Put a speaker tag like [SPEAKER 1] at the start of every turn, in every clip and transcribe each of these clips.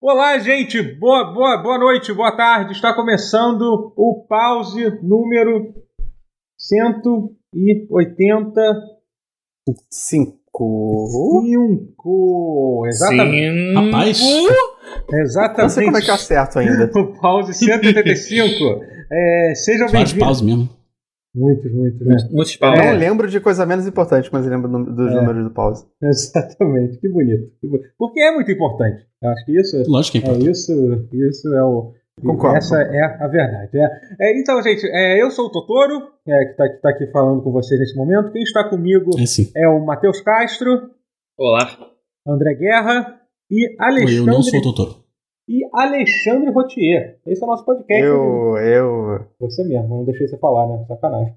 [SPEAKER 1] Olá, gente! Boa, boa, boa noite, boa tarde. Está começando o pause número 185.
[SPEAKER 2] Cinco.
[SPEAKER 1] um. Exatamente.
[SPEAKER 3] Rapaz,
[SPEAKER 2] Não sei como é
[SPEAKER 1] Exatamente.
[SPEAKER 2] que tá eu acerto ainda.
[SPEAKER 1] O pause 185. É, sejam
[SPEAKER 3] vários
[SPEAKER 1] bem-vindos.
[SPEAKER 3] paus mesmo.
[SPEAKER 1] Muitos, muitos, né?
[SPEAKER 4] Muitos
[SPEAKER 2] Eu
[SPEAKER 4] paus.
[SPEAKER 1] É.
[SPEAKER 2] Não lembro de coisa menos importante, mas eu lembro do- dos
[SPEAKER 1] É.
[SPEAKER 2] números do pause.
[SPEAKER 1] Exatamente. Que bonito. Que bo- Porque é muito importante. Eu acho que isso
[SPEAKER 3] Lógico que é
[SPEAKER 1] É
[SPEAKER 3] importante.
[SPEAKER 1] isso, isso é o.
[SPEAKER 2] Concordo.
[SPEAKER 1] Essa é a verdade. é. É, então, gente, é, eu sou o Totoro, é, que está aqui falando com vocês nesse momento. Quem está comigo
[SPEAKER 3] É sim.
[SPEAKER 1] é o Matheus Castro,
[SPEAKER 4] Olá.
[SPEAKER 1] André Guerra e
[SPEAKER 3] Eu não sou o
[SPEAKER 1] Alexandre,
[SPEAKER 3] doutor.
[SPEAKER 1] e Alexandre Rotier. Esse é o nosso podcast. né?
[SPEAKER 2] Eu, eu.
[SPEAKER 1] Você mesmo, eu não deixei você falar, né? Sacanagem.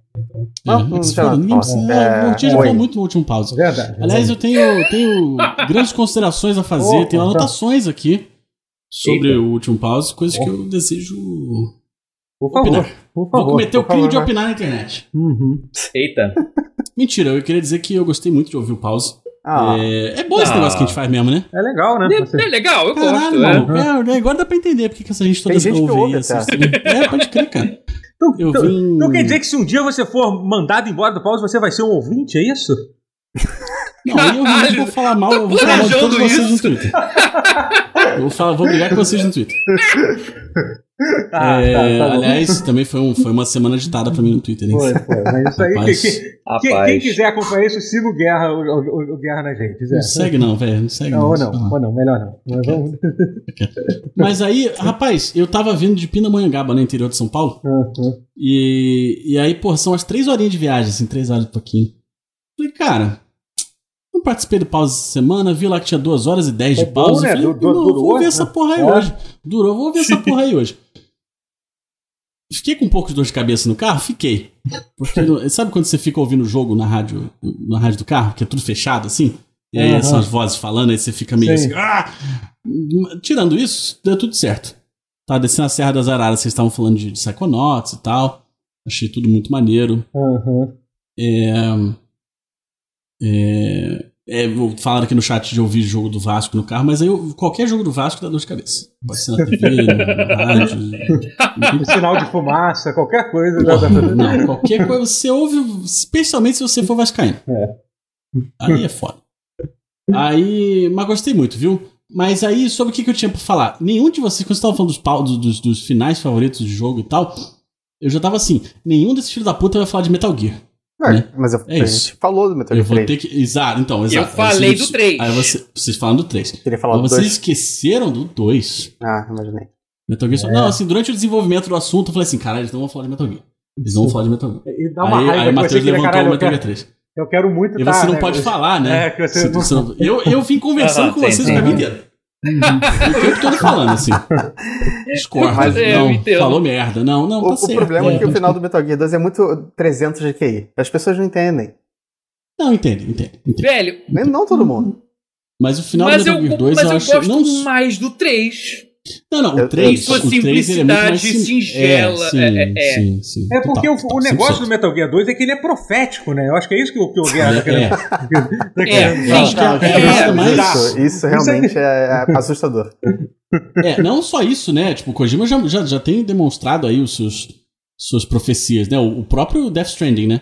[SPEAKER 2] Não,
[SPEAKER 3] é,
[SPEAKER 2] não
[SPEAKER 3] se
[SPEAKER 2] tem nada
[SPEAKER 3] foda,
[SPEAKER 2] pra
[SPEAKER 3] ninguém precisa.
[SPEAKER 2] falar.
[SPEAKER 3] não,
[SPEAKER 2] É,
[SPEAKER 3] o Tia já
[SPEAKER 2] oi.
[SPEAKER 3] falou muito no último pause.
[SPEAKER 1] Verdade.
[SPEAKER 3] Aliás, eu tenho, tenho grandes considerações a fazer,
[SPEAKER 1] Opa,
[SPEAKER 3] tenho
[SPEAKER 1] então.
[SPEAKER 3] anotações aqui sobre
[SPEAKER 4] Eita.
[SPEAKER 3] o último pause, coisas que eu desejo.
[SPEAKER 1] por favor,
[SPEAKER 3] opinar.
[SPEAKER 1] por
[SPEAKER 3] Vou
[SPEAKER 1] favor.
[SPEAKER 3] cometer o
[SPEAKER 2] por
[SPEAKER 3] crime de
[SPEAKER 2] favor. né?
[SPEAKER 3] opinar na internet.
[SPEAKER 1] Uhum.
[SPEAKER 4] Eita.
[SPEAKER 3] Mentira, eu queria dizer que eu gostei muito de ouvir o pause.
[SPEAKER 2] Ah,
[SPEAKER 3] É, é bom esse
[SPEAKER 4] Ah.
[SPEAKER 3] negócio que a gente faz mesmo, né?
[SPEAKER 1] É legal, né? Você-
[SPEAKER 4] É, é legal, eu
[SPEAKER 3] Caralho,
[SPEAKER 4] gosto. é.
[SPEAKER 3] mano. É, agora dá pra entender porque que essa gente toda
[SPEAKER 2] Tem gente que ouve
[SPEAKER 3] ouve,
[SPEAKER 2] tá?
[SPEAKER 3] aí,
[SPEAKER 2] até.
[SPEAKER 3] assiste. É, pode crer, cara.
[SPEAKER 1] Então,
[SPEAKER 3] Eu
[SPEAKER 1] então-
[SPEAKER 3] vim.
[SPEAKER 1] então quer dizer que se um dia você for mandado embora do pause, você vai ser um ouvinte, é isso?
[SPEAKER 3] Não, aí eu realmente vou falar mal, eu vou falar mal de todos
[SPEAKER 4] planejando
[SPEAKER 3] vocês no
[SPEAKER 4] isso.
[SPEAKER 3] Twitter. Eu vou, falar, vou brigar com vocês no Twitter.
[SPEAKER 1] Ah,
[SPEAKER 3] É,
[SPEAKER 1] tá, tá bom. é.
[SPEAKER 3] aliás, também foi, um- foi uma semana agitada pra mim no Twitter, né?
[SPEAKER 1] Foi, foi. Mas isso aí,
[SPEAKER 3] Rapaz,
[SPEAKER 1] que- que- Quem,
[SPEAKER 4] Rapaz.
[SPEAKER 1] quem quiser acompanhar isso, siga o Guerra, o, o- o Guerra na gente. Zé.
[SPEAKER 3] Não segue não, velho. Não segue
[SPEAKER 1] Não,
[SPEAKER 3] não.
[SPEAKER 1] ou
[SPEAKER 3] deixa eu
[SPEAKER 1] não,
[SPEAKER 3] falar.
[SPEAKER 1] ou não, melhor não. Mas vamos.
[SPEAKER 3] Mas aí, rapaz, eu tava vindo de Pindamonhangaba, no interior de São Paulo.
[SPEAKER 1] Uhum.
[SPEAKER 3] E, e aí, pô, são as três horinhas de viagem, assim, três horas e pouquinho. Falei, cara, não participei do pause essa semana, vi lá que tinha duas horas e dez
[SPEAKER 1] É
[SPEAKER 3] de
[SPEAKER 1] bom,
[SPEAKER 3] pausa.
[SPEAKER 1] né?
[SPEAKER 3] Falei,
[SPEAKER 1] Du- du-
[SPEAKER 3] não,
[SPEAKER 1] durou,
[SPEAKER 3] vou ver
[SPEAKER 1] né?
[SPEAKER 3] essa porra aí
[SPEAKER 1] É.
[SPEAKER 3] hoje. Durou, vou ver essa porra aí hoje. Fiquei com um pouco de dor de cabeça no carro? Fiquei. Porque, não- sabe quando você fica ouvindo o jogo na rádio, na rádio do carro, que é tudo fechado assim? E aí
[SPEAKER 1] Aham.
[SPEAKER 3] são as vozes falando, aí você fica meio
[SPEAKER 1] Sim.
[SPEAKER 3] assim. "Ah!" Tirando isso, deu tudo certo. Tá descendo a Serra das Araras, vocês estavam falando de, de Psychonauts e tal. Achei tudo muito maneiro.
[SPEAKER 1] Uhum.
[SPEAKER 3] É, é, vou- falaram aqui no chat de ouvir jogo do Vasco no carro, mas aí eu- qualquer jogo do Vasco dá dor de cabeça. Pode ser na TV, na rádio.
[SPEAKER 1] O sinal de fumaça, qualquer coisa. né?
[SPEAKER 3] Porra, não, qualquer coisa você ouve, especialmente se você for vascaíno.
[SPEAKER 1] É.
[SPEAKER 3] Aí é foda. Aí, mas gostei muito, viu? Mas aí, sobre o que, que eu tinha pra falar? Nenhum de vocês, quando você tava falando dos, pau- dos- dos, dos finais favoritos de jogo e tal, eu já tava assim, nenhum desses filhos da puta vai falar de Metal Gear.
[SPEAKER 2] é, mas eu,
[SPEAKER 3] É
[SPEAKER 2] a
[SPEAKER 3] isso.
[SPEAKER 2] gente falou do Metal
[SPEAKER 3] Eu
[SPEAKER 2] Gear
[SPEAKER 3] vou
[SPEAKER 2] 3.
[SPEAKER 3] ter que. Exato, então, exato. Aí
[SPEAKER 4] falei
[SPEAKER 3] você-
[SPEAKER 4] do três.
[SPEAKER 3] Aí você, vocês falam do 3.
[SPEAKER 2] Queria falar do
[SPEAKER 3] Mas vocês
[SPEAKER 2] 2.
[SPEAKER 3] esqueceram do 2.
[SPEAKER 2] Ah, imaginei.
[SPEAKER 3] Metal Gear Solid. Não, assim, durante o desenvolvimento do assunto, eu falei assim, caralho, eles não vão falar de Metal Gear. Eles não vão falar de Metal Gear.
[SPEAKER 1] E dá uma
[SPEAKER 3] Aí, aí
[SPEAKER 1] raiva
[SPEAKER 3] o
[SPEAKER 1] que você
[SPEAKER 3] Matheus
[SPEAKER 1] queria,
[SPEAKER 3] levantou
[SPEAKER 1] caralho,
[SPEAKER 3] o
[SPEAKER 1] eu
[SPEAKER 3] Metal Gear
[SPEAKER 1] quero,
[SPEAKER 3] 3.
[SPEAKER 1] eu quero muito
[SPEAKER 3] E
[SPEAKER 1] tá,
[SPEAKER 3] você não
[SPEAKER 1] né?
[SPEAKER 3] pode
[SPEAKER 1] eu-
[SPEAKER 3] falar, né?
[SPEAKER 1] É, que você não- Uhum.
[SPEAKER 3] você não- eu, eu vim conversando
[SPEAKER 4] Ah,
[SPEAKER 3] com
[SPEAKER 4] tem,
[SPEAKER 3] vocês o
[SPEAKER 4] tem.
[SPEAKER 3] caminho inteiro. O tempo todo falando, assim. Discorda.
[SPEAKER 2] Mas
[SPEAKER 4] eu
[SPEAKER 3] não,
[SPEAKER 4] entendo.
[SPEAKER 3] falou merda. Não, não,
[SPEAKER 2] O,
[SPEAKER 3] tá
[SPEAKER 2] o
[SPEAKER 3] certo.
[SPEAKER 2] problema é, que o
[SPEAKER 3] tá-
[SPEAKER 2] final do Metal Gear 2 é muito 300 de QI. As pessoas não entendem.
[SPEAKER 3] Não, entende, entende. entende.
[SPEAKER 4] Velho,
[SPEAKER 2] Nem, não todo mundo.
[SPEAKER 3] Mas o final
[SPEAKER 4] mas
[SPEAKER 3] do
[SPEAKER 4] eu,
[SPEAKER 3] Metal Gear 2
[SPEAKER 4] mas
[SPEAKER 3] eu
[SPEAKER 4] eu
[SPEAKER 3] acho.
[SPEAKER 4] gosto
[SPEAKER 3] não,
[SPEAKER 4] mais do 3.
[SPEAKER 3] não, não,
[SPEAKER 2] Eu-
[SPEAKER 3] o 3.
[SPEAKER 4] sua
[SPEAKER 3] o 3 ele é muito
[SPEAKER 4] simplicidade
[SPEAKER 3] mais sim-
[SPEAKER 4] singela,
[SPEAKER 3] É, sim,
[SPEAKER 4] é, é, é.
[SPEAKER 3] sim, sim.
[SPEAKER 1] É porque
[SPEAKER 3] total,
[SPEAKER 1] o,
[SPEAKER 3] total,
[SPEAKER 1] o negócio
[SPEAKER 3] 100%.
[SPEAKER 1] do Metal Gear 2 é que ele é profético, né? Eu acho que é isso que o, que o Guerra tá
[SPEAKER 3] É,
[SPEAKER 1] querendo.
[SPEAKER 3] é.
[SPEAKER 1] tá
[SPEAKER 4] É,
[SPEAKER 1] querendo
[SPEAKER 4] sim.
[SPEAKER 1] falar.
[SPEAKER 3] acho que é-
[SPEAKER 2] Não,
[SPEAKER 3] é,
[SPEAKER 2] isso-
[SPEAKER 3] mas-
[SPEAKER 2] isso, isso realmente é, é assustador.
[SPEAKER 3] É, não só isso, né? Tipo, o Kojima já, já, já tem demonstrado aí os seus suas profecias, né? O, o próprio Death Stranding, né?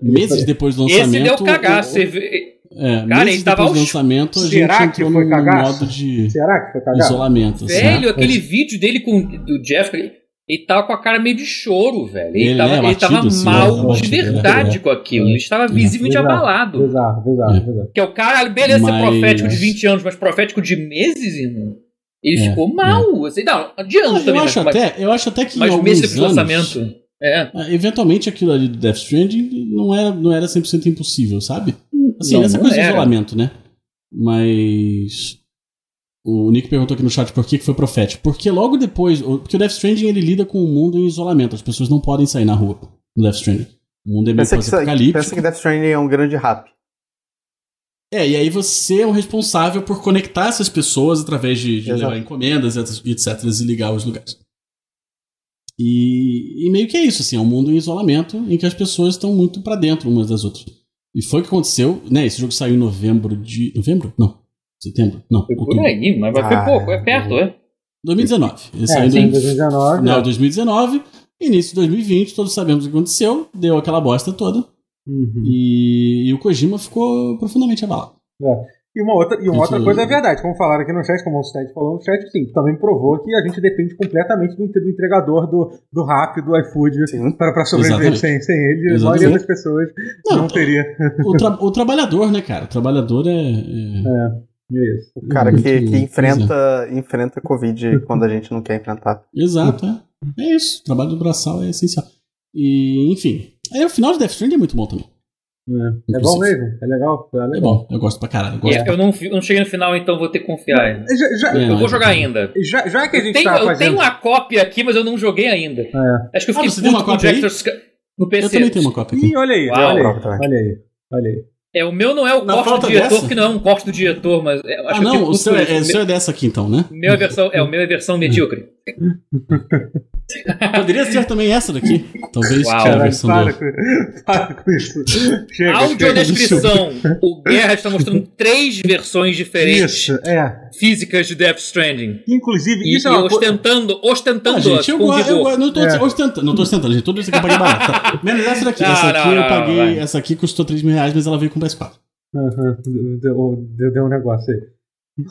[SPEAKER 3] Meses depois do lançamento.
[SPEAKER 4] Esse deu cagaço.
[SPEAKER 3] o- o- É,
[SPEAKER 4] Cara,
[SPEAKER 3] meses
[SPEAKER 4] ele tava
[SPEAKER 3] depois do
[SPEAKER 4] ao-
[SPEAKER 3] lançamento, a
[SPEAKER 1] Será
[SPEAKER 3] gente
[SPEAKER 1] que
[SPEAKER 3] entrou
[SPEAKER 1] foi
[SPEAKER 3] num
[SPEAKER 1] cagaço?
[SPEAKER 3] modo de
[SPEAKER 1] Será que foi cagado?
[SPEAKER 3] isolamento. assim, né?
[SPEAKER 4] Velho, aquele vídeo dele com do Jeff, ele tava com a cara meio de choro, velho. Ele,
[SPEAKER 3] Ele,
[SPEAKER 4] tava,
[SPEAKER 3] né,
[SPEAKER 4] ele
[SPEAKER 3] abatido,
[SPEAKER 4] tava
[SPEAKER 3] assim,
[SPEAKER 4] mal
[SPEAKER 3] né,
[SPEAKER 4] de
[SPEAKER 3] abatido,
[SPEAKER 4] verdade
[SPEAKER 3] né,
[SPEAKER 4] com aquilo.
[SPEAKER 3] é.
[SPEAKER 4] Ele estava visivelmente
[SPEAKER 1] Exato,
[SPEAKER 4] abalado.
[SPEAKER 1] Bizarro, bizarro,
[SPEAKER 3] É.
[SPEAKER 1] bizarro.
[SPEAKER 4] Que é o cara, beleza,
[SPEAKER 3] Mas-
[SPEAKER 4] ser profético de 20 anos, mas profético de meses, irmão. Ele
[SPEAKER 3] É,
[SPEAKER 4] ficou mal. Assim, não, de anos
[SPEAKER 3] eu,
[SPEAKER 4] também,
[SPEAKER 3] acho
[SPEAKER 4] mas,
[SPEAKER 3] até, eu acho até que. em
[SPEAKER 4] mas
[SPEAKER 3] alguns
[SPEAKER 4] meses depois do
[SPEAKER 3] anos,
[SPEAKER 4] lançamento. É.
[SPEAKER 3] ah, Eventualmente aquilo ali do Death Stranding não era, não era 100% impossível, sabe? Assim,
[SPEAKER 4] Não,
[SPEAKER 3] essa
[SPEAKER 4] não
[SPEAKER 3] coisa de
[SPEAKER 4] era.
[SPEAKER 3] isolamento, né? Mas. O Nick perguntou aqui no chat por que que foi profético. Porque logo depois. o- Porque o Death Stranding ele lida com o mundo em isolamento. As pessoas não podem sair na rua no Death Stranding. O mundo é meio
[SPEAKER 2] Pensa que, isso-
[SPEAKER 3] pós-apocalíptico.
[SPEAKER 2] pensa que Death Stranding é um grande rap.
[SPEAKER 3] É, e aí você é o responsável por conectar essas pessoas através de, de
[SPEAKER 2] Exato.
[SPEAKER 3] levar encomendas, etc, etc, e ligar os lugares. E, e meio que é isso, assim, é um mundo em isolamento em que as pessoas estão muito pra dentro umas das outras. E foi o que aconteceu, né? Esse jogo saiu em novembro de. Novembro? Não. Setembro? Não.
[SPEAKER 4] Foi por
[SPEAKER 3] outubro.
[SPEAKER 4] aí, mas, mas foi
[SPEAKER 2] Ah,
[SPEAKER 4] pouco, é perto, é.
[SPEAKER 3] 2019. Ele
[SPEAKER 1] É,
[SPEAKER 3] saiu
[SPEAKER 1] sim,
[SPEAKER 3] em
[SPEAKER 1] 2019.
[SPEAKER 3] final de
[SPEAKER 1] Não.
[SPEAKER 3] 2019, início de 2020, todos sabemos o que aconteceu, deu aquela bosta toda.
[SPEAKER 1] Uhum.
[SPEAKER 3] E, e o Kojima ficou profundamente abalado.
[SPEAKER 1] E uma outra, e uma
[SPEAKER 3] Isso
[SPEAKER 1] outra
[SPEAKER 3] aí.
[SPEAKER 1] coisa é verdade, como falaram aqui no chat, como o Sted falou no chat, sim, também provou que a gente depende completamente do, do entregador do, do Rap, do iFood,
[SPEAKER 2] Sim.
[SPEAKER 1] para pra sobreviver
[SPEAKER 3] Exatamente.
[SPEAKER 1] sem, sem ele. A
[SPEAKER 3] Exatamente.
[SPEAKER 1] maioria das pessoas não,
[SPEAKER 3] Não,
[SPEAKER 1] teria.
[SPEAKER 3] o, tra- o trabalhador, né, cara? O trabalhador é. é-
[SPEAKER 1] Isso.
[SPEAKER 2] O cara que,
[SPEAKER 3] Muito-
[SPEAKER 2] que enfrenta, enfrenta Covid quando a gente não quer enfrentar.
[SPEAKER 3] Exato, é. É isso. O trabalho do braçal é essencial. E, enfim. Aí o final de Death Stranding é muito bom também.
[SPEAKER 1] É, bom mesmo, é legal. É
[SPEAKER 3] É
[SPEAKER 1] legal.
[SPEAKER 3] bom, eu gosto pra caralho. Eu gosto
[SPEAKER 4] É, eu não, vi- eu não cheguei no final, então vou ter que confiar ainda.
[SPEAKER 1] Já, já,
[SPEAKER 3] É,
[SPEAKER 4] Eu vou
[SPEAKER 3] não,
[SPEAKER 4] jogar
[SPEAKER 3] eu-
[SPEAKER 4] ainda.
[SPEAKER 1] já, já que a
[SPEAKER 4] Eu
[SPEAKER 1] gente
[SPEAKER 4] tenho,
[SPEAKER 1] tá
[SPEAKER 4] eu
[SPEAKER 1] fazendo...
[SPEAKER 4] tenho uma cópia aqui, mas eu não joguei ainda.
[SPEAKER 1] É.
[SPEAKER 4] Acho que eu fiquei
[SPEAKER 3] Ah, você tem uma
[SPEAKER 4] puto com o
[SPEAKER 3] cópia aí?
[SPEAKER 4] Director's Cut no
[SPEAKER 3] Eu
[SPEAKER 4] PC.
[SPEAKER 3] também tenho uma cópia aqui.
[SPEAKER 1] Ih, olha aí,
[SPEAKER 4] Uau.
[SPEAKER 1] olha aí,
[SPEAKER 2] Prova também.
[SPEAKER 1] olha aí, olha aí.
[SPEAKER 4] É, o meu não é o
[SPEAKER 3] Na
[SPEAKER 4] corte
[SPEAKER 3] falta
[SPEAKER 4] do diretor,
[SPEAKER 3] dessa?
[SPEAKER 4] porque não é um corte do diretor, mas. é, eu acho
[SPEAKER 3] Ah,
[SPEAKER 4] que eu
[SPEAKER 3] não,
[SPEAKER 4] fico
[SPEAKER 3] o
[SPEAKER 4] puto
[SPEAKER 3] seu,
[SPEAKER 4] com
[SPEAKER 3] é,
[SPEAKER 4] isso.
[SPEAKER 3] o seu Hum. é dessa aqui então, né?
[SPEAKER 4] Meu é versão, é, o meu é versão medíocre.
[SPEAKER 3] Poderia ser também essa daqui. Talvez
[SPEAKER 4] Uau.
[SPEAKER 3] que era a
[SPEAKER 1] Caralho,
[SPEAKER 3] versão
[SPEAKER 1] para,
[SPEAKER 3] do...
[SPEAKER 1] com, para com isso. Chega, chega.
[SPEAKER 4] Audiodescrição. O Guerra está mostrando três versões diferentes
[SPEAKER 1] Isso, é.
[SPEAKER 4] físicas de Death Stranding.
[SPEAKER 1] Inclusive,
[SPEAKER 4] E,
[SPEAKER 1] isso
[SPEAKER 4] e
[SPEAKER 1] é uma coisa...
[SPEAKER 4] ostentando, ostentando
[SPEAKER 3] Ah, gente, eu,
[SPEAKER 4] com
[SPEAKER 3] go- eu
[SPEAKER 4] vigor.
[SPEAKER 3] go- não tô
[SPEAKER 1] É.
[SPEAKER 3] ostentando, não tô ostentando, gente. Tudo isso aqui eu paguei barato. tá? Menos essa daqui.
[SPEAKER 4] Não,
[SPEAKER 3] essa aqui
[SPEAKER 4] não,
[SPEAKER 3] eu
[SPEAKER 4] não,
[SPEAKER 3] paguei.
[SPEAKER 4] vai.
[SPEAKER 3] essa aqui custou 3 mil reais, mas ela veio com PS4.
[SPEAKER 1] Aham, deu, deu, deu um negócio aí.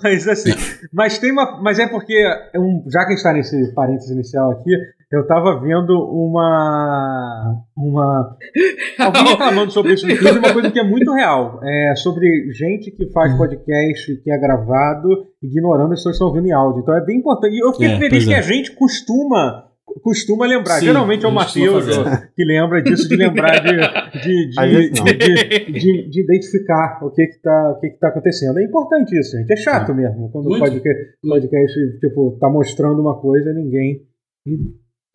[SPEAKER 1] Mas assim, mas tem uma. Mas é porque, é um- já que a gente tá nesse parênteses inicial aqui, eu tava vendo uma. Uma. Alguém reclamando sobre isso no Twitter, uma coisa que é muito real. É sobre gente que
[SPEAKER 3] Hum.
[SPEAKER 1] faz podcast que é gravado, ignorando as pessoas que estão ouvindo em áudio. Então é bem importante. E eu fiquei
[SPEAKER 3] É,
[SPEAKER 1] feliz
[SPEAKER 3] pois
[SPEAKER 1] que
[SPEAKER 3] é.
[SPEAKER 1] a gente costuma. Costuma lembrar.
[SPEAKER 3] Sim,
[SPEAKER 1] Geralmente é o
[SPEAKER 3] a gente costuma
[SPEAKER 1] Matheus
[SPEAKER 3] fazer.
[SPEAKER 1] que lembra disso, de lembrar de, de,
[SPEAKER 2] Às
[SPEAKER 1] de,
[SPEAKER 2] vezes não.
[SPEAKER 1] de, de- de- de identificar o que que tá, o que que tá acontecendo. É importante isso, gente. É chato mesmo quando o
[SPEAKER 3] Muito.
[SPEAKER 1] podcast, podcast tipo, tá mostrando uma coisa e ninguém...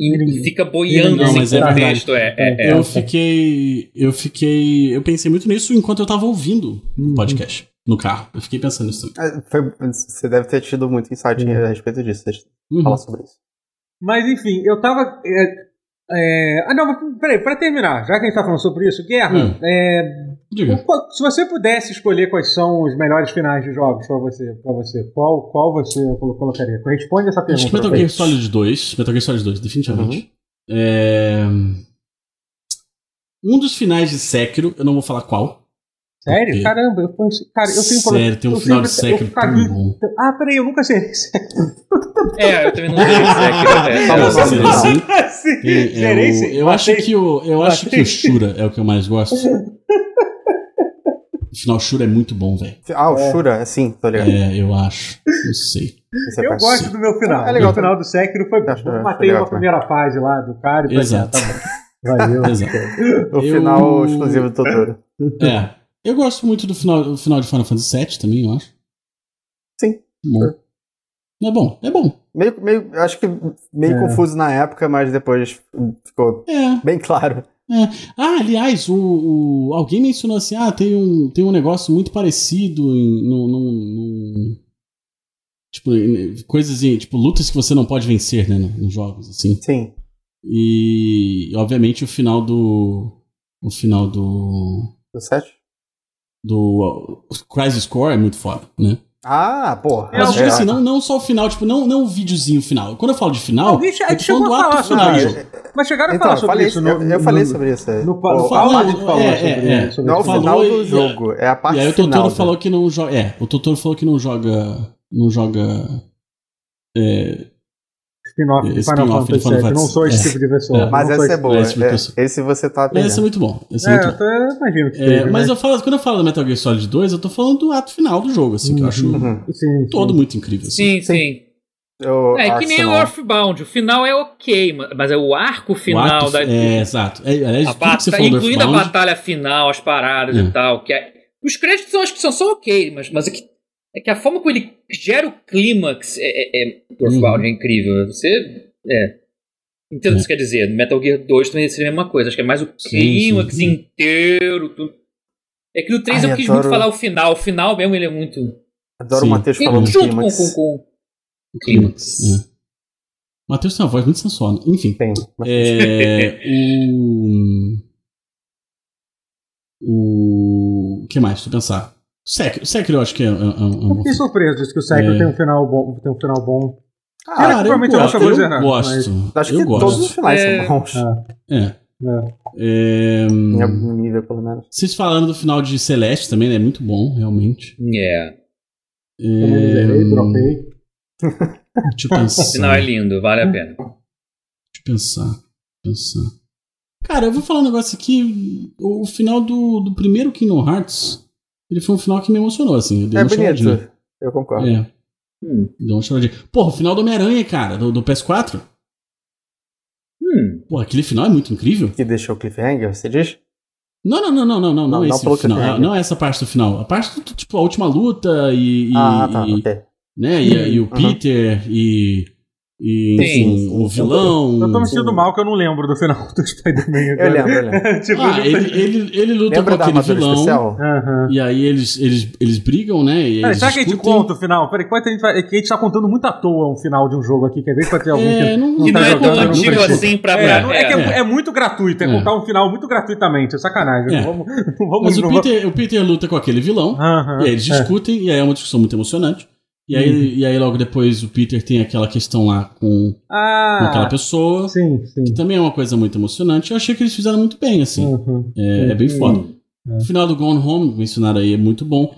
[SPEAKER 4] E, e fica boiando
[SPEAKER 3] Não,
[SPEAKER 4] sem
[SPEAKER 3] mas é
[SPEAKER 4] contexto. É, é, é.
[SPEAKER 3] eu fiquei. Eu fiquei. Eu pensei muito nisso enquanto eu tava ouvindo
[SPEAKER 1] Uhum.
[SPEAKER 3] o podcast no carro. Eu fiquei pensando nisso também.
[SPEAKER 2] Ah, foi- você deve ter tido muito insight
[SPEAKER 1] Uhum.
[SPEAKER 2] a respeito disso. Deixa eu
[SPEAKER 3] Uhum.
[SPEAKER 2] falar sobre isso.
[SPEAKER 1] Mas enfim, eu tava... é, é, ah, não, mas peraí, pra terminar, já que a gente tá falando sobre isso, Guerra,
[SPEAKER 3] Hum.
[SPEAKER 1] é,
[SPEAKER 3] Diga.
[SPEAKER 1] qual- se você pudesse escolher quais são os melhores finais de jogos pra você, pra você qual, qual você colo- colocaria? Responde essa pergunta.
[SPEAKER 3] Acho que Metal
[SPEAKER 1] pra Uhum.
[SPEAKER 3] Gear
[SPEAKER 1] gente.
[SPEAKER 3] Solid 2. Metal Gear Solid 2, definitivamente. É, Um dos finais de Sekiro, eu não vou falar qual.
[SPEAKER 1] Sério?
[SPEAKER 3] Ok.
[SPEAKER 1] Caramba, eu, cara, eu tenho um problema.
[SPEAKER 3] Sério, tem um
[SPEAKER 1] eu
[SPEAKER 3] final de
[SPEAKER 1] sempre- eu
[SPEAKER 3] Sekiro
[SPEAKER 1] caguei-
[SPEAKER 3] tão bom.
[SPEAKER 1] Ah, peraí, eu nunca sei. Sério,
[SPEAKER 4] É, eu também não sei o que é.
[SPEAKER 2] Famoso.
[SPEAKER 3] Sério, assim,
[SPEAKER 1] sim.
[SPEAKER 3] tem- é
[SPEAKER 1] Zerei
[SPEAKER 3] o-
[SPEAKER 1] sim.
[SPEAKER 3] eu acho
[SPEAKER 1] Matei.
[SPEAKER 3] que o eu acho que o Shura é o que eu mais gosto. O final Shura é muito bom, velho.
[SPEAKER 2] Ah, o
[SPEAKER 4] É.
[SPEAKER 2] Shura? Sim, tô ligado.
[SPEAKER 3] É, eu acho. Não sei.
[SPEAKER 2] Você tá
[SPEAKER 1] Eu
[SPEAKER 2] faz-
[SPEAKER 1] gosto do meu final.
[SPEAKER 2] É legal
[SPEAKER 1] o final do Sekiro foi bom.
[SPEAKER 2] Acho- acho
[SPEAKER 1] Matei
[SPEAKER 2] legal
[SPEAKER 1] uma
[SPEAKER 2] também.
[SPEAKER 1] primeira fase lá do cara e falei,
[SPEAKER 3] Exato.
[SPEAKER 1] "Ah, tá bom. Valeu.
[SPEAKER 3] Exato.
[SPEAKER 2] O
[SPEAKER 3] Eu-
[SPEAKER 2] final exclusivo do Totoro.
[SPEAKER 3] É. Eu gosto muito do final, do final de Final Fantasy VII também, eu acho.
[SPEAKER 2] Sim.
[SPEAKER 3] Bom. É bom, é bom.
[SPEAKER 2] Meio, meio, acho que meio
[SPEAKER 1] É.
[SPEAKER 2] confuso na época, mas depois ficou
[SPEAKER 3] É.
[SPEAKER 2] bem claro.
[SPEAKER 3] Ah, aliás, o, o- alguém mencionou assim: ah, tem um, tem um negócio muito parecido em. num- num- num- tipo, em- coisas em. Tipo, lutas que você não pode vencer, né? no- Nos jogos, assim.
[SPEAKER 2] Sim.
[SPEAKER 3] E, obviamente, o final do. O final do.
[SPEAKER 2] Do 7?
[SPEAKER 3] Do. O Crisis Core é muito foda, né?
[SPEAKER 2] Ah, porra.
[SPEAKER 1] Eu
[SPEAKER 3] Mas, tipo
[SPEAKER 1] É.
[SPEAKER 3] assim, não, não só o final, tipo, não, não o videozinho final. Quando eu falo de final,
[SPEAKER 1] Alguém che-
[SPEAKER 3] eu tô
[SPEAKER 1] chegou
[SPEAKER 3] falando do
[SPEAKER 1] a falar
[SPEAKER 3] ato
[SPEAKER 1] sobre
[SPEAKER 3] final.
[SPEAKER 1] isso. Mas chegaram a
[SPEAKER 2] Então,
[SPEAKER 1] falar
[SPEAKER 2] eu
[SPEAKER 1] sobre
[SPEAKER 2] falei,
[SPEAKER 1] isso.
[SPEAKER 2] eu,
[SPEAKER 1] no-
[SPEAKER 2] eu falei
[SPEAKER 1] no-
[SPEAKER 2] sobre isso. é.
[SPEAKER 1] No, pa- no,
[SPEAKER 2] O-
[SPEAKER 3] falou,
[SPEAKER 1] Paulo falou
[SPEAKER 3] é,
[SPEAKER 1] sobre,
[SPEAKER 3] é, é.
[SPEAKER 1] sobre
[SPEAKER 2] não é o
[SPEAKER 1] isso.
[SPEAKER 3] falou
[SPEAKER 2] final
[SPEAKER 3] e-
[SPEAKER 2] do jogo, é a parte
[SPEAKER 3] E aí o
[SPEAKER 2] final.
[SPEAKER 3] Totoro
[SPEAKER 2] né?
[SPEAKER 3] falou que não joga. É, o Totoro falou que não joga. Não joga. É,
[SPEAKER 1] spin-off de
[SPEAKER 3] Spin-off
[SPEAKER 1] Final
[SPEAKER 3] de
[SPEAKER 1] Fantasy
[SPEAKER 3] Final
[SPEAKER 1] VII. Eu Não
[SPEAKER 3] Fantasy.
[SPEAKER 1] sou esse
[SPEAKER 3] É.
[SPEAKER 1] tipo de pessoa.
[SPEAKER 3] É.
[SPEAKER 2] Mas
[SPEAKER 1] não sou
[SPEAKER 2] essa é
[SPEAKER 1] esse-
[SPEAKER 2] boa.
[SPEAKER 3] esse tipo de pessoa.
[SPEAKER 2] é- Esse você tá
[SPEAKER 3] esse é
[SPEAKER 2] pegando.
[SPEAKER 3] muito bom. Esse é,
[SPEAKER 1] É,
[SPEAKER 3] muito
[SPEAKER 1] eu
[SPEAKER 3] bom.
[SPEAKER 1] tô- eu imagino que
[SPEAKER 3] É,
[SPEAKER 1] seja,
[SPEAKER 3] mas
[SPEAKER 1] né?
[SPEAKER 3] eu falo, quando eu falo do Metal Gear Solid 2, eu tô falando do ato final do jogo, assim, que eu acho
[SPEAKER 2] Uhum.
[SPEAKER 1] Sim, sim.
[SPEAKER 3] todo muito incrível. Assim.
[SPEAKER 4] Sim, sim.
[SPEAKER 2] Eu
[SPEAKER 4] É
[SPEAKER 2] acho
[SPEAKER 4] que nem o
[SPEAKER 2] não.
[SPEAKER 4] Earthbound. O final é ok, ma- mas é o arco
[SPEAKER 3] o
[SPEAKER 4] final
[SPEAKER 3] ato,
[SPEAKER 4] da.
[SPEAKER 3] É, exato. É, aliás,
[SPEAKER 4] a
[SPEAKER 3] tudo que
[SPEAKER 4] bata,
[SPEAKER 3] você falou do
[SPEAKER 4] incluindo a
[SPEAKER 3] Earthbound-
[SPEAKER 4] batalha final, as paradas
[SPEAKER 3] É.
[SPEAKER 4] e tal. Que é- os créditos eu acho que são só ok, mas, mas é, que, é que a forma como ele gera o clímax é, é, é, do Earthbound, é incrível. Você. É. Entendo o que você quer dizer. No Metal Gear 2 também seria a mesma coisa. Acho que é mais o
[SPEAKER 3] Sim,
[SPEAKER 4] clímax
[SPEAKER 3] sim.
[SPEAKER 4] inteiro. Tudo. É que no 3
[SPEAKER 2] Ai,
[SPEAKER 4] eu quis
[SPEAKER 2] adoro-
[SPEAKER 4] muito falar o final. O final mesmo ele é muito.
[SPEAKER 2] Adoro
[SPEAKER 3] Sim.
[SPEAKER 2] o Matheus
[SPEAKER 4] E
[SPEAKER 2] falando de
[SPEAKER 4] junto com,
[SPEAKER 2] clímax.
[SPEAKER 4] com, com o
[SPEAKER 3] Clímax.
[SPEAKER 4] clímax.
[SPEAKER 3] É. Matheus tem uma voz muito sensual. né? Enfim.
[SPEAKER 2] Tem.
[SPEAKER 3] É, o. O. que mais? Deixa eu pensar. Sekiro, Sekiro eu acho que é, é, é, é
[SPEAKER 1] Eu
[SPEAKER 3] uma-
[SPEAKER 1] fiquei surpreso disso que o Cycle
[SPEAKER 3] É.
[SPEAKER 1] tem um final bom. Tem um final bom. Ah,
[SPEAKER 3] Cara, eu
[SPEAKER 1] provavelmente alguma
[SPEAKER 3] gosto,
[SPEAKER 1] coisa
[SPEAKER 3] eu
[SPEAKER 1] errada,
[SPEAKER 3] gosto.
[SPEAKER 2] Acho
[SPEAKER 3] eu
[SPEAKER 2] que
[SPEAKER 3] gosto.
[SPEAKER 2] todos os finais
[SPEAKER 4] É.
[SPEAKER 2] são bons.
[SPEAKER 3] É.
[SPEAKER 1] É.
[SPEAKER 3] É,
[SPEAKER 2] Em algum nível, pelo menos.
[SPEAKER 3] Vocês falando do final de Celeste também, né? É muito bom, realmente.
[SPEAKER 4] É.
[SPEAKER 1] Eu não
[SPEAKER 3] É.
[SPEAKER 1] zerei, dropei.
[SPEAKER 3] Deixa eu
[SPEAKER 4] O final
[SPEAKER 3] pensar.
[SPEAKER 4] é lindo, vale a pena.
[SPEAKER 3] Deixa eu pensar. Pensar. Cara, eu vou falar um negócio aqui. O final do, do primeiro Kingdom Hearts, ele foi um final que me emocionou, assim. Eu dei
[SPEAKER 2] É
[SPEAKER 3] uma choradinha.
[SPEAKER 2] bonito. Eu concordo.
[SPEAKER 3] É.
[SPEAKER 4] Hum.
[SPEAKER 3] Deu uma choradinha. Porra, o final do Homem-Aranha, cara, do, do PS4.
[SPEAKER 4] Hum.
[SPEAKER 3] Porra, aquele final é muito incrível.
[SPEAKER 2] Que deixou o cliffhanger, você diz?
[SPEAKER 3] Não, não, não, não, não, não, não,
[SPEAKER 2] Não, não
[SPEAKER 3] esse
[SPEAKER 2] pelo
[SPEAKER 3] final.
[SPEAKER 2] cliffhanger.
[SPEAKER 3] Ah, Não é essa parte do final. A parte do, tipo, a última luta e. e-
[SPEAKER 2] ah, tá,
[SPEAKER 3] e-
[SPEAKER 2] ok.
[SPEAKER 3] né? E, e o
[SPEAKER 2] Aham.
[SPEAKER 3] Peter e, e
[SPEAKER 4] Sim,
[SPEAKER 3] enfim,
[SPEAKER 2] sim,
[SPEAKER 3] o
[SPEAKER 2] sim.
[SPEAKER 3] vilão.
[SPEAKER 1] Eu tô me sentindo mal que eu não lembro do final do Spider-Man
[SPEAKER 2] Eu
[SPEAKER 1] agora.
[SPEAKER 2] lembro, eu lembro.
[SPEAKER 1] tipo,
[SPEAKER 3] Ah,
[SPEAKER 1] eu não-
[SPEAKER 3] ele, ele, ele luta
[SPEAKER 2] Lembra
[SPEAKER 3] com
[SPEAKER 2] da
[SPEAKER 3] aquele
[SPEAKER 2] armadura
[SPEAKER 3] vilão.
[SPEAKER 2] especial?
[SPEAKER 1] Aham.
[SPEAKER 3] E aí eles, eles, eles brigam, né? E
[SPEAKER 1] Peraí,
[SPEAKER 3] eles
[SPEAKER 1] será que a gente
[SPEAKER 3] discutem.
[SPEAKER 1] conta o final? Peraí, quanto a gente vai. É que a gente tá contando muito à toa um final de um jogo aqui, quer ver pra ter algum
[SPEAKER 3] É, não,
[SPEAKER 1] Não
[SPEAKER 4] Que não
[SPEAKER 1] tá
[SPEAKER 4] é tão
[SPEAKER 1] jogando, não
[SPEAKER 4] antigo
[SPEAKER 1] precisa.
[SPEAKER 4] assim pra.
[SPEAKER 1] É,
[SPEAKER 4] pra-
[SPEAKER 1] não- é que é,
[SPEAKER 3] é.
[SPEAKER 1] é muito gratuito, é,
[SPEAKER 3] É.
[SPEAKER 1] contar um final muito gratuitamente, é sacanagem.
[SPEAKER 3] É.
[SPEAKER 1] Não vamos. Não vamos
[SPEAKER 3] Mas o
[SPEAKER 1] não
[SPEAKER 3] Peter, o Peter luta com aquele vilão.
[SPEAKER 1] vamos- Aham.
[SPEAKER 3] E aí eles discutem, e aí é uma discussão muito emocionante. E aí,
[SPEAKER 1] Uhum.
[SPEAKER 3] e aí logo depois o Peter tem aquela questão lá com, com aquela
[SPEAKER 1] Ah,
[SPEAKER 3] pessoa.
[SPEAKER 1] sim, sim.
[SPEAKER 3] Que também é uma coisa muito emocionante. Eu achei que eles fizeram muito bem, assim.
[SPEAKER 1] Uhum.
[SPEAKER 3] É, é bem
[SPEAKER 4] Hum.
[SPEAKER 3] foda. O final do Gone Home, mencionado aí, é muito bom.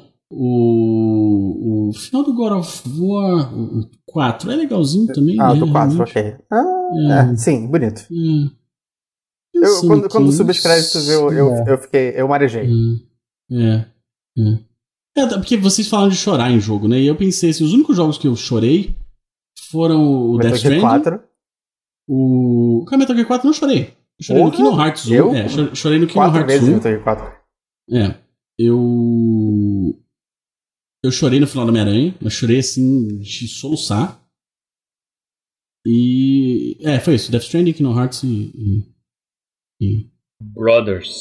[SPEAKER 3] O, o final do God of War o- o 4 é legalzinho também.
[SPEAKER 2] Ah,
[SPEAKER 3] né,
[SPEAKER 2] do 4,
[SPEAKER 3] realmente.
[SPEAKER 2] ok. Ah,
[SPEAKER 3] É.
[SPEAKER 2] é, sim, bonito.
[SPEAKER 3] É. Assim,
[SPEAKER 2] Eu,
[SPEAKER 3] Pensando
[SPEAKER 2] quando
[SPEAKER 3] aqui,
[SPEAKER 2] quando
[SPEAKER 3] não
[SPEAKER 2] subi os créditos, eu,
[SPEAKER 3] sei.
[SPEAKER 2] eu, eu fiquei. Eu marejei.
[SPEAKER 3] É, é. É, tá, porque vocês falaram de chorar em jogo, né? E eu pensei assim, os únicos jogos que eu chorei foram o Death
[SPEAKER 2] Metal Gear
[SPEAKER 3] Stranding,
[SPEAKER 2] 4.
[SPEAKER 3] o... Cara, Metal Gear 4 eu não chorei. Eu chorei no
[SPEAKER 2] Porra,
[SPEAKER 3] Kingdom Hearts 1.
[SPEAKER 2] eu?
[SPEAKER 3] É, cho- chorei no Kingdom
[SPEAKER 2] Quatro então.
[SPEAKER 3] Hearts
[SPEAKER 2] vezes
[SPEAKER 3] 1.
[SPEAKER 2] Metal Gear 4.
[SPEAKER 3] É. Eu. Eu chorei no final da Homem-Aranha, mas chorei assim, de soluçar. E. É, foi isso. Death Stranding, Kingdom Hearts e. e- e-
[SPEAKER 4] Brothers.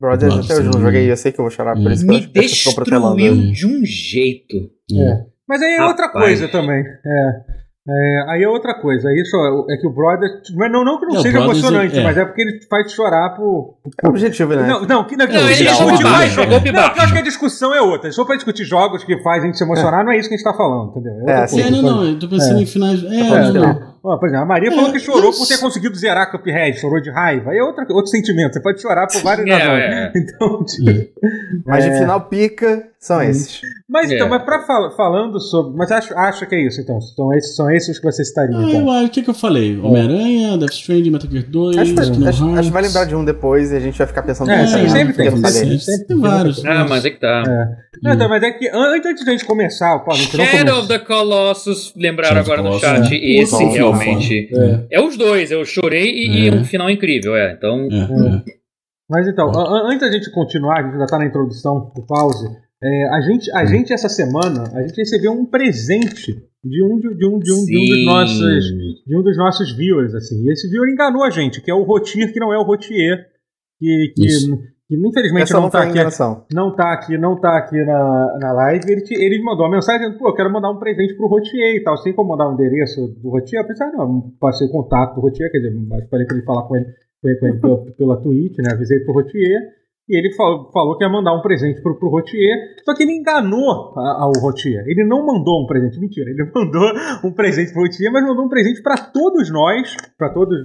[SPEAKER 2] Brothers,
[SPEAKER 3] Brothers
[SPEAKER 2] até hoje eu não
[SPEAKER 3] também.
[SPEAKER 2] joguei, eu sei que eu vou chorar por
[SPEAKER 3] Hum.
[SPEAKER 2] isso. que
[SPEAKER 4] Me
[SPEAKER 2] as pessoas ficam protelando. É
[SPEAKER 4] destruiu de um jeito.
[SPEAKER 1] É. Mas aí é outra
[SPEAKER 4] Rapaz.
[SPEAKER 1] coisa também. É. É, aí é outra coisa. Aí só- é que o Brothers. Não, é- não, não que não
[SPEAKER 3] É, o
[SPEAKER 1] seja
[SPEAKER 3] Brothers,
[SPEAKER 1] emocionante,
[SPEAKER 3] é.
[SPEAKER 1] mas é porque ele faz chorar por.
[SPEAKER 2] É o objetivo, né?
[SPEAKER 1] Não, não, é que não,
[SPEAKER 4] Não,
[SPEAKER 1] que-
[SPEAKER 4] ele
[SPEAKER 1] que-
[SPEAKER 3] é
[SPEAKER 2] geral,
[SPEAKER 4] jogou
[SPEAKER 1] que-
[SPEAKER 4] de
[SPEAKER 1] que-
[SPEAKER 4] baixo,
[SPEAKER 3] né?
[SPEAKER 1] que-
[SPEAKER 4] jogou de
[SPEAKER 1] Não, eu acho
[SPEAKER 4] baixo.
[SPEAKER 1] que a discussão é outra. Se for pra discutir jogos que fazem a gente se emocionar, não é isso que a gente tá falando, entendeu? outra
[SPEAKER 2] É,
[SPEAKER 1] coisa.
[SPEAKER 3] É, não, não, eu tô pensando em finais.
[SPEAKER 2] um
[SPEAKER 3] É,
[SPEAKER 2] Tá
[SPEAKER 1] É,
[SPEAKER 3] não, não.
[SPEAKER 1] Ó, por exemplo, a Maria
[SPEAKER 3] É,
[SPEAKER 1] falou que chorou
[SPEAKER 3] eu-
[SPEAKER 1] por ter conseguido zerar Cuphead, chorou de raiva. Aí é outra, outro sentimento. Você pode chorar por várias
[SPEAKER 4] É,
[SPEAKER 1] razões.
[SPEAKER 4] é.
[SPEAKER 1] Então, tipo,
[SPEAKER 2] Mas
[SPEAKER 1] É.
[SPEAKER 2] de final pica
[SPEAKER 3] Uhum.
[SPEAKER 2] são esses.
[SPEAKER 1] mas, então,
[SPEAKER 4] É.
[SPEAKER 1] mas pra fal- falando sobre. Mas acho, acho que é isso, então. São esses, são esses os que você citariam.
[SPEAKER 3] Ah,
[SPEAKER 1] Então.
[SPEAKER 3] eu, ah, o que, que eu falei? Homem-Aranha, Death Stranding, Metal Gear 2,
[SPEAKER 2] Acho, que-
[SPEAKER 3] Kingdom
[SPEAKER 2] acho- acho
[SPEAKER 3] Hearts.
[SPEAKER 2] que vai lembrar de um depois e a gente vai ficar pensando
[SPEAKER 1] É,
[SPEAKER 2] nisso,
[SPEAKER 1] sim,
[SPEAKER 2] né?
[SPEAKER 1] sempre tem,
[SPEAKER 2] Eu falei.
[SPEAKER 1] sempre
[SPEAKER 3] tem, vários.
[SPEAKER 4] Ah, mas é que tá.
[SPEAKER 1] Não, então, mas é que an- antes de a gente começar, o Paulo, a gente não
[SPEAKER 4] Shadow of
[SPEAKER 1] começou.
[SPEAKER 4] the Colossus, lembraram
[SPEAKER 3] Shadow of
[SPEAKER 4] agora no
[SPEAKER 3] Colossus,
[SPEAKER 4] chat.
[SPEAKER 3] é.
[SPEAKER 4] Esse
[SPEAKER 3] Muito bom.
[SPEAKER 4] realmente.
[SPEAKER 3] É,
[SPEAKER 4] É os dois, eu chorei e, e
[SPEAKER 3] É.
[SPEAKER 4] um final incrível, é. Então.
[SPEAKER 3] é, é.
[SPEAKER 1] Mas então, an- an- antes da gente continuar, a gente ainda tá na introdução do pause. é, a, gente, a gente, essa semana, a gente recebeu um presente de um, de, de um, de um, de um dos
[SPEAKER 4] sim.
[SPEAKER 1] nossos. de um dos nossos viewers, assim. E esse viewer enganou a gente, que é o Rotir, que não é o Rotier, que, que,
[SPEAKER 3] Isso.
[SPEAKER 1] que, infelizmente
[SPEAKER 2] Essa
[SPEAKER 1] não
[SPEAKER 2] não
[SPEAKER 1] tá
[SPEAKER 2] foi
[SPEAKER 1] aqui,
[SPEAKER 2] enganação.
[SPEAKER 1] não tá aqui, não tá aqui na, na live. Ele, te- ele mandou uma mensagem dizendo, pô, eu quero mandar um presente pro Rotier e tal. Sem como mandar o endereço do Rotier, eu pensei, ah, não, passei o contato do Rotier, quer dizer, mas falei pra ele falar com ele, com ele, com ele pela, pela Twitch, né? Avisei pro Rotier. E ele falou, falou que ia mandar um presente pro, pro Rotier, só que ele enganou a- ao Rotier. Ele não mandou um presente, mentira. Ele mandou um presente pro Rotier, mas mandou um presente para todos nós, para todos,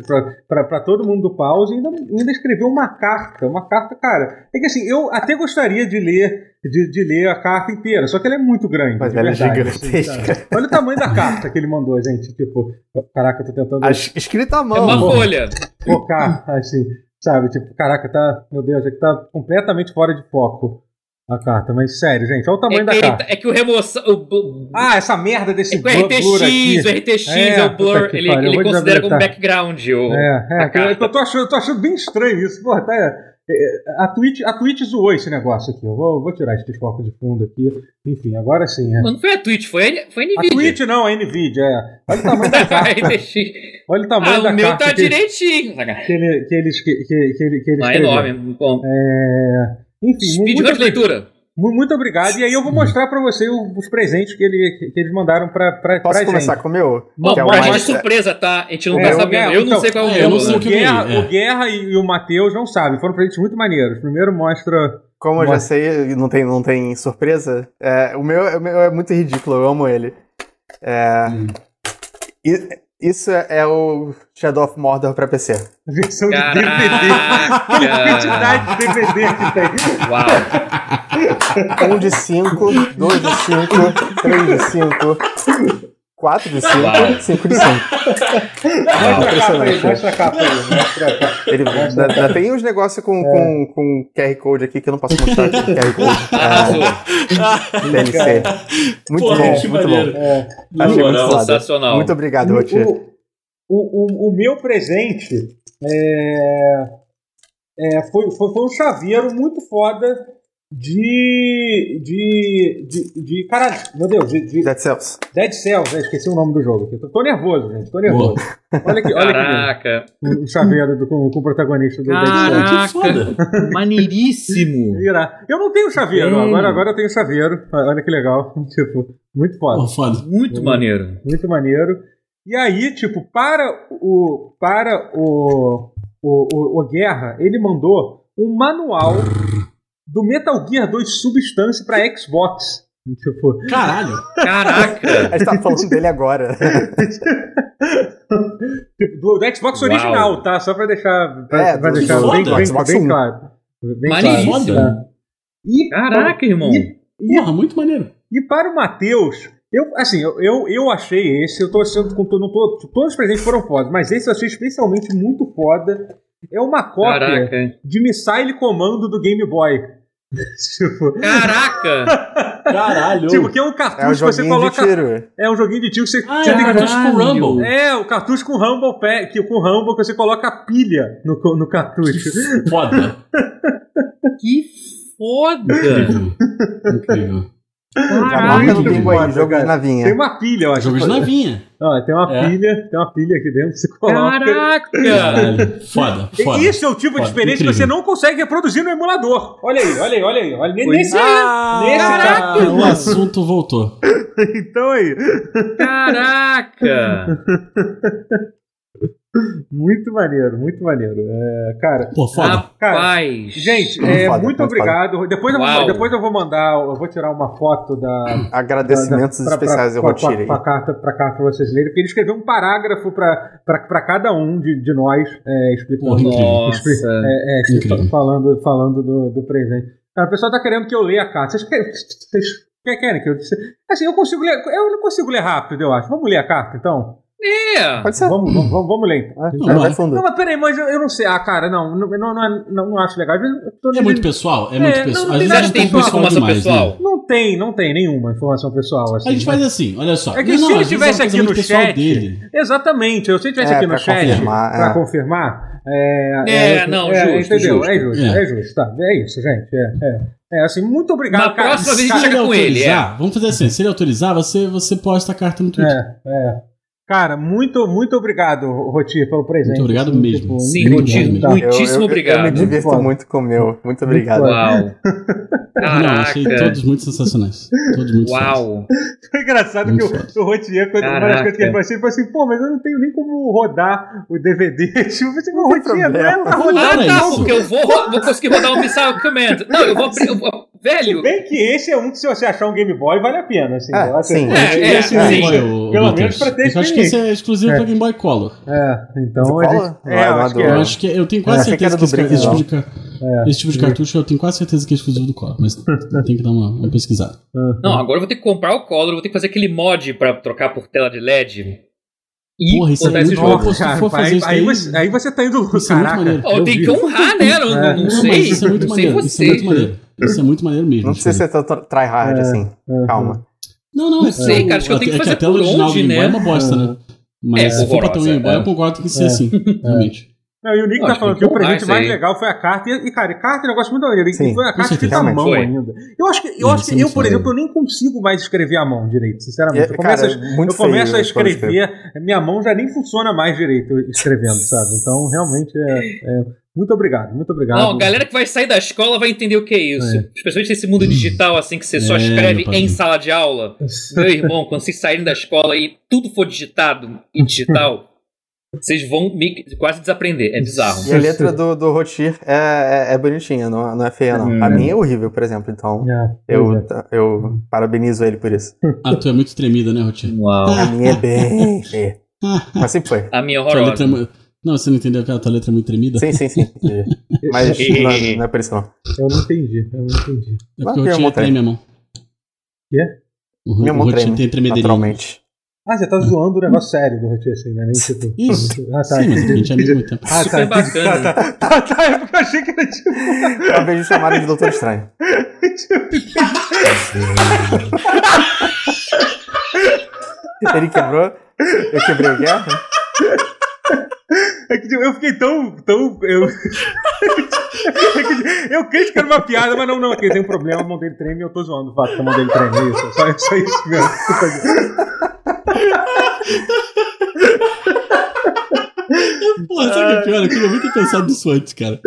[SPEAKER 1] para todo mundo do pause. E ainda, ainda escreveu uma carta, uma carta, cara. É que assim, eu até gostaria de ler, de, de ler a carta inteira, só que ela é muito grande.
[SPEAKER 2] Mas
[SPEAKER 1] de
[SPEAKER 2] ela é
[SPEAKER 1] verdade, assim,
[SPEAKER 2] gigantesca.
[SPEAKER 1] sabe? Olha o tamanho da carta que ele mandou, gente. Tipo, caraca, eu tô tentando
[SPEAKER 2] A es- escrita à
[SPEAKER 4] É uma
[SPEAKER 2] mão.
[SPEAKER 4] folha.
[SPEAKER 1] focar, assim, sabe? Tipo, caraca, tá, meu Deus, é que tá completamente fora de foco a carta. Mas sério, gente, olha o
[SPEAKER 4] É
[SPEAKER 1] tamanho
[SPEAKER 4] que,
[SPEAKER 1] da
[SPEAKER 4] ele
[SPEAKER 1] carta.
[SPEAKER 4] tá- é que o remoção. O, bu-
[SPEAKER 1] Ah, essa merda desse
[SPEAKER 4] é que o
[SPEAKER 1] blur, blur aqui.
[SPEAKER 4] RTX, o RTX é,
[SPEAKER 1] É,
[SPEAKER 4] o blur,
[SPEAKER 1] puta que
[SPEAKER 4] ele,
[SPEAKER 1] pariu, eu
[SPEAKER 4] ele
[SPEAKER 1] vou
[SPEAKER 4] considera como
[SPEAKER 1] desabilitar.
[SPEAKER 4] background. O,
[SPEAKER 1] É, é,
[SPEAKER 4] a
[SPEAKER 1] que eu tô,
[SPEAKER 4] carta.
[SPEAKER 1] tô achando, tô achando bem estranho isso. Porra, tá, é, é, a, Twitch, a Twitch zoou esse negócio aqui. Eu vou, vou tirar esse foco de fundo aqui. Enfim, agora sim. É.
[SPEAKER 4] Mas Não foi a Twitch, foi a, foi a
[SPEAKER 1] A
[SPEAKER 4] NVIDIA.
[SPEAKER 1] Twitch não, a Nvidia. É. Olha o tamanho da
[SPEAKER 4] A tá,
[SPEAKER 1] carta.
[SPEAKER 4] RTX.
[SPEAKER 1] Olha o
[SPEAKER 4] Ah,
[SPEAKER 1] tamanho da
[SPEAKER 4] o meu
[SPEAKER 1] carta
[SPEAKER 4] tá
[SPEAKER 1] que,
[SPEAKER 4] direitinho.
[SPEAKER 1] que ele, que ele, que, que, que ele, que ele
[SPEAKER 4] Não, é
[SPEAKER 1] escreveu.
[SPEAKER 4] enorme. Bom,
[SPEAKER 1] É, enfim, muito,
[SPEAKER 4] speedrun de leitura.
[SPEAKER 1] Mu- Muito obrigado. E aí eu vou mostrar pra você o- os presentes que, ele, que- que eles mandaram pra, pra, pra
[SPEAKER 2] Posso
[SPEAKER 1] gente.
[SPEAKER 2] começar com o meu?
[SPEAKER 4] Bom,
[SPEAKER 2] Que é o
[SPEAKER 4] pra gente
[SPEAKER 2] mais-
[SPEAKER 4] surpresa, tá? A gente não
[SPEAKER 1] É,
[SPEAKER 4] tá
[SPEAKER 1] o
[SPEAKER 4] sabendo.
[SPEAKER 1] Guerra-
[SPEAKER 4] Eu não
[SPEAKER 1] então,
[SPEAKER 4] sei qual é o
[SPEAKER 3] é, eu não
[SPEAKER 4] meu.
[SPEAKER 3] sei
[SPEAKER 1] O
[SPEAKER 4] né?
[SPEAKER 3] que eu
[SPEAKER 1] Guerra,
[SPEAKER 3] ganhei, é.
[SPEAKER 1] o Guerra e, e o Matheus não sabem. Foram presentes muito maneiros. Primeiro mostra...
[SPEAKER 2] Como eu já
[SPEAKER 1] Bora.
[SPEAKER 2] sei, não tem, não tem
[SPEAKER 1] Hum.
[SPEAKER 2] surpresa, é, o, meu, o meu é muito ridículo, eu amo ele. É, I- Isso é o Shadow of Mordor pra PC.
[SPEAKER 1] A versão de DVD. A
[SPEAKER 4] Caraca!
[SPEAKER 1] quantidade de DVD que tem.
[SPEAKER 4] Uau!
[SPEAKER 2] Um de 5, dois de 5, três de 5, quatro de 5,
[SPEAKER 4] Uau.
[SPEAKER 2] cinco de 5.
[SPEAKER 1] Mostra a capa aí,
[SPEAKER 3] né?
[SPEAKER 2] impressionante.
[SPEAKER 1] mostra a capa aí. Mostra a capa.
[SPEAKER 2] Ele dá- dá- tem uns negócios
[SPEAKER 1] É.
[SPEAKER 2] com, com, com QR Code aqui que eu não posso mostrar. aqui, QR Code.
[SPEAKER 4] Arrasou!
[SPEAKER 2] Ah, DLC. Muito
[SPEAKER 3] Porra,
[SPEAKER 2] bom,
[SPEAKER 3] que
[SPEAKER 2] muito
[SPEAKER 3] maneiro.
[SPEAKER 2] bom.
[SPEAKER 3] Na
[SPEAKER 2] Achei muito
[SPEAKER 3] moral.
[SPEAKER 2] foda.
[SPEAKER 4] Sensacional.
[SPEAKER 2] Muito obrigado, Rotier.
[SPEAKER 1] É, O, o, o, o meu presente é, é, foi, foi, foi um chaveiro muito foda de. de. de. de caralho, meu Deus, de, de
[SPEAKER 2] Dead Cells.
[SPEAKER 1] Dead Cells, né? esqueci o nome do jogo aqui. Tô, tô nervoso, gente, tô nervoso.
[SPEAKER 3] Boa.
[SPEAKER 1] Olha que, olha que lindo.
[SPEAKER 4] Caraca!
[SPEAKER 1] o chaveiro do- com, com o protagonista do Dead Cells.
[SPEAKER 3] Pô, que
[SPEAKER 4] Caraca!
[SPEAKER 3] foda.
[SPEAKER 4] Maneiríssimo!
[SPEAKER 1] Irá. Eu não tenho chaveiro,
[SPEAKER 4] Hum.
[SPEAKER 1] agora, agora eu tenho chaveiro. Olha que legal. Tipo, muito foda.
[SPEAKER 3] Pô, foda.
[SPEAKER 4] Muito maneiro.
[SPEAKER 1] Muito maneiro. E aí, tipo, para o para o, o, o, o Guerra, ele mandou um manual do Metal Gear 2 Substance pra Xbox. Tipo,
[SPEAKER 3] Caralho.
[SPEAKER 4] Caraca!
[SPEAKER 2] A gente tá falando dele agora.
[SPEAKER 1] do, do Xbox
[SPEAKER 4] Uau.
[SPEAKER 1] original, tá? Só pra deixar, pra,
[SPEAKER 2] É,
[SPEAKER 1] pra
[SPEAKER 2] do-
[SPEAKER 1] deixar
[SPEAKER 3] do
[SPEAKER 1] bem,
[SPEAKER 3] foda.
[SPEAKER 1] bem,
[SPEAKER 2] Xbox um.
[SPEAKER 1] bem
[SPEAKER 2] One.
[SPEAKER 1] claro. Bem
[SPEAKER 4] Maneiríssimo.
[SPEAKER 1] claro. É.
[SPEAKER 3] Foda.
[SPEAKER 1] E,
[SPEAKER 4] Caraca, irmão!
[SPEAKER 1] E- e
[SPEAKER 3] Porra, muito maneiro.
[SPEAKER 1] E para o Matheus, eu, assim, eu, eu, eu achei esse, eu tô sendo com não tô, todos os presentes foram fodas, mas esse eu achei especialmente muito foda. É uma cópia
[SPEAKER 4] Caraca!
[SPEAKER 1] de Missile Comando do Game Boy. tipo,
[SPEAKER 4] Caraca!
[SPEAKER 3] Caralho.
[SPEAKER 1] tipo, que é um
[SPEAKER 2] É um
[SPEAKER 1] cartucho que você
[SPEAKER 2] joguinho de
[SPEAKER 1] coloca.
[SPEAKER 2] tiro.
[SPEAKER 1] É um joguinho de tiro que você,
[SPEAKER 3] Ah,
[SPEAKER 1] você
[SPEAKER 3] é
[SPEAKER 1] tem que.
[SPEAKER 3] cartucho com
[SPEAKER 4] Caralho.
[SPEAKER 3] Rumble.
[SPEAKER 1] É, o cartucho com Rumble Pack, que- com Rumble que você coloca a pilha no, co- no cartucho.
[SPEAKER 3] Foda.
[SPEAKER 4] Que foda!
[SPEAKER 3] Incrível. Incrível.
[SPEAKER 2] Já
[SPEAKER 4] Caraca!
[SPEAKER 2] marca no bingo aí,
[SPEAKER 1] Foda,
[SPEAKER 2] jogo
[SPEAKER 1] cara.
[SPEAKER 2] de navinha.
[SPEAKER 1] Tem uma pilha, eu acho.
[SPEAKER 3] Jogo de navinha.
[SPEAKER 1] Ó, tem uma
[SPEAKER 3] É.
[SPEAKER 1] pilha, tem uma pilha aqui dentro, que você coloca.
[SPEAKER 4] Caraca!
[SPEAKER 3] Caralho. Foda. Foda.
[SPEAKER 1] Esse é o tipo de
[SPEAKER 3] Foda.
[SPEAKER 1] experiência
[SPEAKER 3] Incrível.
[SPEAKER 1] que você não consegue reproduzir no emulador. Olha aí, olha aí, olha aí. Olha,
[SPEAKER 4] Pois
[SPEAKER 1] nesse
[SPEAKER 3] Ah,
[SPEAKER 1] Nesse
[SPEAKER 4] caraca,
[SPEAKER 3] o
[SPEAKER 4] mano.
[SPEAKER 3] assunto voltou.
[SPEAKER 1] então aí.
[SPEAKER 4] Caraca!
[SPEAKER 1] Muito maneiro, muito maneiro. É, cara,
[SPEAKER 3] Pô, foda.
[SPEAKER 1] Cara,
[SPEAKER 4] Rapaz!
[SPEAKER 1] gente, é,
[SPEAKER 2] Foda,
[SPEAKER 1] muito
[SPEAKER 2] foda,
[SPEAKER 1] obrigado. Depois eu, vou,
[SPEAKER 4] Uau.
[SPEAKER 1] depois eu vou mandar, eu vou tirar uma foto da.
[SPEAKER 2] Agradecimentos
[SPEAKER 1] da- da- pra-
[SPEAKER 2] especiais
[SPEAKER 1] pra,
[SPEAKER 2] ao
[SPEAKER 1] pra, pra,
[SPEAKER 2] Rotier.
[SPEAKER 1] pra carta pra carta pra vocês lerem, porque ele escreveu um parágrafo pra, pra, pra cada um de, de nós é, explicando.
[SPEAKER 4] Uhum.
[SPEAKER 3] Porra,
[SPEAKER 4] Nossa!
[SPEAKER 1] É, é,
[SPEAKER 3] Incrível.
[SPEAKER 1] falando, falando do, do presente. Cara, o pessoal tá querendo que eu leia a carta. Vocês querem, vocês que- querem que eu. Assim, eu consigo ler. Eu não consigo ler rápido, eu acho. Vamos ler a carta, então?
[SPEAKER 4] É!
[SPEAKER 2] Pode ser.
[SPEAKER 1] Vamos, vamos, vamos, vamos ler. então.
[SPEAKER 2] Ah,
[SPEAKER 3] Não,
[SPEAKER 2] Vai
[SPEAKER 3] vai.
[SPEAKER 1] Não,
[SPEAKER 2] fundo.
[SPEAKER 1] mas peraí, mas eu, eu não sei. Ah, cara, não, não, não, não, não, não acho legal. Às vezes eu tô
[SPEAKER 3] É
[SPEAKER 1] lendo-
[SPEAKER 3] muito pessoal. É muito
[SPEAKER 1] É,
[SPEAKER 3] pessoal.
[SPEAKER 1] não,
[SPEAKER 3] Às
[SPEAKER 1] não
[SPEAKER 3] vezes
[SPEAKER 4] Você
[SPEAKER 1] tem
[SPEAKER 3] a
[SPEAKER 1] nada
[SPEAKER 4] acha
[SPEAKER 3] gente
[SPEAKER 4] que tem
[SPEAKER 3] compõe
[SPEAKER 4] muita
[SPEAKER 3] pessoal
[SPEAKER 4] informação
[SPEAKER 3] demais, né?
[SPEAKER 4] pessoal?
[SPEAKER 1] Não tem, não tem nenhuma informação pessoal. Assim,
[SPEAKER 3] A gente
[SPEAKER 1] né?
[SPEAKER 3] faz assim, olha só.
[SPEAKER 1] É que se ele
[SPEAKER 3] às vezes
[SPEAKER 1] tivesse
[SPEAKER 3] uma coisa
[SPEAKER 1] aqui
[SPEAKER 3] muito
[SPEAKER 1] no
[SPEAKER 3] pessoal
[SPEAKER 1] chat-
[SPEAKER 3] Dele.
[SPEAKER 1] Exatamente. Se eu tivesse
[SPEAKER 2] É,
[SPEAKER 1] aqui no
[SPEAKER 2] pra
[SPEAKER 1] chat
[SPEAKER 2] confirmar,
[SPEAKER 1] pra
[SPEAKER 2] é.
[SPEAKER 1] confirmar. É,
[SPEAKER 4] É, não, justo,
[SPEAKER 1] Entendeu?
[SPEAKER 4] justo.
[SPEAKER 1] É justo, é.
[SPEAKER 3] É.
[SPEAKER 1] justo. Tá, é isso, gente. É, é, é assim, muito obrigado,
[SPEAKER 4] Na
[SPEAKER 1] cara.
[SPEAKER 4] próxima vez a gente
[SPEAKER 1] Cara,
[SPEAKER 3] Se ele
[SPEAKER 4] com ele,
[SPEAKER 3] autorizar, vamos fazer assim, se ele autorizar, você, você posta a carta no Twitter.
[SPEAKER 1] É, é. Cara, muito, muito obrigado, Rotir, pelo presente.
[SPEAKER 3] Muito obrigado
[SPEAKER 1] Assim,
[SPEAKER 3] mesmo.
[SPEAKER 1] tipo,
[SPEAKER 4] Sim,
[SPEAKER 1] incrível.
[SPEAKER 3] Rotir,
[SPEAKER 4] Rotinho,
[SPEAKER 3] muito
[SPEAKER 2] Eu- eu-
[SPEAKER 4] muitíssimo
[SPEAKER 2] Eu me
[SPEAKER 4] obrigado.
[SPEAKER 2] divirto
[SPEAKER 1] Muito
[SPEAKER 2] muito com o meu. Muito obrigado.
[SPEAKER 1] foda.
[SPEAKER 4] Uau!
[SPEAKER 3] Não, achei
[SPEAKER 4] Caraca!
[SPEAKER 3] todos muito sensacionais. Todos muito sensacionais.
[SPEAKER 4] Uau!
[SPEAKER 1] Foi engraçado
[SPEAKER 3] Muito
[SPEAKER 1] que o, é o Rotier, quando uma das
[SPEAKER 4] Caraca.
[SPEAKER 1] coisas que ele falou assim, ele falou assim, pô, mas eu não tenho nem como rodar o DVD. Tipo, eu falei,
[SPEAKER 2] tem
[SPEAKER 1] Rotier, não é
[SPEAKER 2] problema.
[SPEAKER 1] pra rodar.
[SPEAKER 4] Ah,
[SPEAKER 3] Para
[SPEAKER 4] tá,
[SPEAKER 3] isso.
[SPEAKER 4] porque eu vou, ro- vou conseguir rodar um Missile Command. Não, eu vou. abrir- eu vou- velho!
[SPEAKER 1] Bem que esse é um que se você achar um Game Boy, vale a pena. Assim,
[SPEAKER 2] É,
[SPEAKER 1] eu acho-
[SPEAKER 2] sim.
[SPEAKER 1] acho que
[SPEAKER 4] É,
[SPEAKER 1] esse-
[SPEAKER 4] é,
[SPEAKER 3] Game
[SPEAKER 4] sim.
[SPEAKER 3] Boy, ô,
[SPEAKER 1] Pelo
[SPEAKER 3] Matheus.
[SPEAKER 1] menos pra ter
[SPEAKER 3] Eu acho que esse é exclusivo
[SPEAKER 1] É.
[SPEAKER 3] para Game Boy Color.
[SPEAKER 1] É, então
[SPEAKER 2] Você
[SPEAKER 1] a gente-
[SPEAKER 2] cola?
[SPEAKER 1] é,
[SPEAKER 2] Não, é
[SPEAKER 1] eu
[SPEAKER 2] uma
[SPEAKER 1] acho que é.
[SPEAKER 2] do-
[SPEAKER 3] Eu acho que eu tenho quase
[SPEAKER 2] achei que era
[SPEAKER 3] certeza
[SPEAKER 2] do
[SPEAKER 3] que esse,
[SPEAKER 2] Brink,
[SPEAKER 3] esse
[SPEAKER 2] não.
[SPEAKER 3] tipo de, ca-
[SPEAKER 1] É.
[SPEAKER 3] esse tipo de cartucho eu tenho quase certeza que é exclusivo do Color, mas tem que dar uma, uma pesquisada.
[SPEAKER 4] Não, agora eu vou ter que comprar o Collor, vou ter que fazer aquele mod pra trocar por tela de LED. E
[SPEAKER 3] Porra, isso é
[SPEAKER 4] botar
[SPEAKER 3] muito
[SPEAKER 4] esse
[SPEAKER 3] bom.
[SPEAKER 4] jogo.
[SPEAKER 1] Nossa,
[SPEAKER 3] Se tu
[SPEAKER 1] cara,
[SPEAKER 3] for fazer
[SPEAKER 1] aí,
[SPEAKER 3] isso
[SPEAKER 1] aí
[SPEAKER 3] daí-
[SPEAKER 1] você, aí você tá indo.
[SPEAKER 3] Isso é muito
[SPEAKER 1] Caraca,
[SPEAKER 3] maneiro.
[SPEAKER 4] Oh,
[SPEAKER 1] eu
[SPEAKER 4] tem
[SPEAKER 1] vi.
[SPEAKER 4] que honrar, né? Eu não,
[SPEAKER 1] É.
[SPEAKER 4] não
[SPEAKER 3] Não,
[SPEAKER 4] sei.
[SPEAKER 3] mas isso é muito
[SPEAKER 4] não sei
[SPEAKER 3] maneiro. Isso é
[SPEAKER 4] vocês.
[SPEAKER 3] muito maneiro. Isso é muito maneiro mesmo.
[SPEAKER 2] Não precisa
[SPEAKER 3] tipo.
[SPEAKER 2] ser tão tryhard
[SPEAKER 1] É.
[SPEAKER 2] assim. Calma.
[SPEAKER 3] Não, não,
[SPEAKER 4] Não
[SPEAKER 3] é-
[SPEAKER 4] sei, cara, acho que eu
[SPEAKER 3] a-
[SPEAKER 4] tenho
[SPEAKER 3] é
[SPEAKER 4] que fazer
[SPEAKER 3] a tela
[SPEAKER 4] por
[SPEAKER 3] original
[SPEAKER 4] onde,
[SPEAKER 3] do Game Boy
[SPEAKER 4] né?
[SPEAKER 3] é uma bosta, né? Mas
[SPEAKER 4] É,
[SPEAKER 3] se for pra ter um Game Boy,
[SPEAKER 4] horrorosa,
[SPEAKER 3] eu concordo que tem que ser assim. Realmente.
[SPEAKER 1] Não, e o Nick
[SPEAKER 4] Eu
[SPEAKER 1] tá
[SPEAKER 4] acho
[SPEAKER 1] falando
[SPEAKER 4] que
[SPEAKER 1] que o
[SPEAKER 4] honrar
[SPEAKER 1] presente
[SPEAKER 4] isso
[SPEAKER 1] mais
[SPEAKER 4] aí.
[SPEAKER 1] legal foi a carta. E, e, cara, carta é um negócio muito maneiro. E
[SPEAKER 2] Sim,
[SPEAKER 1] foi a
[SPEAKER 3] com
[SPEAKER 1] carta escrita
[SPEAKER 3] certeza.
[SPEAKER 1] à mão
[SPEAKER 4] Foi.
[SPEAKER 1] ainda. Eu acho que, eu,
[SPEAKER 3] Sim,
[SPEAKER 1] acho
[SPEAKER 3] isso
[SPEAKER 1] que
[SPEAKER 3] é
[SPEAKER 1] eu
[SPEAKER 3] muito
[SPEAKER 1] por exemplo, eu
[SPEAKER 3] maneiro.
[SPEAKER 1] nem consigo mais escrever a mão direito, sinceramente.
[SPEAKER 2] É,
[SPEAKER 1] eu começo,
[SPEAKER 2] cara,
[SPEAKER 1] a-
[SPEAKER 2] muito
[SPEAKER 1] eu começo
[SPEAKER 2] feio
[SPEAKER 1] a
[SPEAKER 2] quando
[SPEAKER 1] escrever, minha mão já nem funciona mais direito escrevendo, sabe? Então, realmente, é, é- muito obrigado, muito obrigado.
[SPEAKER 4] Não, a galera que vai sair da escola vai entender o que é isso.
[SPEAKER 1] É.
[SPEAKER 4] Especialmente nesse mundo digital, assim, que você só
[SPEAKER 3] É,
[SPEAKER 4] escreve
[SPEAKER 3] meu padrinho.
[SPEAKER 4] em sala de aula. Meu irmão, quando vocês saírem da escola e tudo for digitado e digital, vocês vão me- quase desaprender. É bizarro.
[SPEAKER 2] E a letra do, do Rotir é, é, é bonitinha, não, não é feia, não. A minha é horrível, por exemplo, então
[SPEAKER 1] É, pois
[SPEAKER 2] eu,
[SPEAKER 1] é.
[SPEAKER 2] eu parabenizo ele por isso.
[SPEAKER 3] Ah, tu é muito tremida, né, Rotinha?
[SPEAKER 4] Uau.
[SPEAKER 2] A minha é bem feia. Mas sempre foi.
[SPEAKER 4] A minha
[SPEAKER 3] Tua letra
[SPEAKER 4] horrorosa.
[SPEAKER 3] é mu- Não, você não entendeu que a tua letra é muito tremida?
[SPEAKER 2] Sim, sim, sim. Mas não é, não é por isso, não.
[SPEAKER 1] Eu não entendi, eu não entendi.
[SPEAKER 3] É
[SPEAKER 2] Mas
[SPEAKER 3] porque o
[SPEAKER 2] minha mão
[SPEAKER 3] Rotinha treme a mão.
[SPEAKER 1] Quê?
[SPEAKER 3] O,
[SPEAKER 2] Minha
[SPEAKER 3] minha
[SPEAKER 2] mão treme,
[SPEAKER 3] tem tremedeirinho.
[SPEAKER 2] naturalmente.
[SPEAKER 1] Ah, você tá zoando o negócio sério do Rotier assim, né? Nem tipo.
[SPEAKER 3] Isso.
[SPEAKER 1] Ah, tá.
[SPEAKER 3] Sim, mas a gente é amigo há muito tempo.
[SPEAKER 1] Ah, tá.
[SPEAKER 4] Super bacana.
[SPEAKER 1] Tá, tá, tá, tá. É porque eu achei que era tipo.
[SPEAKER 2] Eu vejo chamada de Doutor Estranho. Ele quebrou, eu quebrei o guerra.
[SPEAKER 1] É que tipo, eu fiquei tão. tão eu... É que, tipo, eu creio que era uma piada, mas não, não. É que tem um problema, a mão dele treme e eu tô zoando o fato que a mão dele treme. é Isso, é só, é só isso mesmo.
[SPEAKER 3] Porra, sabe o que é pior? Eu queria muito ter pensado nisso antes, cara.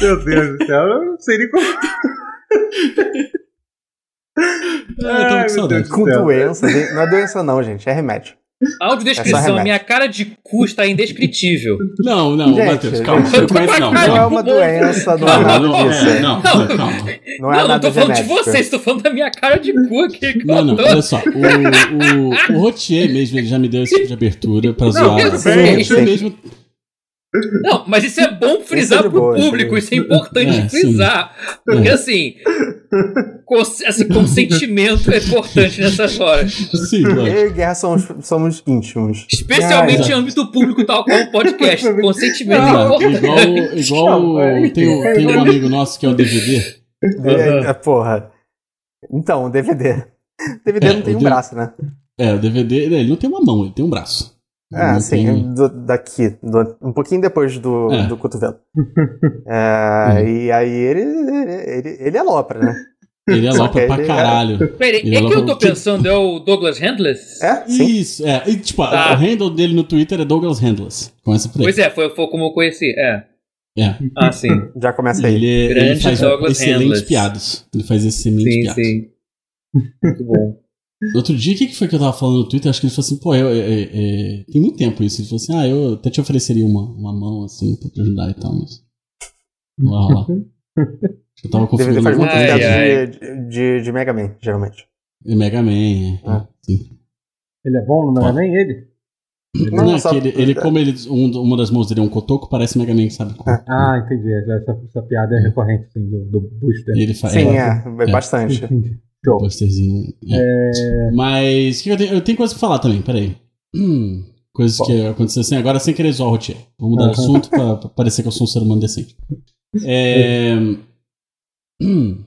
[SPEAKER 1] Meu Deus do céu, eu não sei nem como.
[SPEAKER 3] Ah, eu tava
[SPEAKER 1] Ai,
[SPEAKER 3] com
[SPEAKER 1] meu
[SPEAKER 3] saudade.
[SPEAKER 1] Deus.
[SPEAKER 2] Com
[SPEAKER 1] Certo.
[SPEAKER 2] doença. gente. Não é doença, não, gente. É remédio. É só
[SPEAKER 4] Audiodescrição,
[SPEAKER 2] remédio.
[SPEAKER 4] minha cara de cu está indescritível.
[SPEAKER 3] Não, não,
[SPEAKER 2] Gente,
[SPEAKER 3] Matheus, calma.
[SPEAKER 2] gente.
[SPEAKER 3] Não conhece, não.
[SPEAKER 4] Não,
[SPEAKER 2] Não é
[SPEAKER 3] Calma.
[SPEAKER 2] uma doença, não é
[SPEAKER 3] Calma,
[SPEAKER 2] nada
[SPEAKER 3] não,
[SPEAKER 2] disso.
[SPEAKER 3] é,
[SPEAKER 2] é.
[SPEAKER 3] não,
[SPEAKER 4] Não.
[SPEAKER 3] não, calma.
[SPEAKER 2] Não é
[SPEAKER 4] não, não
[SPEAKER 2] nada
[SPEAKER 4] tô falando de
[SPEAKER 2] genético.
[SPEAKER 4] vocês, tô falando da minha cara de cu aqui. que
[SPEAKER 3] Não,
[SPEAKER 4] eu
[SPEAKER 3] não,
[SPEAKER 4] tô-
[SPEAKER 3] olha só. O, o, o Rotier mesmo, ele já me deu esse tipo de abertura pra zoar.
[SPEAKER 4] eu
[SPEAKER 2] sei.
[SPEAKER 3] Você mesmo.
[SPEAKER 4] Não, mas isso é bom frisar
[SPEAKER 2] Isso é de
[SPEAKER 4] pro
[SPEAKER 2] boa, isso
[SPEAKER 4] público,
[SPEAKER 2] é-
[SPEAKER 4] isso é importante
[SPEAKER 3] É, sim.
[SPEAKER 4] frisar. Porque
[SPEAKER 3] É.
[SPEAKER 4] assim, cons assim, consentimento é importante nessas horas.
[SPEAKER 3] Sim, lógico.
[SPEAKER 2] Eu e Guerra somos, somos íntimos.
[SPEAKER 4] Especialmente
[SPEAKER 2] É.
[SPEAKER 3] Ah,
[SPEAKER 4] em âmbito público, tal como o podcast. Consentimento é
[SPEAKER 3] Exato.
[SPEAKER 4] importante.
[SPEAKER 3] Igual, igual
[SPEAKER 1] Não,
[SPEAKER 3] tem, o- tem um amigo nosso que é o DVD.
[SPEAKER 2] É, é, porra. Então, o DVD. DVD
[SPEAKER 3] É,
[SPEAKER 2] não tem
[SPEAKER 3] o
[SPEAKER 2] um
[SPEAKER 3] D-
[SPEAKER 2] braço, né?
[SPEAKER 3] É, o DVD, ele não tem uma mão, ele tem um braço.
[SPEAKER 2] Ah,
[SPEAKER 3] Não
[SPEAKER 2] sim,
[SPEAKER 3] tem-
[SPEAKER 2] do- daqui, do- um pouquinho depois do,
[SPEAKER 3] É. Uhum.
[SPEAKER 2] do cotovelo. É, E aí ele, ele, ele, ele é lopra, né?
[SPEAKER 3] Ele é
[SPEAKER 2] Só
[SPEAKER 3] louco
[SPEAKER 2] que
[SPEAKER 3] pra
[SPEAKER 2] ele é-
[SPEAKER 3] caralho.
[SPEAKER 4] Peraí,
[SPEAKER 3] Ele
[SPEAKER 4] é que eu tô
[SPEAKER 3] falou tipo, que-
[SPEAKER 4] pensando, é o Douglas Handless?
[SPEAKER 2] É, sim.
[SPEAKER 3] Isso, é. E, tipo,
[SPEAKER 4] Tá.
[SPEAKER 3] o handle dele no Twitter é Douglas Handless. Começa por aí.
[SPEAKER 4] Pois é, foi, foi como eu conheci. É.
[SPEAKER 3] É.
[SPEAKER 4] Ah, sim.
[SPEAKER 2] Já começa aí.
[SPEAKER 3] Ele, é- ele
[SPEAKER 4] Grande
[SPEAKER 3] faz
[SPEAKER 4] Douglas
[SPEAKER 3] excelentes
[SPEAKER 4] Handless.
[SPEAKER 3] piadas. Ele faz excelentes
[SPEAKER 4] Sim,
[SPEAKER 3] piadas.
[SPEAKER 4] sim. Muito bom.
[SPEAKER 3] Outro dia, o que que foi que eu tava falando no Twitter? Acho que ele falou assim, pô, eu, é, é, é, tem muito tempo isso. Ele falou assim, ah, eu até te ofereceria uma, uma mão, assim, pra te ajudar e tal, mas... Não vai rolar. Eu tava
[SPEAKER 2] DVD
[SPEAKER 3] configurando
[SPEAKER 2] faz
[SPEAKER 3] alguma
[SPEAKER 2] muitas
[SPEAKER 4] Ai,
[SPEAKER 3] coisa.
[SPEAKER 4] ai.
[SPEAKER 2] piadas de, de, de Mega Man, geralmente.
[SPEAKER 3] É Mega Man, é.
[SPEAKER 2] Ah.
[SPEAKER 3] Sim.
[SPEAKER 1] Ele é bom, não é nem ele?
[SPEAKER 3] Não,
[SPEAKER 2] Não,
[SPEAKER 3] é
[SPEAKER 2] só-
[SPEAKER 3] que ele, ele- como ele, um, uma das mãos dele é um cotoco, parece Mega Man, sabe?
[SPEAKER 2] É.
[SPEAKER 1] Ah, entendi. Essa, essa- essa piada é recorrente, assim, do, do booster.
[SPEAKER 3] Ele faz...
[SPEAKER 2] Sim,
[SPEAKER 3] é.
[SPEAKER 2] é, é bastante.
[SPEAKER 1] Entendi.
[SPEAKER 3] um Posterzinho. é. Mas o que que eu, tenho, eu tenho coisa pra falar também, peraí. Hum, coisas
[SPEAKER 2] Bom.
[SPEAKER 3] que aconteceram assim, agora sem querer zoar o Rotier. Vou mudar de assunto pra, pra parecer que eu sou um ser humano decente. É, hum,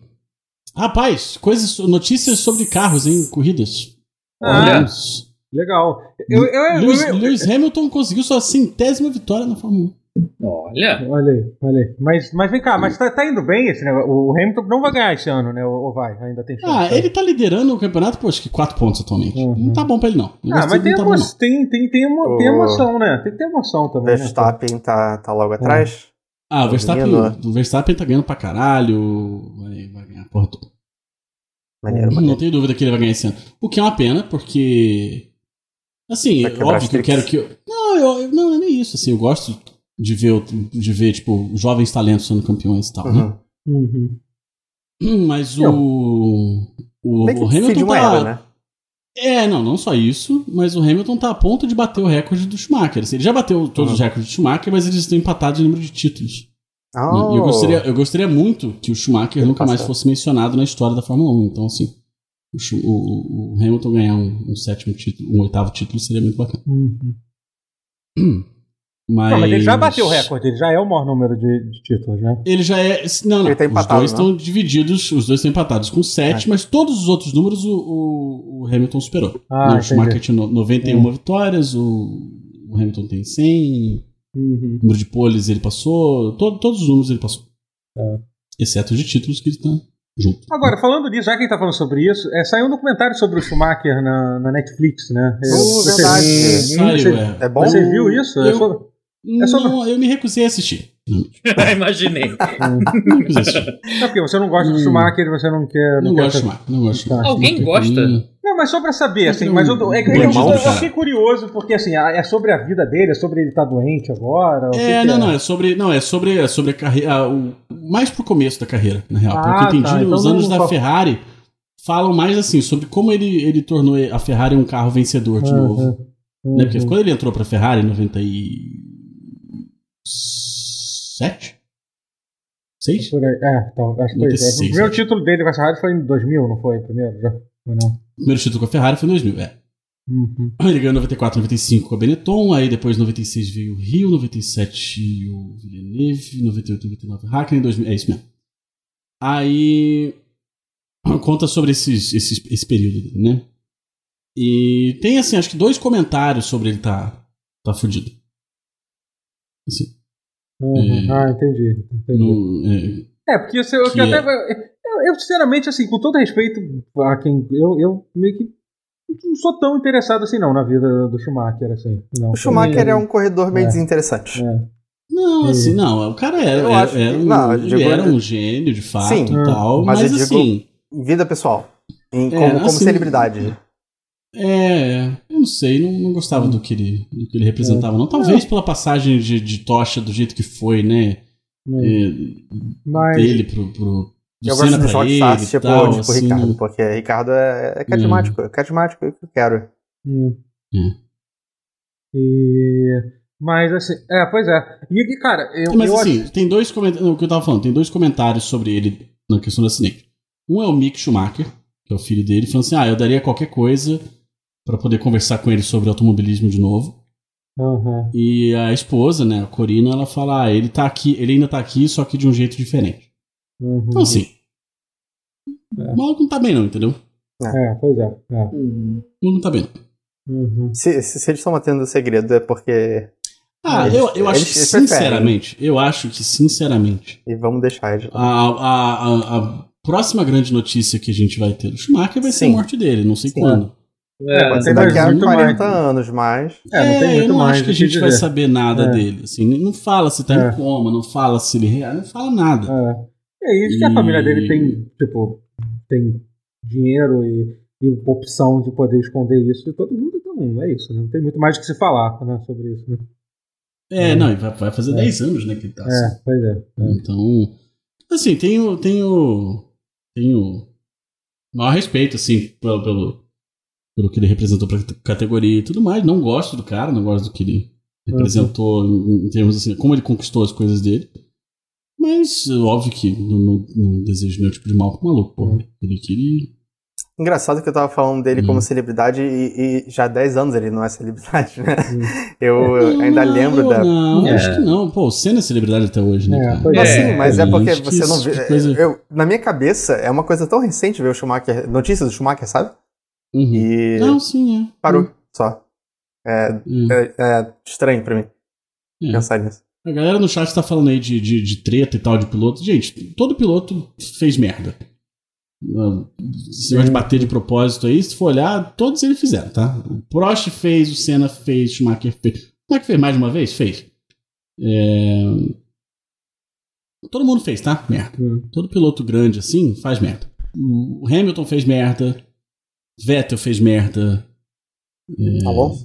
[SPEAKER 3] rapaz, coisas, notícias sobre carros em corridas.
[SPEAKER 1] Ah. é.
[SPEAKER 3] Lewis,
[SPEAKER 1] Legal. Eu, eu, eu-
[SPEAKER 3] Lewis-
[SPEAKER 1] eu-
[SPEAKER 3] Lewis Hamilton conseguiu sua centésima vitória na Fórmula 1.
[SPEAKER 4] Olha.
[SPEAKER 1] Olha aí, olha aí. Mas, mas vem cá, mas tá, tá indo bem esse negócio? O Hamilton não vai ganhar esse ano, né? Ou ou vai? Ainda tem chance.
[SPEAKER 3] Ah, ele tá liderando o campeonato por acho que 4 pontos atualmente.
[SPEAKER 1] Uhum.
[SPEAKER 3] Não tá bom pra ele, não. O
[SPEAKER 1] Ah,
[SPEAKER 3] negócio
[SPEAKER 1] mas
[SPEAKER 3] dele
[SPEAKER 1] tem,
[SPEAKER 3] não tá bom,
[SPEAKER 1] emo-
[SPEAKER 3] não.
[SPEAKER 1] tem, tem, tem, emo- tem
[SPEAKER 2] O-
[SPEAKER 1] emoção, né? Tem que ter emoção também. Né?
[SPEAKER 2] Verstappen tá, tá
[SPEAKER 3] É.
[SPEAKER 2] logo atrás.
[SPEAKER 3] Ah, o Verstappen,
[SPEAKER 2] Menino.
[SPEAKER 3] o Verstappen tá ganhando pra caralho. Vai, vai ganhar a porra toda.
[SPEAKER 2] Maneiro,
[SPEAKER 3] Não,
[SPEAKER 2] maneiro.
[SPEAKER 3] tenho dúvida que ele vai ganhar esse ano. O que é uma pena, porque. Assim,
[SPEAKER 2] Vai
[SPEAKER 3] é
[SPEAKER 2] quebrar
[SPEAKER 3] óbvio que eu
[SPEAKER 2] as tricks.
[SPEAKER 3] quero que. eu- Não, eu, eu- não, é nem isso. Assim, eu gosto de ver, o- de ver tipo, jovens talentos sendo campeões e tal. né?
[SPEAKER 2] Uhum.
[SPEAKER 1] Uhum.
[SPEAKER 3] Mas o. O,
[SPEAKER 2] Meio
[SPEAKER 3] o
[SPEAKER 2] Uhum. que fim de
[SPEAKER 3] Hamilton
[SPEAKER 2] uma
[SPEAKER 3] tá.
[SPEAKER 2] era, né?
[SPEAKER 3] É, não, não só isso, mas o Hamilton tá a ponto de bater o recorde do Schumacher. Assim, ele já bateu todos
[SPEAKER 2] Uhum.
[SPEAKER 3] os recordes do Schumacher, mas eles estão empatados em número de títulos. né?
[SPEAKER 2] Oh,
[SPEAKER 3] E eu gostaria, eu gostaria muito que o Schumacher
[SPEAKER 2] Ele
[SPEAKER 3] nunca mais
[SPEAKER 2] passou.
[SPEAKER 3] fosse mencionado na história da Fórmula 1. Então, assim, o, Schu- o- o- o Hamilton ganhar um, um sétimo título, um oitavo título seria muito bacana.
[SPEAKER 1] uhum.
[SPEAKER 3] Mas,
[SPEAKER 1] Não, mas ele já bateu o recorde, ele já é o maior número de, de títulos, né?
[SPEAKER 3] Ele já é. Não, não.
[SPEAKER 2] Ele tá
[SPEAKER 3] os
[SPEAKER 2] empatado,
[SPEAKER 3] dois
[SPEAKER 2] né? É.
[SPEAKER 3] estão divididos, os dois estão empatados com sete, mas todos os outros números o, o- o Hamilton superou.
[SPEAKER 1] Ah,
[SPEAKER 3] Né, o
[SPEAKER 1] entendi.
[SPEAKER 3] Schumacher tinha no- 91
[SPEAKER 2] Hum.
[SPEAKER 3] vitórias, o, o Hamilton tem 100,
[SPEAKER 1] Uhum.
[SPEAKER 3] o número de poles ele passou, to- todos os números ele passou.
[SPEAKER 1] É.
[SPEAKER 3] Exceto os de títulos que ele tá junto.
[SPEAKER 1] Agora, falando nisso, já que a gente tá falando sobre isso, é, saiu um documentário sobre o Schumacher na, na Netflix, né? É,
[SPEAKER 2] Uh,
[SPEAKER 1] você-
[SPEAKER 2] verdade.
[SPEAKER 1] Sim,
[SPEAKER 3] Saiu,
[SPEAKER 1] você-
[SPEAKER 3] é.
[SPEAKER 2] É bom?
[SPEAKER 1] Você viu isso? É
[SPEAKER 3] Eu-
[SPEAKER 1] sobre- É só-
[SPEAKER 3] Não, eu me recusei a assistir.
[SPEAKER 4] Imaginei. É.
[SPEAKER 3] Me recusei a assistir.
[SPEAKER 1] Não, É porque você não gosta do
[SPEAKER 3] Hum.
[SPEAKER 1] Schumacher, você não quer.
[SPEAKER 3] Não
[SPEAKER 1] quer
[SPEAKER 3] gosto de
[SPEAKER 1] saber.
[SPEAKER 3] Schumacher, não gosto de Schumacher.
[SPEAKER 4] Alguém
[SPEAKER 3] Não tem
[SPEAKER 4] gosta?
[SPEAKER 3] caminho.
[SPEAKER 1] Não, mas só pra saber, assim,
[SPEAKER 3] Não,
[SPEAKER 1] mas eu, é, que-
[SPEAKER 3] não
[SPEAKER 1] eu-
[SPEAKER 2] é mal,
[SPEAKER 1] eu
[SPEAKER 3] um cara.
[SPEAKER 1] fiquei curioso, porque assim, a- é sobre a vida dele, é sobre ele estar doente agora. o que
[SPEAKER 3] É,
[SPEAKER 1] que
[SPEAKER 3] não, não, é sobre, não, é sobre, é sobre a carreira, o- mais pro começo da carreira, na real.
[SPEAKER 1] Ah,
[SPEAKER 3] Pelo que eu entendi,
[SPEAKER 1] tá, então
[SPEAKER 3] os
[SPEAKER 1] não-
[SPEAKER 3] anos da
[SPEAKER 1] só-
[SPEAKER 3] Ferrari falam mais assim sobre como ele, ele tornou a Ferrari um carro vencedor de
[SPEAKER 1] Uhum.
[SPEAKER 3] novo.
[SPEAKER 1] Uhum.
[SPEAKER 3] Né? Porque quando ele entrou pra Ferrari em 97? 6?
[SPEAKER 1] Por aí. É, então, acho que foi isso. O
[SPEAKER 3] 96,
[SPEAKER 1] primeiro
[SPEAKER 3] acho.
[SPEAKER 1] título dele com a Ferrari foi em 2000, não foi? Primeiro, já? Ou não?
[SPEAKER 3] O primeiro título com a Ferrari foi em 2000, é.
[SPEAKER 1] Uhum.
[SPEAKER 3] Ele ganhou em 94, 95 com a Benetton, aí depois em 96 veio o Rio, 97 o Villeneuve, 98, 99 Hackney, 2000, é isso mesmo. Aí conta sobre esses, esses, esse período dele, né? E tem, assim, acho que dois comentários sobre ele tá, tá fudido.
[SPEAKER 1] Uhum.
[SPEAKER 3] É.
[SPEAKER 1] Ah, entendi. entendi.
[SPEAKER 3] No, é,
[SPEAKER 1] É, porque isso eu,
[SPEAKER 3] Que
[SPEAKER 1] que até. Eu, eu, sinceramente, assim, com todo respeito a quem. Eu, eu meio que. Não sou tão interessado assim, não, na vida do Schumacher, assim. Não,
[SPEAKER 2] O Schumacher
[SPEAKER 1] Ele-
[SPEAKER 2] é um corredor meio
[SPEAKER 1] É.
[SPEAKER 2] desinteressante.
[SPEAKER 1] É.
[SPEAKER 3] não, assim, não, o cara era,
[SPEAKER 2] Eu
[SPEAKER 3] era,
[SPEAKER 2] acho que-
[SPEAKER 3] era um,
[SPEAKER 2] não, eu
[SPEAKER 3] ele
[SPEAKER 2] digo- é
[SPEAKER 3] era um gênio, de fato,
[SPEAKER 2] Sim,
[SPEAKER 3] e tal,
[SPEAKER 2] mas
[SPEAKER 3] mas,
[SPEAKER 2] eu digo-
[SPEAKER 3] assim...
[SPEAKER 2] Em vida pessoal. Em-
[SPEAKER 3] É,
[SPEAKER 2] como, como
[SPEAKER 3] assim,
[SPEAKER 2] celebridade.
[SPEAKER 3] É, eu não sei, não, não gostava do que ele, do que ele representava, não. Talvez pela passagem de, de tocha do jeito que foi, né?
[SPEAKER 1] Hum.
[SPEAKER 3] É,
[SPEAKER 1] Mas. é
[SPEAKER 3] dele pro. pro do
[SPEAKER 2] Eu gosto
[SPEAKER 3] Senna
[SPEAKER 2] de
[SPEAKER 3] pra ele
[SPEAKER 2] rockstars
[SPEAKER 3] e
[SPEAKER 2] tipo,
[SPEAKER 3] tal,
[SPEAKER 2] tipo
[SPEAKER 3] assim,
[SPEAKER 2] Ricardo, porque Ricardo é, é carismático. É carismático, é o que eu quero.
[SPEAKER 1] Hum.
[SPEAKER 3] Hum.
[SPEAKER 1] E. Mas assim. É, pois é. E, que, cara, eu,
[SPEAKER 3] Mas
[SPEAKER 1] eu
[SPEAKER 3] assim, tem dois comentários. O que eu tava falando, tem dois comentários sobre ele na questão do acidente. Um é o Mick Schumacher, que é o filho dele, falando assim: ah, eu daria qualquer coisa pra poder conversar com ele sobre automobilismo de novo.
[SPEAKER 1] acho. Aham.
[SPEAKER 3] E a esposa, né, a Corina, ela fala: ah, ele tá aqui, ele ainda tá aqui, só que de um jeito diferente.
[SPEAKER 1] Uhum.
[SPEAKER 3] Então, assim.
[SPEAKER 1] É.
[SPEAKER 3] O maluco não tá bem, não, entendeu? O
[SPEAKER 1] É, pois é. é.
[SPEAKER 3] maluco não tá bem. não.
[SPEAKER 1] Uhum.
[SPEAKER 2] Se, se- se eles estão mantendo o segredo é porque.
[SPEAKER 3] Ah,
[SPEAKER 2] Eles-
[SPEAKER 3] eu, eu acho
[SPEAKER 2] eles-
[SPEAKER 3] que,
[SPEAKER 2] eles
[SPEAKER 1] né?
[SPEAKER 2] preferem.
[SPEAKER 3] sinceramente, eu acho que, sinceramente,
[SPEAKER 2] E vamos deixar eles.
[SPEAKER 3] a, a, a, a próxima grande notícia que a gente vai ter do Schumacher vai ser a
[SPEAKER 2] Sim.
[SPEAKER 3] morte dele, não sei
[SPEAKER 2] Sim.
[SPEAKER 3] quando.
[SPEAKER 4] É,
[SPEAKER 2] Pode
[SPEAKER 1] tem
[SPEAKER 2] ser daqui a
[SPEAKER 1] mais muito
[SPEAKER 2] 40
[SPEAKER 1] mais.
[SPEAKER 2] anos, mas.
[SPEAKER 1] É, não tem
[SPEAKER 3] eu
[SPEAKER 1] muito
[SPEAKER 3] não
[SPEAKER 1] mais
[SPEAKER 3] acho que
[SPEAKER 1] o
[SPEAKER 3] a gente vai
[SPEAKER 1] dizer.
[SPEAKER 3] saber nada
[SPEAKER 1] É.
[SPEAKER 3] dele. Assim, não fala se tá
[SPEAKER 1] É.
[SPEAKER 3] em coma, não fala se ele real, não fala nada.
[SPEAKER 1] É. E é isso que a
[SPEAKER 3] E-
[SPEAKER 1] família dele tem, tipo, tem dinheiro e, e opção de poder esconder isso de todo mundo, então é isso, né? Não tem muito mais o que se falar né, sobre isso, né?
[SPEAKER 3] É, não, e vai, vai fazer
[SPEAKER 1] É.
[SPEAKER 3] 10 anos, né, que ele tá assim.
[SPEAKER 1] É, pois é. é.
[SPEAKER 3] Então, assim, tenho, tenho, tenho maior respeito, assim, pelo, pelo, pelo que ele representou pra cate- categoria e tudo mais. Não gosto do cara, não gosto do que ele
[SPEAKER 1] Uhum.
[SPEAKER 3] representou em, em termos, assim, como ele conquistou as coisas dele. Mas, óbvio que não, não, não desejo nenhum tipo de mal pro maluco,
[SPEAKER 1] Uhum.
[SPEAKER 3] pô. Ele é queria...
[SPEAKER 2] Engraçado que eu tava falando dele
[SPEAKER 3] Hum.
[SPEAKER 2] como celebridade e, e já há 10 anos ele não é celebridade, né?
[SPEAKER 1] Hum.
[SPEAKER 2] Eu, eu ainda lembro da.
[SPEAKER 3] Não,
[SPEAKER 4] É.
[SPEAKER 3] acho que não. Pô, o Senna é celebridade até hoje, né,
[SPEAKER 1] É,
[SPEAKER 3] cara?
[SPEAKER 1] pois
[SPEAKER 2] Não,
[SPEAKER 4] É,
[SPEAKER 2] sim, mas é
[SPEAKER 3] gente,
[SPEAKER 2] porque
[SPEAKER 3] que
[SPEAKER 2] você não
[SPEAKER 3] isso-
[SPEAKER 2] vê.
[SPEAKER 3] que tipo coisa-
[SPEAKER 2] eu- na minha cabeça, é uma coisa tão recente ver o Schumacher, notícias do Schumacher, sabe?
[SPEAKER 3] Uhum.
[SPEAKER 2] E
[SPEAKER 3] Não, sim, é.
[SPEAKER 2] parou só. É,
[SPEAKER 3] Hum, é.
[SPEAKER 2] é- é estranho pra mim
[SPEAKER 3] É.
[SPEAKER 2] pensar nisso.
[SPEAKER 3] A galera no chat tá falando aí de, de, de treta e tal de piloto. Gente, todo piloto fez merda. Não, Se vai bater de propósito aí, se for olhar, todos eles fizeram, tá? O Prost fez, o Senna fez, o Schumacher fez. O Schumacher fez mais de uma vez? Fez. É, Todo mundo fez, tá? Merda.
[SPEAKER 1] Hum.
[SPEAKER 3] Todo piloto grande assim faz merda. O Hamilton fez merda. Vettel fez merda.
[SPEAKER 2] Tá bom?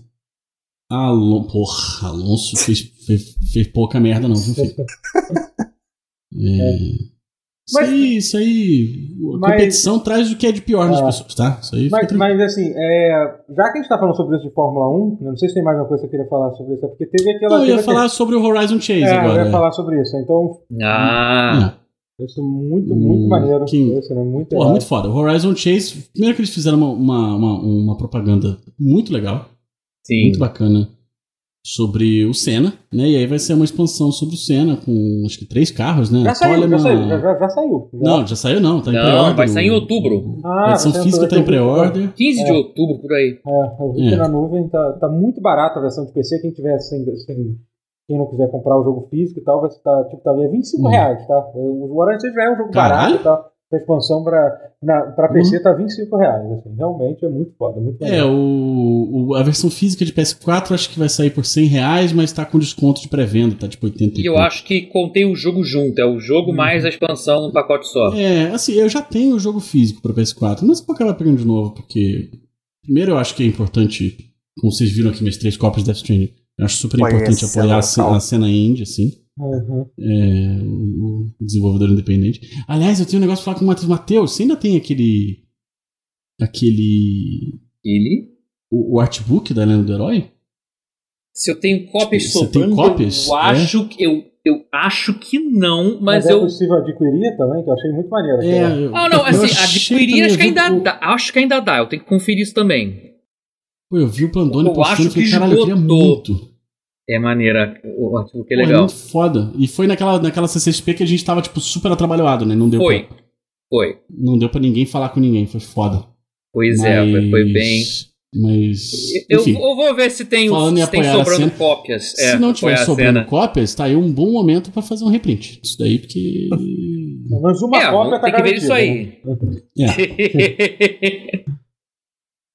[SPEAKER 3] Alon... Porra, Alonso fez, fez, fez pouca merda, não, viu, filho? É. Isso,
[SPEAKER 1] Mas-
[SPEAKER 3] aí, isso aí. A
[SPEAKER 1] Mas-
[SPEAKER 3] competição traz o que é de pior nas
[SPEAKER 1] Ah.
[SPEAKER 3] pessoas, tá? Isso aí fica
[SPEAKER 1] Mas,
[SPEAKER 3] tranquilo.
[SPEAKER 1] mas assim, é, já que a gente tá falando sobre isso de Fórmula 1, eu não sei se tem mais uma coisa que eu queria falar sobre isso, é porque teve aquela.
[SPEAKER 3] Não, eu
[SPEAKER 1] teve
[SPEAKER 3] ia falar sobre o Horizon Chase
[SPEAKER 1] aquele- é,
[SPEAKER 3] agora.
[SPEAKER 1] eu
[SPEAKER 3] é.
[SPEAKER 1] ia falar sobre isso. Então,
[SPEAKER 4] Ah,
[SPEAKER 3] É.
[SPEAKER 1] isso é muito, muito
[SPEAKER 3] Hum,
[SPEAKER 1] maneiro.
[SPEAKER 3] que-
[SPEAKER 1] Isso, né? Muito
[SPEAKER 3] Porra,
[SPEAKER 1] legal.
[SPEAKER 3] muito foda. O Horizon Chase, primeiro que eles fizeram uma, uma, uma, uma propaganda muito legal,
[SPEAKER 4] sim.
[SPEAKER 3] muito bacana, sobre o Senna, né? E aí vai ser uma expansão sobre o Senna com acho que três carros, né?
[SPEAKER 1] Já saiu, já
[SPEAKER 3] Coleman-
[SPEAKER 1] saiu, já, já- já saiu. já.
[SPEAKER 3] Não, já saiu não, tá em
[SPEAKER 4] Não,
[SPEAKER 3] pré-order.
[SPEAKER 4] vai sair em
[SPEAKER 3] o-
[SPEAKER 4] outubro.
[SPEAKER 1] Ah,
[SPEAKER 3] a edição
[SPEAKER 1] vai sair em
[SPEAKER 3] física tá em
[SPEAKER 1] outubro.
[SPEAKER 3] pré-order.
[SPEAKER 4] 15 de outubro, por aí.
[SPEAKER 1] É, eu vi que
[SPEAKER 4] Hum.
[SPEAKER 3] É.
[SPEAKER 1] na nuvem tá, tá muito barata a versão de PC. Quem tiver sem, sem- quem não quiser comprar o jogo físico e tal, vai estar tipo, tá, é 25
[SPEAKER 3] Hum.
[SPEAKER 1] reais, tá? O Warrant já é um jogo
[SPEAKER 3] Caralho.
[SPEAKER 1] barato, tá? A expansão pra, na, pra PC
[SPEAKER 4] Uhum.
[SPEAKER 1] tá 25 reais. Assim, realmente é muito foda, muito
[SPEAKER 3] É,
[SPEAKER 1] maneiro.
[SPEAKER 3] o, o- a versão física de PS4 acho que vai sair por 100 reais, mas tá com desconto de pré-venda, tá tipo 80
[SPEAKER 4] E eu acho que contei o jogo junto. É o jogo mais a expansão num pacote só.
[SPEAKER 3] É, assim, eu já tenho o jogo físico pra PS4, mas por que vai pegando de novo? Porque, primeiro, eu acho que é importante, como vocês viram aqui minhas três cópias de Death Stranding, eu acho super
[SPEAKER 2] Apoiar
[SPEAKER 3] importante
[SPEAKER 2] a cena
[SPEAKER 3] apoiar a
[SPEAKER 2] local.
[SPEAKER 3] cena, a cena indie, assim,
[SPEAKER 1] Uhum.
[SPEAKER 3] é, o o desenvolvedor independente. Aliás, eu tenho um negócio pra falar com o Matheus. Matheus, você ainda tem aquele aquele.
[SPEAKER 4] Ele?
[SPEAKER 3] O, o artbook da Lenda do Herói?
[SPEAKER 4] Se eu tenho cópias
[SPEAKER 3] Você tem
[SPEAKER 4] sobrando,
[SPEAKER 3] cópias? É?
[SPEAKER 4] eu acho que eu, eu acho que não, mas,
[SPEAKER 1] é
[SPEAKER 4] eu
[SPEAKER 1] possível adquirir também, que eu achei muito maneiro. aquela-
[SPEAKER 3] É, eu-
[SPEAKER 4] Ah, não,
[SPEAKER 3] eu
[SPEAKER 4] assim,
[SPEAKER 3] achei
[SPEAKER 4] adquirir acho que
[SPEAKER 3] também, eu vi
[SPEAKER 4] ainda
[SPEAKER 3] o-
[SPEAKER 4] dá. Acho que ainda dá, eu tenho que conferir isso também.
[SPEAKER 3] Pô, eu vi o Pandone
[SPEAKER 4] Eu
[SPEAKER 3] postando
[SPEAKER 4] acho
[SPEAKER 3] e falei,
[SPEAKER 4] que
[SPEAKER 3] caralho, eu queria
[SPEAKER 4] esgotou.
[SPEAKER 3] muito.
[SPEAKER 4] É maneira, o artigo que é
[SPEAKER 3] Pô,
[SPEAKER 4] legal.
[SPEAKER 3] muito foda. E foi naquela, naquela CCXP que a gente tava, tipo, super atrabalhado, né? Não deu,
[SPEAKER 4] Foi.
[SPEAKER 3] Pra,
[SPEAKER 4] Foi.
[SPEAKER 3] não deu pra ninguém falar com ninguém, foi foda.
[SPEAKER 4] Pois é, foi, foi bem.
[SPEAKER 3] Mas.
[SPEAKER 4] Eu,
[SPEAKER 3] enfim,
[SPEAKER 4] eu vou ver se tem,
[SPEAKER 3] Falando em
[SPEAKER 4] se tem
[SPEAKER 3] apoiar a
[SPEAKER 4] sobrando
[SPEAKER 3] cena,
[SPEAKER 4] cópias. É,
[SPEAKER 3] se não tiver
[SPEAKER 4] apoiar a
[SPEAKER 3] sobrando
[SPEAKER 4] cena.
[SPEAKER 3] cópias, tá aí um bom momento pra fazer um reprint. Isso daí, porque.
[SPEAKER 1] Pelo menos uma
[SPEAKER 4] É,
[SPEAKER 1] cópia
[SPEAKER 4] vamos
[SPEAKER 1] tá
[SPEAKER 4] ter que ver isso
[SPEAKER 1] garantida, né?
[SPEAKER 4] aí.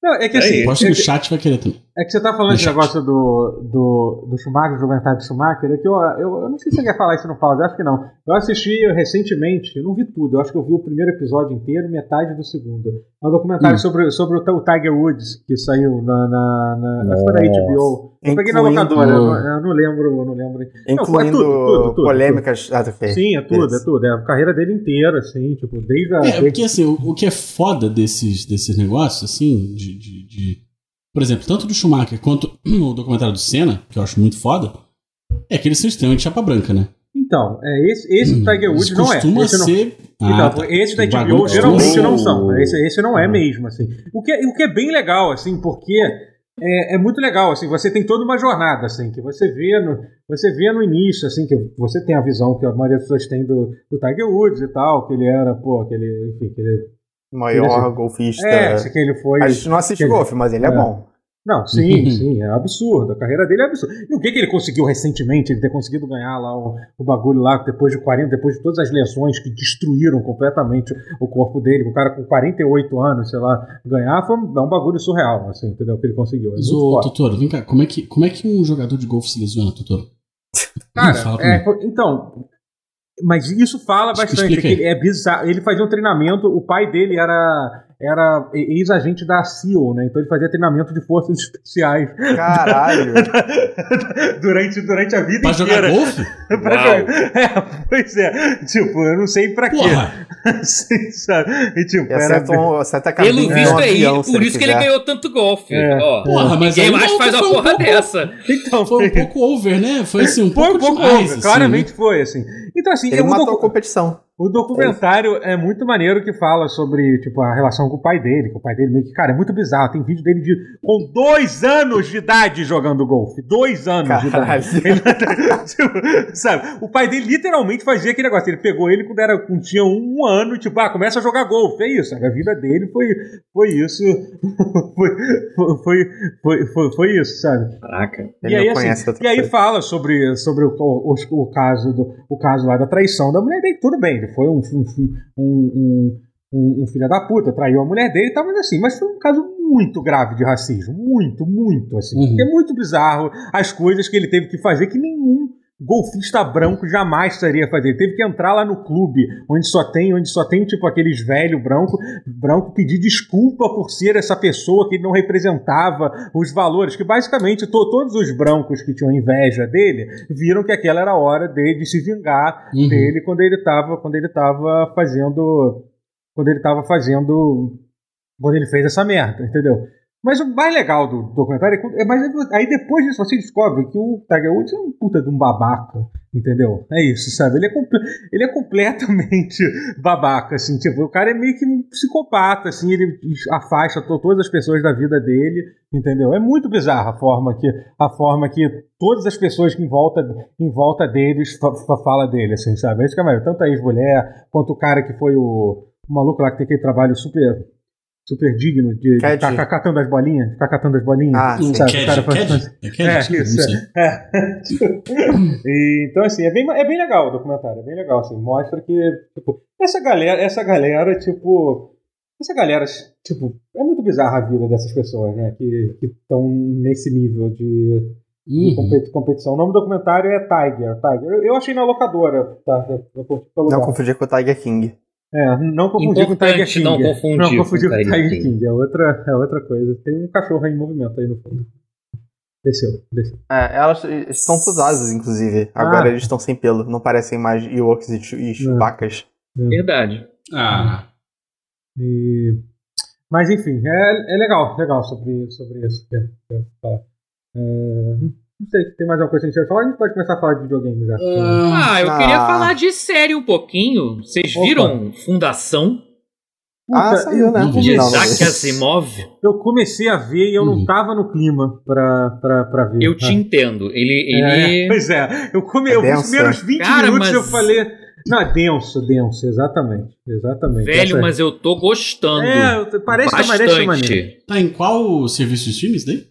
[SPEAKER 1] Não, é que
[SPEAKER 4] É
[SPEAKER 1] assim,
[SPEAKER 3] Aposto que
[SPEAKER 1] é,
[SPEAKER 3] o chat vai querer também.
[SPEAKER 1] é que você tá falando esse
[SPEAKER 3] Deixa.
[SPEAKER 1] negócio do, do, do Schumacher, do comentário de Schumacher, é que eu, eu, eu não sei se você quer falar isso no pause, acho que não. Eu assisti recentemente, eu não vi tudo, eu acho que eu vi o primeiro episódio inteiro, metade do segundo. É um documentário
[SPEAKER 3] Hum.
[SPEAKER 1] sobre, sobre o, T- o Tiger Woods, que saiu na, na, na, acho que foi na HBO. Eu peguei na
[SPEAKER 2] Incluindo-
[SPEAKER 1] locadora, eu não, eu não lembro, eu não lembro
[SPEAKER 2] Incluindo
[SPEAKER 1] tudo, tudo, tudo.
[SPEAKER 2] polêmicas. Ah, tá ok.
[SPEAKER 1] Sim, é tudo, é
[SPEAKER 2] Beleza.
[SPEAKER 1] tudo. É a carreira dele inteira, assim, tipo, desde a.
[SPEAKER 3] É,
[SPEAKER 1] desde-
[SPEAKER 3] porque assim, o, o que é foda desses, desses negócios, assim, de, de, de- Por exemplo, tanto do Schumacher quanto o documentário do Senna, que eu acho muito foda, é que eles são extremamente chapa branca, né?
[SPEAKER 1] Então, é esse, esse do Tiger Woods
[SPEAKER 3] Isso
[SPEAKER 1] não é.
[SPEAKER 3] Hum, costuma
[SPEAKER 1] Esse não...
[SPEAKER 3] ser.
[SPEAKER 1] Então,
[SPEAKER 3] Ah, tá.
[SPEAKER 1] esse da
[SPEAKER 3] O bagulho
[SPEAKER 1] HBO
[SPEAKER 3] costuma
[SPEAKER 1] geralmente
[SPEAKER 3] ser-
[SPEAKER 1] não são. Esse, esse não é
[SPEAKER 2] Uhum.
[SPEAKER 1] mesmo, assim. O que, é- o que é bem legal, assim, porque é, é muito legal, assim, você tem toda uma jornada, assim, que você vê no, você vê no início, assim, que você tem a visão que a maioria das pessoas tem do, do Tiger Woods e tal, que ele era, pô, aquele, enfim, que ele,
[SPEAKER 2] Maior golfista.
[SPEAKER 1] é, assim, que ele foi...
[SPEAKER 2] A gente não assiste
[SPEAKER 1] que-
[SPEAKER 2] golfe, mas ele é,
[SPEAKER 1] É.
[SPEAKER 2] bom.
[SPEAKER 1] Não, sim, sim, é absurdo. A carreira dele é absurda. E o que, que ele conseguiu recentemente? Ele ter conseguido ganhar lá o, o bagulho lá depois de 40, depois de todas as lesões que destruíram completamente o corpo dele, o cara com 48 anos, sei lá, ganhar, foi um, é um bagulho surreal, assim, entendeu? O que ele conseguiu. É
[SPEAKER 3] Mas,
[SPEAKER 1] muito
[SPEAKER 3] ô,
[SPEAKER 1] foda.
[SPEAKER 3] Totoro, vem cá, como é, que, como é que um jogador de golfe se lesiona, Totoro? Fala
[SPEAKER 1] Cara,
[SPEAKER 3] pra
[SPEAKER 1] é,
[SPEAKER 3] mim.
[SPEAKER 1] foi- então. Mas isso fala
[SPEAKER 3] Explica
[SPEAKER 1] bastante.
[SPEAKER 3] aí.
[SPEAKER 1] que ele é bizarro. Ele fazia um treinamento, o pai dele era. Era ex-agente da SEAL, né? Então ele fazia treinamento de forças especiais
[SPEAKER 2] Caralho.
[SPEAKER 1] durante, durante a vida
[SPEAKER 3] Pra
[SPEAKER 1] inteira.
[SPEAKER 3] jogar golfe?
[SPEAKER 1] Pra
[SPEAKER 4] Uau.
[SPEAKER 1] jogar. É, pois é. Tipo, eu não sei pra quê.
[SPEAKER 3] Porra!
[SPEAKER 1] Assim, sabe? E, tipo,
[SPEAKER 2] E
[SPEAKER 1] era.
[SPEAKER 2] acerta, um, acerta a cabine
[SPEAKER 4] Pelo
[SPEAKER 2] de um
[SPEAKER 4] visto é
[SPEAKER 2] avião,
[SPEAKER 4] isso,
[SPEAKER 2] se
[SPEAKER 4] por isso que ele
[SPEAKER 2] quiser.
[SPEAKER 4] ganhou tanto golfe.
[SPEAKER 1] É.
[SPEAKER 4] Ó,
[SPEAKER 3] Porra, mas
[SPEAKER 4] Ninguém
[SPEAKER 3] aí
[SPEAKER 4] mais
[SPEAKER 3] não,
[SPEAKER 4] faz uma
[SPEAKER 3] foi um
[SPEAKER 4] porra
[SPEAKER 3] pouco-
[SPEAKER 4] dessa.
[SPEAKER 1] Então,
[SPEAKER 3] Foi um pouco over, né? Foi assim, um
[SPEAKER 1] foi
[SPEAKER 3] pouco
[SPEAKER 1] um pouco
[SPEAKER 3] demais,
[SPEAKER 1] over,
[SPEAKER 3] assim,
[SPEAKER 1] claramente foi, assim. Então, assim,
[SPEAKER 2] Ele
[SPEAKER 1] o,
[SPEAKER 2] matou a
[SPEAKER 1] docu-
[SPEAKER 2] competição.
[SPEAKER 1] o documentário é muito maneiro que fala sobre, tipo, a relação com o pai dele, que o pai dele meio que, cara, é muito bizarro. Tem vídeo dele de, com dois anos de idade jogando golfe. Dois anos de idade.
[SPEAKER 2] Caralho.
[SPEAKER 1] Ele- tipo, sabe? O pai dele literalmente fazia aquele negócio. Ele pegou ele quando, era, quando tinha um, ano e tipo, ah, começa a jogar golfe. É isso, sabe? A vida dele foi, foi isso. foi, foi, foi, foi, foi isso, sabe?
[SPEAKER 4] Caraca.
[SPEAKER 1] e
[SPEAKER 2] Ele
[SPEAKER 1] aí,
[SPEAKER 2] não conhece
[SPEAKER 1] assim,
[SPEAKER 2] outra
[SPEAKER 1] e aí
[SPEAKER 2] coisa.
[SPEAKER 1] fala sobre, sobre o, o, o caso do, o caso lá da traição da mulher dele. Tudo bem, ele foi um, um, um- um- um- um filho da puta, traiu a mulher dele e tal, mas assim, mas foi um caso muito grave de racismo. Muito, muito, assim.
[SPEAKER 3] Uhum.
[SPEAKER 1] É muito bizarro as coisas que ele teve que fazer que nenhum golfista branco jamais estaria fazer. Ele teve que entrar lá no clube, onde só tem, onde só tem tipo aqueles velho branco, branco pedir desculpa por ser essa pessoa que ele não representava os valores, que basicamente to- todos os brancos que tinham inveja dele viram que aquela era a hora dele de se vingar
[SPEAKER 3] Uhum.
[SPEAKER 1] dele quando ele tava, quando ele tava fazendo quando ele tava fazendo quando ele fez essa merda, entendeu? Mas o mais legal do documentário é, quando- é mas aí depois disso você descobre que o Tiger Woods é um puta de um babaca, entendeu? É isso, sabe? Ele é, comple- ele é completamente babaca, assim, tipo, o cara é meio que um psicopata, assim, ele afasta to- todas as pessoas da vida dele, entendeu? É muito bizarra a forma que a forma que todas as pessoas que em volta em volta deles fa fa- fala dele, assim, sabe? É isso que é maior, tanto a ex-mulher quanto o cara que foi o, o maluco lá que tem aquele trabalho super super digno de, de
[SPEAKER 2] Cat.
[SPEAKER 1] ficar ca- catando as bolinhas, ficar catando as bolinhas.
[SPEAKER 2] Ah,
[SPEAKER 3] Um
[SPEAKER 2] sim.
[SPEAKER 1] sabe?
[SPEAKER 3] Cad,
[SPEAKER 1] o cara faz-
[SPEAKER 3] Cad? É Cad?
[SPEAKER 1] É,
[SPEAKER 3] Não
[SPEAKER 1] isso,
[SPEAKER 3] sei.
[SPEAKER 1] é. E, então, assim, é bem, é bem legal o documentário, é bem legal, assim, mostra que, tipo, essa galera, essa galera, tipo, essa galera, tipo, é muito bizarra a vida dessas pessoas, né, que estão nesse nível de, de
[SPEAKER 3] Uhum.
[SPEAKER 1] competi- competição. O nome do documentário é Tiger, Tiger. Eu, eu achei na locadora, tá? Eu, eu curti pelo
[SPEAKER 2] Não
[SPEAKER 1] lugar.
[SPEAKER 2] confundir com o Tiger King.
[SPEAKER 1] É, não confundir com o Tiger
[SPEAKER 4] Importante
[SPEAKER 1] King.
[SPEAKER 4] não confundir
[SPEAKER 1] não confundir
[SPEAKER 4] com
[SPEAKER 1] com o Tiger King,
[SPEAKER 4] Tiger
[SPEAKER 1] É, outra, é outra coisa. Tem um cachorro aí em movimento aí no fundo. Desceu, desceu.
[SPEAKER 2] É, elas estão pesadas, inclusive. Agora
[SPEAKER 1] Ah.
[SPEAKER 2] eles estão sem pelo. Não parecem mais Ewoks e, chu- e Chewbacas.
[SPEAKER 4] Verdade.
[SPEAKER 3] Ah,
[SPEAKER 1] E- Mas enfim, é, é legal, legal sobre, sobre isso que eu quero falar. É, não sei, tem mais alguma coisa que a gente vai falar? A gente pode começar a falar de videogame já.
[SPEAKER 4] Ah, eu
[SPEAKER 2] Ah.
[SPEAKER 4] queria falar de série um pouquinho. Vocês
[SPEAKER 1] Opa.
[SPEAKER 4] viram Fundação
[SPEAKER 2] Ah,
[SPEAKER 1] Puta,
[SPEAKER 2] saiu, né?
[SPEAKER 3] não vi.
[SPEAKER 4] de
[SPEAKER 3] Não, não vi.
[SPEAKER 4] Isaac Asimov?
[SPEAKER 1] Eu comecei a ver e eu não
[SPEAKER 3] Uhum.
[SPEAKER 1] tava no clima pra, pra, pra ver. né?
[SPEAKER 3] Ah.
[SPEAKER 4] Eu te entendo. Ele.
[SPEAKER 1] É,
[SPEAKER 4] ele...
[SPEAKER 1] pois é, eu, come, eu vi os
[SPEAKER 2] Denso. é.
[SPEAKER 1] primeiros 20
[SPEAKER 4] Cara,
[SPEAKER 1] minutos eu
[SPEAKER 4] mas-
[SPEAKER 1] falei. Não, é denso, denso, exatamente. Exatamente.
[SPEAKER 4] Velho,
[SPEAKER 1] Essa-
[SPEAKER 4] mas eu tô gostando.
[SPEAKER 1] É, eu- parece que a Maré maneiro.
[SPEAKER 4] bastante.
[SPEAKER 3] Tá em qual serviço de streams daí?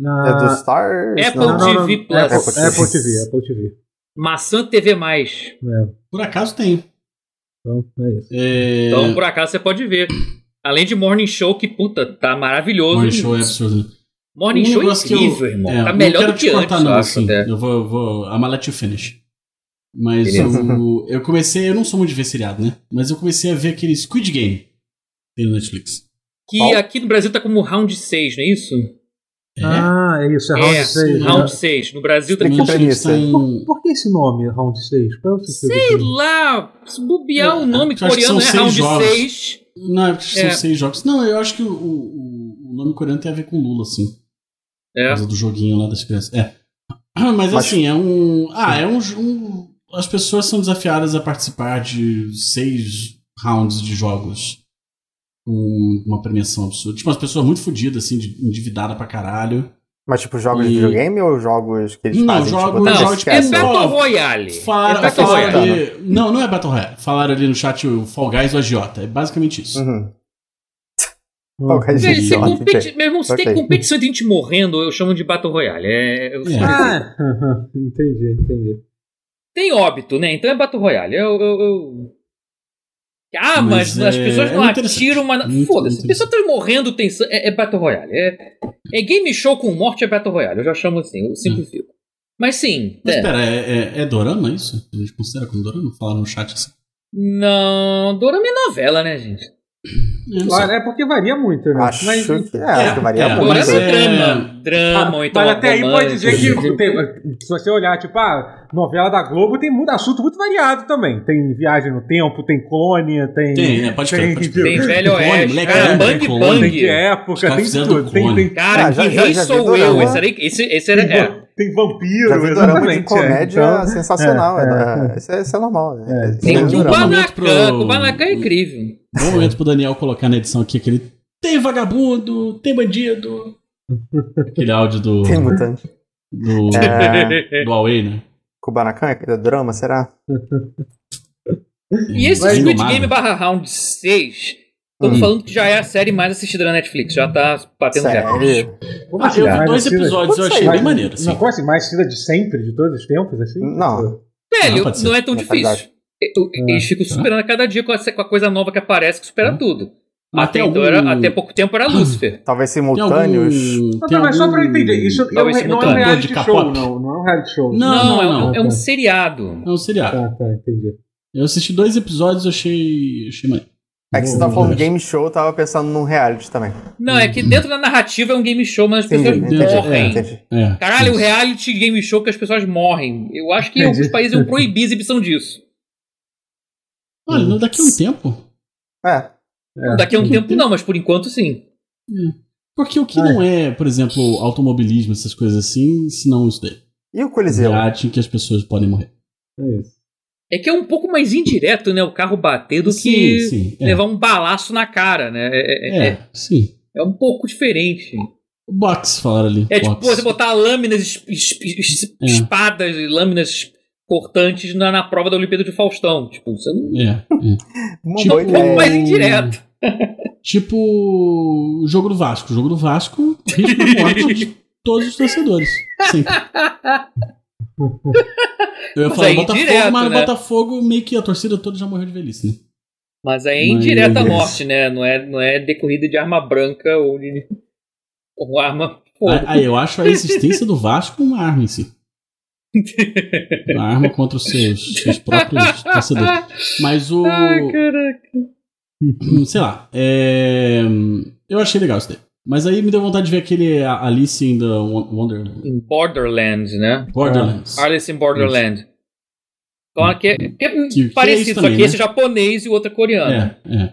[SPEAKER 1] Na...
[SPEAKER 2] É do Star.
[SPEAKER 4] Apple
[SPEAKER 1] Não, não, não,
[SPEAKER 4] TV
[SPEAKER 1] Apple,
[SPEAKER 4] Plus.
[SPEAKER 1] Apple TV, Apple TV.
[SPEAKER 4] Maçã TV. Mais.
[SPEAKER 1] É,
[SPEAKER 3] Por acaso tem.
[SPEAKER 1] então, é isso.
[SPEAKER 3] É...
[SPEAKER 4] Então, por acaso, você pode ver. Além de Morning Show, que puta, tá maravilhoso.
[SPEAKER 3] Morning Show é absurdo. né?
[SPEAKER 4] Morning
[SPEAKER 3] Um
[SPEAKER 4] Show é
[SPEAKER 3] negócio que eu-
[SPEAKER 4] incrível, irmão.
[SPEAKER 3] É,
[SPEAKER 4] tá
[SPEAKER 3] não
[SPEAKER 4] melhor
[SPEAKER 3] quero
[SPEAKER 4] do que
[SPEAKER 3] te
[SPEAKER 4] antes,
[SPEAKER 3] cortar, não,
[SPEAKER 4] eu acho,
[SPEAKER 3] assim.
[SPEAKER 4] até.
[SPEAKER 3] Eu vou, eu vou. I'm a let you finish. Mas
[SPEAKER 4] Beleza.
[SPEAKER 3] eu, eu comecei. Eu não sou muito de ver seriado, né? Mas eu comecei a ver aquele Squid Game. Tem no Netflix.
[SPEAKER 4] Que
[SPEAKER 2] Qual?
[SPEAKER 4] aqui no Brasil tá como round 6, não é isso?
[SPEAKER 3] É.
[SPEAKER 1] Ah, é isso, é Round
[SPEAKER 4] é,
[SPEAKER 1] 6.
[SPEAKER 4] round 6. No Brasil tá
[SPEAKER 3] No
[SPEAKER 2] que
[SPEAKER 4] como.
[SPEAKER 3] Netflix
[SPEAKER 2] premissa.
[SPEAKER 3] tem-
[SPEAKER 1] Por que esse nome, Round 6? Qual é o sentido
[SPEAKER 4] Sei
[SPEAKER 1] disso?
[SPEAKER 4] lá, se bobear
[SPEAKER 3] É,
[SPEAKER 4] o nome
[SPEAKER 3] eu acho que
[SPEAKER 4] coreano é
[SPEAKER 3] são seis
[SPEAKER 4] round
[SPEAKER 3] jogos.
[SPEAKER 4] 6.
[SPEAKER 3] Não, é porque são
[SPEAKER 4] É.
[SPEAKER 3] seis jogos. Não, eu acho que o, o- o nome coreano tem a ver com Lula, assim. Por
[SPEAKER 4] É.
[SPEAKER 3] causa do joguinho lá das crianças. É. Mas,
[SPEAKER 2] Mas-
[SPEAKER 3] assim, é um. Ah, é um, jo- um- As pessoas são desafiadas a participar de seis rounds de jogos. Com uma premiação absurda. Tipo, umas pessoas muito fodidas, assim, de- endividada pra caralho.
[SPEAKER 2] Mas, tipo, jogos
[SPEAKER 3] E-
[SPEAKER 2] de videogame ou jogos que eles
[SPEAKER 3] Não,
[SPEAKER 2] fazem?
[SPEAKER 3] jogos-
[SPEAKER 2] tipo,
[SPEAKER 4] Não,
[SPEAKER 3] jogos
[SPEAKER 4] é
[SPEAKER 2] esquece.
[SPEAKER 3] de-
[SPEAKER 4] Battle Royale.
[SPEAKER 3] Falaram,
[SPEAKER 4] é Battle
[SPEAKER 3] falaram
[SPEAKER 4] Royale. né?
[SPEAKER 3] ali. Não, não é Battle Royale. Falaram ali no chat o Fall Guys ou Agiota. É basicamente isso.
[SPEAKER 2] Uhum.
[SPEAKER 1] Hum.
[SPEAKER 2] Ok.
[SPEAKER 4] Velho, se
[SPEAKER 2] Idiota,
[SPEAKER 4] competi-
[SPEAKER 2] ok.
[SPEAKER 4] Meu irmão, se tem
[SPEAKER 2] Ok.
[SPEAKER 4] competição de gente morrendo, eu chamo de Battle Royale. É- eu-
[SPEAKER 3] É.
[SPEAKER 1] Ah, aham, entendi, entendi.
[SPEAKER 4] Tem óbito, né? Então é Battle Royale. Eu. eu- eu- Ah, mas,
[SPEAKER 3] Mas
[SPEAKER 4] as
[SPEAKER 3] é-
[SPEAKER 4] pessoas
[SPEAKER 3] é
[SPEAKER 4] não
[SPEAKER 3] muito
[SPEAKER 4] atiram, mas.
[SPEAKER 3] Muito,
[SPEAKER 4] Foda-se.
[SPEAKER 3] muito
[SPEAKER 4] A pessoa tá morrendo, tem. san- É, é Battle Royale. É... é game show com morte, é Battle Royale. Eu já chamo assim, eu simplifico. Mas sim.
[SPEAKER 3] Mas
[SPEAKER 4] é.
[SPEAKER 3] pera, é, é, é dorama isso? A gente considera como dorama? Falaram no chat assim.
[SPEAKER 4] Não. Dorama é novela, né, gente?
[SPEAKER 3] Eu não sei.
[SPEAKER 1] Claro, É porque varia muito, né?
[SPEAKER 2] Acho
[SPEAKER 1] Mas-
[SPEAKER 2] que. É, acho que varia
[SPEAKER 3] é,
[SPEAKER 2] muito.
[SPEAKER 4] Dorama
[SPEAKER 3] mas
[SPEAKER 4] é,
[SPEAKER 3] é-
[SPEAKER 4] drama.
[SPEAKER 3] Ah,
[SPEAKER 4] Drama, ou então.
[SPEAKER 1] Ah, mas até aí pode
[SPEAKER 4] romance,
[SPEAKER 1] dizer que
[SPEAKER 4] assim.
[SPEAKER 1] tem- se você olhar, tipo, a novela da Globo tem muito assunto muito variado também. Tem viagem no tempo, tem colônia, tem.
[SPEAKER 3] Tem, é, pode crer, pode crer.
[SPEAKER 4] Tem Velho
[SPEAKER 3] Clone,
[SPEAKER 4] Oeste.
[SPEAKER 3] moleque,
[SPEAKER 4] Cara,
[SPEAKER 3] é,
[SPEAKER 4] Bang
[SPEAKER 3] clone.
[SPEAKER 1] tem de
[SPEAKER 4] Bang.
[SPEAKER 1] época,
[SPEAKER 3] Os
[SPEAKER 2] Tá
[SPEAKER 3] caras
[SPEAKER 1] tem
[SPEAKER 3] fizeram
[SPEAKER 1] tudo. Tem,
[SPEAKER 3] clone.
[SPEAKER 1] tem,
[SPEAKER 4] Cara,
[SPEAKER 2] Ah, já-
[SPEAKER 4] que
[SPEAKER 2] já-
[SPEAKER 4] rei
[SPEAKER 2] já vi
[SPEAKER 4] sou eu.
[SPEAKER 2] dorama.
[SPEAKER 4] Esse era. Esse, esse era
[SPEAKER 1] tem,
[SPEAKER 4] é.
[SPEAKER 1] va- tem vampiro,
[SPEAKER 2] Já vi dorama de
[SPEAKER 1] exatamente. é.
[SPEAKER 2] comédia assim.
[SPEAKER 1] Então,
[SPEAKER 2] sensacional.
[SPEAKER 1] é,
[SPEAKER 2] é, Isso, é, isso é normal.
[SPEAKER 1] É,
[SPEAKER 2] Isso
[SPEAKER 4] Tem
[SPEAKER 2] é
[SPEAKER 3] um
[SPEAKER 2] dorama.
[SPEAKER 3] bom
[SPEAKER 4] Kubanacan.
[SPEAKER 3] momento pro-
[SPEAKER 4] Kubanacan é incrível.
[SPEAKER 3] Bom momento pro Daniel colocar na edição aqui aquele tem vagabundo, tem bandido. Aquele áudio do,
[SPEAKER 2] Tem mutante.
[SPEAKER 3] do,
[SPEAKER 2] É,
[SPEAKER 3] do Huawei, né?
[SPEAKER 2] Kubanacan é drama, será?
[SPEAKER 4] E esse
[SPEAKER 1] Mas-
[SPEAKER 4] Squid
[SPEAKER 3] Filmado.
[SPEAKER 4] Game barra Round 6, tô
[SPEAKER 2] Hum.
[SPEAKER 4] falando que já é a série mais assistida na Netflix, já tá batendo recorde.
[SPEAKER 2] Sério?
[SPEAKER 1] como
[SPEAKER 3] Ah,
[SPEAKER 1] assim,
[SPEAKER 3] eu
[SPEAKER 1] mais
[SPEAKER 3] vi dois
[SPEAKER 1] assistida?
[SPEAKER 3] episódios, eu
[SPEAKER 2] Pode
[SPEAKER 3] achei
[SPEAKER 2] sair.
[SPEAKER 3] bem maneiro, assim.
[SPEAKER 1] Não, como assim? Mais assistida de sempre, de todos os tempos, assim?
[SPEAKER 2] Não.
[SPEAKER 4] Velho,
[SPEAKER 3] Não,
[SPEAKER 4] não,
[SPEAKER 3] pode ser. É.
[SPEAKER 4] é tão
[SPEAKER 2] Não,
[SPEAKER 4] difícil. Eu- Eles ficam superando a cada dia com a, com a coisa nova que aparece, que
[SPEAKER 3] Hum.
[SPEAKER 4] supera tudo.
[SPEAKER 3] Mas
[SPEAKER 4] Até,
[SPEAKER 3] tem
[SPEAKER 4] então
[SPEAKER 3] algum-
[SPEAKER 4] era, até pouco tempo
[SPEAKER 3] Ah.
[SPEAKER 4] era Lúcifer.
[SPEAKER 2] Talvez
[SPEAKER 3] Tem algum-
[SPEAKER 2] simultâneos.
[SPEAKER 1] Não,
[SPEAKER 3] tem
[SPEAKER 1] tá, mas só pra eu
[SPEAKER 3] algum-
[SPEAKER 1] entender, isso é um
[SPEAKER 4] Talvez
[SPEAKER 1] re- não é um
[SPEAKER 4] simultâneo.
[SPEAKER 1] reality
[SPEAKER 3] De
[SPEAKER 1] show,
[SPEAKER 3] K-pop.
[SPEAKER 1] não. Não é um reality show.
[SPEAKER 3] Não,
[SPEAKER 4] é,
[SPEAKER 3] não.
[SPEAKER 4] um, é um seriado.
[SPEAKER 3] É um seriado.
[SPEAKER 1] Tá, tá, entendi.
[SPEAKER 3] Eu assisti dois episódios, eu achei, achei maneiro.
[SPEAKER 2] É que você
[SPEAKER 3] Boa,
[SPEAKER 2] tava falando
[SPEAKER 3] boa.
[SPEAKER 2] game show, eu tava pensando num reality também.
[SPEAKER 4] Não, é que dentro da narrativa é um game show, mas as pessoas
[SPEAKER 2] Entendi,
[SPEAKER 4] morrem.
[SPEAKER 2] entendi.
[SPEAKER 3] Hum. É.
[SPEAKER 4] Caralho, o
[SPEAKER 3] Isso.
[SPEAKER 4] reality game show que as pessoas morrem. Eu acho que
[SPEAKER 1] Entendi.
[SPEAKER 4] alguns países iam proibir a exibição disso.
[SPEAKER 3] Olha, não, daqui a um tempo.
[SPEAKER 2] É.
[SPEAKER 1] É.
[SPEAKER 4] Daqui a um
[SPEAKER 3] Sim.
[SPEAKER 4] tempo não, mas por enquanto sim.
[SPEAKER 3] Porque o que não
[SPEAKER 2] Ah,
[SPEAKER 3] é, por exemplo, automobilismo, essas coisas assim, se não isso daí?
[SPEAKER 2] E o Coliseu?
[SPEAKER 3] Iate em que as pessoas podem morrer.
[SPEAKER 1] É isso.
[SPEAKER 4] É que é um pouco mais indireto, né? O carro bater do que
[SPEAKER 3] sim. É,
[SPEAKER 4] levar um balaço na cara, né? É, é-
[SPEAKER 3] é,
[SPEAKER 4] é-
[SPEAKER 3] sim.
[SPEAKER 4] é um pouco diferente.
[SPEAKER 3] Box, falaram ali.
[SPEAKER 4] É tipo
[SPEAKER 3] box.
[SPEAKER 4] você botar lâminas, es- es- es-
[SPEAKER 3] É.
[SPEAKER 4] espadas e lâminas cortantes na, na prova da Olimpíada de Faustão. Tipo, você não.
[SPEAKER 3] É, é.
[SPEAKER 2] Uma
[SPEAKER 3] Tipo,
[SPEAKER 2] boa
[SPEAKER 4] Um pouco
[SPEAKER 2] ideia.
[SPEAKER 4] mais indireto.
[SPEAKER 3] Tipo o jogo do Vasco. O jogo do Vasco risco de morte de todos os torcedores. Sempre. Eu ia
[SPEAKER 4] Mas
[SPEAKER 3] falar
[SPEAKER 4] aí
[SPEAKER 3] Botafogo,
[SPEAKER 4] direto,
[SPEAKER 3] mas o
[SPEAKER 4] né?
[SPEAKER 3] Botafogo meio que a torcida toda já morreu de velhice, né?
[SPEAKER 4] Mas aí é
[SPEAKER 3] Mas-
[SPEAKER 4] indireta a morte, né? Não é, não é decorrida de arma branca ou de. ou arma. Pô,
[SPEAKER 3] Aí- Ah, Aí eu acho a existência do Vasco uma arma em si. Uma arma contra os seus, seus próprios torcedores. Mas o.
[SPEAKER 4] Ai, Ah, caraca.
[SPEAKER 3] Hum, sei lá. é, Eu achei legal isso daí. Mas aí me deu vontade de ver aquele A- Alice in the Won- Wonder...
[SPEAKER 4] Em Borderlands, né?
[SPEAKER 3] Borderlands.
[SPEAKER 4] Alice in Borderland. Então, aqui é, que é
[SPEAKER 3] que é isso
[SPEAKER 4] parecido, só
[SPEAKER 3] também,
[SPEAKER 4] que
[SPEAKER 3] né?
[SPEAKER 4] esse é japonês e o outro é coreano.
[SPEAKER 3] É, é.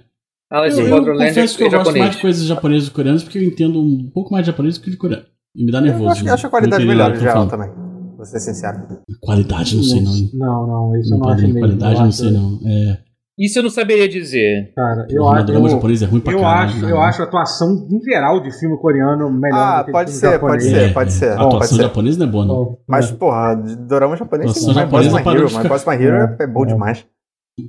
[SPEAKER 4] Alice
[SPEAKER 3] Eu,
[SPEAKER 4] in
[SPEAKER 3] eu
[SPEAKER 4] Borderland é
[SPEAKER 3] confesso que eu gosto mais
[SPEAKER 4] japonês.
[SPEAKER 3] de coisas japonesas e coreanas porque eu entendo um pouco mais de japonês do que de coreano. E me dá nervoso.
[SPEAKER 2] Eu acho, que-
[SPEAKER 3] né?
[SPEAKER 2] acho a qualidade
[SPEAKER 3] Quando eu
[SPEAKER 2] melhor tá?
[SPEAKER 3] tô
[SPEAKER 2] em geral
[SPEAKER 3] falando.
[SPEAKER 2] também. Vou ser sincero.
[SPEAKER 3] Qualidade, não sei não. hein?
[SPEAKER 1] Não, não, isso eu
[SPEAKER 3] Não
[SPEAKER 1] não acho
[SPEAKER 3] padrão de
[SPEAKER 1] mesmo.
[SPEAKER 3] qualidade,
[SPEAKER 1] eu
[SPEAKER 3] não
[SPEAKER 1] acho-
[SPEAKER 3] sei não. É,
[SPEAKER 4] Isso eu não saberia dizer.
[SPEAKER 1] Cara, eu
[SPEAKER 3] o
[SPEAKER 1] acho.
[SPEAKER 3] drama
[SPEAKER 1] Eu,
[SPEAKER 3] japonês é ruim pra
[SPEAKER 1] eu
[SPEAKER 3] caralho.
[SPEAKER 1] acho,
[SPEAKER 3] né?
[SPEAKER 1] eu acho a atuação em geral de filme coreano melhor
[SPEAKER 2] Ah,
[SPEAKER 1] do que
[SPEAKER 2] pode
[SPEAKER 1] filme
[SPEAKER 2] ser,
[SPEAKER 1] japonês.
[SPEAKER 2] pode ser.
[SPEAKER 3] A
[SPEAKER 2] Bom, pode
[SPEAKER 3] atuação
[SPEAKER 2] ser.
[SPEAKER 3] japonesa não é boa, não.
[SPEAKER 1] Bom,
[SPEAKER 2] Mas,
[SPEAKER 1] é.
[SPEAKER 2] porra, de- dorama japonês tem
[SPEAKER 3] Nossa,
[SPEAKER 2] mais.
[SPEAKER 3] japonês é
[SPEAKER 2] Boys My
[SPEAKER 3] parou
[SPEAKER 2] Hero,
[SPEAKER 3] de
[SPEAKER 2] mas
[SPEAKER 3] ficar-
[SPEAKER 2] Boys My Hero é, é bom
[SPEAKER 1] É.
[SPEAKER 2] demais.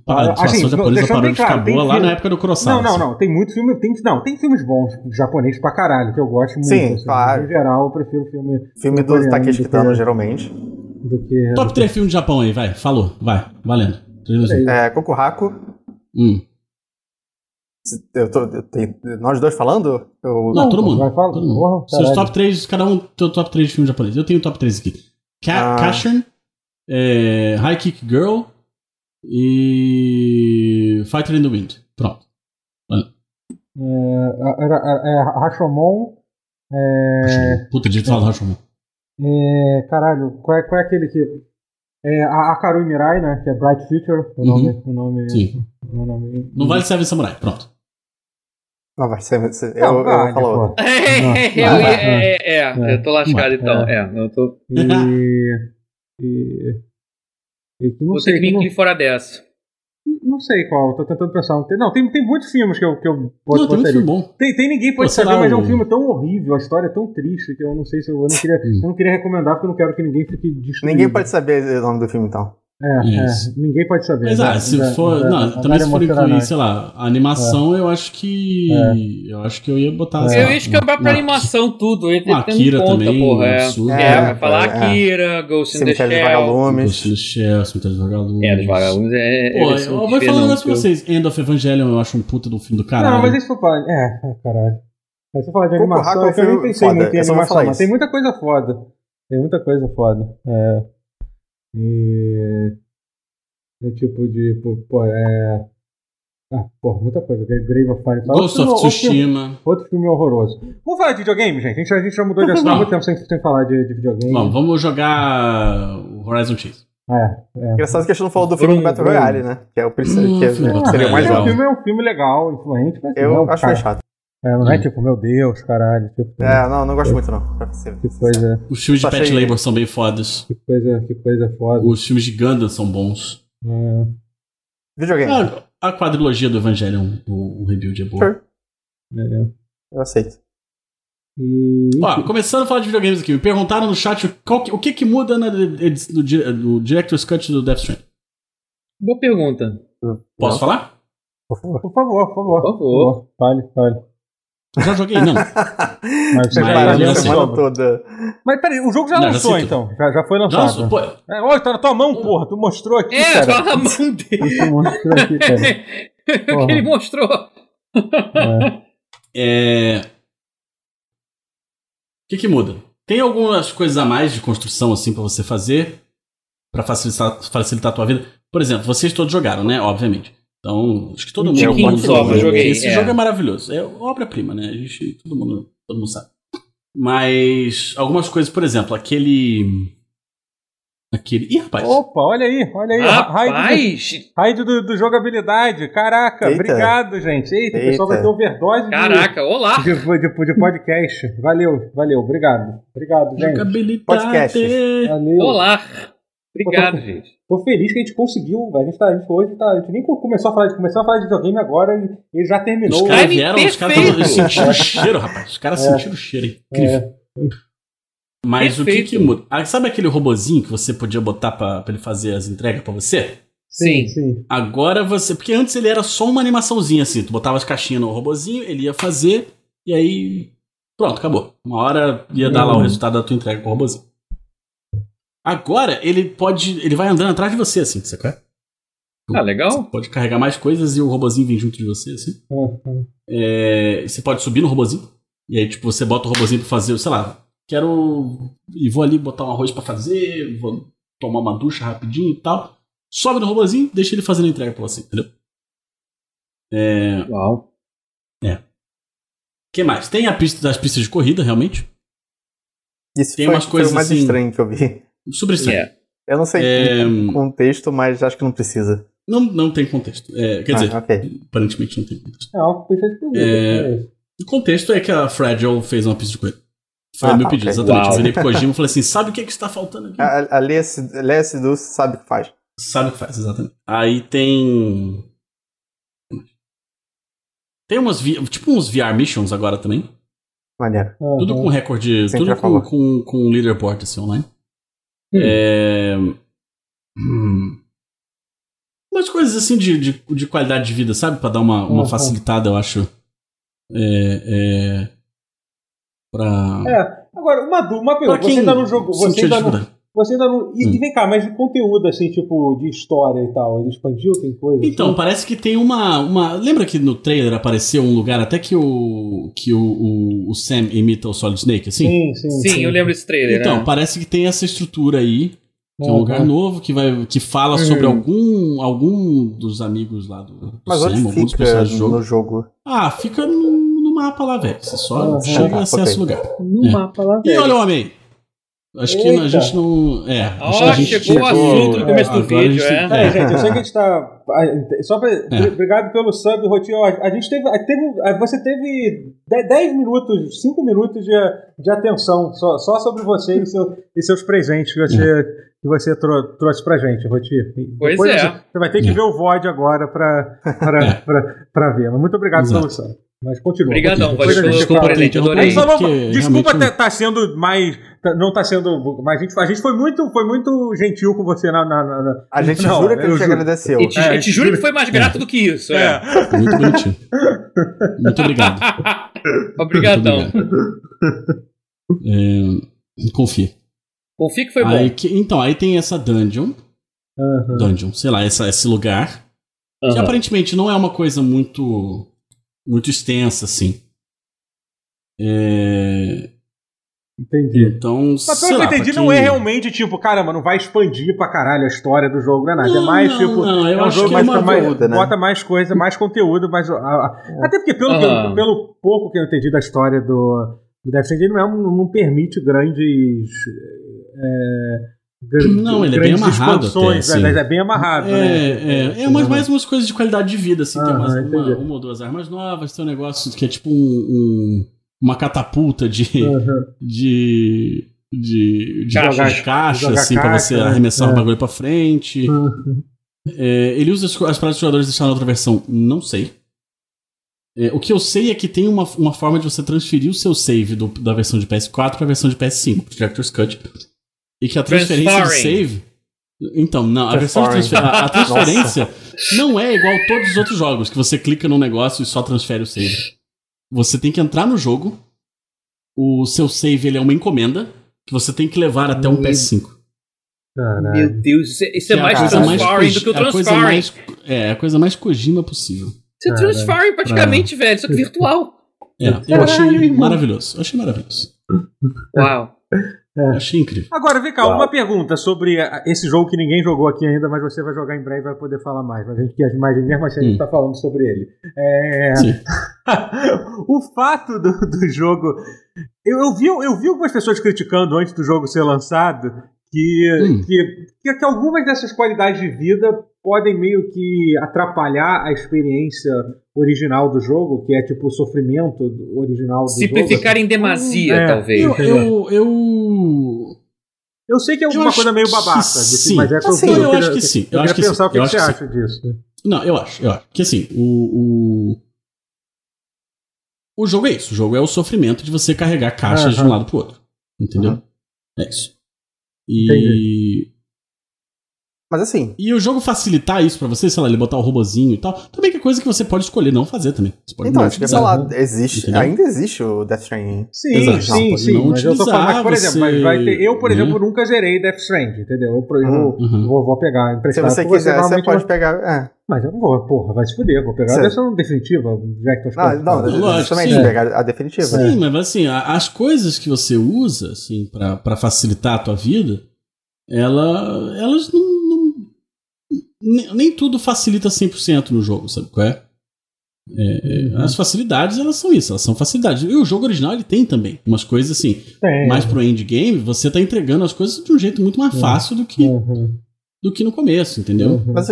[SPEAKER 3] A
[SPEAKER 1] Ah,
[SPEAKER 3] atuação
[SPEAKER 1] assim,
[SPEAKER 3] japonesa
[SPEAKER 1] deixando
[SPEAKER 3] parou
[SPEAKER 1] bem
[SPEAKER 3] de ficar
[SPEAKER 1] claro, tem
[SPEAKER 3] boa lá
[SPEAKER 1] filme-
[SPEAKER 3] na época do Kurosawa.
[SPEAKER 1] Não, não,
[SPEAKER 3] assim.
[SPEAKER 1] não. Tem muito filme. Tem, não, tem filmes bons japonês pra caralho, que eu gosto muito.
[SPEAKER 2] Sim,
[SPEAKER 1] assim,
[SPEAKER 2] claro.
[SPEAKER 1] mas Em geral, eu prefiro filme
[SPEAKER 2] Filme do
[SPEAKER 1] Coreano,
[SPEAKER 2] Takeshi
[SPEAKER 1] do
[SPEAKER 2] Kitano,
[SPEAKER 1] coreano.
[SPEAKER 2] geralmente.
[SPEAKER 1] do que.
[SPEAKER 3] Top 3 filmes do Japão aí, vai. Falou, vai. Valendo. Três, dois, um.
[SPEAKER 2] É, Kokuraku.
[SPEAKER 3] Hum.
[SPEAKER 2] Eu tô, eu tenho- nós dois falando? Eu-
[SPEAKER 3] Não, todo mundo.
[SPEAKER 1] Vai falar.
[SPEAKER 3] todo mundo.
[SPEAKER 1] Porra,
[SPEAKER 3] Seus
[SPEAKER 1] caralho.
[SPEAKER 3] top 3, cada um teu top 3 de filme japonês. Eu tenho o top 3 aqui. Ka
[SPEAKER 2] Ah.
[SPEAKER 3] Kashin, é, High Kick Girl e Fighter in the Wind. Pronto.
[SPEAKER 1] É, era, era- é, Rashomon. É,
[SPEAKER 3] Puta, devia falar do Rashomon.
[SPEAKER 1] é, caralho, qual é, qual é aquele que. É, a, a Karui Mirai, né? Que é Bright Future, o
[SPEAKER 3] Uhum.
[SPEAKER 1] nome. O nome,
[SPEAKER 3] Sim.
[SPEAKER 1] O nome
[SPEAKER 3] Não vale Seven Samurai. Pronto.
[SPEAKER 2] Não, Ah, vai ser. vai ser-
[SPEAKER 1] Não,
[SPEAKER 2] eu, eu
[SPEAKER 1] Ah, vale,
[SPEAKER 2] falo outro.
[SPEAKER 1] pô.
[SPEAKER 4] Eu-
[SPEAKER 3] não,
[SPEAKER 4] é, é, é, eu tô lascado
[SPEAKER 3] Não,
[SPEAKER 4] então. É, eu tô.
[SPEAKER 1] E. e... e que não
[SPEAKER 4] Vou ter
[SPEAKER 1] sei,
[SPEAKER 4] que me
[SPEAKER 1] que não,
[SPEAKER 4] incluir fora dessa.
[SPEAKER 1] não sei qual, tô tentando pensar. Não, tem- Não, tem, tem muitos filmes que eu, que eu
[SPEAKER 3] não, tem muito filme bom.
[SPEAKER 1] Tem, tem ninguém pode
[SPEAKER 3] Pô, sei
[SPEAKER 1] saber,
[SPEAKER 3] lá,
[SPEAKER 1] mas é
[SPEAKER 3] o-
[SPEAKER 1] um filme tão horrível, a história é tão triste que eu não sei se eu, eu não queria,
[SPEAKER 3] Hum.
[SPEAKER 1] eu não queria recomendar porque eu não quero que ninguém fique destruído.
[SPEAKER 2] Ninguém pode saber o nome do filme, então.
[SPEAKER 1] É, é,
[SPEAKER 3] Isso.
[SPEAKER 1] ninguém pode saber. né? é,
[SPEAKER 3] Mas ah, se for. não, também se for incluir, sei lá, a animação, eu acho que. Eu acho que eu ia botar. sei
[SPEAKER 4] Eu
[SPEAKER 3] lá,
[SPEAKER 4] ia escapar
[SPEAKER 3] uma-
[SPEAKER 4] pra animação tudo. Eu ia
[SPEAKER 3] Uma
[SPEAKER 4] ter que ter
[SPEAKER 3] É. Akira
[SPEAKER 4] em conta,
[SPEAKER 3] também. um
[SPEAKER 4] porra. É,
[SPEAKER 3] absurdo.
[SPEAKER 4] é,
[SPEAKER 2] É,
[SPEAKER 4] vai falar
[SPEAKER 2] é.
[SPEAKER 4] Akira, Ghost in the
[SPEAKER 2] Cemitério de
[SPEAKER 4] Shell.
[SPEAKER 3] Ghost in
[SPEAKER 2] Vagalumes.
[SPEAKER 3] the Shell, Cemitério dos Vagalumes.
[SPEAKER 4] É, dos vagalumes é.
[SPEAKER 3] Pô,
[SPEAKER 4] eles são
[SPEAKER 3] eu vou falar um
[SPEAKER 4] diferentes,
[SPEAKER 3] negócio pra
[SPEAKER 4] eu-
[SPEAKER 3] vocês. End of Evangelion eu acho um puta do filme do caralho.
[SPEAKER 1] Não, mas isso eu falar. É, ah, caralho. Mas se eu falar de
[SPEAKER 2] Coco Raco é
[SPEAKER 1] animação, é que eu
[SPEAKER 2] filme
[SPEAKER 1] nem pensei
[SPEAKER 2] foda,
[SPEAKER 1] muito em
[SPEAKER 2] eu só vou falar
[SPEAKER 1] animação, mas
[SPEAKER 2] isso.
[SPEAKER 1] tem muita coisa foda. Tem muita coisa foda. É. E. É tipo de. Pô, pô, é. Ah, porra, muita coisa. Grave of Fire.
[SPEAKER 3] Ghost
[SPEAKER 1] Outro-
[SPEAKER 3] of
[SPEAKER 1] outro filme-
[SPEAKER 3] Tsushima.
[SPEAKER 1] Outro filme horroroso. Vamos falar de videogame, gente? A gente, a gente já mudou de assunto há muito tempo sem, sem falar de, de videogame.
[SPEAKER 3] Bom, vamos jogar o Horizon Chase.
[SPEAKER 1] É.
[SPEAKER 2] Engraçado que a gente não falou do filme do Battle
[SPEAKER 1] Brum, brum.
[SPEAKER 2] Royale, né? Que é o principal.
[SPEAKER 3] Hum,
[SPEAKER 2] que
[SPEAKER 3] filme do
[SPEAKER 2] é-
[SPEAKER 3] Battle
[SPEAKER 2] seria o mais
[SPEAKER 1] é,
[SPEAKER 3] Royale.
[SPEAKER 2] óbvio.
[SPEAKER 1] o filme é um filme legal, influente, mas
[SPEAKER 2] Eu
[SPEAKER 1] não,
[SPEAKER 2] acho
[SPEAKER 1] cara,
[SPEAKER 2] meio chato.
[SPEAKER 1] é, não é
[SPEAKER 3] Hum.
[SPEAKER 1] tipo, meu Deus, caralho, tipo,
[SPEAKER 2] É, não, não gosto muito, não. pra ser-
[SPEAKER 1] que coisa,
[SPEAKER 3] Os filmes de
[SPEAKER 2] Só
[SPEAKER 3] Pet
[SPEAKER 2] achei-
[SPEAKER 3] Labor são bem fodas.
[SPEAKER 1] que coisa, que coisa foda.
[SPEAKER 3] Os filmes de Gundam são bons.
[SPEAKER 1] É.
[SPEAKER 2] Videogame.
[SPEAKER 3] Ah, A quadrilogia do Evangelion, o, o Rebuild é boa.
[SPEAKER 2] Sure.
[SPEAKER 1] É.
[SPEAKER 2] Eu aceito.
[SPEAKER 1] E,
[SPEAKER 3] Ó, começando a falar de videogames aqui. Me perguntaram no chat qual que- o que que muda na- edi- no, di- no Director's Cut do Death Stranding.
[SPEAKER 4] Boa pergunta.
[SPEAKER 3] Posso falar?
[SPEAKER 2] Por favor.
[SPEAKER 1] por favor, por favor.
[SPEAKER 4] Por favor.
[SPEAKER 1] Fale, fale.
[SPEAKER 3] Já joguei? Não.
[SPEAKER 1] Mas,
[SPEAKER 3] Mas assim,
[SPEAKER 1] peraí,
[SPEAKER 2] Preparando
[SPEAKER 3] já
[SPEAKER 2] a
[SPEAKER 1] mas,
[SPEAKER 3] lançou.
[SPEAKER 2] semana toda.
[SPEAKER 1] peraí, o jogo já
[SPEAKER 3] Não, já
[SPEAKER 1] lançou
[SPEAKER 3] sei
[SPEAKER 1] então. Já, já foi
[SPEAKER 3] Já,
[SPEAKER 1] lançado.
[SPEAKER 3] pô,
[SPEAKER 1] É, olha, tá na tua mão, porra. Tu mostrou aqui,
[SPEAKER 4] É,
[SPEAKER 1] cara.
[SPEAKER 4] fala a mão dele.
[SPEAKER 1] Tu mostrou aqui, cara.
[SPEAKER 4] O que ele mostrou.
[SPEAKER 1] É.
[SPEAKER 3] É. O que, que muda? Tem algumas coisas a mais de construção assim pra você fazer pra facilitar, facilitar a tua vida. Por exemplo, vocês todos jogaram, né? Obviamente. Então, acho que todo mundo.
[SPEAKER 4] Eu
[SPEAKER 3] todo mundo
[SPEAKER 4] só,
[SPEAKER 3] jogou,
[SPEAKER 4] eu
[SPEAKER 3] né?
[SPEAKER 4] joguei,
[SPEAKER 3] Esse
[SPEAKER 4] é.
[SPEAKER 3] jogo é maravilhoso. É obra-prima, né? A gente, todo mundo, todo mundo sabe. Mas algumas coisas, por exemplo, aquele. Aquele. Ih, rapaz!
[SPEAKER 1] Opa, olha aí, olha aí. Raid
[SPEAKER 4] Rapaz!
[SPEAKER 1] Raid do, do jogabilidade. Caraca,
[SPEAKER 2] Eita.
[SPEAKER 1] obrigado, gente. Eita, o pessoal vai
[SPEAKER 2] Eita.
[SPEAKER 1] ter um overdose de-
[SPEAKER 4] Caraca, olá!
[SPEAKER 1] De, de- de podcast. Valeu, valeu, obrigado. Obrigado, gente.
[SPEAKER 3] Jogabilidade!
[SPEAKER 2] Podcast.
[SPEAKER 1] Valeu.
[SPEAKER 4] Olá! Obrigado, gente.
[SPEAKER 1] Tô feliz que a gente conseguiu. A gente, tá, a gente hoje tá, a gente nem começou a falar de começou a falar de videogame agora e ele já terminou.
[SPEAKER 3] Os caras
[SPEAKER 4] Timing
[SPEAKER 3] vieram, os caras
[SPEAKER 4] perfeito.
[SPEAKER 3] tavam- sentiram o cheiro, rapaz. Os caras sentiram o cheiro, hein?
[SPEAKER 1] É,
[SPEAKER 3] incrível. Mas o que,
[SPEAKER 4] Perfeito.
[SPEAKER 3] que muda? Ah, sabe aquele robozinho que você podia botar pra, pra ele fazer as entregas pra você?
[SPEAKER 4] Sim.
[SPEAKER 1] sim.
[SPEAKER 3] Agora você. Porque antes ele era só uma animaçãozinha assim. Tu botava as caixinhas no robozinho, ele ia fazer, e aí. Pronto, acabou. Uma hora ia dar lá o
[SPEAKER 1] Hum.
[SPEAKER 3] resultado da tua entrega com o robozinho. Agora ele pode. Ele vai andando atrás de você, assim, sacou?
[SPEAKER 4] Ah, legal.
[SPEAKER 3] Pode carregar mais coisas e o robozinho vem junto de você, assim.
[SPEAKER 1] Uhum.
[SPEAKER 3] É, você pode subir no robozinho. E aí, tipo, você bota o robozinho pra fazer, sei lá, quero. E vou ali botar um arroz pra fazer, vou tomar uma ducha rapidinho e tal. Sobe no robozinho, deixa ele fazendo a entrega pra você, entendeu?
[SPEAKER 4] Uau.
[SPEAKER 3] O que mais? Tem a pista das pistas de corrida, realmente.
[SPEAKER 2] Isso
[SPEAKER 3] Tem
[SPEAKER 2] foi,
[SPEAKER 3] umas
[SPEAKER 2] foi
[SPEAKER 3] coisas
[SPEAKER 2] o mais
[SPEAKER 3] assim-
[SPEAKER 2] estranho que eu vi.
[SPEAKER 3] Super estranho.
[SPEAKER 4] É.
[SPEAKER 2] Eu não sei
[SPEAKER 3] É,
[SPEAKER 2] o contexto, mas acho que não precisa.
[SPEAKER 3] Não, não tem contexto. É, quer
[SPEAKER 2] Ah,
[SPEAKER 3] dizer,
[SPEAKER 2] ok.
[SPEAKER 3] aparentemente não tem contexto.
[SPEAKER 1] É algo que foi por
[SPEAKER 3] É.
[SPEAKER 1] mim.
[SPEAKER 3] O contexto é que a Fragile fez uma pizza de coelho. Foi
[SPEAKER 2] Ah,
[SPEAKER 3] o meu
[SPEAKER 2] ok.
[SPEAKER 3] pedido, exatamente.
[SPEAKER 4] Uau.
[SPEAKER 3] Eu virei pro Kojima e falei assim: sabe o que, é que está faltando aqui?
[SPEAKER 2] A, a, a Leia Sed- Leia Sedu sabe o que faz.
[SPEAKER 3] Sabe o que faz, exatamente. Aí tem. Tem umas. vi- Tipo uns VR missions agora também.
[SPEAKER 2] Maneiro.
[SPEAKER 1] É,
[SPEAKER 3] Tudo
[SPEAKER 1] Uhum.
[SPEAKER 3] com recorde.
[SPEAKER 2] Sempre
[SPEAKER 3] tudo
[SPEAKER 2] a
[SPEAKER 3] com,
[SPEAKER 2] favor.
[SPEAKER 3] com, com leaderboard assim online.
[SPEAKER 4] Hum.
[SPEAKER 3] É. hum, Umas coisas assim de, de, de qualidade de vida, sabe? Pra dar uma, uma
[SPEAKER 1] Uhum.
[SPEAKER 3] facilitada, eu acho. É. é pra.
[SPEAKER 1] É. Agora, uma, du- uma
[SPEAKER 3] pra
[SPEAKER 1] pergunta. Você ainda não jogou. Você
[SPEAKER 3] sentiu
[SPEAKER 1] ainda não,
[SPEAKER 3] dificuldade.
[SPEAKER 1] você ainda não. E,
[SPEAKER 3] Hum.
[SPEAKER 1] e vem cá, mas de conteúdo, assim, tipo, de história e tal, ele expandiu, tem coisa?
[SPEAKER 3] Então,
[SPEAKER 1] assim?
[SPEAKER 3] parece que tem uma, uma. Lembra que no trailer apareceu um lugar até que o. que o, o, o Sam imita o Solid Snake, assim?
[SPEAKER 1] sim, sim.
[SPEAKER 4] Sim, eu lembro desse trailer.
[SPEAKER 3] Então,
[SPEAKER 4] né?
[SPEAKER 3] parece que tem essa estrutura aí, que é um
[SPEAKER 1] Ah,
[SPEAKER 3] lugar
[SPEAKER 1] tá.
[SPEAKER 3] novo, que, vai, que fala
[SPEAKER 1] Uhum.
[SPEAKER 3] sobre
[SPEAKER 4] Hum.
[SPEAKER 3] algum algum dos amigos lá do, do
[SPEAKER 2] Mas
[SPEAKER 3] Sam,
[SPEAKER 2] onde
[SPEAKER 3] algum dos
[SPEAKER 2] fica
[SPEAKER 3] personagens do jogo.
[SPEAKER 2] no jogo?
[SPEAKER 3] Ah, fica no, no mapa lá, velho. Você só
[SPEAKER 1] Ah,
[SPEAKER 3] chega
[SPEAKER 2] tá,
[SPEAKER 3] e acessa
[SPEAKER 2] ok.
[SPEAKER 3] o lugar.
[SPEAKER 1] No
[SPEAKER 3] É.
[SPEAKER 1] mapa lá.
[SPEAKER 3] E
[SPEAKER 1] velho.
[SPEAKER 3] olha o homem! Acho que a
[SPEAKER 1] Eita.
[SPEAKER 3] gente não. É, acho que
[SPEAKER 4] Ó,
[SPEAKER 3] a gente
[SPEAKER 4] chegou o assunto no começo do
[SPEAKER 3] agora a
[SPEAKER 4] vídeo,
[SPEAKER 3] gente-
[SPEAKER 4] é.
[SPEAKER 1] Peraí, gente, eu sei que a gente tá. a- Só pra,
[SPEAKER 3] É.
[SPEAKER 1] Obrigado pelo sub, Rotinho. A gente teve. a- teve a- você teve de- 10 minutos, 5 minutos de, de atenção só, só sobre você e, seu- e seus presentes que
[SPEAKER 3] É.
[SPEAKER 1] você, que você tro- trouxe pra gente, Rotinho.
[SPEAKER 4] Pois
[SPEAKER 1] Depois
[SPEAKER 4] é.
[SPEAKER 1] Você, você vai ter que
[SPEAKER 3] É.
[SPEAKER 1] ver o VOD agora pra, pra,
[SPEAKER 3] É.
[SPEAKER 1] pra, pra ver. Mas muito obrigado
[SPEAKER 3] Exato.
[SPEAKER 1] pelo sub. Mas continua.
[SPEAKER 4] Obrigadão,
[SPEAKER 1] Depois
[SPEAKER 4] valeu
[SPEAKER 1] a gente
[SPEAKER 4] pelo
[SPEAKER 1] fala.
[SPEAKER 4] pelo presente,
[SPEAKER 3] Desculpa, eu tô
[SPEAKER 4] adorei.
[SPEAKER 1] Mas só vamos-
[SPEAKER 3] porque
[SPEAKER 1] desculpa
[SPEAKER 3] realmente
[SPEAKER 1] ter, tá sendo mais. tá- Não tá sendo. mas A gente, a gente foi muito, foi muito gentil com você na. na- na- na-
[SPEAKER 2] A gente
[SPEAKER 1] Não,
[SPEAKER 2] jura que
[SPEAKER 1] eu
[SPEAKER 2] a gente
[SPEAKER 1] juro.
[SPEAKER 2] agradeceu.
[SPEAKER 4] E te,
[SPEAKER 1] É,
[SPEAKER 4] e te juro que foi mais grato do que isso. É.
[SPEAKER 3] Foi Muito bonitinho. Muito obrigado.
[SPEAKER 4] Obrigadão.
[SPEAKER 3] É, confia.
[SPEAKER 4] Confia que foi
[SPEAKER 3] Aí
[SPEAKER 4] bom.
[SPEAKER 3] que- então, aí tem essa dungeon.
[SPEAKER 1] Aham.
[SPEAKER 3] Dungeon, sei lá, essa- esse lugar. Que
[SPEAKER 4] Aham.
[SPEAKER 3] aparentemente não é uma coisa muito muito extensa, assim. É,
[SPEAKER 1] Entendi.
[SPEAKER 3] Então,
[SPEAKER 1] Mas
[SPEAKER 3] sei
[SPEAKER 1] pelo que
[SPEAKER 3] lá,
[SPEAKER 1] eu
[SPEAKER 3] pra
[SPEAKER 1] entendi,
[SPEAKER 3] quem-
[SPEAKER 1] não é realmente tipo, caramba, não vai expandir pra caralho a história do jogo, não é nada.
[SPEAKER 3] Não,
[SPEAKER 1] é mais
[SPEAKER 3] não,
[SPEAKER 1] tipo.
[SPEAKER 3] não, eu
[SPEAKER 1] é um
[SPEAKER 3] acho
[SPEAKER 1] jogo
[SPEAKER 3] que é
[SPEAKER 1] mais,
[SPEAKER 3] uma
[SPEAKER 1] mais-
[SPEAKER 2] ajuda, né?
[SPEAKER 1] bota mais coisa, mais conteúdo, mais. a- a- Até porque, pelo, pelo,
[SPEAKER 4] Aham.
[SPEAKER 1] pelo pouco que eu entendi da história do, do Death Stranding, ele não, é um- não permite grandes. é, gr-
[SPEAKER 3] Não, ele é bem
[SPEAKER 1] grandes
[SPEAKER 3] amarrado até,
[SPEAKER 1] expansões,
[SPEAKER 3] assim.
[SPEAKER 1] né? Ele é bem amarrado, né?
[SPEAKER 3] É, é, é umas, mais umas coisas de qualidade de vida, assim. tem
[SPEAKER 1] Aham,
[SPEAKER 3] umas, uma,
[SPEAKER 1] entendi.
[SPEAKER 3] uma ou duas armas novas, tem um negócio que é tipo um, um- uma catapulta de,
[SPEAKER 1] Aham.
[SPEAKER 3] de, de, de
[SPEAKER 4] Caixa.
[SPEAKER 3] de caixa,
[SPEAKER 1] Jogar
[SPEAKER 3] assim, pra
[SPEAKER 1] caixa,
[SPEAKER 3] você
[SPEAKER 1] né?
[SPEAKER 3] arremessar o
[SPEAKER 1] É.
[SPEAKER 3] bagulho pra frente.
[SPEAKER 1] Uhum.
[SPEAKER 3] É, ele usa as, co- as paradas que os jogadores deixaram na outra versão? Não sei. É, o que eu sei é que tem uma, uma forma de você transferir o seu save do- da versão de PS4 pra versão de PS5, pro Director's Cut. E que a transferência de
[SPEAKER 4] Transferring.
[SPEAKER 3] save. Então, não, a versão de transfer,
[SPEAKER 2] Transferring.
[SPEAKER 3] a, a transferência não é igual a todos os outros jogos, que você clica num negócio e só transfere o save. Você tem que entrar no jogo, o seu save ele é uma encomenda, que você tem que levar até um
[SPEAKER 4] Meu
[SPEAKER 3] PS5.
[SPEAKER 1] Caralho.
[SPEAKER 4] Meu Deus, isso é, isso é
[SPEAKER 3] Que a
[SPEAKER 4] mais
[SPEAKER 3] coisa
[SPEAKER 4] transferring
[SPEAKER 3] co-
[SPEAKER 4] do que o
[SPEAKER 3] a coisa
[SPEAKER 4] transferring.
[SPEAKER 3] mais- é, a coisa mais Kojima possível.
[SPEAKER 4] Isso é
[SPEAKER 1] Caralho.
[SPEAKER 4] transferring praticamente, velho, só que virtual.
[SPEAKER 3] É, eu
[SPEAKER 1] Caralho,
[SPEAKER 3] achei
[SPEAKER 1] irmão.
[SPEAKER 3] maravilhoso. Eu achei maravilhoso. É.
[SPEAKER 4] Uau.
[SPEAKER 3] Eu achei incrível.
[SPEAKER 1] Agora, vem cá,
[SPEAKER 4] Uau.
[SPEAKER 1] uma pergunta sobre a- esse jogo que ninguém jogou aqui ainda, mas você vai jogar em breve e vai poder falar mais. Mas, a gente, quer- mas mesmo assim a gente
[SPEAKER 3] Hum.
[SPEAKER 1] tá falando sobre ele. É,
[SPEAKER 3] Sim.
[SPEAKER 1] o fato do, do jogo. Eu, eu vi, eu vi algumas pessoas criticando antes do jogo ser lançado que,
[SPEAKER 3] Hum.
[SPEAKER 1] que, que, que algumas dessas qualidades de vida podem meio que atrapalhar a experiência original do jogo, que é tipo o sofrimento do- original do jogo. assim.
[SPEAKER 4] Simplificar em demasia,
[SPEAKER 1] É.
[SPEAKER 4] talvez.
[SPEAKER 3] Eu, eu, eu,
[SPEAKER 1] Eu sei que é
[SPEAKER 3] Eu
[SPEAKER 1] uma
[SPEAKER 3] acho
[SPEAKER 1] coisa meio
[SPEAKER 3] que
[SPEAKER 1] babaca, de-
[SPEAKER 3] sim.
[SPEAKER 1] mas é que
[SPEAKER 3] Assim, eu
[SPEAKER 1] queria-
[SPEAKER 3] acho que sim. Eu
[SPEAKER 1] Eu queria
[SPEAKER 3] acho que sim.
[SPEAKER 1] pensar o que,
[SPEAKER 3] Eu
[SPEAKER 1] que
[SPEAKER 3] acho
[SPEAKER 1] você
[SPEAKER 3] que sim.
[SPEAKER 1] acha disso.
[SPEAKER 3] Não, eu acho, eu acho. Que assim, o, o. O jogo é isso. O jogo é o sofrimento de você carregar caixas de um
[SPEAKER 1] Aham.
[SPEAKER 3] lado pro outro. Entendeu? É isso. E.
[SPEAKER 2] Mas assim,
[SPEAKER 3] E o jogo facilitar isso pra você, sei lá, ele botar o robozinho e tal. Também que é coisa que você pode escolher não fazer também. Você pode
[SPEAKER 2] então,
[SPEAKER 3] não
[SPEAKER 2] acho
[SPEAKER 1] é
[SPEAKER 2] que eu ia
[SPEAKER 3] utilizar.
[SPEAKER 2] falar, existe,
[SPEAKER 3] Entendeu?
[SPEAKER 2] ainda existe o Death Stranding.
[SPEAKER 1] Sim,
[SPEAKER 3] Exato. Não,
[SPEAKER 1] sim,
[SPEAKER 3] pode
[SPEAKER 1] sim.
[SPEAKER 3] não
[SPEAKER 1] Mas eu tô falando, mas, por
[SPEAKER 3] utilizar,
[SPEAKER 1] exemplo, mas vai ter- eu, por
[SPEAKER 3] você-
[SPEAKER 1] exemplo, nunca zerei Death Strand, entendeu? Eu, eu
[SPEAKER 2] Uhum.
[SPEAKER 3] Uhum.
[SPEAKER 1] vou, vou pegar
[SPEAKER 2] Se
[SPEAKER 1] emprestado.
[SPEAKER 2] você
[SPEAKER 1] com
[SPEAKER 2] quiser, você
[SPEAKER 1] provavelmente,
[SPEAKER 2] pode pegar. É.
[SPEAKER 1] Mas eu não vou, porra, vai se fuder, vou pegar a
[SPEAKER 2] Sim.
[SPEAKER 1] versão definitiva, já que tô
[SPEAKER 2] Não, não,
[SPEAKER 3] Lógico,
[SPEAKER 2] justamente
[SPEAKER 3] sim.
[SPEAKER 2] pegar a definitiva.
[SPEAKER 3] Sim, mas assim, a- as coisas que você usa, assim, pra, pra facilitar a tua vida, ela, elas não. não- ne- nem tudo facilita 100% no jogo, sabe qual é? É, é, As facilidades, elas são isso, elas são facilidades. E o jogo original, ele tem também umas coisas assim,
[SPEAKER 1] tem.
[SPEAKER 3] mais pro endgame, você tá entregando as coisas de um jeito muito mais
[SPEAKER 1] É. É.
[SPEAKER 3] fácil do que
[SPEAKER 1] Uhum.
[SPEAKER 3] do que no começo, entendeu?
[SPEAKER 2] Mas,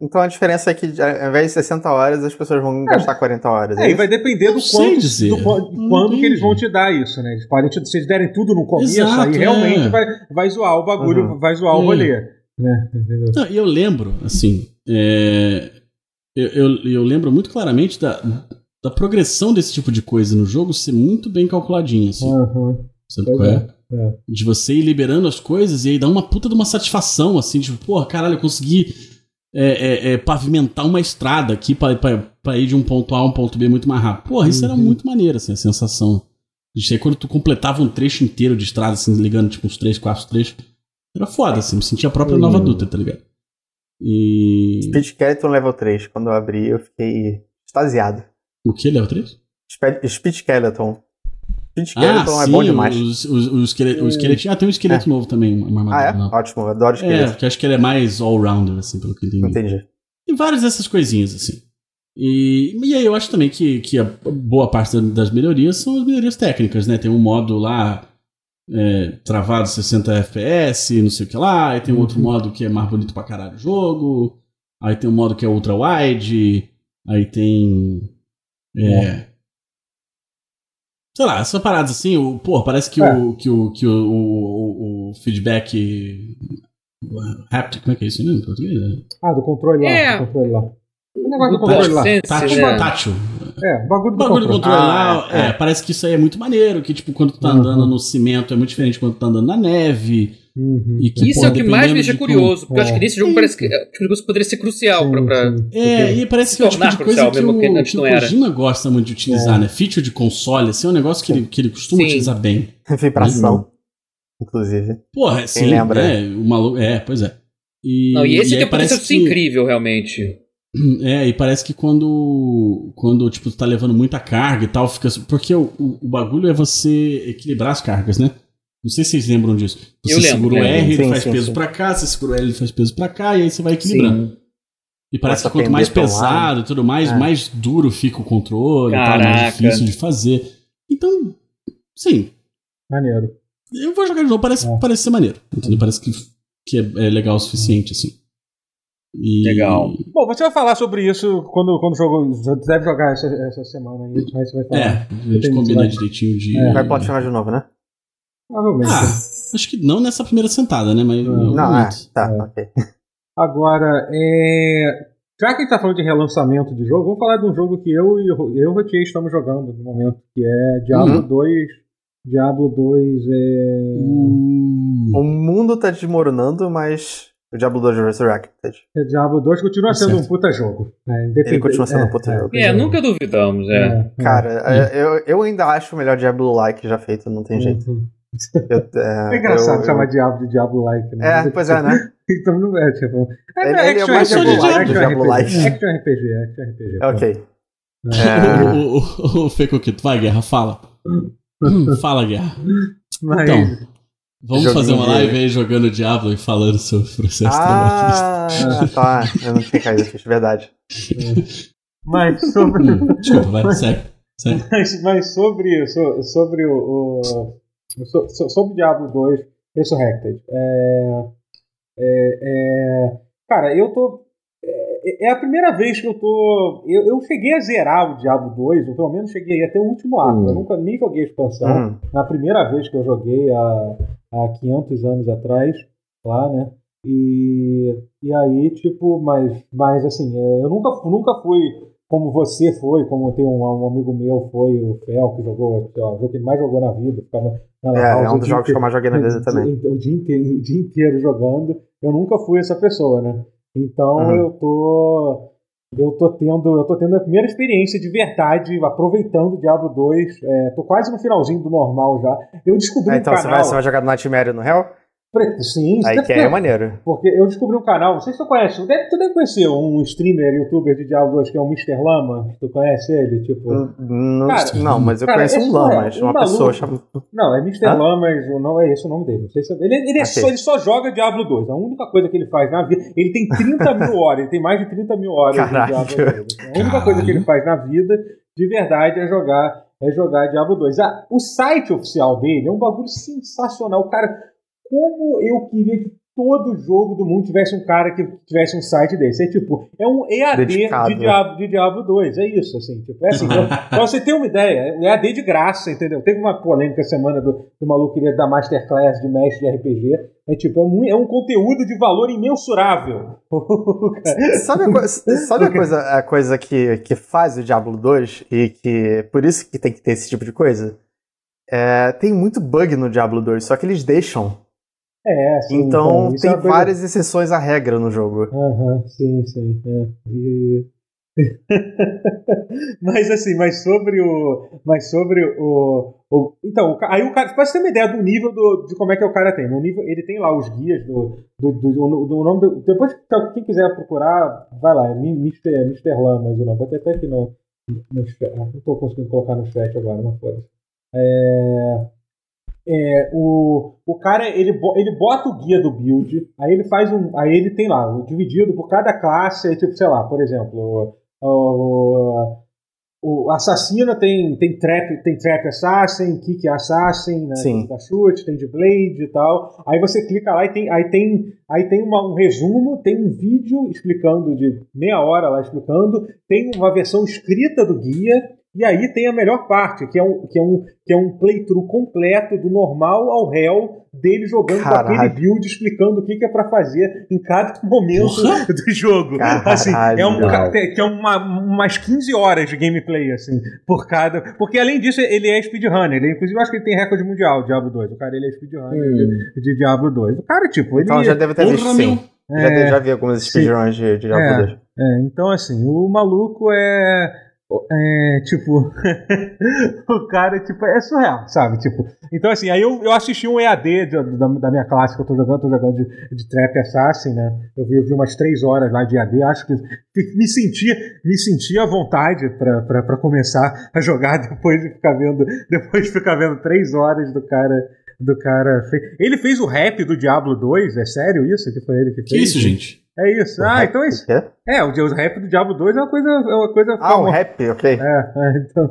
[SPEAKER 2] então a diferença é que ao invés de 60 horas, as pessoas vão gastar 40 horas.
[SPEAKER 1] É, e vai depender
[SPEAKER 3] Não
[SPEAKER 1] do
[SPEAKER 3] sei
[SPEAKER 1] quanto,
[SPEAKER 3] dizer.
[SPEAKER 1] do qua- de
[SPEAKER 3] Não
[SPEAKER 1] quando que
[SPEAKER 3] entendi.
[SPEAKER 1] eles vão te dar isso, né? Eles podem te, se eles derem tudo no começo,
[SPEAKER 3] Exato,
[SPEAKER 1] aí
[SPEAKER 3] é.
[SPEAKER 1] realmente vai, vai zoar o bagulho,
[SPEAKER 2] Uhum.
[SPEAKER 1] vai zoar o
[SPEAKER 3] Hum.
[SPEAKER 1] rolê. Né? Entendeu?
[SPEAKER 3] Não, e eu lembro, assim, é, eu, eu, eu lembro muito claramente da, da progressão desse tipo de coisa no jogo ser muito bem calculadinha, assim,
[SPEAKER 1] Aham.
[SPEAKER 3] sabe
[SPEAKER 1] pois
[SPEAKER 3] qual é?
[SPEAKER 1] é, é.
[SPEAKER 3] De você ir liberando as coisas e aí dá uma puta de uma satisfação, assim, tipo, porra, caralho, eu consegui é, é, é, pavimentar uma estrada aqui pra, pra, pra ir de um ponto A a um ponto B muito mais rápido. Porra, isso era
[SPEAKER 1] Uhum.
[SPEAKER 3] muito maneiro, assim, a sensação. Isso aí quando tu completava um trecho inteiro de estrada, assim, ligando, tipo, uns três, quatro trechos, era foda, assim, me sentia a própria nova
[SPEAKER 2] Uhum.
[SPEAKER 3] adulta, tá ligado? E.
[SPEAKER 2] Speed Skeleton Level 3, quando eu abri, eu fiquei extasiado.
[SPEAKER 3] O que, Level 3?
[SPEAKER 2] Spe- Speed Skeleton.
[SPEAKER 1] Ah,
[SPEAKER 2] Speed Skeleton é bom demais.
[SPEAKER 3] Ah, Os, os, os esquele- o esqueletinho. Ah, tem um esqueleto novo também, uma uma
[SPEAKER 2] Ah, é?
[SPEAKER 3] armadura nova.
[SPEAKER 2] Ótimo, eu adoro
[SPEAKER 3] É,
[SPEAKER 2] Skeleton.
[SPEAKER 3] porque acho que ele é mais all-rounder, assim, pelo que eu entendi.
[SPEAKER 2] Entendi.
[SPEAKER 3] Tem várias dessas coisinhas, assim. E, e aí eu acho também que, que a boa parte da- das melhorias são as melhorias técnicas, né? Tem um modo lá é, travado 60 FPS, não sei o que lá, aí tem um outro modo que é mais bonito pra caralho o jogo, aí tem um modo que é ultra-wide, aí tem. É, sei lá, essas paradas assim, o, pô, parece que,
[SPEAKER 1] É.
[SPEAKER 3] o, que, o, que o, o- o- o feedback. Haptic, como é que é isso mesmo? em português, né?
[SPEAKER 1] Ah, do controle lá.
[SPEAKER 4] É.
[SPEAKER 1] Do controle lá. O negócio do
[SPEAKER 3] Do
[SPEAKER 1] controle lá.
[SPEAKER 4] Sense,
[SPEAKER 3] Tátil,
[SPEAKER 4] né?
[SPEAKER 3] tátil.
[SPEAKER 1] É, o bagulho
[SPEAKER 3] O
[SPEAKER 1] do
[SPEAKER 3] bagulho do
[SPEAKER 1] controle.
[SPEAKER 3] controle
[SPEAKER 2] Ah,
[SPEAKER 3] lá,
[SPEAKER 2] é,
[SPEAKER 3] é, parece que isso aí é muito maneiro, que tipo, quando tu tá
[SPEAKER 1] Uhum.
[SPEAKER 3] andando no cimento é muito diferente de quando tu tá andando na neve.
[SPEAKER 1] Uhum.
[SPEAKER 3] E que,
[SPEAKER 4] Isso
[SPEAKER 3] pô,
[SPEAKER 4] é o que mais me
[SPEAKER 3] dependendo
[SPEAKER 4] deixa
[SPEAKER 3] de como-
[SPEAKER 4] curioso, porque eu acho
[SPEAKER 1] É.
[SPEAKER 4] que nesse jogo parece que, é, acho que o negócio poderia ser crucial pra. pra-
[SPEAKER 1] Sim, sim.
[SPEAKER 3] É, e parece que é o tipo de
[SPEAKER 4] Tornar
[SPEAKER 3] coisa
[SPEAKER 4] crucial
[SPEAKER 3] que
[SPEAKER 4] mesmo,
[SPEAKER 3] o,
[SPEAKER 4] que antes
[SPEAKER 3] que o
[SPEAKER 4] não era. É.
[SPEAKER 3] Kojima gosta muito de utilizar, né? Feature de console, assim, é um negócio que ele, que ele costuma
[SPEAKER 4] Sim.
[SPEAKER 3] utilizar bem.
[SPEAKER 2] Vibração, inclusive.
[SPEAKER 3] Porra, sim,
[SPEAKER 2] lembra,
[SPEAKER 3] é, o maluco, é, pois é. E,
[SPEAKER 4] Não, e esse
[SPEAKER 3] aí
[SPEAKER 4] tem o potencial de ser incrível, realmente.
[SPEAKER 3] É, e parece que quando, quando tipo, tu tá levando muita carga e tal, fica. Porque o, o, o bagulho é você equilibrar as cargas, né? Não sei se vocês lembram disso. Você
[SPEAKER 4] Eu lembro,
[SPEAKER 3] segura o
[SPEAKER 4] lembro.
[SPEAKER 3] R, ele
[SPEAKER 2] Sim,
[SPEAKER 3] faz
[SPEAKER 2] sim,
[SPEAKER 3] peso
[SPEAKER 2] sim.
[SPEAKER 3] pra cá, você segura o L, ele faz peso pra cá, e aí você vai equilibrando.
[SPEAKER 4] Sim.
[SPEAKER 3] E parece
[SPEAKER 2] Começa
[SPEAKER 3] que quanto
[SPEAKER 2] a
[SPEAKER 3] mais
[SPEAKER 2] pender pra um lado.
[SPEAKER 3] pesado e tudo mais,
[SPEAKER 2] É.
[SPEAKER 3] mais duro fica o controle, e tal,
[SPEAKER 4] Caraca.
[SPEAKER 3] mais difícil de fazer. Então, sim,
[SPEAKER 1] Maneiro.
[SPEAKER 3] eu vou jogar de novo, parece,
[SPEAKER 1] É.
[SPEAKER 3] parece ser maneiro. Entendeu? Parece que, que é, é legal o suficiente, assim. E-
[SPEAKER 4] Legal.
[SPEAKER 1] Bom, você vai falar sobre isso quando, quando o jogo. Você deve jogar essa, essa semana aí, mas você vai falar.
[SPEAKER 3] É, a gente
[SPEAKER 1] Entendi,
[SPEAKER 3] combina
[SPEAKER 1] vai.
[SPEAKER 3] direitinho de.
[SPEAKER 1] É.
[SPEAKER 2] Vai platinar de novo, né?
[SPEAKER 1] Provavelmente.
[SPEAKER 3] Ah, acho que não nessa primeira sentada, né? Mas em algum
[SPEAKER 2] Não, é.
[SPEAKER 3] momento.
[SPEAKER 2] Tá,
[SPEAKER 1] É.
[SPEAKER 2] ok.
[SPEAKER 1] Agora, é... já que a gente tá falando de relançamento de jogo, vamos falar de um jogo que eu e o- eu e o Rotier estamos jogando no momento, que é Diablo
[SPEAKER 3] Uhum.
[SPEAKER 1] 2. Diablo 2 é...
[SPEAKER 3] Hum.
[SPEAKER 2] O mundo tá desmoronando, mas o Diablo 2 Resurrected.
[SPEAKER 1] é Diablo 2 continua
[SPEAKER 3] Tá
[SPEAKER 1] sendo
[SPEAKER 3] certo.
[SPEAKER 1] um puta jogo. né? Independente-
[SPEAKER 2] Ele continua sendo um puta
[SPEAKER 1] é,
[SPEAKER 2] jogo.
[SPEAKER 4] É, nunca duvidamos,
[SPEAKER 1] É,
[SPEAKER 4] é.
[SPEAKER 1] é.
[SPEAKER 2] Cara, eu, eu ainda acho o melhor Diablo-like já feito, não tem jeito.
[SPEAKER 1] Uhum.
[SPEAKER 2] Eu- é,
[SPEAKER 1] É engraçado
[SPEAKER 2] eu-
[SPEAKER 1] chamar Diablo de Diablo-like, né?
[SPEAKER 2] É, pois é, né?
[SPEAKER 1] Então não é, tipo... É,
[SPEAKER 2] Ele- ele é
[SPEAKER 1] action
[SPEAKER 2] mais
[SPEAKER 1] RPG,
[SPEAKER 3] Diablo-like
[SPEAKER 1] action
[SPEAKER 3] do
[SPEAKER 2] Diablo-like.
[SPEAKER 1] RPG, é Action RPG, action RPG. pô.
[SPEAKER 2] É Ok. é.
[SPEAKER 3] O, o, o, o Feco aqui, tu vai, Guerra, fala. Hum, fala, Guerra.
[SPEAKER 2] É.
[SPEAKER 1] Mas...
[SPEAKER 3] Então, vamos
[SPEAKER 2] Joguinho
[SPEAKER 3] fazer uma
[SPEAKER 2] dele.
[SPEAKER 3] live aí jogando Diablo e falando sobre o processo trabalhista.
[SPEAKER 2] Ah, tá. Eu não tinha caído ficha, verdade.
[SPEAKER 1] Mas sobre...
[SPEAKER 3] Hum, desculpa, vai, segue. segue.
[SPEAKER 1] Mas, mas sobre, so- sobre o. o so- so- sobre Diablo 2 Resurrected. É, é, é, cara, eu tô. É, é a primeira vez que eu tô. Eu, eu cheguei a zerar o Diablo 2, ou pelo menos cheguei até o último ato.
[SPEAKER 2] Hum.
[SPEAKER 1] Eu nunca nem joguei a expansão
[SPEAKER 2] Hum,
[SPEAKER 1] na primeira vez que eu joguei há, há 500 anos atrás, lá, né? E, e aí, tipo, mas, mas assim, é, eu nunca, nunca fui como você foi, como tem um, um amigo meu foi, o Fel, que jogou, sei lá, o jogo que ele mais jogou na vida, ficava na
[SPEAKER 2] é,
[SPEAKER 1] lan house
[SPEAKER 2] é
[SPEAKER 1] o
[SPEAKER 2] um dos
[SPEAKER 1] dia
[SPEAKER 2] jogos que eu mais joguei na vida
[SPEAKER 1] o
[SPEAKER 2] também.
[SPEAKER 1] dia- Né, O dia, inteiro, o dia inteiro jogando. Eu nunca fui essa pessoa, né? Então
[SPEAKER 2] Uhum.
[SPEAKER 1] eu tô. Eu tô tendo. Eu tô tendo a primeira experiência de verdade, aproveitando o Diablo 2. É, tô quase no finalzinho do normal já. Eu descobri
[SPEAKER 2] É, então
[SPEAKER 1] um
[SPEAKER 2] você vai,
[SPEAKER 1] canal.
[SPEAKER 2] você vai jogar no Nightmare no Hell?
[SPEAKER 1] Preto, sim, você
[SPEAKER 2] Aí
[SPEAKER 1] deve
[SPEAKER 2] que é
[SPEAKER 1] ter-
[SPEAKER 2] maneiro.
[SPEAKER 1] porque eu descobri um canal, não sei se tu conhece, tu deve, tu deve conhecer um streamer, youtuber de Diablo 2, que é o Mr. Lama. Tu conhece ele? Tipo.
[SPEAKER 2] Hum, Não,
[SPEAKER 1] Cara,
[SPEAKER 2] não, mas eu
[SPEAKER 1] cara,
[SPEAKER 2] conheço um
[SPEAKER 1] esse moleque,
[SPEAKER 2] Lamas,
[SPEAKER 1] um
[SPEAKER 2] uma
[SPEAKER 1] maluco.
[SPEAKER 2] pessoa chamada.
[SPEAKER 1] Não, é Mr.
[SPEAKER 2] Hã?
[SPEAKER 1] Lamas, o não é esse o nome dele. Não sei se, ele, ele, é
[SPEAKER 2] Ok.
[SPEAKER 1] só, ele só joga Diablo 2. A única coisa que ele faz na vida. Ele tem 30 mil horas, ele tem mais de 30 mil horas
[SPEAKER 2] Caralho.
[SPEAKER 1] de Diablo 2. A única
[SPEAKER 3] Caralho.
[SPEAKER 1] coisa que ele faz na vida, de verdade, é jogar, é jogar Diablo 2. Ah, o site oficial dele é um bagulho sensacional. Cara, como eu queria que todo jogo do mundo tivesse um cara que tivesse um site desse. É tipo, é um EAD de
[SPEAKER 2] Dedicado.
[SPEAKER 1] Diablo, de Diablo 2. É isso, assim. Tipo, é assim então, pra você ter uma ideia, é um EAD de graça, entendeu? Teve uma polêmica semana do, do maluco que queria dar Masterclass de mestre de RPG. É tipo, é um, é um conteúdo de valor imensurável.
[SPEAKER 2] Sabe, a, coi- sabe a coisa, a coisa que, que faz o Diablo 2 e que por isso que tem que ter esse tipo de coisa? É, tem muito bug no Diablo 2, só que eles deixam.
[SPEAKER 1] É, assim.
[SPEAKER 2] então
[SPEAKER 1] isso é
[SPEAKER 2] tem
[SPEAKER 1] uma coisa-
[SPEAKER 2] várias exceções à regra no jogo.
[SPEAKER 1] Aham, sim, sim. é. E- mas assim, mas sobre o. Mas sobre o. o- então, o ca- aí o cara. Pra você ter uma ideia do nível do- de como é que o cara tem. No nível, ele tem lá os guias do. do, do, do- do nome do- Depois, então, quem quiser procurar, vai lá. É Mi- Mr. Mr. Lamas o nome. Botei até aqui no. no chat. ah, Não tô conseguindo colocar no chat agora, não foi. É, é, o, o cara ele, bo- ele bota o guia do build, aí ele faz um. Aí ele tem lá, um dividido por cada classe, aí, tipo, sei lá, por exemplo, o, o, o assassino tem, tem trap, tem trap assassin, kick assassin, né?
[SPEAKER 2] Sim.
[SPEAKER 1] Tem da chute, tem de blade e tal. Aí você clica lá e tem, aí tem, aí tem uma- um resumo, tem um vídeo explicando de meia hora lá explicando, tem uma versão escrita do guia. E aí tem a melhor parte, que é um, que é um, que é um playthrough completo do normal ao réu dele jogando
[SPEAKER 2] Caralho.
[SPEAKER 1] com aquele build, explicando o que, que é pra fazer em cada momento
[SPEAKER 3] Porra.
[SPEAKER 1] do jogo.
[SPEAKER 2] Caralho.
[SPEAKER 1] Assim, é um, ca-
[SPEAKER 4] Uau.
[SPEAKER 1] que é uma, umas 15 horas de gameplay, assim, por cada. Porque além disso, ele é speedrunner. Ele, inclusive, eu acho que ele tem recorde mundial, Diablo 2. O cara ele é speedrunner de Diablo 2. O cara, tipo, ele.
[SPEAKER 2] Hum. Então já deve ter visto
[SPEAKER 3] Porra,
[SPEAKER 2] sim.
[SPEAKER 3] meu.
[SPEAKER 2] Já,
[SPEAKER 1] é,
[SPEAKER 2] te- já vi algumas speedruns de, de Diablo
[SPEAKER 1] É.
[SPEAKER 2] 2.
[SPEAKER 1] é, então, assim, o maluco é. É, tipo. o cara, tipo, é surreal, sabe? Tipo. Então, assim, aí eu, eu assisti um EAD de- da, da minha classe que eu tô jogando, tô jogando de, de Trap Assassin, né? Eu vi, eu vi umas três horas lá de EAD, acho que que me senti, me senti à vontade pra- pra pra começar a jogar depois de ficar vendo, depois de ficar vendo três horas do cara. Do cara. fe- Ele fez o rap do Diablo 2, é sério isso? Que foi ele que fez?
[SPEAKER 3] Que isso, gente?
[SPEAKER 1] É isso.
[SPEAKER 2] O
[SPEAKER 1] Ah,
[SPEAKER 2] rap-
[SPEAKER 1] então é isso.
[SPEAKER 2] o quê?
[SPEAKER 1] É, o, o rap do Diablo 2 é uma coisa. É uma coisa
[SPEAKER 2] Ah, um
[SPEAKER 1] famosa.
[SPEAKER 2] rap, ok.
[SPEAKER 1] É, é, então,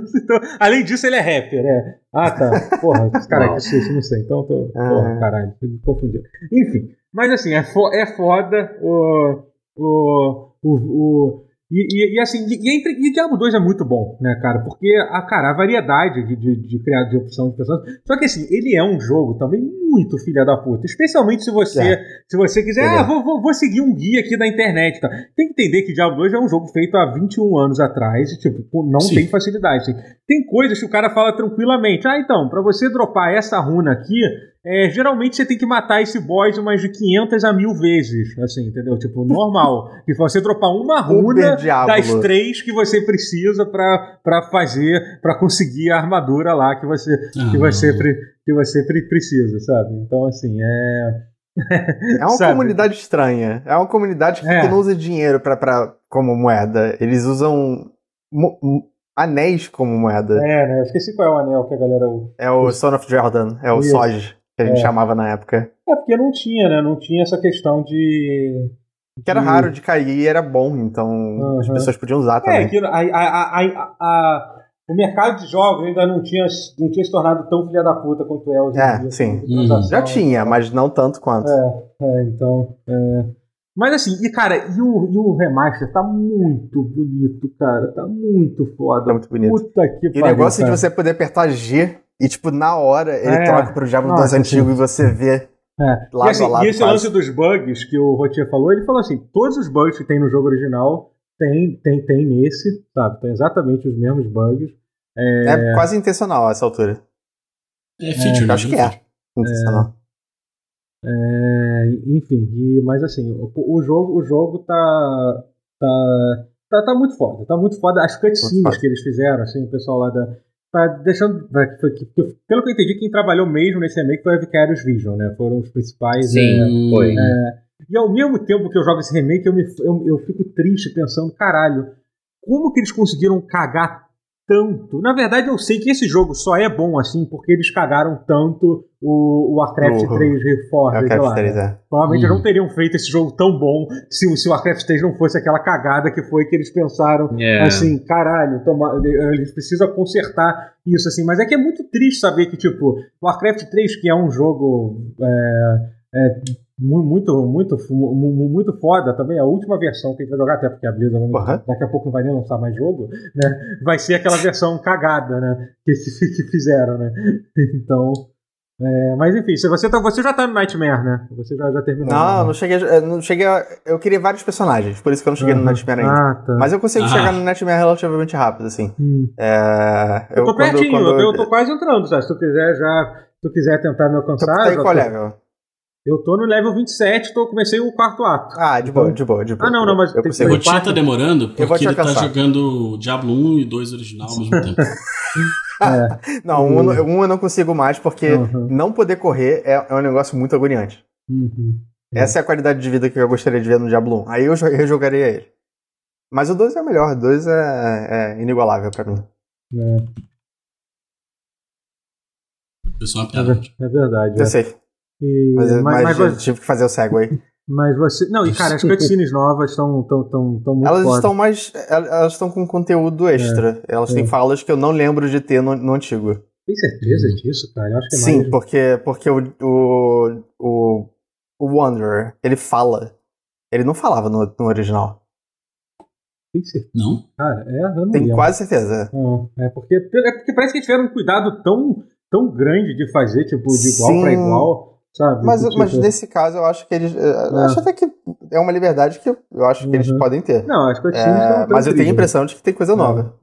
[SPEAKER 1] então, Além disso, ele é rapper, é. Ah, tá. Porra, cara,
[SPEAKER 4] Uau.
[SPEAKER 1] que susto, não sei. Então, tô.
[SPEAKER 2] Ah.
[SPEAKER 1] Porra, caralho, me confundi. Enfim, mas assim, é, fo é foda o. o, o, o- e, e- e, assim, e, e, entre- e Diablo 2 é muito bom, né, cara? Porque a, cara, a variedade de, de, de criar de opção de pessoas. Só que assim, ele é um jogo também muito filha da puta. Especialmente se você
[SPEAKER 2] É.
[SPEAKER 1] se você quiser,
[SPEAKER 2] Entendeu?
[SPEAKER 1] ah, vou, vou- vou seguir um guia aqui da internet. e tal. Tem que entender que Diablo 2 é um jogo feito há 21 anos atrás e, tipo, com- não
[SPEAKER 3] Sim.
[SPEAKER 1] tem facilidade. assim. Tem coisas que o cara fala tranquilamente. Ah, então, pra você dropar essa runa aqui, é, geralmente você tem que matar esse boss umas de 500 a 1000 vezes, assim, entendeu? Tipo, normal. e se você dropar uma runa
[SPEAKER 2] Uber Diablo.
[SPEAKER 1] das três que você precisa pra pra fazer, pra conseguir a armadura lá que você que
[SPEAKER 3] Ah,
[SPEAKER 1] você
[SPEAKER 3] não.
[SPEAKER 1] pre- que você pre- precisa, sabe? Então, assim, é
[SPEAKER 2] É uma
[SPEAKER 1] Sabe?
[SPEAKER 2] comunidade estranha. É uma comunidade que,
[SPEAKER 1] É.
[SPEAKER 2] que não usa dinheiro pra, pra, como moeda. Eles usam mo- mo- anéis como moeda.
[SPEAKER 1] É, né? Eu esqueci qual é o anel que a galera. usa.
[SPEAKER 2] É, o Son of Jordan, é o
[SPEAKER 1] Isso.
[SPEAKER 2] Soj, que a gente chamava na época.
[SPEAKER 1] É porque não tinha, né? Não tinha essa questão de.
[SPEAKER 2] Que era
[SPEAKER 1] Hum.
[SPEAKER 2] raro de cair e era bom, então as
[SPEAKER 1] Aham.
[SPEAKER 2] pessoas podiam usar
[SPEAKER 1] É,
[SPEAKER 2] também.
[SPEAKER 1] que a, a, a, a- a- o mercado de jogos ainda não tinha, não tinha se tornado tão filha da puta quanto é hoje em
[SPEAKER 2] É,
[SPEAKER 1] dia.
[SPEAKER 2] sim.
[SPEAKER 1] De transação.
[SPEAKER 2] Já tinha, mas não tanto quanto.
[SPEAKER 1] É, é, então. é. Mas assim, e cara, e o, e o remaster tá muito bonito, cara. Tá muito foda.
[SPEAKER 2] Tá muito bonito.
[SPEAKER 1] Puta que
[SPEAKER 2] E
[SPEAKER 1] pariu.
[SPEAKER 2] o negócio é de
[SPEAKER 1] cara.
[SPEAKER 2] você poder apertar G e, tipo, na hora ele
[SPEAKER 1] É.
[SPEAKER 2] troca pro Diablo
[SPEAKER 1] Nossa,
[SPEAKER 2] 2 antigo e você vê
[SPEAKER 1] É.
[SPEAKER 2] lado
[SPEAKER 1] e, assim,
[SPEAKER 2] a lado.
[SPEAKER 1] e esse
[SPEAKER 2] quase.
[SPEAKER 1] lance dos bugs que o Rotier falou, ele falou assim: todos os bugs que tem no jogo original tem, tem, tem nesse, sabe? Tem exatamente os mesmos bugs.
[SPEAKER 2] É quase intencional a essa altura.
[SPEAKER 3] É feature,
[SPEAKER 2] eu
[SPEAKER 3] né?
[SPEAKER 2] acho que é. Intencional.
[SPEAKER 1] É, enfim, e- mas assim, o, o jogo, o jogo tá, tá, tá. tá muito foda. Tá muito foda. As
[SPEAKER 2] Muito
[SPEAKER 1] cutscenes
[SPEAKER 2] foda.
[SPEAKER 1] que eles fizeram, assim, o pessoal lá da. Tá deixando. pra- que- que- que- Pelo que eu entendi, quem trabalhou mesmo nesse remake foi a Vicarious Vision, né? Foram os principais. é,
[SPEAKER 4] Sim, foi.
[SPEAKER 1] E ao mesmo tempo que eu jogo esse remake, eu, me, eu, eu fico triste pensando, caralho, como que eles conseguiram cagar tanto? Na verdade, eu sei que esse jogo só é bom assim porque eles cagaram tanto o, o Warcraft
[SPEAKER 2] Uhum.
[SPEAKER 1] 3
[SPEAKER 2] É
[SPEAKER 1] Reforged.
[SPEAKER 2] o
[SPEAKER 1] sei lá,
[SPEAKER 2] Craft 3,
[SPEAKER 1] né?
[SPEAKER 2] é.
[SPEAKER 1] Provavelmente
[SPEAKER 3] Uhum.
[SPEAKER 1] não teriam feito esse jogo tão bom se, o- se o Warcraft 3 não fosse aquela cagada que foi que eles pensaram
[SPEAKER 4] É.
[SPEAKER 1] assim, caralho, toma, eles precisam consertar isso, assim. Mas é que é muito triste saber que, tipo, Warcraft 3, que é um jogo é, é mu- muito, muito, mu- mu- muito foda também. é A última versão que a gente vai jogar, até porque a Blizzard não-
[SPEAKER 2] Porra.
[SPEAKER 1] daqui a pouco não vai nem lançar mais jogo, né? Vai ser aquela versão cagada, né? Que, se- que fizeram, né? Então. é, mas enfim, se você, tá, você já tá no Nightmare, né? Você já, já terminou.
[SPEAKER 2] Não,
[SPEAKER 1] né?
[SPEAKER 2] não cheguei, a- eu não cheguei a, Eu queria vários personagens, por isso que eu não cheguei no
[SPEAKER 1] Aham.
[SPEAKER 2] Nightmare ainda.
[SPEAKER 1] Ah, tá.
[SPEAKER 2] Mas eu consigo
[SPEAKER 3] Ah.
[SPEAKER 2] chegar no Nightmare relativamente rápido, assim.
[SPEAKER 1] Hum.
[SPEAKER 2] É,
[SPEAKER 1] Eu, tô
[SPEAKER 2] quando-
[SPEAKER 1] pertinho,
[SPEAKER 2] quando-
[SPEAKER 1] eu, tô, eu tô quase entrando, sabe? Se tu quiser já. Se tu quiser tentar me
[SPEAKER 2] Tu
[SPEAKER 1] alcançar.
[SPEAKER 2] tá
[SPEAKER 1] já
[SPEAKER 2] em
[SPEAKER 1] tô-
[SPEAKER 2] qual level?
[SPEAKER 1] Eu tô no level 27, tô, comecei o quarto ato.
[SPEAKER 2] Ah, de boa, de boa, de boa.
[SPEAKER 1] Ah, não, não, mas
[SPEAKER 2] eu
[SPEAKER 1] tem-
[SPEAKER 3] O
[SPEAKER 2] consigo.
[SPEAKER 1] tem-
[SPEAKER 3] Gotinha tá demorando
[SPEAKER 2] Eu vou te
[SPEAKER 3] porque ele tá
[SPEAKER 2] alcançar.
[SPEAKER 3] jogando Diablo 1 e 2 original ao mesmo tempo.
[SPEAKER 2] Não, um, eu não- um eu não consigo mais, porque
[SPEAKER 1] Uhum.
[SPEAKER 2] não poder correr é, é um negócio muito agoniante.
[SPEAKER 1] Uhum.
[SPEAKER 2] Essa é a qualidade de vida que eu gostaria de ver no Diablo 1. Aí eu jo- rejogaria ele. Mas o 2 é o melhor, o 2 é, é inigualável pra mim.
[SPEAKER 1] é,
[SPEAKER 3] Isso é uma
[SPEAKER 1] É,
[SPEAKER 3] piada.
[SPEAKER 1] ver- é verdade.
[SPEAKER 2] Eu
[SPEAKER 1] é.
[SPEAKER 2] sei,
[SPEAKER 1] E-
[SPEAKER 2] mas,
[SPEAKER 1] mas,
[SPEAKER 2] mas
[SPEAKER 1] mas
[SPEAKER 2] eu
[SPEAKER 1] você,
[SPEAKER 2] tive que fazer o segue aí.
[SPEAKER 1] mas você- Não, e cara, as cutscenes novas estão tão, tão, tão muito
[SPEAKER 2] Elas
[SPEAKER 1] foda.
[SPEAKER 2] estão mais. el- Elas estão com conteúdo extra. Elas têm
[SPEAKER 1] é.
[SPEAKER 2] falas que eu não lembro de ter no, no antigo.
[SPEAKER 1] Tem certeza disso, cara? Eu acho que é
[SPEAKER 2] Sim,
[SPEAKER 1] mais.
[SPEAKER 2] porque, porque o, o, o, o Wanderer, ele fala. Ele não falava no, no original.
[SPEAKER 1] Tem certeza.
[SPEAKER 3] Não?
[SPEAKER 1] Cara, é, eu não
[SPEAKER 2] Tem
[SPEAKER 1] lembro.
[SPEAKER 2] quase certeza.
[SPEAKER 1] Não, é, porque, é porque parece que tiveram um cuidado tão, tão grande de fazer, tipo, de igual
[SPEAKER 2] Sim.
[SPEAKER 1] pra igual, sabe?
[SPEAKER 2] Mas,
[SPEAKER 1] Tipo,
[SPEAKER 2] mas nesse caso eu acho que eles. Eu
[SPEAKER 1] É.
[SPEAKER 2] acho até que é uma liberdade que eu acho que eles
[SPEAKER 1] Uhum.
[SPEAKER 2] podem ter.
[SPEAKER 1] Não, né? as
[SPEAKER 2] É,
[SPEAKER 1] cutscenes estão
[SPEAKER 2] mas eu tenho a impressão de que tem coisa
[SPEAKER 1] é.
[SPEAKER 2] nova.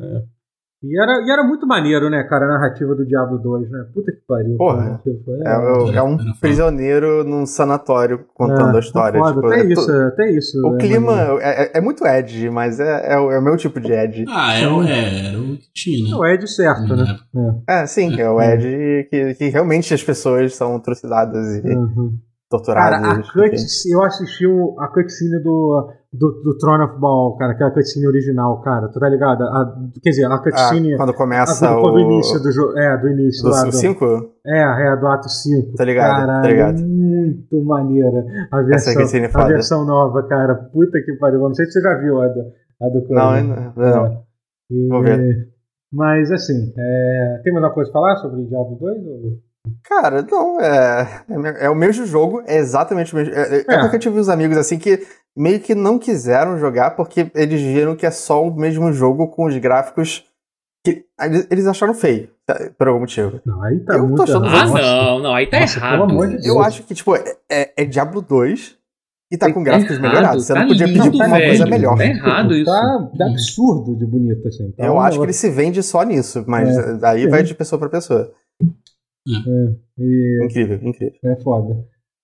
[SPEAKER 1] E era, e era muito maneiro, né, cara, a narrativa do Diablo 2, né? Puta que pariu.
[SPEAKER 2] Porra.
[SPEAKER 1] cara. Tipo,
[SPEAKER 2] É, o- é um
[SPEAKER 3] Era foda.
[SPEAKER 2] prisioneiro num sanatório contando a história.
[SPEAKER 1] tá foda,
[SPEAKER 2] tipo,
[SPEAKER 1] até,
[SPEAKER 2] é to-
[SPEAKER 1] isso, até isso.
[SPEAKER 2] O
[SPEAKER 1] é maneiro.
[SPEAKER 2] clima é, é- é muito Ed, mas é, é o é o meu tipo de Ed.
[SPEAKER 3] Ah, é, o- é, era o que tinha,
[SPEAKER 1] Não
[SPEAKER 3] né?
[SPEAKER 1] é de certo, né?
[SPEAKER 3] Na época.
[SPEAKER 2] É, sim, é o Ed que, que realmente as pessoas são trucidadas e
[SPEAKER 1] Uhum. Cara,
[SPEAKER 2] torturadas.
[SPEAKER 1] a
[SPEAKER 2] enfim.
[SPEAKER 1] cutscene, eu assisti o- a cutscene do, do, do Throne of Ball, cara, aquela cutscene original, cara, tu tá ligado? A- quer dizer, a
[SPEAKER 2] Ah,
[SPEAKER 1] cutscene é
[SPEAKER 2] quando
[SPEAKER 1] a,
[SPEAKER 2] começa
[SPEAKER 1] quando-
[SPEAKER 2] o.
[SPEAKER 1] quando do início do jogo, é, do início, do,
[SPEAKER 2] do
[SPEAKER 1] lado.
[SPEAKER 2] 5?
[SPEAKER 1] É, é, do ato 5.
[SPEAKER 2] Tá ligado, tá
[SPEAKER 1] Caralho,
[SPEAKER 2] ligado.
[SPEAKER 1] muito maneira a
[SPEAKER 2] Essa
[SPEAKER 1] versão,
[SPEAKER 2] aqui seria
[SPEAKER 1] a
[SPEAKER 2] foda.
[SPEAKER 1] versão nova, cara. Puta que pariu. Eu não sei se você já viu a do, a do
[SPEAKER 2] Não,
[SPEAKER 1] Chrome.
[SPEAKER 2] ainda- não.
[SPEAKER 1] É. E-
[SPEAKER 2] Vou ver.
[SPEAKER 1] Mas assim, é, tem mais alguma coisa pra falar sobre Diablo 2? ou-
[SPEAKER 2] Cara, não, é, é me- é o mesmo jogo, é exatamente o mesmo. É, é- é
[SPEAKER 1] É.
[SPEAKER 2] porque eu tive uns amigos assim que meio que não quiseram jogar porque eles viram que é só o mesmo jogo com os gráficos que eles, eles acharam feio, tá, por algum motivo.
[SPEAKER 1] Não, aí tá
[SPEAKER 2] Eu tô
[SPEAKER 1] muito
[SPEAKER 2] achando
[SPEAKER 1] errado.
[SPEAKER 4] Ah,
[SPEAKER 2] Nossa.
[SPEAKER 4] não, não, aí tá
[SPEAKER 1] Nossa, pelo
[SPEAKER 4] errado.
[SPEAKER 1] amor de
[SPEAKER 2] Eu
[SPEAKER 1] Deus.
[SPEAKER 2] acho que, tipo, é, é- é Diablo 2 e tá com
[SPEAKER 4] Tá
[SPEAKER 2] gráficos
[SPEAKER 4] errado,
[SPEAKER 2] melhorados. Você
[SPEAKER 4] tá
[SPEAKER 2] Ah, não podia
[SPEAKER 4] lindo,
[SPEAKER 2] pedir pra uma coisa
[SPEAKER 4] velho.
[SPEAKER 2] melhor.
[SPEAKER 4] Tá errado isso.
[SPEAKER 1] Tá, tá absurdo de bonito, assim. Tá
[SPEAKER 2] Eu
[SPEAKER 1] um
[SPEAKER 2] acho que ele
[SPEAKER 1] negócio-
[SPEAKER 2] se vende só nisso, mas eh, aí
[SPEAKER 1] É.
[SPEAKER 2] vai de pessoa pra pessoa.
[SPEAKER 1] E-
[SPEAKER 2] Incrível, incrível.
[SPEAKER 1] É foda.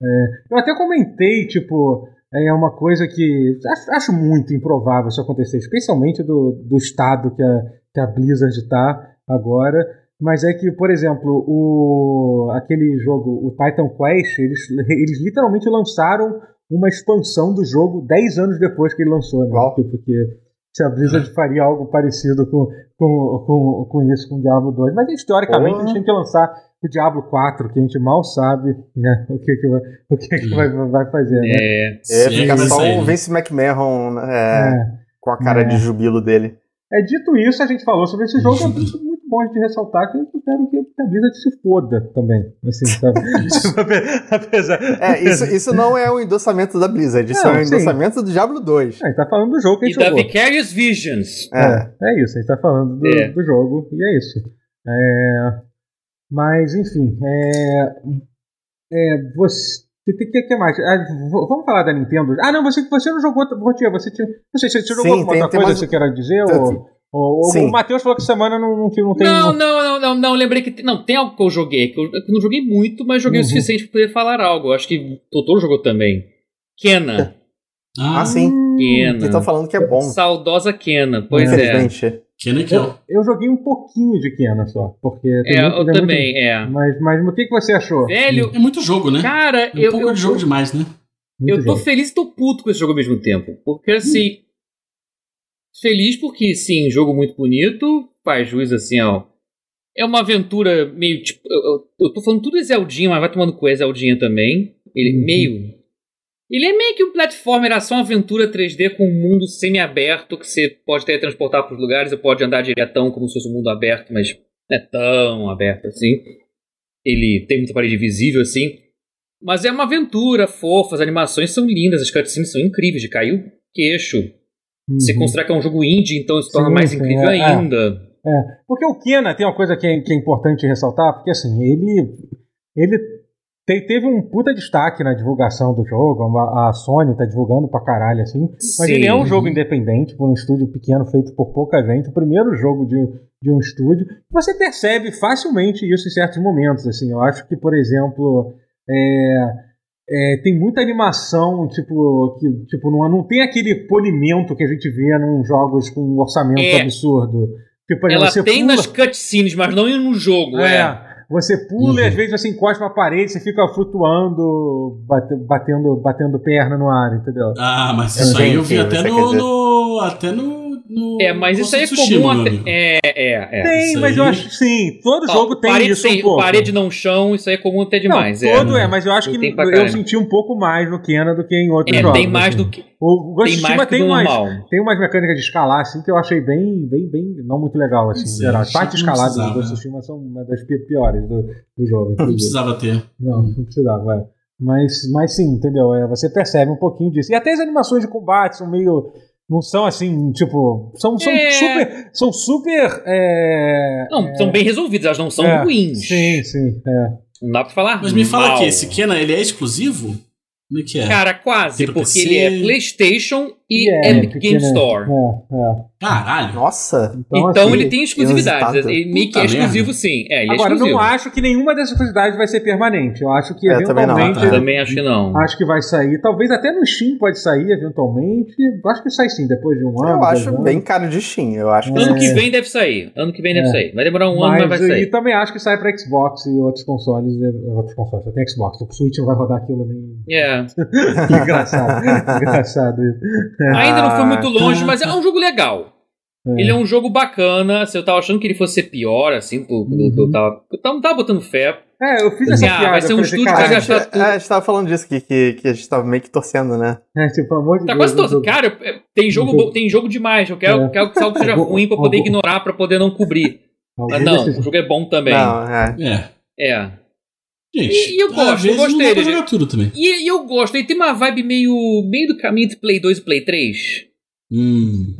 [SPEAKER 1] É, eu até comentei, tipo, é uma coisa que acho, acho muito improvável isso acontecer, especialmente do, do estado que a, que a Blizzard tá agora. Mas é que, por exemplo, o, aquele jogo, o Titan Quest, eles, eles literalmente lançaram uma expansão do jogo 10 anos depois que ele lançou, né?
[SPEAKER 2] Uau.
[SPEAKER 1] Tipo, que se a Blizzard faria algo parecido com, com, com, com isso, com o Diablo 2. Mas historicamente
[SPEAKER 2] Porra.
[SPEAKER 1] eles têm que lançar o Diablo 4, que a gente mal sabe né, o que, que, vai, o que, que vai, vai fazer, né?
[SPEAKER 4] É,
[SPEAKER 2] É,
[SPEAKER 3] Sim,
[SPEAKER 2] fica
[SPEAKER 3] mas
[SPEAKER 2] só
[SPEAKER 3] aí,
[SPEAKER 2] o
[SPEAKER 3] né?
[SPEAKER 2] Vince McMahon eh,
[SPEAKER 1] É.
[SPEAKER 2] com a cara
[SPEAKER 1] É.
[SPEAKER 2] de jubilo dele.
[SPEAKER 1] É, dito isso, a gente falou sobre esse jogo, é muito, muito bom de ressaltar que eu quero que a Blizzard se foda também. Assim, sabe? Apesar.
[SPEAKER 2] É, isso, isso não é um endossamento da Blizzard, isso
[SPEAKER 1] Não,
[SPEAKER 2] é um
[SPEAKER 1] sim.
[SPEAKER 2] endossamento do Diablo 2.
[SPEAKER 1] A gente tá falando do jogo que a
[SPEAKER 4] e
[SPEAKER 1] gente
[SPEAKER 4] da
[SPEAKER 1] jogou.
[SPEAKER 4] Vicarious Visions.
[SPEAKER 2] É.
[SPEAKER 1] É, é isso, a gente tá falando do,
[SPEAKER 4] É.
[SPEAKER 1] do jogo e é isso. É, mas, enfim, é, é, você. O que, que, que mais? Ah, v- vamos falar da Nintendo. Ah, não, você, você não jogou. Rotinha, você, tinha- não sei, você, você jogou
[SPEAKER 2] Sim,
[SPEAKER 1] alguma
[SPEAKER 2] tem-
[SPEAKER 1] outra coisa
[SPEAKER 2] tem mais-
[SPEAKER 1] que você queira dizer?
[SPEAKER 2] Tem-
[SPEAKER 1] Ou, ou- ou-
[SPEAKER 2] Sim.
[SPEAKER 1] o Matheus falou que semana não, não, que não tem. um-
[SPEAKER 4] Não, não, não, não, não. Lembrei que. tem- Não, tem algo que eu joguei. Que eu, que eu não joguei muito, mas joguei
[SPEAKER 1] Uhum.
[SPEAKER 4] o suficiente pra poder falar algo. Acho que Totoro jogou também. Kena.
[SPEAKER 3] Ah,
[SPEAKER 2] Ah, sim.
[SPEAKER 1] Hum,
[SPEAKER 4] Kena.
[SPEAKER 2] Que estão falando que é bom,
[SPEAKER 4] Saudosa Kena. Pois é.
[SPEAKER 2] infelizmente.
[SPEAKER 3] Kenekel.
[SPEAKER 1] Eu, eu joguei um pouquinho de Kena só. Porque tem muito-
[SPEAKER 4] É, eu
[SPEAKER 1] tem muito- Hum.
[SPEAKER 4] também, é.
[SPEAKER 1] Mas, mas o que, que você achou?
[SPEAKER 4] Velho,
[SPEAKER 3] É muito jogo, né?
[SPEAKER 4] cara,
[SPEAKER 3] É um
[SPEAKER 4] eu.
[SPEAKER 3] pouco
[SPEAKER 4] eu-
[SPEAKER 3] de jogo demais, né?
[SPEAKER 1] Muito
[SPEAKER 4] Eu tô
[SPEAKER 1] jogo.
[SPEAKER 4] feliz e tô puto com esse jogo ao mesmo tempo. Porque assim. Feliz porque, sim, um jogo muito bonito. Faz juiz assim, ó. É uma aventura meio tipo. Eu, eu- eu tô falando tudo é Zeldinha, mas vai tomando cu, é Zeldinha também. Ele é
[SPEAKER 1] Uhum.
[SPEAKER 4] meio. Ele é meio que um platformer ação aventura 3D com um mundo semi-aberto que você pode teletransportar para os lugares ou pode andar diretão como se fosse um mundo aberto, mas não é tão aberto assim. Ele tem muita parede visível assim. Mas é uma aventura fofa, as animações são lindas, as cutscenes são incríveis, de cair o queixo. Você
[SPEAKER 1] Uhum.
[SPEAKER 4] considera que é um jogo indie, então isso torna
[SPEAKER 1] Sim,
[SPEAKER 4] mais
[SPEAKER 1] sim,
[SPEAKER 4] incrível
[SPEAKER 1] é, é.
[SPEAKER 4] ainda.
[SPEAKER 1] É, porque o Kena tem uma coisa que é, que é importante ressaltar, porque assim, ele, ele te- teve um puta destaque na divulgação do jogo, a, a Sony tá divulgando pra caralho, assim, mas
[SPEAKER 4] Sim.
[SPEAKER 1] ele é um jogo independente, por um estúdio pequeno feito por pouca gente, o primeiro jogo de, de um estúdio. Você percebe facilmente isso em certos momentos, assim, eu acho que, por exemplo, é, é, tem muita animação, tipo, que tipo, não, não tem aquele polimento que a gente vê num jogos com um orçamento
[SPEAKER 4] É.
[SPEAKER 1] absurdo. Tipo, por exemplo,
[SPEAKER 4] Ela
[SPEAKER 1] você
[SPEAKER 4] tem
[SPEAKER 1] pula,
[SPEAKER 4] nas cutscenes, mas não no jogo,
[SPEAKER 1] é,
[SPEAKER 4] é.
[SPEAKER 1] Você pula e às
[SPEAKER 3] Uhum.
[SPEAKER 1] vezes você encosta uma parede, você fica flutuando, bate- batendo, batendo perna no ar, entendeu?
[SPEAKER 3] Ah, mas
[SPEAKER 2] Eu
[SPEAKER 3] isso aí
[SPEAKER 2] entendi
[SPEAKER 3] eu vi
[SPEAKER 2] o que
[SPEAKER 3] até
[SPEAKER 2] você
[SPEAKER 3] no,
[SPEAKER 2] quer dizer.
[SPEAKER 3] no- Até no. no-
[SPEAKER 4] É, mas isso aí é
[SPEAKER 3] Ghost of
[SPEAKER 4] comum.
[SPEAKER 3] Tsushima,
[SPEAKER 4] até-
[SPEAKER 3] meu amigo.
[SPEAKER 4] É, é, é.
[SPEAKER 1] Tem,
[SPEAKER 3] isso
[SPEAKER 1] mas
[SPEAKER 3] aí-
[SPEAKER 1] eu acho que sim. Todo
[SPEAKER 4] Ó,
[SPEAKER 1] jogo tem
[SPEAKER 4] parede
[SPEAKER 1] isso
[SPEAKER 4] sem-
[SPEAKER 1] um pouco.
[SPEAKER 4] Parede não chão, isso aí é comum até
[SPEAKER 1] não,
[SPEAKER 4] demais. é.
[SPEAKER 1] todo é. mas eu acho
[SPEAKER 4] Tem
[SPEAKER 1] que
[SPEAKER 4] pra
[SPEAKER 1] eu
[SPEAKER 4] caralho.
[SPEAKER 1] senti um pouco mais no Kena do que em outros
[SPEAKER 4] É,
[SPEAKER 1] jogos.
[SPEAKER 4] tem mais
[SPEAKER 1] assim.
[SPEAKER 4] do que.
[SPEAKER 1] O Ghost
[SPEAKER 4] Tem
[SPEAKER 1] of Tsushima
[SPEAKER 4] mais que
[SPEAKER 1] tem
[SPEAKER 4] do
[SPEAKER 1] umas,
[SPEAKER 4] normal.
[SPEAKER 1] tem umas mecânicas de escalar assim que eu achei bem, bem, bem não muito legal assim.
[SPEAKER 3] Pois é,
[SPEAKER 1] geral. As
[SPEAKER 3] achei que
[SPEAKER 1] partes
[SPEAKER 3] não
[SPEAKER 1] escaladas do
[SPEAKER 3] precisava.
[SPEAKER 1] Ghost of Tsushima são uma das pi- piores do, do jogo.
[SPEAKER 3] Não
[SPEAKER 1] inclusive.
[SPEAKER 3] precisava ter.
[SPEAKER 1] Não, não precisava, é. Mas, mas sim, entendeu? É, você percebe um pouquinho disso. E até as animações de combate são meio. Não são assim, tipo. São, são
[SPEAKER 4] É.
[SPEAKER 1] super. São super. é,
[SPEAKER 4] Não, são bem resolvidas, elas não são
[SPEAKER 1] É,
[SPEAKER 4] ruins.
[SPEAKER 1] Sim, sim. é.
[SPEAKER 4] Não dá pra falar.
[SPEAKER 3] Mas me fala
[SPEAKER 4] mal.
[SPEAKER 3] aqui, esse Kena, ele é exclusivo? Como é que é?
[SPEAKER 4] Cara, quase,
[SPEAKER 3] Tem pra
[SPEAKER 4] porque
[SPEAKER 3] PC.
[SPEAKER 4] ele é PlayStation e
[SPEAKER 1] É,
[SPEAKER 4] Epic
[SPEAKER 1] pequena-
[SPEAKER 4] Game Store.
[SPEAKER 1] É, é.
[SPEAKER 3] Caralho.
[SPEAKER 2] Nossa.
[SPEAKER 1] Então,
[SPEAKER 4] então
[SPEAKER 1] assim,
[SPEAKER 4] ele tem exclusividades.
[SPEAKER 2] inusitado.
[SPEAKER 4] Ele meio que é
[SPEAKER 3] Puta
[SPEAKER 4] exclusivo, sim. É, ele é
[SPEAKER 1] Agora, eu
[SPEAKER 4] exclusivo.
[SPEAKER 1] não acho que nenhuma dessas exclusividades vai ser permanente. Eu acho que
[SPEAKER 2] É, eu também não.
[SPEAKER 1] eventualmente.
[SPEAKER 3] Ah, tá.
[SPEAKER 4] Também acho que não.
[SPEAKER 1] Acho que vai sair. Talvez até no Steam pode sair, eventualmente. Acho que sai sim, depois de um ano.
[SPEAKER 2] Eu
[SPEAKER 1] dois
[SPEAKER 2] acho
[SPEAKER 1] anos.
[SPEAKER 2] bem caro de Steam. Eu acho que sim.
[SPEAKER 4] Ano que vem deve sair. Ano que vem deve
[SPEAKER 1] É.
[SPEAKER 4] sair. Vai demorar um ano, mas vai
[SPEAKER 1] e
[SPEAKER 4] sair.
[SPEAKER 1] também acho que sai pra Xbox e outros consoles. e- Outros consoles, só tem Xbox. O Switch não vai rodar aquilo nem.
[SPEAKER 4] É.
[SPEAKER 1] Engraçado. Engraçado isso.
[SPEAKER 4] Ainda não foi muito
[SPEAKER 2] Ah,
[SPEAKER 4] longe, mas é um jogo legal. Ele é um jogo bacana. Se eu tava achando que ele fosse ser pior, assim, pelo pelo que eu tava. Eu tava- não tava botando fé.
[SPEAKER 1] É, eu fiz essa
[SPEAKER 4] Ah,
[SPEAKER 1] piada.
[SPEAKER 4] vai ser um
[SPEAKER 1] eu falei,
[SPEAKER 4] estúdio que
[SPEAKER 1] "Caralho,
[SPEAKER 4] vai gastar
[SPEAKER 2] É, a gente tava falando disso, que, que, que a gente tava meio que torcendo, né?
[SPEAKER 1] É, tipo, pelo amor de
[SPEAKER 4] Tá
[SPEAKER 1] Deus,
[SPEAKER 4] quase todo.
[SPEAKER 1] eu-
[SPEAKER 4] Cara, eu- é, tem jogo, bom- tem jogo demais. Eu quero,
[SPEAKER 1] É.
[SPEAKER 4] quero que algo seja
[SPEAKER 1] Algum-
[SPEAKER 4] ruim pra poder
[SPEAKER 1] algum-
[SPEAKER 4] ignorar, pra poder não cobrir.
[SPEAKER 1] algum
[SPEAKER 4] Mas Ah, não,
[SPEAKER 1] desses-
[SPEAKER 4] o jogo é bom também.
[SPEAKER 2] Não, é.
[SPEAKER 3] É.
[SPEAKER 4] É.
[SPEAKER 3] Gente,
[SPEAKER 4] E- e eu
[SPEAKER 3] às
[SPEAKER 4] gosto, eu
[SPEAKER 3] vezes
[SPEAKER 4] gostei
[SPEAKER 3] não dá pra
[SPEAKER 4] dele.
[SPEAKER 3] jogar tudo também.
[SPEAKER 4] E, e eu gosto, ele tem uma vibe meio, meio do caminho entre Play 2 e Play 3.
[SPEAKER 3] Hum.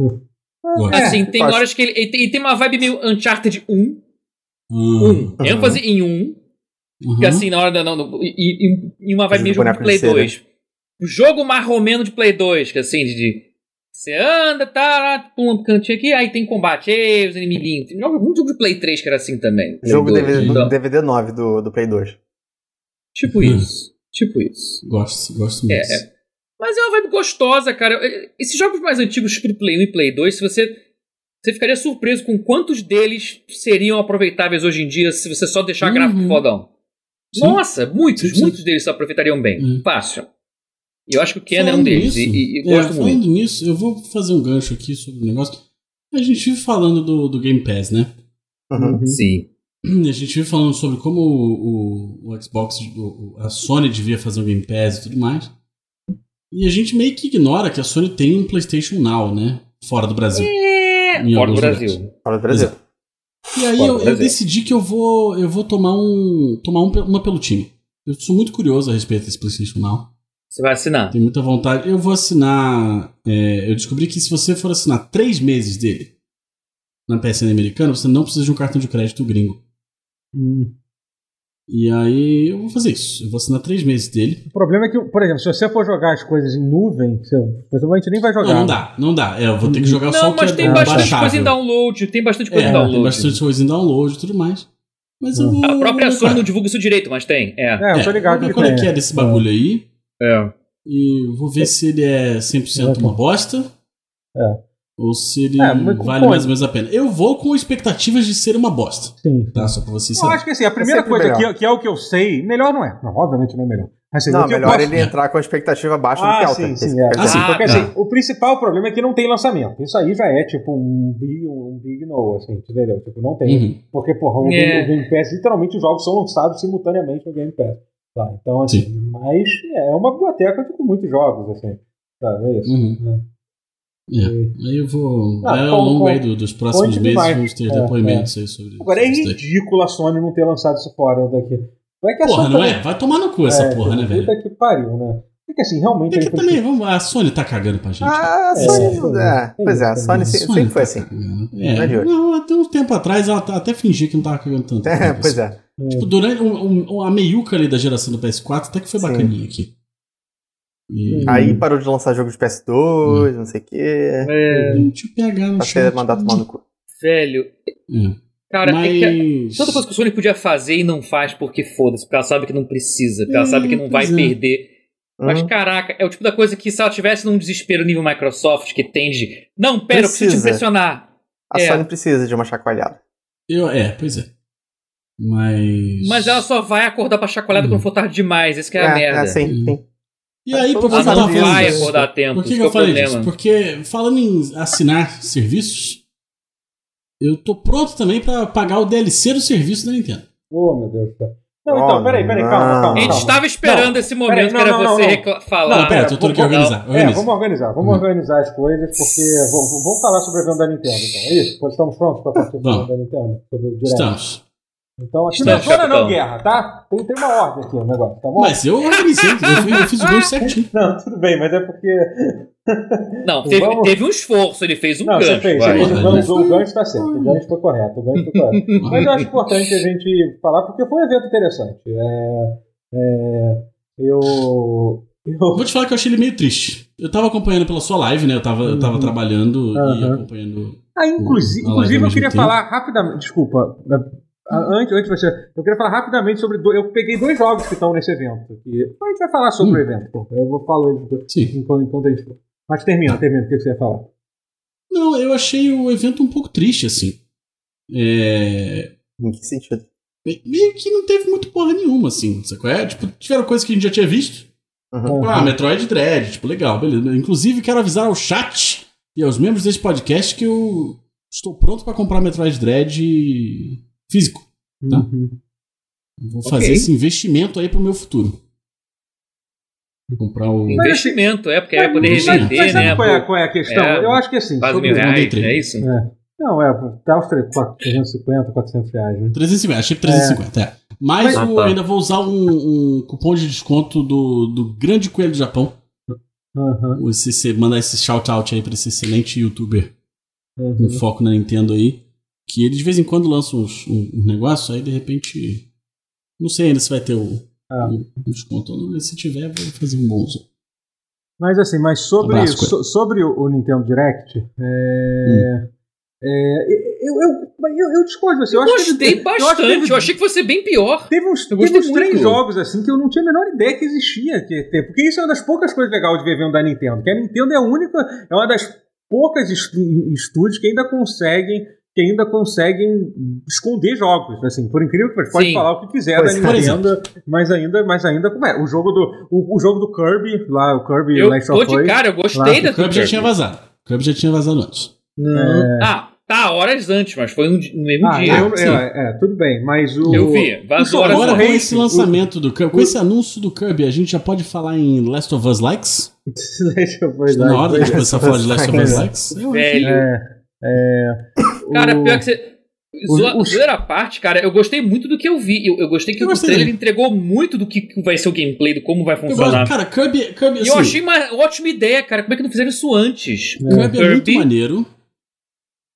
[SPEAKER 3] Gosto.
[SPEAKER 1] É,
[SPEAKER 4] assim, tem
[SPEAKER 2] gosto.
[SPEAKER 4] horas que ele, ele, tem, ele tem uma vibe meio Uncharted 1.
[SPEAKER 3] Hum.
[SPEAKER 4] 1. ênfase em 1.
[SPEAKER 3] Uhum.
[SPEAKER 4] Que assim, na hora da. Não, no- e, e- e uma vibe
[SPEAKER 2] Coisa do
[SPEAKER 4] meio jogo
[SPEAKER 2] boneco
[SPEAKER 4] de
[SPEAKER 2] de
[SPEAKER 4] Play
[SPEAKER 2] cera.
[SPEAKER 4] 2. O jogo marromeno de Play 2, que assim, de. de você anda, tá, lá, pula um cantinho aqui, aí tem combate, ei, os inimiguinhos. Tem algum jogo de Play 3 que era assim também. Play
[SPEAKER 2] Jogo
[SPEAKER 4] 2,
[SPEAKER 2] DVD,
[SPEAKER 4] então,
[SPEAKER 2] DVD 9 do, do Play 2.
[SPEAKER 4] Tipo
[SPEAKER 2] Uhum.
[SPEAKER 4] isso. Tipo isso.
[SPEAKER 3] Gosto, gosto mesmo.
[SPEAKER 4] É, Mas é uma vibe gostosa, cara. Eh, Esses jogos mais antigos, tipo Play 1 e Play 2, se você. Você ficaria surpreso com quantos deles seriam aproveitáveis hoje em dia se você só deixar
[SPEAKER 3] Uhum.
[SPEAKER 4] gráfico fodão.
[SPEAKER 3] Sim.
[SPEAKER 4] Nossa, muitos,
[SPEAKER 3] Sim, sim.
[SPEAKER 4] muitos deles se aproveitariam bem.
[SPEAKER 3] Uhum.
[SPEAKER 4] Fácil. E eu acho que o Ken é um
[SPEAKER 3] Falando
[SPEAKER 4] deles.
[SPEAKER 3] nisso-
[SPEAKER 4] E, e- e
[SPEAKER 3] é,
[SPEAKER 4] gosto
[SPEAKER 3] falando
[SPEAKER 4] muito.
[SPEAKER 3] nisso, eu vou fazer um gancho aqui sobre o negócio. A gente vive falando do, do Game Pass, né?
[SPEAKER 1] Hum.
[SPEAKER 2] Uhum.
[SPEAKER 4] Sim.
[SPEAKER 3] A gente vive falando sobre como o, o- o Xbox, o- o- a Sony devia fazer o Game Pass e tudo mais. E a gente meio que ignora que a Sony tem um PlayStation Now, né? Fora do Brasil.
[SPEAKER 4] É, fora
[SPEAKER 3] Em
[SPEAKER 4] do
[SPEAKER 3] alguns
[SPEAKER 4] Brasil.
[SPEAKER 3] lugares.
[SPEAKER 2] Fora do Brasil.
[SPEAKER 3] E
[SPEAKER 4] Fora
[SPEAKER 3] aí
[SPEAKER 4] do
[SPEAKER 3] eu, eu
[SPEAKER 4] Brasil.
[SPEAKER 3] decidi que eu vou, eu vou tomar, um, tomar um pe- uma pelo time. Eu sou muito curioso a respeito desse PlayStation Now.
[SPEAKER 4] Você vai assinar.
[SPEAKER 3] Tenho muita vontade. Eu vou assinar. é, eu descobri que se você for assinar três meses dele na PSN americana, você não precisa de um cartão de crédito gringo.
[SPEAKER 1] Hum.
[SPEAKER 3] E aí eu vou fazer isso. Eu vou assinar três meses dele.
[SPEAKER 1] O problema é que, por exemplo, se você for jogar as coisas em nuvem, você provavelmente nem vai jogar.
[SPEAKER 3] Não, não dá, não dá. É, eu vou ter que jogar só
[SPEAKER 4] Não,
[SPEAKER 3] o que
[SPEAKER 4] mas
[SPEAKER 3] é
[SPEAKER 4] tem
[SPEAKER 1] bom,
[SPEAKER 4] bastante
[SPEAKER 3] baixável.
[SPEAKER 4] coisa em download. Tem bastante coisa
[SPEAKER 3] É,
[SPEAKER 4] em download.
[SPEAKER 3] tem bastante coisa em download e tudo mais. Mas eu
[SPEAKER 1] Hum.
[SPEAKER 3] vou.
[SPEAKER 4] A própria
[SPEAKER 3] vou-
[SPEAKER 4] Sony não divulga isso direito, mas tem. É.
[SPEAKER 1] É, eu tô
[SPEAKER 3] É,
[SPEAKER 1] ligado
[SPEAKER 3] vou ver
[SPEAKER 1] que
[SPEAKER 3] qual é
[SPEAKER 1] tem.
[SPEAKER 3] que é desse bagulho aí.
[SPEAKER 4] É.
[SPEAKER 3] E vou ver se ele é 100% uma bosta.
[SPEAKER 1] É.
[SPEAKER 3] Ou se ele
[SPEAKER 1] É, mas
[SPEAKER 3] vale
[SPEAKER 1] concordo.
[SPEAKER 3] mais ou menos a pena. Eu vou com expectativas de ser uma bosta.
[SPEAKER 1] Sim.
[SPEAKER 3] Tá, só pra vocês
[SPEAKER 1] Eu
[SPEAKER 3] saberem.
[SPEAKER 4] Ah,
[SPEAKER 1] acho que assim, a primeira
[SPEAKER 2] sempre
[SPEAKER 1] coisa
[SPEAKER 2] melhor.
[SPEAKER 1] que, que é o que eu sei, melhor não é. Não, obviamente não é melhor. Assim, o
[SPEAKER 2] Não,
[SPEAKER 1] que eu
[SPEAKER 2] melhor
[SPEAKER 1] posso-
[SPEAKER 2] ele entrar com a expectativa baixa do que
[SPEAKER 1] Ah,
[SPEAKER 2] alta.
[SPEAKER 1] sim,
[SPEAKER 2] Esse
[SPEAKER 1] sim.
[SPEAKER 2] que
[SPEAKER 1] É.
[SPEAKER 2] eu quero
[SPEAKER 1] Ah,
[SPEAKER 2] dizer.
[SPEAKER 1] sim,
[SPEAKER 4] Ah,
[SPEAKER 1] porque,
[SPEAKER 4] tá.
[SPEAKER 1] assim, o principal problema é que não tem lançamento. Isso aí já é tipo um big, um big no, assim, entendeu? Tipo, não tem.
[SPEAKER 3] Uhum.
[SPEAKER 1] Porque, porra, o,
[SPEAKER 4] É.
[SPEAKER 1] Game, o Game Pass, literalmente os jogos são lançados simultaneamente no Game Pass. Tá? Então, assim, mas é uma biblioteca de muitos jogos, assim. Sabe? É isso.
[SPEAKER 3] Uhum. É, Aí eu vou.
[SPEAKER 1] Ah,
[SPEAKER 3] é, ao
[SPEAKER 1] ponto,
[SPEAKER 3] longo
[SPEAKER 1] ponto.
[SPEAKER 3] aí do- dos próximos
[SPEAKER 1] Ponto
[SPEAKER 3] meses
[SPEAKER 1] demais.
[SPEAKER 3] vamos ter
[SPEAKER 1] É,
[SPEAKER 3] depoimentos aí sobre
[SPEAKER 1] Agora é
[SPEAKER 3] sobre isso daí.
[SPEAKER 1] ridículo a Sony não ter lançado isso fora daqui. Vai que a
[SPEAKER 3] Porra,
[SPEAKER 1] Sony
[SPEAKER 3] não
[SPEAKER 1] também-
[SPEAKER 3] é? Vai tomar no cu essa porra, né, velho?
[SPEAKER 1] Puta que pariu, né? Porque assim, realmente.
[SPEAKER 3] É que
[SPEAKER 1] a
[SPEAKER 3] também, vamos, a Sony tá cagando pra gente.
[SPEAKER 2] Ah, a
[SPEAKER 1] É,
[SPEAKER 2] Sony.
[SPEAKER 1] sim.
[SPEAKER 2] É, pois é, a
[SPEAKER 1] Sim,
[SPEAKER 2] Sony
[SPEAKER 3] A
[SPEAKER 2] se-
[SPEAKER 3] Sony
[SPEAKER 2] sempre foi
[SPEAKER 3] tá
[SPEAKER 2] assim.
[SPEAKER 3] cagando. É,
[SPEAKER 2] Não é de hoje.
[SPEAKER 3] não, até um tempo atrás ela tá- até fingia que não tava cagando tanto.
[SPEAKER 2] É, pois é.
[SPEAKER 3] Tipo, durante um- um- a meiuca ali da geração do PS4 até que foi
[SPEAKER 2] Sim.
[SPEAKER 3] bacaninha aqui. E,
[SPEAKER 2] Aí parou de lançar jogo de PS2, não sei o quê.
[SPEAKER 4] É,
[SPEAKER 3] Deixa eu pegar no
[SPEAKER 2] Pra ser mandado Hum. tomar no cu. Hum?
[SPEAKER 4] velho.
[SPEAKER 3] É.
[SPEAKER 4] Cara, é que.
[SPEAKER 3] Mas...
[SPEAKER 4] Tanta coisa que o Sony podia fazer e não faz porque foda-se, porque ela sabe que não precisa, porque ela
[SPEAKER 3] É,
[SPEAKER 4] sabe que não vai
[SPEAKER 3] pois é.
[SPEAKER 4] perder. Mas
[SPEAKER 2] Hum.
[SPEAKER 4] caraca, é o tipo da coisa que se ela tivesse num desespero nível Microsoft que tende. Não, pera, eu preciso te
[SPEAKER 2] Precisa.
[SPEAKER 4] impressionar.
[SPEAKER 2] A
[SPEAKER 4] é.
[SPEAKER 2] Sony precisa de uma chacoalhada.
[SPEAKER 3] Eu, é, pois é. Mas...
[SPEAKER 4] Mas é ela só vai acordar pra chacoalhada
[SPEAKER 3] Hum.
[SPEAKER 4] quando for tarde demais, esse que é, a merda.
[SPEAKER 2] sim, sim.
[SPEAKER 3] E aí, por que
[SPEAKER 4] Ela
[SPEAKER 3] assim,
[SPEAKER 4] não
[SPEAKER 3] eu tava falando
[SPEAKER 4] vai
[SPEAKER 3] disso?
[SPEAKER 4] acordar a tempo,
[SPEAKER 3] Por que,
[SPEAKER 4] esse
[SPEAKER 3] que
[SPEAKER 4] é
[SPEAKER 3] eu
[SPEAKER 4] o
[SPEAKER 3] falei
[SPEAKER 4] problema.
[SPEAKER 3] disso? Porque falando em assinar serviços, eu tô pronto também pra pagar o DLC do serviço da Nintendo.
[SPEAKER 1] Oh, meu Deus do céu. Não,
[SPEAKER 2] Oh,
[SPEAKER 1] então, peraí, peraí, calma,
[SPEAKER 2] não.
[SPEAKER 1] calma.
[SPEAKER 4] A gente
[SPEAKER 1] calma.
[SPEAKER 4] estava esperando
[SPEAKER 1] Ah. Não,
[SPEAKER 4] esse momento
[SPEAKER 1] peraí, não,
[SPEAKER 4] que era
[SPEAKER 1] não,
[SPEAKER 4] você
[SPEAKER 1] não.
[SPEAKER 4] recla- falar.
[SPEAKER 3] não, pera, eu tô aqui
[SPEAKER 1] vamos-
[SPEAKER 3] organizar.
[SPEAKER 1] É,
[SPEAKER 3] Organiza.
[SPEAKER 1] vamos organizar, vamos
[SPEAKER 3] Hum.
[SPEAKER 1] organizar as coisas, porque v- v- vamos falar sobre a venda da Nintendo, então. É isso? Pois Estamos prontos para partir sobre a
[SPEAKER 3] Vamos.
[SPEAKER 1] venda da Nintendo? Sobre o direct.
[SPEAKER 3] Estamos.
[SPEAKER 1] Então, aqui não
[SPEAKER 4] Estamos,
[SPEAKER 1] zona não
[SPEAKER 4] capitão.
[SPEAKER 1] guerra, tá? Tem, tem uma ordem aqui no negócio, tá bom?
[SPEAKER 3] Mas eu organizei, eu, fui- eu fiz o gol certinho.
[SPEAKER 1] Não, tudo bem, mas é porque.
[SPEAKER 4] Não, teve,
[SPEAKER 1] Vamos-
[SPEAKER 4] teve um esforço, ele fez um
[SPEAKER 1] não, você
[SPEAKER 4] gancho.
[SPEAKER 1] fez,
[SPEAKER 4] vai.
[SPEAKER 1] você fez. O
[SPEAKER 3] Vai.
[SPEAKER 1] gancho- O gancho está
[SPEAKER 3] um
[SPEAKER 1] certo, o gancho foi correto, o gancho foi correto. Mas eu acho importante a gente falar, porque foi um evento interessante. É, é, eu. eu
[SPEAKER 3] Vou te falar que eu achei ele meio triste. Eu tava acompanhando pela sua live, né? Eu tava, eu tava
[SPEAKER 1] Uhum.
[SPEAKER 3] trabalhando e
[SPEAKER 1] Aham.
[SPEAKER 3] acompanhando.
[SPEAKER 1] ah, inclusive,
[SPEAKER 3] Vai lá,
[SPEAKER 1] inclusive
[SPEAKER 3] vai
[SPEAKER 1] eu
[SPEAKER 3] ao
[SPEAKER 1] queria
[SPEAKER 3] mesmo
[SPEAKER 1] falar rapidamente. Desculpa. né, a- a- Antes, antes de você, eu queria falar rapidamente sobre. do- eu peguei dois jogos que estão nesse evento. E a gente vai falar sobre
[SPEAKER 3] Hum.
[SPEAKER 1] o evento. pô. Eu vou falar eles dois
[SPEAKER 3] Sim.
[SPEAKER 1] enquanto, enquanto a gente. for. Mas termina, termina, o que você ia falar?
[SPEAKER 3] Não, eu achei o evento um pouco triste, assim. É,
[SPEAKER 2] Em que sentido? Ah,
[SPEAKER 3] Me- meio que não teve muito porra nenhuma, assim, sacou? É, tipo, tiveram coisas que a gente já tinha visto.
[SPEAKER 2] Uhum.
[SPEAKER 3] Tipo, ah, Metroid Dread, tipo, legal, beleza. Inclusive, quero avisar ao chat e aos membros desse podcast que eu estou pronto pra comprar Metroid Dread físico. Tá.
[SPEAKER 1] Uhum.
[SPEAKER 3] Vou
[SPEAKER 4] Ok.
[SPEAKER 3] fazer esse investimento aí pro meu futuro. Vou comprar o.
[SPEAKER 1] Mas-
[SPEAKER 4] Investimento, é, porque ele vai poder
[SPEAKER 3] Mas- mas
[SPEAKER 4] revender,
[SPEAKER 1] sabe
[SPEAKER 4] né?
[SPEAKER 1] qual, é,
[SPEAKER 4] Pô,
[SPEAKER 1] qual é a questão?
[SPEAKER 4] é,
[SPEAKER 1] eu acho que assim.
[SPEAKER 4] Faz
[SPEAKER 1] sobre-
[SPEAKER 4] mil reais,
[SPEAKER 3] sobre-
[SPEAKER 4] não é isso?
[SPEAKER 1] É. Não, é, tá os 350, 400 reais, né?
[SPEAKER 3] 350, achei 350, é. Mas,
[SPEAKER 4] Mas-
[SPEAKER 3] eu
[SPEAKER 4] Ah, tá.
[SPEAKER 3] ainda vou usar um, um cupom de desconto do, do Grande Coelho do Japão.
[SPEAKER 1] Aham.
[SPEAKER 3] O CC, mandar esse shout out aí pra esse excelente youtuber
[SPEAKER 1] Uhum.
[SPEAKER 3] no foco na Nintendo aí, que ele de vez em quando lança uns, um, um negócio, aí de repente. Não sei ainda se vai ter o,
[SPEAKER 1] Ah.
[SPEAKER 3] o- o desconto ou não, mas se tiver, vou fazer um bom uso.
[SPEAKER 1] Mas assim, mas sobre,
[SPEAKER 3] Abraço, Coelho.
[SPEAKER 1] so- sobre o o Nintendo Direct, é, é, eu, eu, mas eu, eu discordo. Assim, eu,
[SPEAKER 4] Eu
[SPEAKER 1] acho que
[SPEAKER 4] gostei
[SPEAKER 1] teve- eu acho que
[SPEAKER 4] bastante,
[SPEAKER 1] teve-
[SPEAKER 4] eu achei que fosse bem pior.
[SPEAKER 1] Teve uns,
[SPEAKER 4] eu
[SPEAKER 1] teve
[SPEAKER 4] gostei
[SPEAKER 1] uns três
[SPEAKER 4] muito.
[SPEAKER 1] jogos assim que eu não tinha a menor ideia que existia. Que ia ter, porque isso é uma das poucas coisas legais de ver vendo da Nintendo. Que a Nintendo é a única, é uma das poucas estu- estúdios que ainda conseguem que ainda conseguem esconder jogos, assim, por incrível que pareça, pode
[SPEAKER 4] Sim.
[SPEAKER 1] falar o que quiser
[SPEAKER 2] Pois
[SPEAKER 1] da
[SPEAKER 3] é.
[SPEAKER 1] Nintendo, mas ainda, mas ainda como é, o jogo do o, o jogo do Kirby, lá o Kirby
[SPEAKER 4] Eu
[SPEAKER 1] Last
[SPEAKER 4] tô
[SPEAKER 1] of
[SPEAKER 4] de
[SPEAKER 1] Us,
[SPEAKER 4] cara, eu
[SPEAKER 1] Lá,
[SPEAKER 4] gostei
[SPEAKER 1] o
[SPEAKER 4] da
[SPEAKER 3] O Cub já tinha vazado. O Cub já tinha vazado antes.
[SPEAKER 1] É.
[SPEAKER 4] Ah, tá, horas antes, mas foi um di- no mesmo
[SPEAKER 1] Ah,
[SPEAKER 4] dia.
[SPEAKER 1] eu-
[SPEAKER 3] sim.
[SPEAKER 1] é, é, tudo bem, mas o.
[SPEAKER 4] Eu vi, vazou horas
[SPEAKER 3] Agora, com
[SPEAKER 1] Corrente,
[SPEAKER 3] esse lançamento do Cub, com esse anúncio do Cub, a gente já pode falar em Last of Us Likes?
[SPEAKER 1] Deixa eu ver,
[SPEAKER 2] é,
[SPEAKER 3] Na hora de
[SPEAKER 1] deixa eu-
[SPEAKER 3] começar a falar de Last of Us Likes? Eu acho
[SPEAKER 4] Velho.
[SPEAKER 1] É, é,
[SPEAKER 4] Cara,
[SPEAKER 1] o-
[SPEAKER 4] pior que você.
[SPEAKER 1] o-
[SPEAKER 4] Zoa,
[SPEAKER 1] o-
[SPEAKER 4] zoeira à parte, cara, eu gostei muito do que eu vi. Eu, eu gostei que
[SPEAKER 3] Eu
[SPEAKER 4] o
[SPEAKER 3] gostei
[SPEAKER 4] trailer
[SPEAKER 3] também.
[SPEAKER 4] entregou muito do que que vai ser o gameplay, do como vai
[SPEAKER 3] Eu gosto,
[SPEAKER 4] funcionar.
[SPEAKER 3] cara, Kirby, Kirby,
[SPEAKER 4] E eu
[SPEAKER 3] assim,
[SPEAKER 4] achei uma ótima ideia, cara. Como é que não fizeram isso antes?
[SPEAKER 3] Kirby é muito
[SPEAKER 4] Kirby?
[SPEAKER 3] maneiro,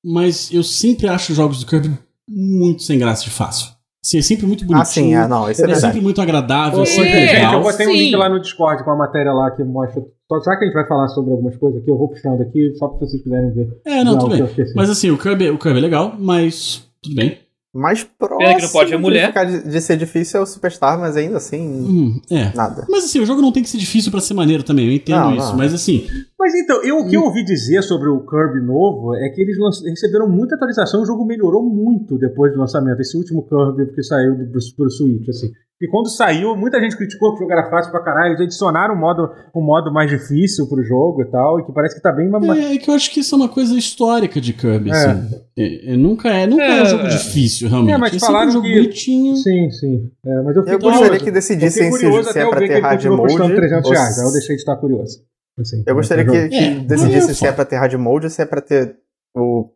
[SPEAKER 3] mas eu sempre acho os jogos do Kirby muito sem graça de fácil. Assim, é sempre muito bonitinho.
[SPEAKER 2] Ah, sim, é, não, isso é
[SPEAKER 3] É
[SPEAKER 2] verdade.
[SPEAKER 3] sempre muito agradável,
[SPEAKER 1] Ô,
[SPEAKER 3] é sempre
[SPEAKER 1] gente, eu
[SPEAKER 3] legal.
[SPEAKER 1] botei um
[SPEAKER 4] sim.
[SPEAKER 1] link lá no Discord com a matéria lá que mostra. Só, já que a gente vai falar sobre algumas coisas aqui, eu vou puxando aqui, só pra vocês quiserem ver.
[SPEAKER 3] É, não,
[SPEAKER 1] o
[SPEAKER 3] tudo
[SPEAKER 1] que eu
[SPEAKER 3] bem.
[SPEAKER 1] esqueci.
[SPEAKER 3] Mas assim, o Kirby, o Kirby é legal, mas tudo bem.
[SPEAKER 2] Mais próximo
[SPEAKER 4] que não pode ver
[SPEAKER 2] de
[SPEAKER 4] mulher.
[SPEAKER 2] ficar De, de ser difícil é o Superstar, mas ainda assim,
[SPEAKER 3] Hum, é.
[SPEAKER 2] nada.
[SPEAKER 3] Mas assim, o jogo não tem que ser difícil pra ser maneiro também, eu entendo
[SPEAKER 2] Não,
[SPEAKER 3] isso.
[SPEAKER 2] não.
[SPEAKER 3] Mas assim,
[SPEAKER 1] Mas então, eu, o
[SPEAKER 3] Hum.
[SPEAKER 1] que eu ouvi dizer sobre o Kirby novo é que eles lanç- receberam muita atualização, o jogo melhorou muito depois do lançamento, esse último Kirby que saiu do, pro, pro Switch, assim. E quando saiu, muita gente criticou que o jogo era fácil pra caralho, eles adicionaram um modo, um modo mais difícil pro jogo e tal, e que parece que tá bem... ma- ma-
[SPEAKER 3] é, é que eu acho que isso é uma coisa histórica de Kirby,
[SPEAKER 1] É.
[SPEAKER 3] assim. É, é, nunca é, nunca é,
[SPEAKER 4] É,
[SPEAKER 3] um jogo
[SPEAKER 4] é.
[SPEAKER 3] difícil, realmente.
[SPEAKER 1] É, mas
[SPEAKER 3] sempre
[SPEAKER 1] falaram
[SPEAKER 3] um jogo
[SPEAKER 1] que-
[SPEAKER 3] bonitinho.
[SPEAKER 1] Sim, sim. É, mas eu fiquei
[SPEAKER 2] Eu gostaria
[SPEAKER 3] Então,
[SPEAKER 1] curioso.
[SPEAKER 2] que
[SPEAKER 1] Eu fiquei
[SPEAKER 2] decidissem se,
[SPEAKER 1] curioso
[SPEAKER 2] se
[SPEAKER 1] até
[SPEAKER 2] é
[SPEAKER 1] eu
[SPEAKER 2] pra
[SPEAKER 1] ver que
[SPEAKER 2] ter
[SPEAKER 1] ele
[SPEAKER 2] hard
[SPEAKER 1] continuou
[SPEAKER 2] mode.
[SPEAKER 1] custando 300
[SPEAKER 2] ou
[SPEAKER 1] reais, aí eu
[SPEAKER 2] se-
[SPEAKER 1] deixei de estar curioso. Assim,
[SPEAKER 2] Eu gostaria que, que
[SPEAKER 3] É,
[SPEAKER 2] decidissem
[SPEAKER 3] eu
[SPEAKER 2] se é pra ter hard mode ou se é pra ter o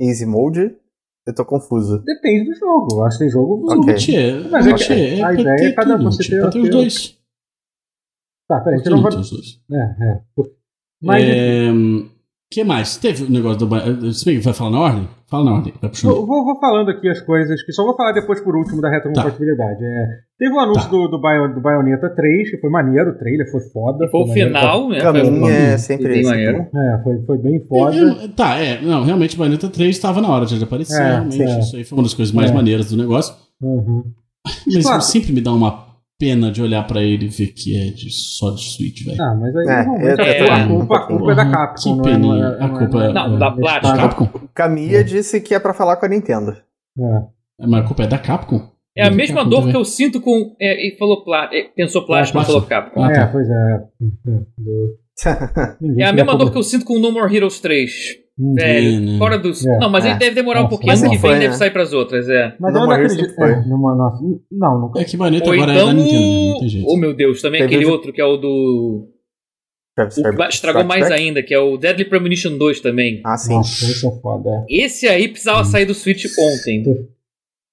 [SPEAKER 2] easy mode. Eu tô confuso.
[SPEAKER 1] Depende do jogo. Eu acho que tem jogo.
[SPEAKER 3] Não,
[SPEAKER 2] Ok.
[SPEAKER 3] Tchê,
[SPEAKER 1] Mas
[SPEAKER 3] não,
[SPEAKER 1] é que-
[SPEAKER 3] Tchê, é
[SPEAKER 1] a
[SPEAKER 3] pra
[SPEAKER 1] ideia
[SPEAKER 3] ter
[SPEAKER 1] é cada um
[SPEAKER 3] tudo,
[SPEAKER 1] você
[SPEAKER 3] Tchê,
[SPEAKER 1] ter
[SPEAKER 3] pra
[SPEAKER 1] o
[SPEAKER 3] ter os
[SPEAKER 1] seu-
[SPEAKER 3] dois.
[SPEAKER 1] Tá, peraí,
[SPEAKER 3] Por que
[SPEAKER 1] então não
[SPEAKER 3] não
[SPEAKER 1] vai.
[SPEAKER 3] ter os dois?
[SPEAKER 1] É, é. Mas
[SPEAKER 3] É, hum, que mais? Teve o negócio do. ba- eh, Se bem que vai falar na ordem? Fala na ordem. Vai puxando.
[SPEAKER 1] eu vou, vou falando aqui as coisas que só vou falar depois por último da retrocompatibilidade. É, teve o anúncio
[SPEAKER 3] Tá.
[SPEAKER 1] do, do, Bio- do Bayonetta 3, que foi maneiro, o trailer foi foda.
[SPEAKER 4] Foi o
[SPEAKER 1] maneiro pra
[SPEAKER 4] final, né?
[SPEAKER 2] Caminho
[SPEAKER 4] Foi-
[SPEAKER 2] é
[SPEAKER 3] bem
[SPEAKER 2] sempre
[SPEAKER 4] bem
[SPEAKER 2] esse.
[SPEAKER 4] maneiro.
[SPEAKER 2] então.
[SPEAKER 1] É, foi, foi bem
[SPEAKER 3] É,
[SPEAKER 1] foda.
[SPEAKER 3] eu- tá, é. Não, realmente, Bayonetta 3 estava na hora de aparecer.
[SPEAKER 1] É,
[SPEAKER 3] realmente,
[SPEAKER 1] sim.
[SPEAKER 3] isso aí foi uma das coisas mais
[SPEAKER 1] É.
[SPEAKER 3] maneiras do negócio.
[SPEAKER 1] Uhum.
[SPEAKER 3] Mas
[SPEAKER 1] Claro.
[SPEAKER 3] sempre me dá uma pena de olhar pra ele e ver que é de, só de Switch, velho.
[SPEAKER 1] Ah, mas aí
[SPEAKER 2] É,
[SPEAKER 1] normalmente
[SPEAKER 4] eu- eu-
[SPEAKER 1] a culpa, a culpa é da
[SPEAKER 3] Porra,
[SPEAKER 1] Capcom, não
[SPEAKER 3] que
[SPEAKER 1] é? Não,
[SPEAKER 3] Uhum. peninha.
[SPEAKER 1] é-
[SPEAKER 3] A culpa é-
[SPEAKER 4] Não, da Platinum.
[SPEAKER 1] Ah,
[SPEAKER 3] Capcom?
[SPEAKER 2] O Camilla disse que é pra falar com a Nintendo.
[SPEAKER 1] é.
[SPEAKER 3] É, Mas a culpa é da Capcom?
[SPEAKER 4] É a mesma
[SPEAKER 3] Capcom
[SPEAKER 4] dor
[SPEAKER 3] também.
[SPEAKER 4] que eu sinto com. É, e falou plá, é, pensou plástico, mas
[SPEAKER 3] Plástico.
[SPEAKER 4] falou Capcom.
[SPEAKER 3] Ah,
[SPEAKER 1] né? É,
[SPEAKER 3] tá.
[SPEAKER 1] pois é. Do- ninguém
[SPEAKER 4] É a
[SPEAKER 1] tiver
[SPEAKER 4] mesma
[SPEAKER 1] culpa-
[SPEAKER 4] dor que eu sinto com o No More Heroes 3.
[SPEAKER 1] Hum.
[SPEAKER 4] Velho,
[SPEAKER 3] É, né?
[SPEAKER 4] fora do.
[SPEAKER 1] É.
[SPEAKER 4] Não, mas
[SPEAKER 2] É.
[SPEAKER 4] ele deve demorar um
[SPEAKER 1] Nossa,
[SPEAKER 4] pouquinho.
[SPEAKER 1] mas
[SPEAKER 4] Ano que
[SPEAKER 1] não
[SPEAKER 4] vem
[SPEAKER 2] foi,
[SPEAKER 4] deve
[SPEAKER 2] né?
[SPEAKER 4] sair pras outras, é.
[SPEAKER 1] Mas
[SPEAKER 2] No
[SPEAKER 1] eu não
[SPEAKER 2] More Heroes
[SPEAKER 1] acredito.
[SPEAKER 2] foi.
[SPEAKER 1] é, numa nossa- Não, não.
[SPEAKER 3] É que Bayonetta
[SPEAKER 4] Ou
[SPEAKER 3] agora é da
[SPEAKER 4] então.
[SPEAKER 3] Nintendo, né? não tem jeito.
[SPEAKER 4] Oh meu Deus, também
[SPEAKER 2] Tem
[SPEAKER 4] aquele
[SPEAKER 2] vídeo-
[SPEAKER 4] outro que é o do.
[SPEAKER 2] Travis
[SPEAKER 4] O que
[SPEAKER 2] Strike-
[SPEAKER 4] estragou
[SPEAKER 2] Strike
[SPEAKER 4] mais
[SPEAKER 2] Back?
[SPEAKER 4] ainda, que é o Deadly Premonition 2 também.
[SPEAKER 2] Ah, sim.
[SPEAKER 1] Nossa, isso é foda. é.
[SPEAKER 4] Esse aí precisava sair do Switch ontem.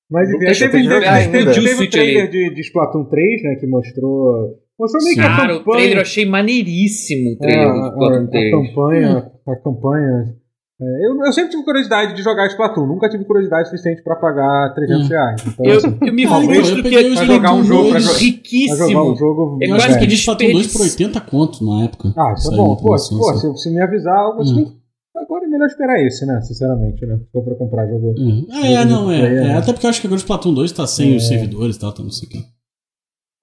[SPEAKER 1] Mas
[SPEAKER 4] Não
[SPEAKER 1] enfim,
[SPEAKER 4] tem
[SPEAKER 1] aí teve,
[SPEAKER 2] jeito de
[SPEAKER 1] teve,
[SPEAKER 2] jogar
[SPEAKER 1] teve,
[SPEAKER 2] ainda.
[SPEAKER 1] teve,
[SPEAKER 4] Juice
[SPEAKER 1] o trailer de, de Splatoon 3, né? Que mostrou. Mostrou meio que a
[SPEAKER 4] Cara, o trailer eu
[SPEAKER 1] campanha.
[SPEAKER 4] achei maneiríssimo o
[SPEAKER 1] é,
[SPEAKER 4] trailer do
[SPEAKER 1] a,
[SPEAKER 4] Splatoon
[SPEAKER 1] a
[SPEAKER 4] 3.
[SPEAKER 1] campanha. A campanha. é, eu, eu sempre tive curiosidade de jogar Splatoon, nunca tive curiosidade suficiente pra pagar 300
[SPEAKER 3] Hum.
[SPEAKER 1] reais. Então,
[SPEAKER 4] Eu,
[SPEAKER 1] assim,
[SPEAKER 4] eu me
[SPEAKER 1] Talvez
[SPEAKER 4] frustro
[SPEAKER 3] eu
[SPEAKER 4] que
[SPEAKER 3] peguei
[SPEAKER 4] é
[SPEAKER 3] os
[SPEAKER 1] pra jogar um jogo, pra jo- pra
[SPEAKER 3] Splatoon
[SPEAKER 1] jogar um
[SPEAKER 4] riquíssimo.
[SPEAKER 1] jogo.
[SPEAKER 4] É
[SPEAKER 3] Eu
[SPEAKER 1] velho.
[SPEAKER 3] acho que
[SPEAKER 4] Velho.
[SPEAKER 3] eles Splatoon 2 por 80 conto na época.
[SPEAKER 1] Ah, isso é
[SPEAKER 3] Saiu
[SPEAKER 1] bom.
[SPEAKER 3] pra
[SPEAKER 1] Pô,
[SPEAKER 3] lançar,
[SPEAKER 1] se, pô,
[SPEAKER 3] assim.
[SPEAKER 1] se, se me avisar algo assim, agora é melhor esperar esse, né? Sinceramente, né? Se for pra comprar jogo.
[SPEAKER 3] Uhum. É, não, é, é. Até porque eu acho que agora o Splatoon 2 tá sem os servidores e tal, tá não sei o quê.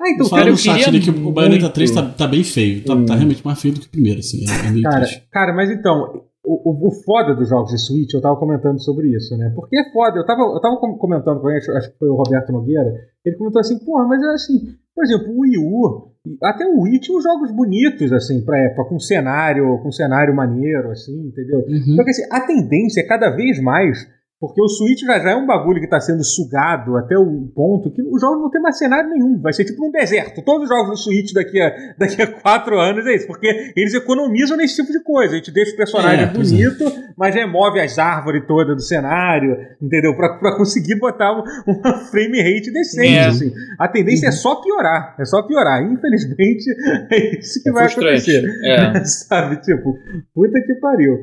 [SPEAKER 1] Ah, então,
[SPEAKER 3] Falaram
[SPEAKER 1] cara, eu
[SPEAKER 3] no chat
[SPEAKER 1] queria
[SPEAKER 3] ali que o Bayonetta
[SPEAKER 1] muito.
[SPEAKER 3] 3 tá, tá bem feio. Tá, tá realmente mais feio do que o primeiro, assim. É, é meio
[SPEAKER 1] Cara,
[SPEAKER 3] triste.
[SPEAKER 1] cara, mas então, o, o- o foda dos jogos de Switch, eu tava comentando sobre isso, né? Porque é foda, eu tava, eu tava com- comentando com alguém, acho, acho que foi o Roberto Nogueira, ele comentou assim, porra, mas é assim, por exemplo, o Wii U, até o Wii tinha uns jogos bonitos, assim, pra época, com cenário, com cenário maneiro, assim, entendeu?
[SPEAKER 3] Uhum.
[SPEAKER 1] Só que assim, a tendência é cada vez mais, porque o Switch já, já é um bagulho que tá sendo sugado até o ponto que os jogos não tem mais cenário nenhum. Vai ser tipo um deserto. Todos os jogos do Switch daqui a, daqui a quatro anos é isso, porque eles economizam nesse tipo de coisa. A gente deixa o personagem
[SPEAKER 3] É, pois é.
[SPEAKER 1] bonito, mas remove as árvores todas do cenário, entendeu? Pra, pra conseguir botar um- uma frame rate decente.
[SPEAKER 4] É.
[SPEAKER 1] Assim. A tendência
[SPEAKER 3] Uhum.
[SPEAKER 1] é só piorar. É só piorar. Infelizmente, é isso que
[SPEAKER 4] É
[SPEAKER 1] vai
[SPEAKER 4] frustrante.
[SPEAKER 1] acontecer.
[SPEAKER 4] É.
[SPEAKER 1] Sabe, tipo, puta que pariu.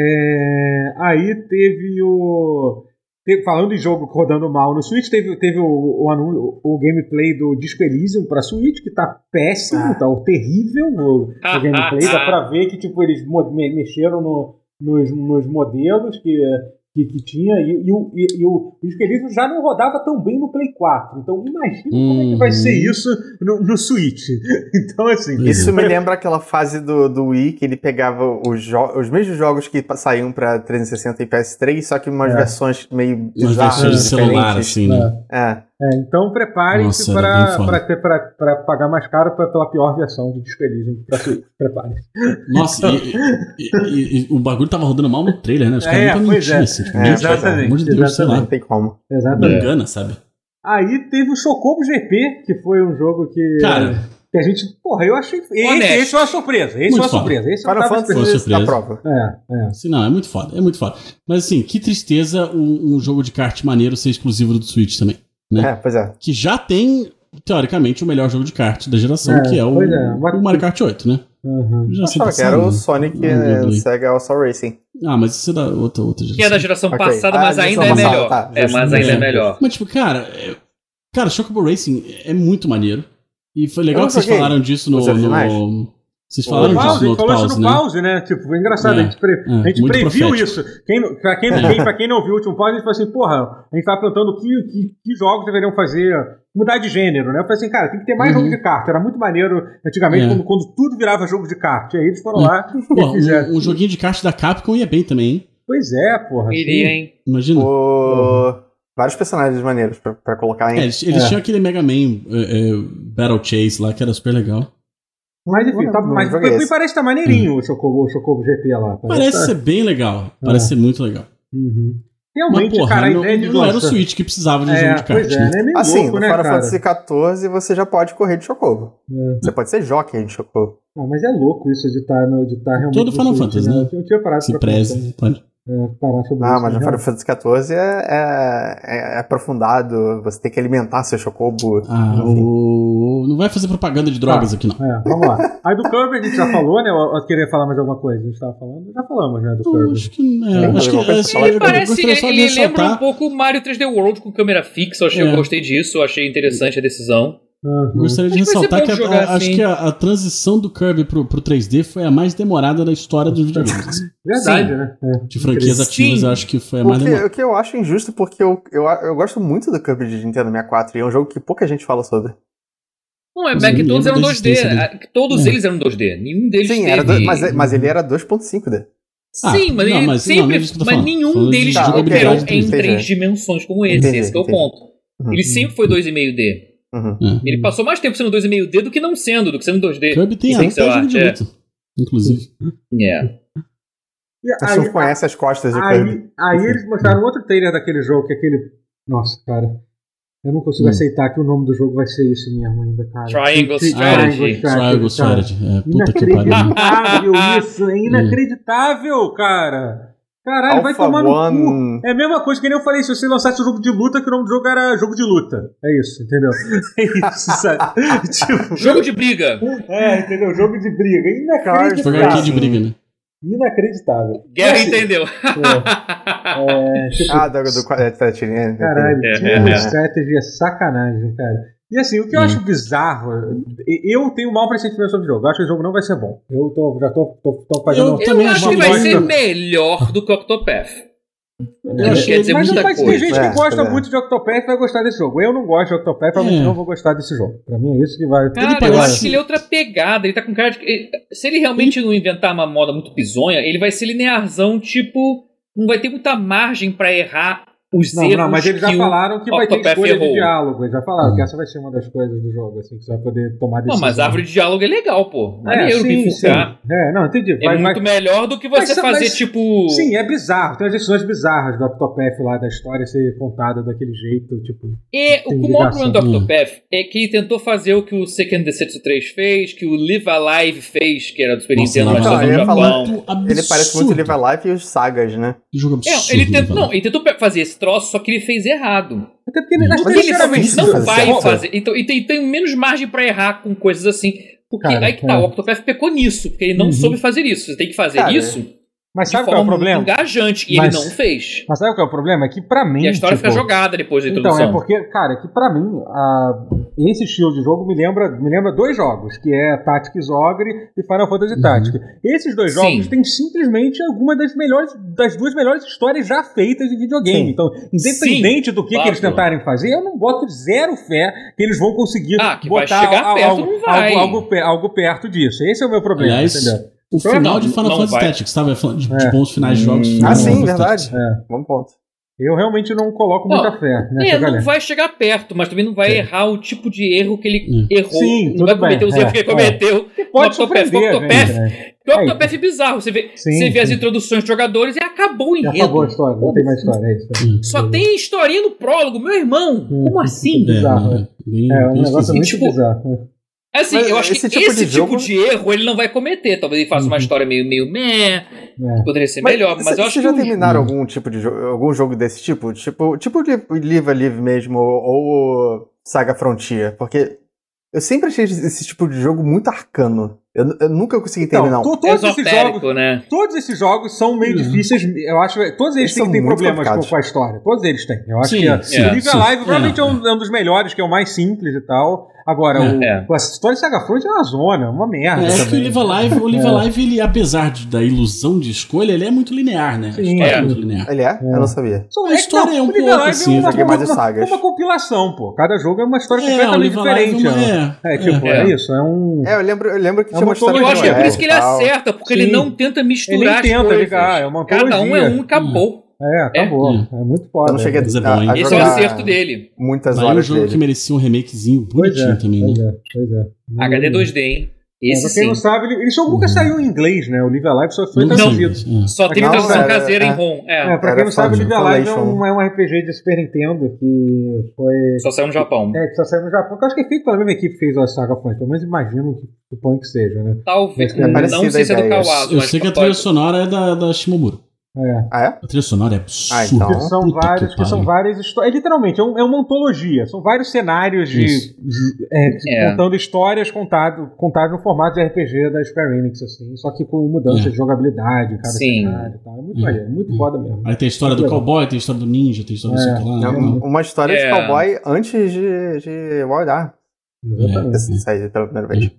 [SPEAKER 1] É, aí teve o. te- falando em jogo rodando mal no Switch, teve, teve o, o, anun- o gameplay do Disco Elysium pra Switch, que tá péssimo,
[SPEAKER 2] Ah.
[SPEAKER 1] tá terrível o, o gameplay. Dá pra ver que tipo, eles mo- me- mexeram no- nos, nos modelos que, que, que tinha, e, e o, e- e o Disco Elysium já não rodava tão bem no Play 4. Então imagina como é que vai
[SPEAKER 3] Uhum.
[SPEAKER 1] ser isso no, no Switch. Então, assim.
[SPEAKER 3] Pois é.
[SPEAKER 2] Isso me lembra aquela fase do, do Wii que ele pegava os, jo- os mesmos jogos que pa- saíam pra 360 e PS3, só que umas
[SPEAKER 1] É.
[SPEAKER 2] versões meio
[SPEAKER 3] Umas
[SPEAKER 2] bizarras.
[SPEAKER 3] versões de celular,
[SPEAKER 2] diferentes.
[SPEAKER 3] assim, né?
[SPEAKER 2] É.
[SPEAKER 1] É, então preparem-se
[SPEAKER 3] Nossa, era bem foda.
[SPEAKER 1] para pagar mais caro pra, pela pior versão de Disco Elysium pra Switch. Preparem-se.
[SPEAKER 3] Nossa, e, e- e- e o bagulho tava rodando mal no trailer, né? Os caras
[SPEAKER 1] É,
[SPEAKER 3] nem pra
[SPEAKER 1] pois
[SPEAKER 3] mentir,
[SPEAKER 1] é.
[SPEAKER 3] assim. Tipo,
[SPEAKER 2] É,
[SPEAKER 3] gente,
[SPEAKER 2] exatamente,
[SPEAKER 3] pelo amor de Deus, sei
[SPEAKER 2] Não
[SPEAKER 3] lá.
[SPEAKER 2] tem como.
[SPEAKER 3] Não
[SPEAKER 1] Exatamente.
[SPEAKER 3] engana, sabe?
[SPEAKER 1] Aí teve o Chocobo GP, que foi um jogo que,
[SPEAKER 3] Cara,
[SPEAKER 1] que a gente. Porra, eu achei. Esse,
[SPEAKER 4] Honesto.
[SPEAKER 1] esse foi uma surpresa. Esse
[SPEAKER 3] Muito
[SPEAKER 1] foi uma
[SPEAKER 3] foda.
[SPEAKER 1] surpresa. Esse eu
[SPEAKER 2] Final
[SPEAKER 1] tava esperando.
[SPEAKER 3] Foi
[SPEAKER 2] Fantasy
[SPEAKER 3] surpresa.
[SPEAKER 2] da prova.
[SPEAKER 1] É, é.
[SPEAKER 3] assim, não, é muito foda, é muito foda. Mas assim, que tristeza um, um jogo de kart maneiro ser exclusivo do Switch também.
[SPEAKER 1] Né?
[SPEAKER 3] É.
[SPEAKER 2] É, pois é.
[SPEAKER 3] Que já tem, teoricamente, o melhor jogo de kart da geração,
[SPEAKER 1] É,
[SPEAKER 3] que é o,
[SPEAKER 1] pois é, mas-
[SPEAKER 3] o Mario Kart 8, né?
[SPEAKER 1] Uhum.
[SPEAKER 3] Já
[SPEAKER 2] Eu
[SPEAKER 3] sei
[SPEAKER 2] achava que
[SPEAKER 3] passar,
[SPEAKER 2] era
[SPEAKER 3] né?
[SPEAKER 2] o Sonic
[SPEAKER 3] Ah,
[SPEAKER 2] eh,
[SPEAKER 3] Dudley.
[SPEAKER 2] Sega All Star Racing.
[SPEAKER 3] Ah, mas isso é da outra, outra
[SPEAKER 4] Que é
[SPEAKER 3] geração.
[SPEAKER 4] da geração
[SPEAKER 2] Ok.
[SPEAKER 4] passada,
[SPEAKER 2] Ah,
[SPEAKER 4] mas ainda
[SPEAKER 2] geração
[SPEAKER 4] é
[SPEAKER 2] passada,
[SPEAKER 4] melhor.
[SPEAKER 2] tá.
[SPEAKER 4] é, mas
[SPEAKER 2] Geração
[SPEAKER 4] ainda é
[SPEAKER 3] passada.
[SPEAKER 4] melhor.
[SPEAKER 3] Mas, tipo, cara, é- cara, Chocobo Racing é muito maneiro. E foi legal
[SPEAKER 2] Eu
[SPEAKER 3] que vocês
[SPEAKER 2] joguei.
[SPEAKER 3] falaram disso no.
[SPEAKER 2] Os originais?
[SPEAKER 3] no- vocês
[SPEAKER 1] é O
[SPEAKER 3] falaram disso
[SPEAKER 1] Pause,
[SPEAKER 3] no
[SPEAKER 1] ele
[SPEAKER 3] outro
[SPEAKER 1] falou isso
[SPEAKER 3] pause,
[SPEAKER 1] no
[SPEAKER 3] né?
[SPEAKER 1] pause, né? Tipo, foi engraçado. a gente, pre-
[SPEAKER 3] É,
[SPEAKER 1] a gente
[SPEAKER 3] muito
[SPEAKER 1] previu
[SPEAKER 3] profético. É.
[SPEAKER 1] isso. Quem, não- pra, quem, quem- pra quem não viu o último pause, a gente falou assim, porra, a gente tava perguntando que, que, que jogos deveriam fazer, mudar de gênero, né? Eu falei assim, cara, tem que ter mais
[SPEAKER 3] Uhum.
[SPEAKER 1] jogo de carta. Era muito maneiro antigamente,
[SPEAKER 3] É.
[SPEAKER 1] quando, quando tudo virava jogo de carta. E aí eles foram
[SPEAKER 3] É.
[SPEAKER 1] lá
[SPEAKER 3] Pô,
[SPEAKER 1] e fizeram.
[SPEAKER 3] um, um joguinho de kart da Capcom ia bem também, hein?
[SPEAKER 1] Pois é, porra.
[SPEAKER 4] Iria,
[SPEAKER 1] assim.
[SPEAKER 4] hein?
[SPEAKER 3] Imagina.
[SPEAKER 2] O... Vários personagens maneiros pra, pra colocar
[SPEAKER 3] É,
[SPEAKER 2] em.
[SPEAKER 3] eles eles
[SPEAKER 1] Uhum. É.
[SPEAKER 3] tinham aquele Mega Man é, é, Battle Chase lá, que era super legal.
[SPEAKER 1] Mas enfim, tá,
[SPEAKER 2] Não,
[SPEAKER 1] mas
[SPEAKER 2] joguei esse.
[SPEAKER 1] parece que tá maneirinho o Chocobo, o Chocobo GP lá.
[SPEAKER 3] Parece ser bem legal. Parece
[SPEAKER 1] É.
[SPEAKER 3] ser muito legal.
[SPEAKER 1] Uhum.
[SPEAKER 3] Mas,
[SPEAKER 1] Realmente,
[SPEAKER 3] porra,
[SPEAKER 1] cara, a
[SPEAKER 3] não,
[SPEAKER 1] ideia de
[SPEAKER 3] não era o
[SPEAKER 1] lançar-
[SPEAKER 3] Switch que precisava de um
[SPEAKER 1] É,
[SPEAKER 3] jogo de kart.
[SPEAKER 1] pois é,
[SPEAKER 3] né?
[SPEAKER 1] né? Meio
[SPEAKER 2] Assim,
[SPEAKER 1] louco,
[SPEAKER 2] no
[SPEAKER 1] né,
[SPEAKER 2] Final
[SPEAKER 1] cara?
[SPEAKER 2] Fantasy XIV você já pode correr de Chocobo.
[SPEAKER 1] É.
[SPEAKER 2] Você pode ser jockey de Chocobo.
[SPEAKER 1] Ah, mas é louco isso de estar de tá realmente.
[SPEAKER 3] Todo
[SPEAKER 1] no
[SPEAKER 3] Final
[SPEAKER 1] Switch,
[SPEAKER 3] Fantasy, né?
[SPEAKER 1] Eu tinha parado
[SPEAKER 3] Se
[SPEAKER 1] pra
[SPEAKER 3] preze.
[SPEAKER 1] pensar.
[SPEAKER 3] pode.
[SPEAKER 1] é, parar sobre
[SPEAKER 2] Ah,
[SPEAKER 1] isso.
[SPEAKER 2] mas no
[SPEAKER 1] né?
[SPEAKER 2] Final Fantasy XIV é, é- é aprofundado, você tem que alimentar seu chocobo.
[SPEAKER 3] Ah,
[SPEAKER 2] enfim.
[SPEAKER 3] o... Não vai fazer propaganda de drogas
[SPEAKER 1] Tá.
[SPEAKER 3] aqui, não.
[SPEAKER 1] É, vamos lá. Aí do Kirby a gente já falou, né? Eu, eu queria falar mais alguma coisa. A gente tava falando, já falamos, né? Do
[SPEAKER 3] Eu
[SPEAKER 1] Kirby.
[SPEAKER 3] acho que. É,
[SPEAKER 2] Tem
[SPEAKER 3] acho que
[SPEAKER 2] alguma coisa pra
[SPEAKER 3] é,
[SPEAKER 2] falar?
[SPEAKER 3] eu
[SPEAKER 4] Parece,
[SPEAKER 3] gostaria
[SPEAKER 4] ele,
[SPEAKER 3] só de
[SPEAKER 4] ele lembra um
[SPEAKER 3] ressaltar-
[SPEAKER 4] pouco o Mario 3D World com câmera fixa, eu, achei, eu
[SPEAKER 3] É.
[SPEAKER 4] gostei disso, eu achei interessante a decisão.
[SPEAKER 1] Uhum.
[SPEAKER 3] Gostaria de
[SPEAKER 4] Acho que vai ser
[SPEAKER 3] ressaltar
[SPEAKER 4] bom
[SPEAKER 3] que a-
[SPEAKER 4] jogar
[SPEAKER 3] a- acho
[SPEAKER 4] assim.
[SPEAKER 3] que a, a transição do Kirby pro, pro 3D foi a mais demorada da história dos videogames.
[SPEAKER 1] Verdade,
[SPEAKER 3] Sim.
[SPEAKER 1] né? É.
[SPEAKER 3] De franquias
[SPEAKER 4] Sim.
[SPEAKER 3] ativas, eu acho que foi a
[SPEAKER 2] O
[SPEAKER 3] mais
[SPEAKER 2] que,
[SPEAKER 3] demorada.
[SPEAKER 2] o que eu acho injusto, porque eu, eu, eu gosto muito do Kirby de Nintendo 64 e é um jogo que pouca gente fala sobre.
[SPEAKER 4] Não, é
[SPEAKER 3] Mas
[SPEAKER 4] mas
[SPEAKER 3] eu
[SPEAKER 4] que
[SPEAKER 3] não
[SPEAKER 4] todos eram
[SPEAKER 3] lembro da
[SPEAKER 4] 2D.
[SPEAKER 3] existência dele.
[SPEAKER 4] ah, que Todos
[SPEAKER 3] É.
[SPEAKER 4] eles eram 2D. Nenhum deles
[SPEAKER 2] Sim,
[SPEAKER 4] teve.
[SPEAKER 2] era do- mas, é- mas ele era 2.5D.
[SPEAKER 3] Ah,
[SPEAKER 4] Sim, mas
[SPEAKER 3] não,
[SPEAKER 4] ele
[SPEAKER 3] mas- não, não é
[SPEAKER 4] sempre.
[SPEAKER 3] isso que eu tô
[SPEAKER 4] mas
[SPEAKER 3] falando.
[SPEAKER 4] nenhum
[SPEAKER 3] Falando de
[SPEAKER 4] deles
[SPEAKER 2] jogabilidade
[SPEAKER 4] operou
[SPEAKER 2] do
[SPEAKER 4] em
[SPEAKER 2] 3D.
[SPEAKER 4] três dimensões como esse.
[SPEAKER 2] Entendi,
[SPEAKER 4] esse que é o
[SPEAKER 2] entendi.
[SPEAKER 4] ponto.
[SPEAKER 2] Uhum.
[SPEAKER 4] Ele sempre foi 2,5D.
[SPEAKER 2] Uhum.
[SPEAKER 3] É.
[SPEAKER 4] Ele passou mais tempo sendo 2,5D do que não sendo, do que sendo 2D.
[SPEAKER 3] Kirby tem
[SPEAKER 4] Isso tem
[SPEAKER 3] até
[SPEAKER 4] que ser
[SPEAKER 3] jogo de
[SPEAKER 4] arte,
[SPEAKER 3] luta. Inclusive.
[SPEAKER 4] É.
[SPEAKER 1] E
[SPEAKER 2] A gente
[SPEAKER 1] aí,
[SPEAKER 2] conhece as costas do Tá Kirby.
[SPEAKER 1] aí, aí eles mostraram outro trailer daquele jogo, que é aquele. Nossa, cara. Eu não consigo
[SPEAKER 3] Hum.
[SPEAKER 1] aceitar que o nome do jogo vai ser isso mesmo ainda, cara.
[SPEAKER 4] Triangle
[SPEAKER 1] Tri-
[SPEAKER 4] Strategy.
[SPEAKER 1] cara.
[SPEAKER 3] Triangle Strategy. É, puta que pariu. É.
[SPEAKER 1] Inacreditável isso, é inacreditável, cara. Caralho, vai
[SPEAKER 2] Alpha
[SPEAKER 1] tomar no cu.
[SPEAKER 2] One.
[SPEAKER 1] É a mesma coisa que nem eu falei, se você lançasse um jogo de luta, que o nome do jogo era jogo de luta. É isso, entendeu? É isso, sabe? tipo,
[SPEAKER 4] Jogo de briga.
[SPEAKER 1] é, entendeu? Jogo de briga. É
[SPEAKER 3] Jogar aqui de
[SPEAKER 1] Inacreditável.
[SPEAKER 3] briga, né?
[SPEAKER 1] Inacreditável.
[SPEAKER 4] Guerra
[SPEAKER 1] Assim,
[SPEAKER 4] entendeu.
[SPEAKER 1] É, tipo,
[SPEAKER 2] Ah, do, do, é, tá, tinha-
[SPEAKER 1] Caralho,
[SPEAKER 4] É,
[SPEAKER 1] Team
[SPEAKER 2] é, é.
[SPEAKER 1] Strategy é sacanagem, cara. E assim, o que eu
[SPEAKER 3] Hum.
[SPEAKER 1] acho bizarro, e- eu tenho mau pressentimento sobre o jogo. Eu acho que o jogo não vai ser bom. Eu tô, já tô, tô, tô um fazendo.
[SPEAKER 3] Eu-
[SPEAKER 4] Eu
[SPEAKER 3] Também
[SPEAKER 4] acho
[SPEAKER 3] achei
[SPEAKER 4] que vai
[SPEAKER 1] bosta.
[SPEAKER 4] ser melhor do que o Octopath.
[SPEAKER 3] Eu achei
[SPEAKER 4] quer dizer
[SPEAKER 1] mas,
[SPEAKER 4] é, muita
[SPEAKER 1] mas
[SPEAKER 4] coisa.
[SPEAKER 1] tem gente
[SPEAKER 2] É,
[SPEAKER 1] que gosta
[SPEAKER 2] pois é.
[SPEAKER 1] muito de Octopath e vai gostar desse jogo. Eu não gosto de Octopath, provavelmente
[SPEAKER 3] É.
[SPEAKER 1] não vou gostar desse jogo. Pra mim é isso que vai.
[SPEAKER 4] Cara,
[SPEAKER 3] parece-
[SPEAKER 4] eu acho que ele é outra pegada. Ele tá com cara de. ele- Se ele realmente não inventar uma moda muito bizonha, ele vai ser linearzão, tipo. Não vai ter muita margem pra errar os
[SPEAKER 1] Não,
[SPEAKER 4] erros.
[SPEAKER 1] não, mas eles já
[SPEAKER 4] que o-
[SPEAKER 1] falaram que vai ter
[SPEAKER 4] Octopath
[SPEAKER 1] escolha de
[SPEAKER 4] errou.
[SPEAKER 1] diálogo. Eles já falaram
[SPEAKER 3] Hum.
[SPEAKER 1] que essa vai ser uma das coisas do jogo, assim, que você vai poder tomar
[SPEAKER 4] Não,
[SPEAKER 1] decisão.
[SPEAKER 4] mas árvore de diálogo é legal, pô.
[SPEAKER 1] é,
[SPEAKER 4] Maneiro
[SPEAKER 1] sim,
[SPEAKER 4] bifurcar.
[SPEAKER 1] sim. É, não, entendi.
[SPEAKER 4] É
[SPEAKER 1] Vai- vai-
[SPEAKER 4] muito melhor do que você
[SPEAKER 1] Mas-
[SPEAKER 4] fazer,
[SPEAKER 1] mas-
[SPEAKER 4] tipo.
[SPEAKER 1] Sim, é bizarro. Tem as decisões bizarras do Octopath lá, da história ser contada daquele jeito, tipo.
[SPEAKER 4] E o,
[SPEAKER 1] Tem
[SPEAKER 4] que o maior
[SPEAKER 1] ligação.
[SPEAKER 4] problema do Octopath é que ele tentou fazer o que o Second Deception 3 fez, que o Live Alive fez, que era do Super
[SPEAKER 3] Nossa,
[SPEAKER 4] Nintendo, mas só
[SPEAKER 3] Live
[SPEAKER 4] no
[SPEAKER 1] é
[SPEAKER 2] Alive. Eu ia falar-
[SPEAKER 4] Japão.
[SPEAKER 3] Absurdo.
[SPEAKER 2] Ele parece muito Live Alive e os sagas, né?
[SPEAKER 3] Que jogo
[SPEAKER 4] É,
[SPEAKER 3] absurdo.
[SPEAKER 4] ele tentou,
[SPEAKER 3] né,
[SPEAKER 4] não, ele tentou pe- fazer esse troço, só que ele fez errado.
[SPEAKER 1] Até porque é ele,
[SPEAKER 3] Mas
[SPEAKER 1] acho que
[SPEAKER 4] Mas
[SPEAKER 2] Mas
[SPEAKER 4] ele
[SPEAKER 2] ele
[SPEAKER 1] sinceramente,
[SPEAKER 2] fez
[SPEAKER 4] não
[SPEAKER 2] isso,
[SPEAKER 4] vai
[SPEAKER 2] certo?
[SPEAKER 4] fazer. Então, e tem, tem menos margem pra errar com coisas assim. Porque
[SPEAKER 1] Cara,
[SPEAKER 4] aí que tá,
[SPEAKER 1] é.
[SPEAKER 4] o Octopath pecou nisso, porque ele não
[SPEAKER 3] Uhum.
[SPEAKER 4] soube fazer isso. Você tem que fazer
[SPEAKER 2] Cara,
[SPEAKER 4] isso de
[SPEAKER 1] Mas sabe qual é
[SPEAKER 4] forma
[SPEAKER 1] o problema?
[SPEAKER 4] engajante, e
[SPEAKER 1] Mas-
[SPEAKER 4] ele não fez.
[SPEAKER 1] Mas sabe qual é o problema? É que pra mim.
[SPEAKER 4] E a história
[SPEAKER 1] tipo,
[SPEAKER 4] fica jogada depois da
[SPEAKER 1] Então,
[SPEAKER 4] introdução.
[SPEAKER 1] é porque, cara, é que pra mim, a- esse estilo de jogo me lembra, me lembra dois jogos, que é Tactics Ogre e Final Fantasy
[SPEAKER 3] Uhum.
[SPEAKER 1] Tactics. Esses dois
[SPEAKER 4] Sim.
[SPEAKER 1] jogos têm simplesmente alguma das melhores, das duas melhores histórias já feitas de videogame.
[SPEAKER 2] Sim.
[SPEAKER 1] Então, independente do que, que
[SPEAKER 4] claro.
[SPEAKER 1] eles tentarem fazer, eu não boto zero fé que eles vão conseguir
[SPEAKER 4] Ah, que vai
[SPEAKER 1] botar
[SPEAKER 4] chegar
[SPEAKER 1] al-
[SPEAKER 4] perto,
[SPEAKER 1] algo,
[SPEAKER 4] não vai.
[SPEAKER 1] Algo, algo pe- algo perto disso. Esse é o meu problema,
[SPEAKER 3] Aliás,
[SPEAKER 1] entendeu?
[SPEAKER 3] O
[SPEAKER 1] Então,
[SPEAKER 3] final de
[SPEAKER 4] não-
[SPEAKER 3] Final
[SPEAKER 4] não
[SPEAKER 3] Fantasy
[SPEAKER 4] vai.
[SPEAKER 3] Tactics, tá? Vai falando de, de
[SPEAKER 1] É.
[SPEAKER 3] bons finais de jogos.
[SPEAKER 2] Ah,
[SPEAKER 3] de
[SPEAKER 2] sim,
[SPEAKER 3] Final
[SPEAKER 2] verdade.
[SPEAKER 3] Fantasy
[SPEAKER 1] É.
[SPEAKER 2] Bom ponto.
[SPEAKER 1] Eu realmente não coloco
[SPEAKER 4] Não,
[SPEAKER 1] muita fé nessa
[SPEAKER 4] É,
[SPEAKER 1] galera.
[SPEAKER 4] não vai chegar perto, mas também não vai errar o tipo de erro que ele errou.
[SPEAKER 1] Sim,
[SPEAKER 4] não
[SPEAKER 1] tudo
[SPEAKER 4] vai cometer
[SPEAKER 1] bem,
[SPEAKER 4] os erros
[SPEAKER 1] é,
[SPEAKER 4] que ele cometeu.
[SPEAKER 1] Pode
[SPEAKER 4] Octopath,
[SPEAKER 1] surpreender,
[SPEAKER 4] Octopath.
[SPEAKER 1] gente, né?
[SPEAKER 4] Porque o
[SPEAKER 1] É,
[SPEAKER 4] Octopath é bizarro. Você vê,
[SPEAKER 1] Sim,
[SPEAKER 4] você vê as
[SPEAKER 1] sim.
[SPEAKER 4] introduções dos jogadores e acabou o
[SPEAKER 1] Já acabou a
[SPEAKER 4] enredo.
[SPEAKER 1] história, não tem mais história, é isso.
[SPEAKER 3] Fantasy.
[SPEAKER 4] Só tem historinha no prólogo, meu irmão.
[SPEAKER 1] Hum,
[SPEAKER 4] Como assim?
[SPEAKER 3] É,
[SPEAKER 1] bizarro,
[SPEAKER 3] é, bem,
[SPEAKER 1] É um negócio
[SPEAKER 3] bem esquisito.
[SPEAKER 1] muito
[SPEAKER 4] tipo,
[SPEAKER 1] bizarro.
[SPEAKER 4] Assim,
[SPEAKER 2] Mas
[SPEAKER 4] eu acho
[SPEAKER 2] esse
[SPEAKER 4] que
[SPEAKER 2] tipo
[SPEAKER 4] esse
[SPEAKER 2] de
[SPEAKER 4] tipo
[SPEAKER 2] jogo-
[SPEAKER 4] de erro ele não vai cometer. Talvez ele faça
[SPEAKER 1] Uhum.
[SPEAKER 4] uma história meio, meio meh,
[SPEAKER 1] É.
[SPEAKER 4] poderia ser melhor, mas eu acho
[SPEAKER 2] Vocês
[SPEAKER 4] que. é um
[SPEAKER 2] já
[SPEAKER 4] o-
[SPEAKER 2] terminaram
[SPEAKER 1] Hum.
[SPEAKER 2] algum tipo de jogo, algum jogo desse tipo? Tipo, tipo de Live a Live mesmo, ou, ou Saga Frontier? Porque eu sempre achei esse tipo de jogo muito arcano. Eu, eu nunca consegui terminar
[SPEAKER 1] Então,
[SPEAKER 2] um.
[SPEAKER 1] to- todos esses jogos.
[SPEAKER 4] Esotérico, né?
[SPEAKER 1] Todos esses jogos são meio
[SPEAKER 3] Uhum.
[SPEAKER 1] difíceis, eu acho. Todos eles
[SPEAKER 2] Eles
[SPEAKER 1] têm,
[SPEAKER 2] são
[SPEAKER 1] têm
[SPEAKER 2] muito
[SPEAKER 1] problemas com,
[SPEAKER 2] complicados.
[SPEAKER 1] com a história. Todos eles têm. Eu acho
[SPEAKER 3] Sim,
[SPEAKER 1] que é.
[SPEAKER 3] sim,
[SPEAKER 1] o Live
[SPEAKER 3] sim.
[SPEAKER 1] Alive provavelmente
[SPEAKER 3] É,
[SPEAKER 1] é, um, é um dos melhores, que é o mais simples e tal. Agora, o,
[SPEAKER 4] É.
[SPEAKER 1] a história de Saga Front é uma zona, uma merda.
[SPEAKER 3] É, acho que
[SPEAKER 1] também.
[SPEAKER 3] o Live Alive, o Live Alive, ele, apesar de- da ilusão de escolha, ele é muito linear, né?
[SPEAKER 1] Sim.
[SPEAKER 3] a história é.
[SPEAKER 4] É.
[SPEAKER 3] muito linear.
[SPEAKER 2] Ele é? Eu
[SPEAKER 1] Hum.
[SPEAKER 2] não sabia.
[SPEAKER 1] Só
[SPEAKER 3] A história é
[SPEAKER 1] o
[SPEAKER 3] um
[SPEAKER 1] Live
[SPEAKER 3] pouco
[SPEAKER 1] Alive
[SPEAKER 3] assim,
[SPEAKER 1] uma,
[SPEAKER 2] joguei mais as
[SPEAKER 1] uma-
[SPEAKER 2] sagas.
[SPEAKER 1] uma compilação, pô. Cada jogo é uma história
[SPEAKER 3] o
[SPEAKER 1] completamente
[SPEAKER 3] Live Alive
[SPEAKER 1] diferente.
[SPEAKER 3] é uma-
[SPEAKER 1] né?
[SPEAKER 3] é,
[SPEAKER 1] É, tipo,
[SPEAKER 4] É.
[SPEAKER 1] é. isso. É um.
[SPEAKER 2] É, eu lembro, eu lembro que
[SPEAKER 1] É
[SPEAKER 2] tinha uma
[SPEAKER 1] uma
[SPEAKER 2] história
[SPEAKER 4] Eu acho que é
[SPEAKER 1] Não,
[SPEAKER 4] por
[SPEAKER 1] é,
[SPEAKER 4] isso que ele
[SPEAKER 2] tal.
[SPEAKER 4] acerta, porque ele
[SPEAKER 1] Sim.
[SPEAKER 4] não tenta
[SPEAKER 1] Ele
[SPEAKER 4] misturar
[SPEAKER 1] nem
[SPEAKER 4] as
[SPEAKER 1] tenta
[SPEAKER 4] coisas.
[SPEAKER 1] ligar, é uma antologia.
[SPEAKER 4] Cada um é um e acabou.
[SPEAKER 1] É, acabou.
[SPEAKER 3] É.
[SPEAKER 1] É, muito foda.
[SPEAKER 2] Eu não cheguei
[SPEAKER 3] Mas é bom,
[SPEAKER 2] a,
[SPEAKER 3] hein?
[SPEAKER 2] a
[SPEAKER 4] Esse é o
[SPEAKER 2] jogar
[SPEAKER 4] acerto dele.
[SPEAKER 2] muitas
[SPEAKER 3] Mas é um
[SPEAKER 2] horas
[SPEAKER 3] jogo que
[SPEAKER 2] dele.
[SPEAKER 3] merecia um remakezinho bonitinho também, né?
[SPEAKER 1] Pois é, pois é.
[SPEAKER 4] HD 2D, hein? Esse
[SPEAKER 1] pra quem
[SPEAKER 4] sim.
[SPEAKER 1] não sabe, ele, esse jogo nunca
[SPEAKER 3] Uhum.
[SPEAKER 1] saiu em inglês, né? O Live Alive só foi
[SPEAKER 3] Não
[SPEAKER 1] traduzido.
[SPEAKER 3] sei, mas, é.
[SPEAKER 4] Só tem
[SPEAKER 1] Não,
[SPEAKER 4] tradução
[SPEAKER 1] é,
[SPEAKER 4] caseira
[SPEAKER 2] é.
[SPEAKER 4] em ROM.
[SPEAKER 1] É,
[SPEAKER 4] É.
[SPEAKER 1] pra
[SPEAKER 2] Era
[SPEAKER 1] quem não sabe, o
[SPEAKER 2] fácil. né?
[SPEAKER 1] Live Alive é
[SPEAKER 2] Falation.
[SPEAKER 1] um, é um RPG de Super Nintendo que foi.
[SPEAKER 4] Só saiu no Japão.
[SPEAKER 1] É, que só saiu no Japão. Que eu acho que é feito pela mesma equipe que fez a Saga Frontier. Pelo menos imagino que suponho que seja, né?
[SPEAKER 4] Talvez.
[SPEAKER 1] É
[SPEAKER 4] não
[SPEAKER 2] parecida
[SPEAKER 4] sei se é
[SPEAKER 2] a
[SPEAKER 4] do
[SPEAKER 2] ideia.
[SPEAKER 4] Kawazu,
[SPEAKER 3] Eu
[SPEAKER 4] mas
[SPEAKER 3] sei que a trilha
[SPEAKER 4] pode-
[SPEAKER 3] sonora é da, da Shimomura.
[SPEAKER 1] É.
[SPEAKER 2] Ah, é?
[SPEAKER 3] A trilha sonora é absurda.
[SPEAKER 2] Ah, então.
[SPEAKER 1] Que são
[SPEAKER 3] Puta
[SPEAKER 1] vários, que, são
[SPEAKER 3] pariu.
[SPEAKER 1] várias histórias. É, literalmente, é, um- é uma antologia. São vários cenários de.
[SPEAKER 3] Isso.
[SPEAKER 1] de- é,
[SPEAKER 4] É.
[SPEAKER 1] Contando histórias contadas contado no formato de RPG da Square Enix, assim, só que com mudança
[SPEAKER 3] É.
[SPEAKER 1] de jogabilidade, cada
[SPEAKER 4] Sim.
[SPEAKER 1] cenário e tal. É muito
[SPEAKER 3] Hum.
[SPEAKER 1] maneiro, muito foda mesmo.
[SPEAKER 3] Aí tem a história do
[SPEAKER 1] Legal.
[SPEAKER 3] cowboy, tem a história do ninja, tem a história do né? sei lá.
[SPEAKER 2] É um- uma história
[SPEAKER 4] É.
[SPEAKER 2] de cowboy antes de, de Wild Arm.
[SPEAKER 1] Exatamente.
[SPEAKER 2] Essa- Sair pela primeira vez.
[SPEAKER 3] Uhum.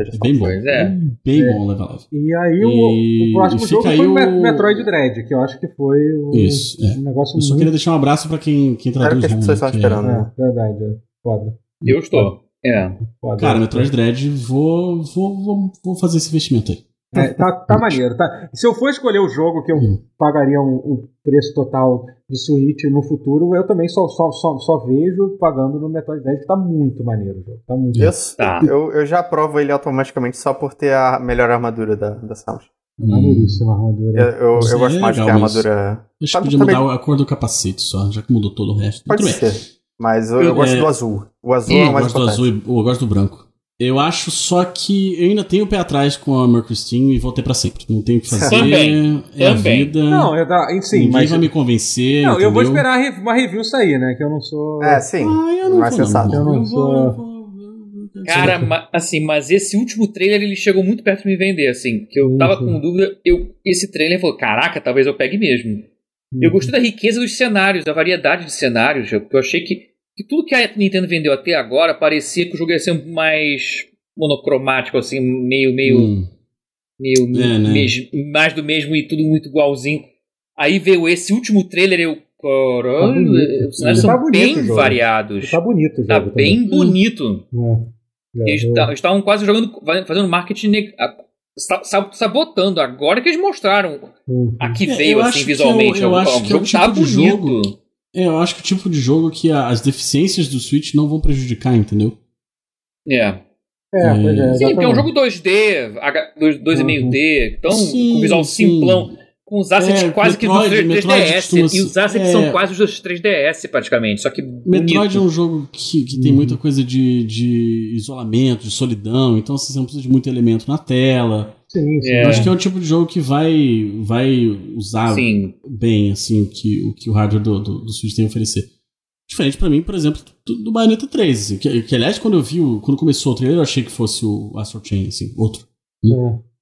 [SPEAKER 3] É bem bom.
[SPEAKER 4] Pois é.
[SPEAKER 3] Bem bom o Level Up.
[SPEAKER 1] E aí o,
[SPEAKER 3] E-
[SPEAKER 1] o próximo
[SPEAKER 3] e
[SPEAKER 1] jogo
[SPEAKER 3] fica
[SPEAKER 1] foi
[SPEAKER 3] aí
[SPEAKER 1] o
[SPEAKER 3] o-
[SPEAKER 1] Metroid Dread, que eu acho que foi o-
[SPEAKER 3] Isso, é.
[SPEAKER 1] um negócio
[SPEAKER 3] Eu só
[SPEAKER 1] muito.
[SPEAKER 3] queria deixar um abraço pra quem, quem
[SPEAKER 2] Uhum. Era o que
[SPEAKER 3] traduz.
[SPEAKER 2] as
[SPEAKER 3] né,
[SPEAKER 2] pessoas estavam
[SPEAKER 3] que é-
[SPEAKER 2] esperando. né?
[SPEAKER 1] É, verdade, é. Foda.
[SPEAKER 4] Eu estou. É.
[SPEAKER 1] foda.
[SPEAKER 3] Cara, Metroid Dread, vou, vou, vou, vou fazer esse investimento aí.
[SPEAKER 1] É, tá, tá maneiro, tá? Se eu for escolher o jogo que eu
[SPEAKER 3] Hum.
[SPEAKER 1] pagaria um- o preço total de Switch no futuro, eu também só, só, só, só vejo pagando no Metroid Dread, que tá muito maneiro o jogo. Tá muito
[SPEAKER 2] Eu,
[SPEAKER 4] Tá.
[SPEAKER 2] eu, eu já aprovo ele automaticamente só por ter a melhor armadura da, da Samus.
[SPEAKER 3] Hum,
[SPEAKER 1] maneiríssima a armadura.
[SPEAKER 2] Eu, eu,
[SPEAKER 3] Isso
[SPEAKER 2] eu
[SPEAKER 3] é
[SPEAKER 2] gosto mais que a
[SPEAKER 3] legal, mas-
[SPEAKER 2] armadura.
[SPEAKER 3] acho que
[SPEAKER 2] Sabe,
[SPEAKER 3] podia
[SPEAKER 2] também-
[SPEAKER 3] mudar a cor do capacete só, já que mudou todo o resto.
[SPEAKER 2] Pode
[SPEAKER 3] Muito bem.
[SPEAKER 2] ser. Mas eu, eu
[SPEAKER 3] Eu-
[SPEAKER 2] gosto
[SPEAKER 3] é-
[SPEAKER 2] do azul. O azul
[SPEAKER 3] É,
[SPEAKER 2] é o
[SPEAKER 3] eu
[SPEAKER 2] mais
[SPEAKER 3] gosto do
[SPEAKER 2] importante.
[SPEAKER 3] azul e eu gosto do branco. Eu acho só que eu ainda tenho o pé atrás com a Mercury Steam e vou ter pra sempre. Não tem o que fazer.
[SPEAKER 4] Também,
[SPEAKER 3] É a
[SPEAKER 4] também.
[SPEAKER 3] vida.
[SPEAKER 1] Não, eu tá, sim,
[SPEAKER 3] ninguém
[SPEAKER 1] mas.
[SPEAKER 3] vai me convencer.
[SPEAKER 1] Não, eu vou
[SPEAKER 3] entendeu?
[SPEAKER 1] esperar a re- uma review sair, né? Que eu não sou.
[SPEAKER 2] É, sim.
[SPEAKER 3] Ah, eu não
[SPEAKER 2] Mais
[SPEAKER 3] vou,
[SPEAKER 2] sensato.
[SPEAKER 3] Não.
[SPEAKER 1] Eu não
[SPEAKER 3] vou-
[SPEAKER 1] sou-
[SPEAKER 3] eu vou- eu-
[SPEAKER 4] Cara, ma- assim, mas esse último trailer ele chegou muito perto de me vender, assim, que eu tava
[SPEAKER 1] Uhum.
[SPEAKER 4] com dúvida, eu, esse trailer falou, caraca, talvez eu pegue mesmo. Eu
[SPEAKER 1] Hum.
[SPEAKER 4] gostei da riqueza dos cenários, da variedade de cenários, porque eu achei que, que tudo que a Nintendo vendeu até agora parecia que o jogo ia ser mais monocromático, assim, meio, meio,
[SPEAKER 3] Hum,
[SPEAKER 4] meio,
[SPEAKER 3] É, né?
[SPEAKER 4] mes- mais do mesmo e tudo muito igualzinho. Aí veio esse último trailer, eu,
[SPEAKER 1] Tá
[SPEAKER 4] caralho,
[SPEAKER 1] bonito.
[SPEAKER 4] os cenários
[SPEAKER 1] Tá
[SPEAKER 4] são
[SPEAKER 1] bonito o
[SPEAKER 4] bem
[SPEAKER 1] jogo.
[SPEAKER 4] variados,
[SPEAKER 1] Tá bonito o
[SPEAKER 4] tá
[SPEAKER 1] jogo. também.
[SPEAKER 4] bem bonito.
[SPEAKER 1] É. É,
[SPEAKER 4] Eles
[SPEAKER 3] Uhum.
[SPEAKER 1] eu-
[SPEAKER 4] ta- eles estavam quase jogando, fazendo marketing, neg- a- sa- sa- sabotando agora que eles mostraram
[SPEAKER 1] Uhum.
[SPEAKER 4] a que
[SPEAKER 3] É,
[SPEAKER 4] veio
[SPEAKER 3] eu
[SPEAKER 4] assim
[SPEAKER 3] acho que
[SPEAKER 4] visualmente.
[SPEAKER 3] eu- eu
[SPEAKER 4] Ó,
[SPEAKER 3] acho
[SPEAKER 4] ó,
[SPEAKER 3] que
[SPEAKER 4] o
[SPEAKER 3] é
[SPEAKER 4] jogo
[SPEAKER 3] o
[SPEAKER 4] tá
[SPEAKER 3] tipo de jogo-
[SPEAKER 4] bonito.
[SPEAKER 3] é, eu acho que o tipo de jogo que a- as deficiências do Switch não vão prejudicar, entendeu?
[SPEAKER 4] É.
[SPEAKER 3] Hum.
[SPEAKER 1] É, pois é,
[SPEAKER 4] Sim, porque é um
[SPEAKER 1] exatamente.
[SPEAKER 4] jogo 2D, H- dois- 2,5D, então
[SPEAKER 3] Uhum. Sim,
[SPEAKER 4] com visual
[SPEAKER 3] sim.
[SPEAKER 4] simplão, com os assets
[SPEAKER 3] É,
[SPEAKER 4] quase que dos 3-
[SPEAKER 3] Metroid-
[SPEAKER 4] 3DS.
[SPEAKER 3] Metroid costuma-
[SPEAKER 4] e os assets
[SPEAKER 3] é.
[SPEAKER 4] são quase os dos 3DS, praticamente, só que
[SPEAKER 3] Metroid é
[SPEAKER 4] bonito.
[SPEAKER 3] um jogo que, que tem
[SPEAKER 1] Uhum.
[SPEAKER 3] muita coisa de, de isolamento, de solidão, então assim, você não precisa de muito elemento na tela.
[SPEAKER 1] Sim, sim.
[SPEAKER 4] É.
[SPEAKER 3] Eu acho que é o tipo de jogo que vai, vai usar
[SPEAKER 4] Sim,
[SPEAKER 3] bem assim o que o, que o hardware do, do, do Switch tem a oferecer. Diferente pra mim, por exemplo, do, do Bayonetta 3. assim, que, que, aliás, quando eu vi, o, quando começou o trailer, eu achei que fosse o Astral Chain, assim, outro.
[SPEAKER 4] um
[SPEAKER 1] É.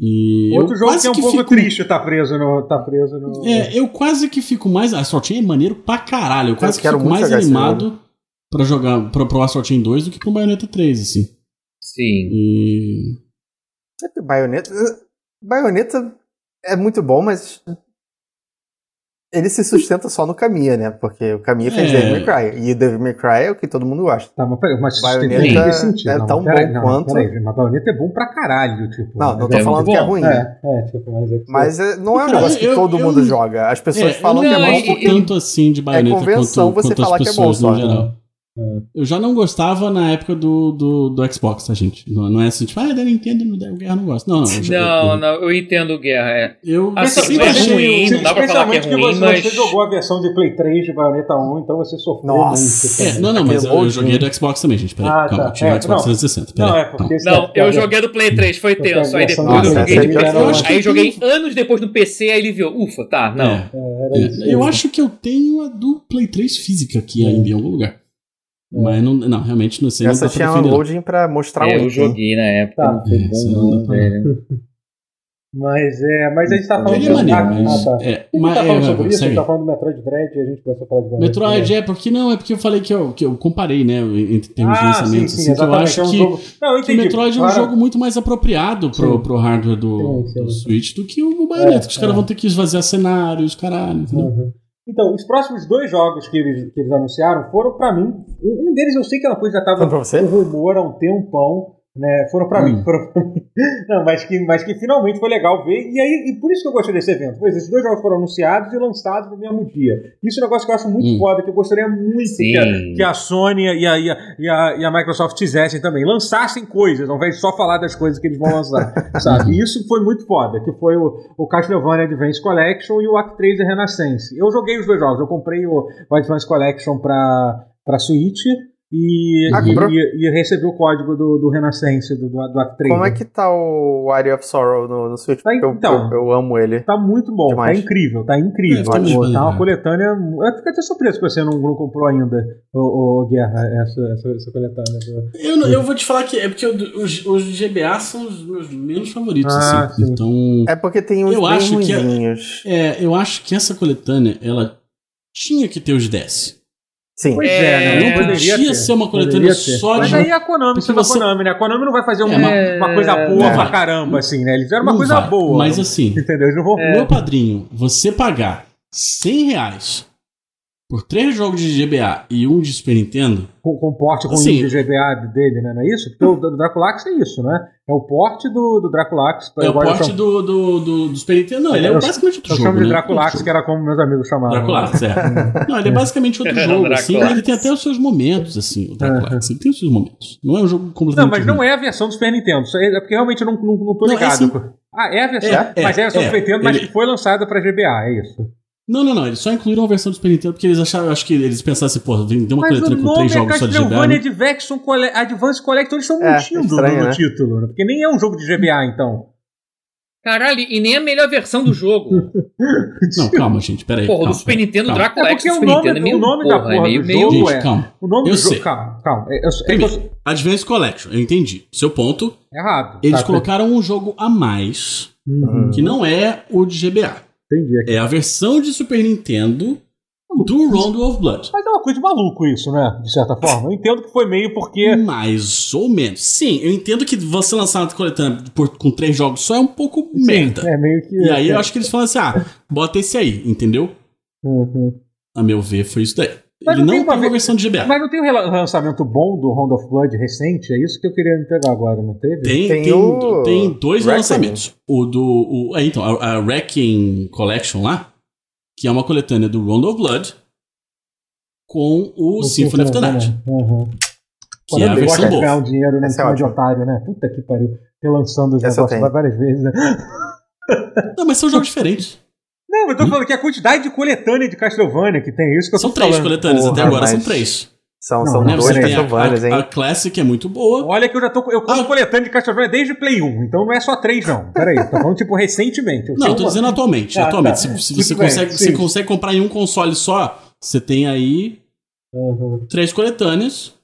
[SPEAKER 3] E
[SPEAKER 1] Outro
[SPEAKER 3] eu
[SPEAKER 1] jogo
[SPEAKER 3] quase
[SPEAKER 1] que é um pouco
[SPEAKER 3] fico-
[SPEAKER 1] triste tá preso no. Tá preso no...
[SPEAKER 3] É, eu quase que fico mais. Astral Chain é maneiro pra caralho. Eu quase que
[SPEAKER 2] quero
[SPEAKER 3] fico
[SPEAKER 2] muito
[SPEAKER 3] mais
[SPEAKER 2] jogar esse
[SPEAKER 3] animado pra jogar pra, pro Astral Chain 2 do que pro Bayonetta 3, assim.
[SPEAKER 4] sim.
[SPEAKER 3] E.
[SPEAKER 2] Sabe, É Baioneta. Baioneta é muito bom, mas. Ele se sustenta só no Caminha, né? Porque o Caminha fez
[SPEAKER 3] É.
[SPEAKER 2] Devil May Cry. E Devil May Cry é o que todo mundo gosta.
[SPEAKER 1] Tá, mas peraí, mas
[SPEAKER 2] Bayonetta
[SPEAKER 1] tem
[SPEAKER 4] é-
[SPEAKER 1] que ter sentido.
[SPEAKER 2] é
[SPEAKER 1] não,
[SPEAKER 2] tão
[SPEAKER 1] peraí,
[SPEAKER 2] bom
[SPEAKER 1] não,
[SPEAKER 2] quanto-
[SPEAKER 1] Peraí, mas baioneta é bom pra caralho, tipo.
[SPEAKER 2] Não, não
[SPEAKER 1] né?
[SPEAKER 2] tô
[SPEAKER 4] é
[SPEAKER 2] falando
[SPEAKER 4] muito
[SPEAKER 2] que é
[SPEAKER 4] bom.
[SPEAKER 2] ruim. né?
[SPEAKER 1] É, é, tipo, mas é que.
[SPEAKER 2] Mas é- não é um
[SPEAKER 3] Cara,
[SPEAKER 2] negócio que
[SPEAKER 3] eu-
[SPEAKER 2] todo
[SPEAKER 3] eu-
[SPEAKER 2] mundo
[SPEAKER 3] eu-
[SPEAKER 2] joga. As pessoas
[SPEAKER 3] é,
[SPEAKER 2] falam
[SPEAKER 3] eu
[SPEAKER 2] que
[SPEAKER 3] não
[SPEAKER 2] é bom. é
[SPEAKER 3] gosto
[SPEAKER 4] e-
[SPEAKER 3] tanto assim de Bayonetta
[SPEAKER 2] convenção
[SPEAKER 3] quanto,
[SPEAKER 2] você
[SPEAKER 3] quanto
[SPEAKER 2] falar
[SPEAKER 3] as
[SPEAKER 2] que é bom
[SPEAKER 3] pessoas
[SPEAKER 2] só,
[SPEAKER 3] no
[SPEAKER 2] né?
[SPEAKER 3] geral.
[SPEAKER 1] É.
[SPEAKER 3] Eu já não gostava na época do, do, do Xbox, tá, gente? Não, não é assim, tipo, ah, é da Nintendo, não da Guerra, não gosto. Não, não. Eu, já-
[SPEAKER 4] Não,
[SPEAKER 3] eu,
[SPEAKER 4] não, eu entendo Guerra. É.
[SPEAKER 3] eu
[SPEAKER 4] Assim,
[SPEAKER 3] sempre
[SPEAKER 4] não é
[SPEAKER 3] achei
[SPEAKER 4] ruim,
[SPEAKER 3] o-
[SPEAKER 4] não dá pra falar que é
[SPEAKER 1] Especialmente que
[SPEAKER 4] ruim,
[SPEAKER 1] você,
[SPEAKER 4] mas-
[SPEAKER 1] você jogou a versão de Play 3 de Bayonetta 1, então você sofreu
[SPEAKER 2] Nossa.
[SPEAKER 1] muito.
[SPEAKER 3] É, não, não, mas eu, eu
[SPEAKER 2] Aquele
[SPEAKER 3] joguei do Xbox também, gente. Peraí,
[SPEAKER 1] Ah,
[SPEAKER 3] calma,
[SPEAKER 1] tá.
[SPEAKER 3] eu tive
[SPEAKER 1] É,
[SPEAKER 3] o Xbox
[SPEAKER 1] não.
[SPEAKER 3] 360. Peraí,
[SPEAKER 1] Não, é
[SPEAKER 3] calma.
[SPEAKER 1] porque. esse
[SPEAKER 4] Não,
[SPEAKER 1] cara-
[SPEAKER 4] eu joguei do Play 3, foi
[SPEAKER 1] Porque a
[SPEAKER 4] tenso. Aí
[SPEAKER 1] versão
[SPEAKER 4] depois
[SPEAKER 2] do-
[SPEAKER 4] eu
[SPEAKER 2] Nossa,
[SPEAKER 4] joguei de
[SPEAKER 2] essa aí
[SPEAKER 3] eu acho
[SPEAKER 1] é
[SPEAKER 4] PS2.
[SPEAKER 3] que
[SPEAKER 4] Aí
[SPEAKER 3] tem-
[SPEAKER 4] joguei anos depois no PC, aí ele viu, ufa, tá, não.
[SPEAKER 3] É.
[SPEAKER 1] Era
[SPEAKER 3] É,
[SPEAKER 1] isso. É.
[SPEAKER 3] eu acho que eu tenho a do Play 3 física aqui ainda em algum lugar. Mas não, não, realmente não sei. Não tá
[SPEAKER 2] Essa
[SPEAKER 3] dá pra
[SPEAKER 2] tinha
[SPEAKER 3] defender. não.
[SPEAKER 2] loading pra mostrar um
[SPEAKER 4] É,
[SPEAKER 2] o
[SPEAKER 4] eu
[SPEAKER 2] item.
[SPEAKER 4] joguei na época,
[SPEAKER 1] Tá.
[SPEAKER 4] não foi
[SPEAKER 3] É,
[SPEAKER 4] bom
[SPEAKER 3] isso não dá
[SPEAKER 4] não,
[SPEAKER 3] pra-
[SPEAKER 4] velho.
[SPEAKER 1] Mas é. Mas a gente tá falando.
[SPEAKER 3] Ele é maneiro,
[SPEAKER 1] Ah,
[SPEAKER 3] mas.
[SPEAKER 1] tá.
[SPEAKER 3] É,
[SPEAKER 1] A gente
[SPEAKER 3] mas
[SPEAKER 1] tá
[SPEAKER 3] é,
[SPEAKER 1] falando sobre
[SPEAKER 3] vai,
[SPEAKER 1] isso, a
[SPEAKER 3] segue.
[SPEAKER 1] gente tá falando do Metroid Dread e a gente começou a falar de Bayonetta.
[SPEAKER 3] Metroid, é, porque não, é porque eu falei que eu, que eu comparei, né, entre termos de
[SPEAKER 1] Ah, sim,
[SPEAKER 3] lançamento,
[SPEAKER 1] sim,
[SPEAKER 3] assim, que eu
[SPEAKER 1] exatamente.
[SPEAKER 3] acho
[SPEAKER 1] é um
[SPEAKER 3] que,
[SPEAKER 1] jogo... Não, eu
[SPEAKER 3] que
[SPEAKER 1] entendi.
[SPEAKER 3] o Metroid é um
[SPEAKER 1] Claro.
[SPEAKER 3] jogo muito mais apropriado pro,
[SPEAKER 1] Sim.
[SPEAKER 3] pro hardware do,
[SPEAKER 1] Sim, sim.
[SPEAKER 3] do Switch do que o Bayonetta, que os caras
[SPEAKER 1] é.
[SPEAKER 3] vão ter que esvaziar cenários, caralho, entendeu?
[SPEAKER 1] Uhum. Então, os próximos dois jogos que eles, que eles anunciaram foram pra mim. Um, um deles eu sei que era uma coisa que já
[SPEAKER 2] Falando pra
[SPEAKER 1] tava
[SPEAKER 2] você?
[SPEAKER 1] com rumor há um tempão, né? Foram pra
[SPEAKER 3] Hum.
[SPEAKER 1] mim, foram pra mim. Não, mas que, mas que finalmente foi legal ver. E aí, e por isso que eu gostei desse evento. Pois esses dois jogos foram anunciados e lançados no mesmo dia. Isso é um negócio que eu acho muito
[SPEAKER 3] Hum.
[SPEAKER 1] foda, que eu gostaria muito
[SPEAKER 4] Sim.
[SPEAKER 1] que a, que a Sony e a, e, a, e, a, e a Microsoft fizessem também. Lançassem coisas, ao invés de só falar das coisas que eles vão lançar. sabe? E isso foi muito foda, que foi o, o Castlevania Advance Collection e o Act 3 da Renaissance. Eu joguei os dois jogos, eu comprei o, o Advance Collection pra, pra Switch e,
[SPEAKER 2] Ah,
[SPEAKER 1] e,
[SPEAKER 2] comprou?
[SPEAKER 1] e- e recebeu o código do, do Renascença, do, do, do Act 3.
[SPEAKER 2] Como é que tá o Area of Sorrow no, no Switch?
[SPEAKER 1] Tá,
[SPEAKER 2] Porque eu-
[SPEAKER 1] então.
[SPEAKER 2] eu, eu amo ele.
[SPEAKER 1] Tá muito bom,
[SPEAKER 2] Demais.
[SPEAKER 1] tá incrível, tá
[SPEAKER 3] É,
[SPEAKER 1] incrível.
[SPEAKER 3] tá
[SPEAKER 1] Pô,
[SPEAKER 3] muito
[SPEAKER 1] tá
[SPEAKER 3] bom,
[SPEAKER 1] uma
[SPEAKER 3] é.
[SPEAKER 1] coletânea. Eu fico até surpreso que você não, não comprou ainda, ô, ô, Guerra, essa, essa, essa coletânea. do-
[SPEAKER 3] Eu, não- eu vou te falar que é porque eu- os, os GBA são os meus menos favoritos,
[SPEAKER 1] Ah,
[SPEAKER 3] assim.
[SPEAKER 1] sim.
[SPEAKER 3] Então,
[SPEAKER 2] É porque tem uns
[SPEAKER 3] Eu
[SPEAKER 2] bem
[SPEAKER 3] acho que é-
[SPEAKER 2] ruinzinhos.
[SPEAKER 3] é, eu acho que essa coletânea, ela tinha que ter os 10.
[SPEAKER 2] Sim.
[SPEAKER 1] Pois
[SPEAKER 4] É,
[SPEAKER 1] é, né?
[SPEAKER 4] não
[SPEAKER 3] podia
[SPEAKER 1] Poderia
[SPEAKER 3] ser uma coletânea
[SPEAKER 1] Poderia
[SPEAKER 3] só
[SPEAKER 1] Mas
[SPEAKER 3] de-
[SPEAKER 1] aí é a Konami,
[SPEAKER 3] Porque
[SPEAKER 1] isso da
[SPEAKER 3] você-
[SPEAKER 1] Konami, né? A Konami não vai fazer uma,
[SPEAKER 4] É,
[SPEAKER 1] uma coisa boa
[SPEAKER 2] não
[SPEAKER 1] pra
[SPEAKER 3] vai.
[SPEAKER 1] caramba, assim, né? Eles fizeram uma
[SPEAKER 3] Não
[SPEAKER 1] coisa
[SPEAKER 3] vai,
[SPEAKER 1] boa. né?
[SPEAKER 3] Mas assim,
[SPEAKER 1] Entendeu? Eles não vão.
[SPEAKER 3] meu padrinho, você pagar 100 reais por três jogos de GBA e um de Super Nintendo,
[SPEAKER 1] com, com o porte com
[SPEAKER 3] Assim,
[SPEAKER 1] o GBA dele, né? Não é isso? Porque o do- do Draculax é isso, né? É o porte do, do Draculax.
[SPEAKER 3] é o
[SPEAKER 1] Agora eu
[SPEAKER 3] porte
[SPEAKER 1] chamo-
[SPEAKER 3] do, do, do, do Super Nintendo. Não, ele é
[SPEAKER 1] Eu-
[SPEAKER 3] basicamente outro
[SPEAKER 1] Eu
[SPEAKER 3] jogo.
[SPEAKER 1] chamo de
[SPEAKER 3] né?
[SPEAKER 1] Draculax, que era como meus amigos chamavam. né?
[SPEAKER 3] Draculax, é. Não, ele é basicamente outro
[SPEAKER 1] um
[SPEAKER 3] jogo, assim.
[SPEAKER 4] Draculax.
[SPEAKER 3] Ele tem até os seus momentos, assim, o Draculax. Ele tem os seus momentos. Não é um jogo completamente.
[SPEAKER 1] Não, mas não é a versão do Super Nintendo. Isso aí É porque realmente eu não, não, não tô
[SPEAKER 3] Não, é
[SPEAKER 1] ligado.
[SPEAKER 3] assim.
[SPEAKER 1] Ah, é a versão.
[SPEAKER 3] É, é,
[SPEAKER 1] mas é a versão
[SPEAKER 3] é.
[SPEAKER 1] do Super Nintendo, mas
[SPEAKER 3] Ele-
[SPEAKER 1] que foi lançada pra GBA, é isso.
[SPEAKER 3] Não, não, não. Eles só incluíram a versão do Super Nintendo porque eles acharam, acho que eles pensaram assim, pô, vender uma
[SPEAKER 1] Mas o
[SPEAKER 3] coletânea com
[SPEAKER 1] nome
[SPEAKER 3] três
[SPEAKER 1] é
[SPEAKER 3] jogos só de GBA.
[SPEAKER 1] Castlevania
[SPEAKER 3] né?
[SPEAKER 1] Advanced, Cole... Advanced Collection. Eles estão
[SPEAKER 2] É,
[SPEAKER 1] mentindo
[SPEAKER 2] estranho,
[SPEAKER 1] no, no
[SPEAKER 2] né?
[SPEAKER 1] título, né? Porque nem é um jogo de
[SPEAKER 3] Hum.
[SPEAKER 1] GBA, então.
[SPEAKER 4] Caralho, e nem a melhor versão do jogo.
[SPEAKER 3] Não, calma, gente, peraí.
[SPEAKER 4] Porra,
[SPEAKER 3] calma,
[SPEAKER 4] do Super Nintendo,
[SPEAKER 3] calma.
[SPEAKER 4] Drácula
[SPEAKER 1] É
[SPEAKER 4] X
[SPEAKER 1] porque o
[SPEAKER 4] do Super
[SPEAKER 1] nome-
[SPEAKER 4] Nintendo é meio
[SPEAKER 1] o nome da
[SPEAKER 4] porra, é
[SPEAKER 1] porra
[SPEAKER 4] meio,
[SPEAKER 1] do
[SPEAKER 4] meio
[SPEAKER 1] jogo
[SPEAKER 3] Gente,
[SPEAKER 1] é-
[SPEAKER 3] calma.
[SPEAKER 1] O nome
[SPEAKER 3] Eu
[SPEAKER 1] do jogo.
[SPEAKER 3] sei.
[SPEAKER 1] Calma, calma. É, eu- é, que eu-
[SPEAKER 3] Primeiro, Advance Collection, eu entendi. Seu ponto.
[SPEAKER 1] é errado.
[SPEAKER 3] Eles
[SPEAKER 1] tá?
[SPEAKER 3] colocaram um jogo a mais,
[SPEAKER 1] Uhum,
[SPEAKER 3] que não é o de GBA.
[SPEAKER 1] entendi.
[SPEAKER 3] É a versão de Super Nintendo do Rondo of Blood.
[SPEAKER 1] Mas é uma coisa de maluco isso, né? De certa forma. Eu entendo que foi meio porque.
[SPEAKER 3] Mais ou menos. Sim, eu entendo que você lançar uma coletânea por- com três jogos só é um pouco merda.
[SPEAKER 1] É meio que.
[SPEAKER 3] E aí eu acho que eles falam assim: ah, bota esse aí, entendeu?
[SPEAKER 1] Uhum.
[SPEAKER 3] A meu ver, foi isso daí.
[SPEAKER 1] Mas
[SPEAKER 3] Ele
[SPEAKER 1] não tem
[SPEAKER 3] não
[SPEAKER 1] uma
[SPEAKER 3] tem uma
[SPEAKER 1] ve-
[SPEAKER 3] versão de GBA.
[SPEAKER 1] Mas não tem um rela- lançamento bom do Round of Blood recente? É isso que eu queria me pegar agora, não teve?
[SPEAKER 3] Tem,
[SPEAKER 2] Tem
[SPEAKER 3] tem, um,
[SPEAKER 2] o-
[SPEAKER 3] tem dois
[SPEAKER 2] Wrecking.
[SPEAKER 3] lançamentos. O do. O, é, então, a, a Wrecking Collection lá, que é uma coletânea do Rondo of Blood com o Symphony of the Night.
[SPEAKER 1] Uhum.
[SPEAKER 3] Que é a
[SPEAKER 1] eu gosto
[SPEAKER 3] versão
[SPEAKER 1] de ganhar
[SPEAKER 3] boa.
[SPEAKER 1] um dinheiro né, em
[SPEAKER 2] Essa é
[SPEAKER 1] cima de
[SPEAKER 2] ótima.
[SPEAKER 1] otário, né? Puta que pariu. Relançando os
[SPEAKER 2] Essa eu
[SPEAKER 1] negócios
[SPEAKER 2] tenho.
[SPEAKER 1] várias vezes, né?
[SPEAKER 3] Não, mas são jogos diferentes.
[SPEAKER 1] Não, eu tô falando que a quantidade de coletânea de Castlevania que tem é isso que eu
[SPEAKER 3] São
[SPEAKER 1] tô
[SPEAKER 3] três
[SPEAKER 1] falando.
[SPEAKER 3] coletâneas, até
[SPEAKER 2] Porra,
[SPEAKER 3] agora são
[SPEAKER 2] mas-
[SPEAKER 3] três.
[SPEAKER 2] São,
[SPEAKER 1] Não,
[SPEAKER 2] são
[SPEAKER 1] não,
[SPEAKER 3] Né? Você
[SPEAKER 2] dois
[SPEAKER 3] tem a,
[SPEAKER 2] Castlevanias,
[SPEAKER 3] a, a
[SPEAKER 2] hein?
[SPEAKER 3] Classic é muito boa.
[SPEAKER 1] Olha que eu já tô. Eu compro
[SPEAKER 3] Ah.
[SPEAKER 1] coletânea de Castlevania desde o Play 1, então não é só três, não. Peraí, tô falando tipo recentemente.
[SPEAKER 3] Não, eu
[SPEAKER 1] tenho
[SPEAKER 3] tô
[SPEAKER 1] uma-
[SPEAKER 3] dizendo atualmente.
[SPEAKER 1] Ah,
[SPEAKER 3] atualmente,
[SPEAKER 1] tá.
[SPEAKER 3] se, se
[SPEAKER 1] Tudo
[SPEAKER 3] você
[SPEAKER 1] bem,
[SPEAKER 3] consegue,
[SPEAKER 1] sim.
[SPEAKER 3] você consegue comprar em um console só, você tem aí
[SPEAKER 1] Uhum,
[SPEAKER 3] três coletâneas.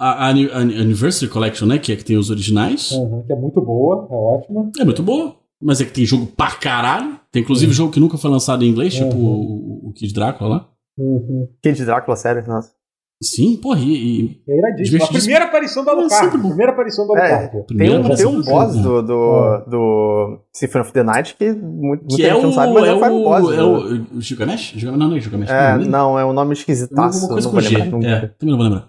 [SPEAKER 3] A, a Ani- a Anniversary Collection, né? Que é que tem os originais.
[SPEAKER 1] uhum, que é muito boa, é ótima.
[SPEAKER 3] É muito boa. Mas é que tem jogo pra caralho. Tem inclusive jogo que nunca foi lançado em inglês, tipo o, o- o Kid Drácula lá.
[SPEAKER 1] Uhum.
[SPEAKER 2] Kid Drácula, sério? Nossa.
[SPEAKER 3] Sim, porra. E, e-
[SPEAKER 1] É iradíssimo. A
[SPEAKER 3] Divertidíssimo.
[SPEAKER 1] primeira aparição do
[SPEAKER 3] É,
[SPEAKER 1] Alucard.
[SPEAKER 3] sempre bom.
[SPEAKER 1] Primeira aparição do
[SPEAKER 2] É.
[SPEAKER 1] Alucard.
[SPEAKER 2] Tem
[SPEAKER 3] primeira
[SPEAKER 2] um, tem
[SPEAKER 3] versão
[SPEAKER 2] um
[SPEAKER 3] do
[SPEAKER 2] boss
[SPEAKER 3] jogo, né?
[SPEAKER 2] do, do, do Symphony of the Night que muito, muita
[SPEAKER 3] Que é
[SPEAKER 2] gente
[SPEAKER 3] o.
[SPEAKER 2] não sabe, mas
[SPEAKER 3] é
[SPEAKER 2] é o final boss.
[SPEAKER 3] o. É
[SPEAKER 2] do-
[SPEAKER 3] o. o Gilgamesh? Gilgamesh- Não, não é Gilgamesh.
[SPEAKER 2] É,
[SPEAKER 3] não, não.
[SPEAKER 2] não, é um nome esquisitaço,
[SPEAKER 3] Alguma coisa
[SPEAKER 2] não vou
[SPEAKER 3] com G.
[SPEAKER 2] lembrar nunca.
[SPEAKER 3] É, também não vou lembrar.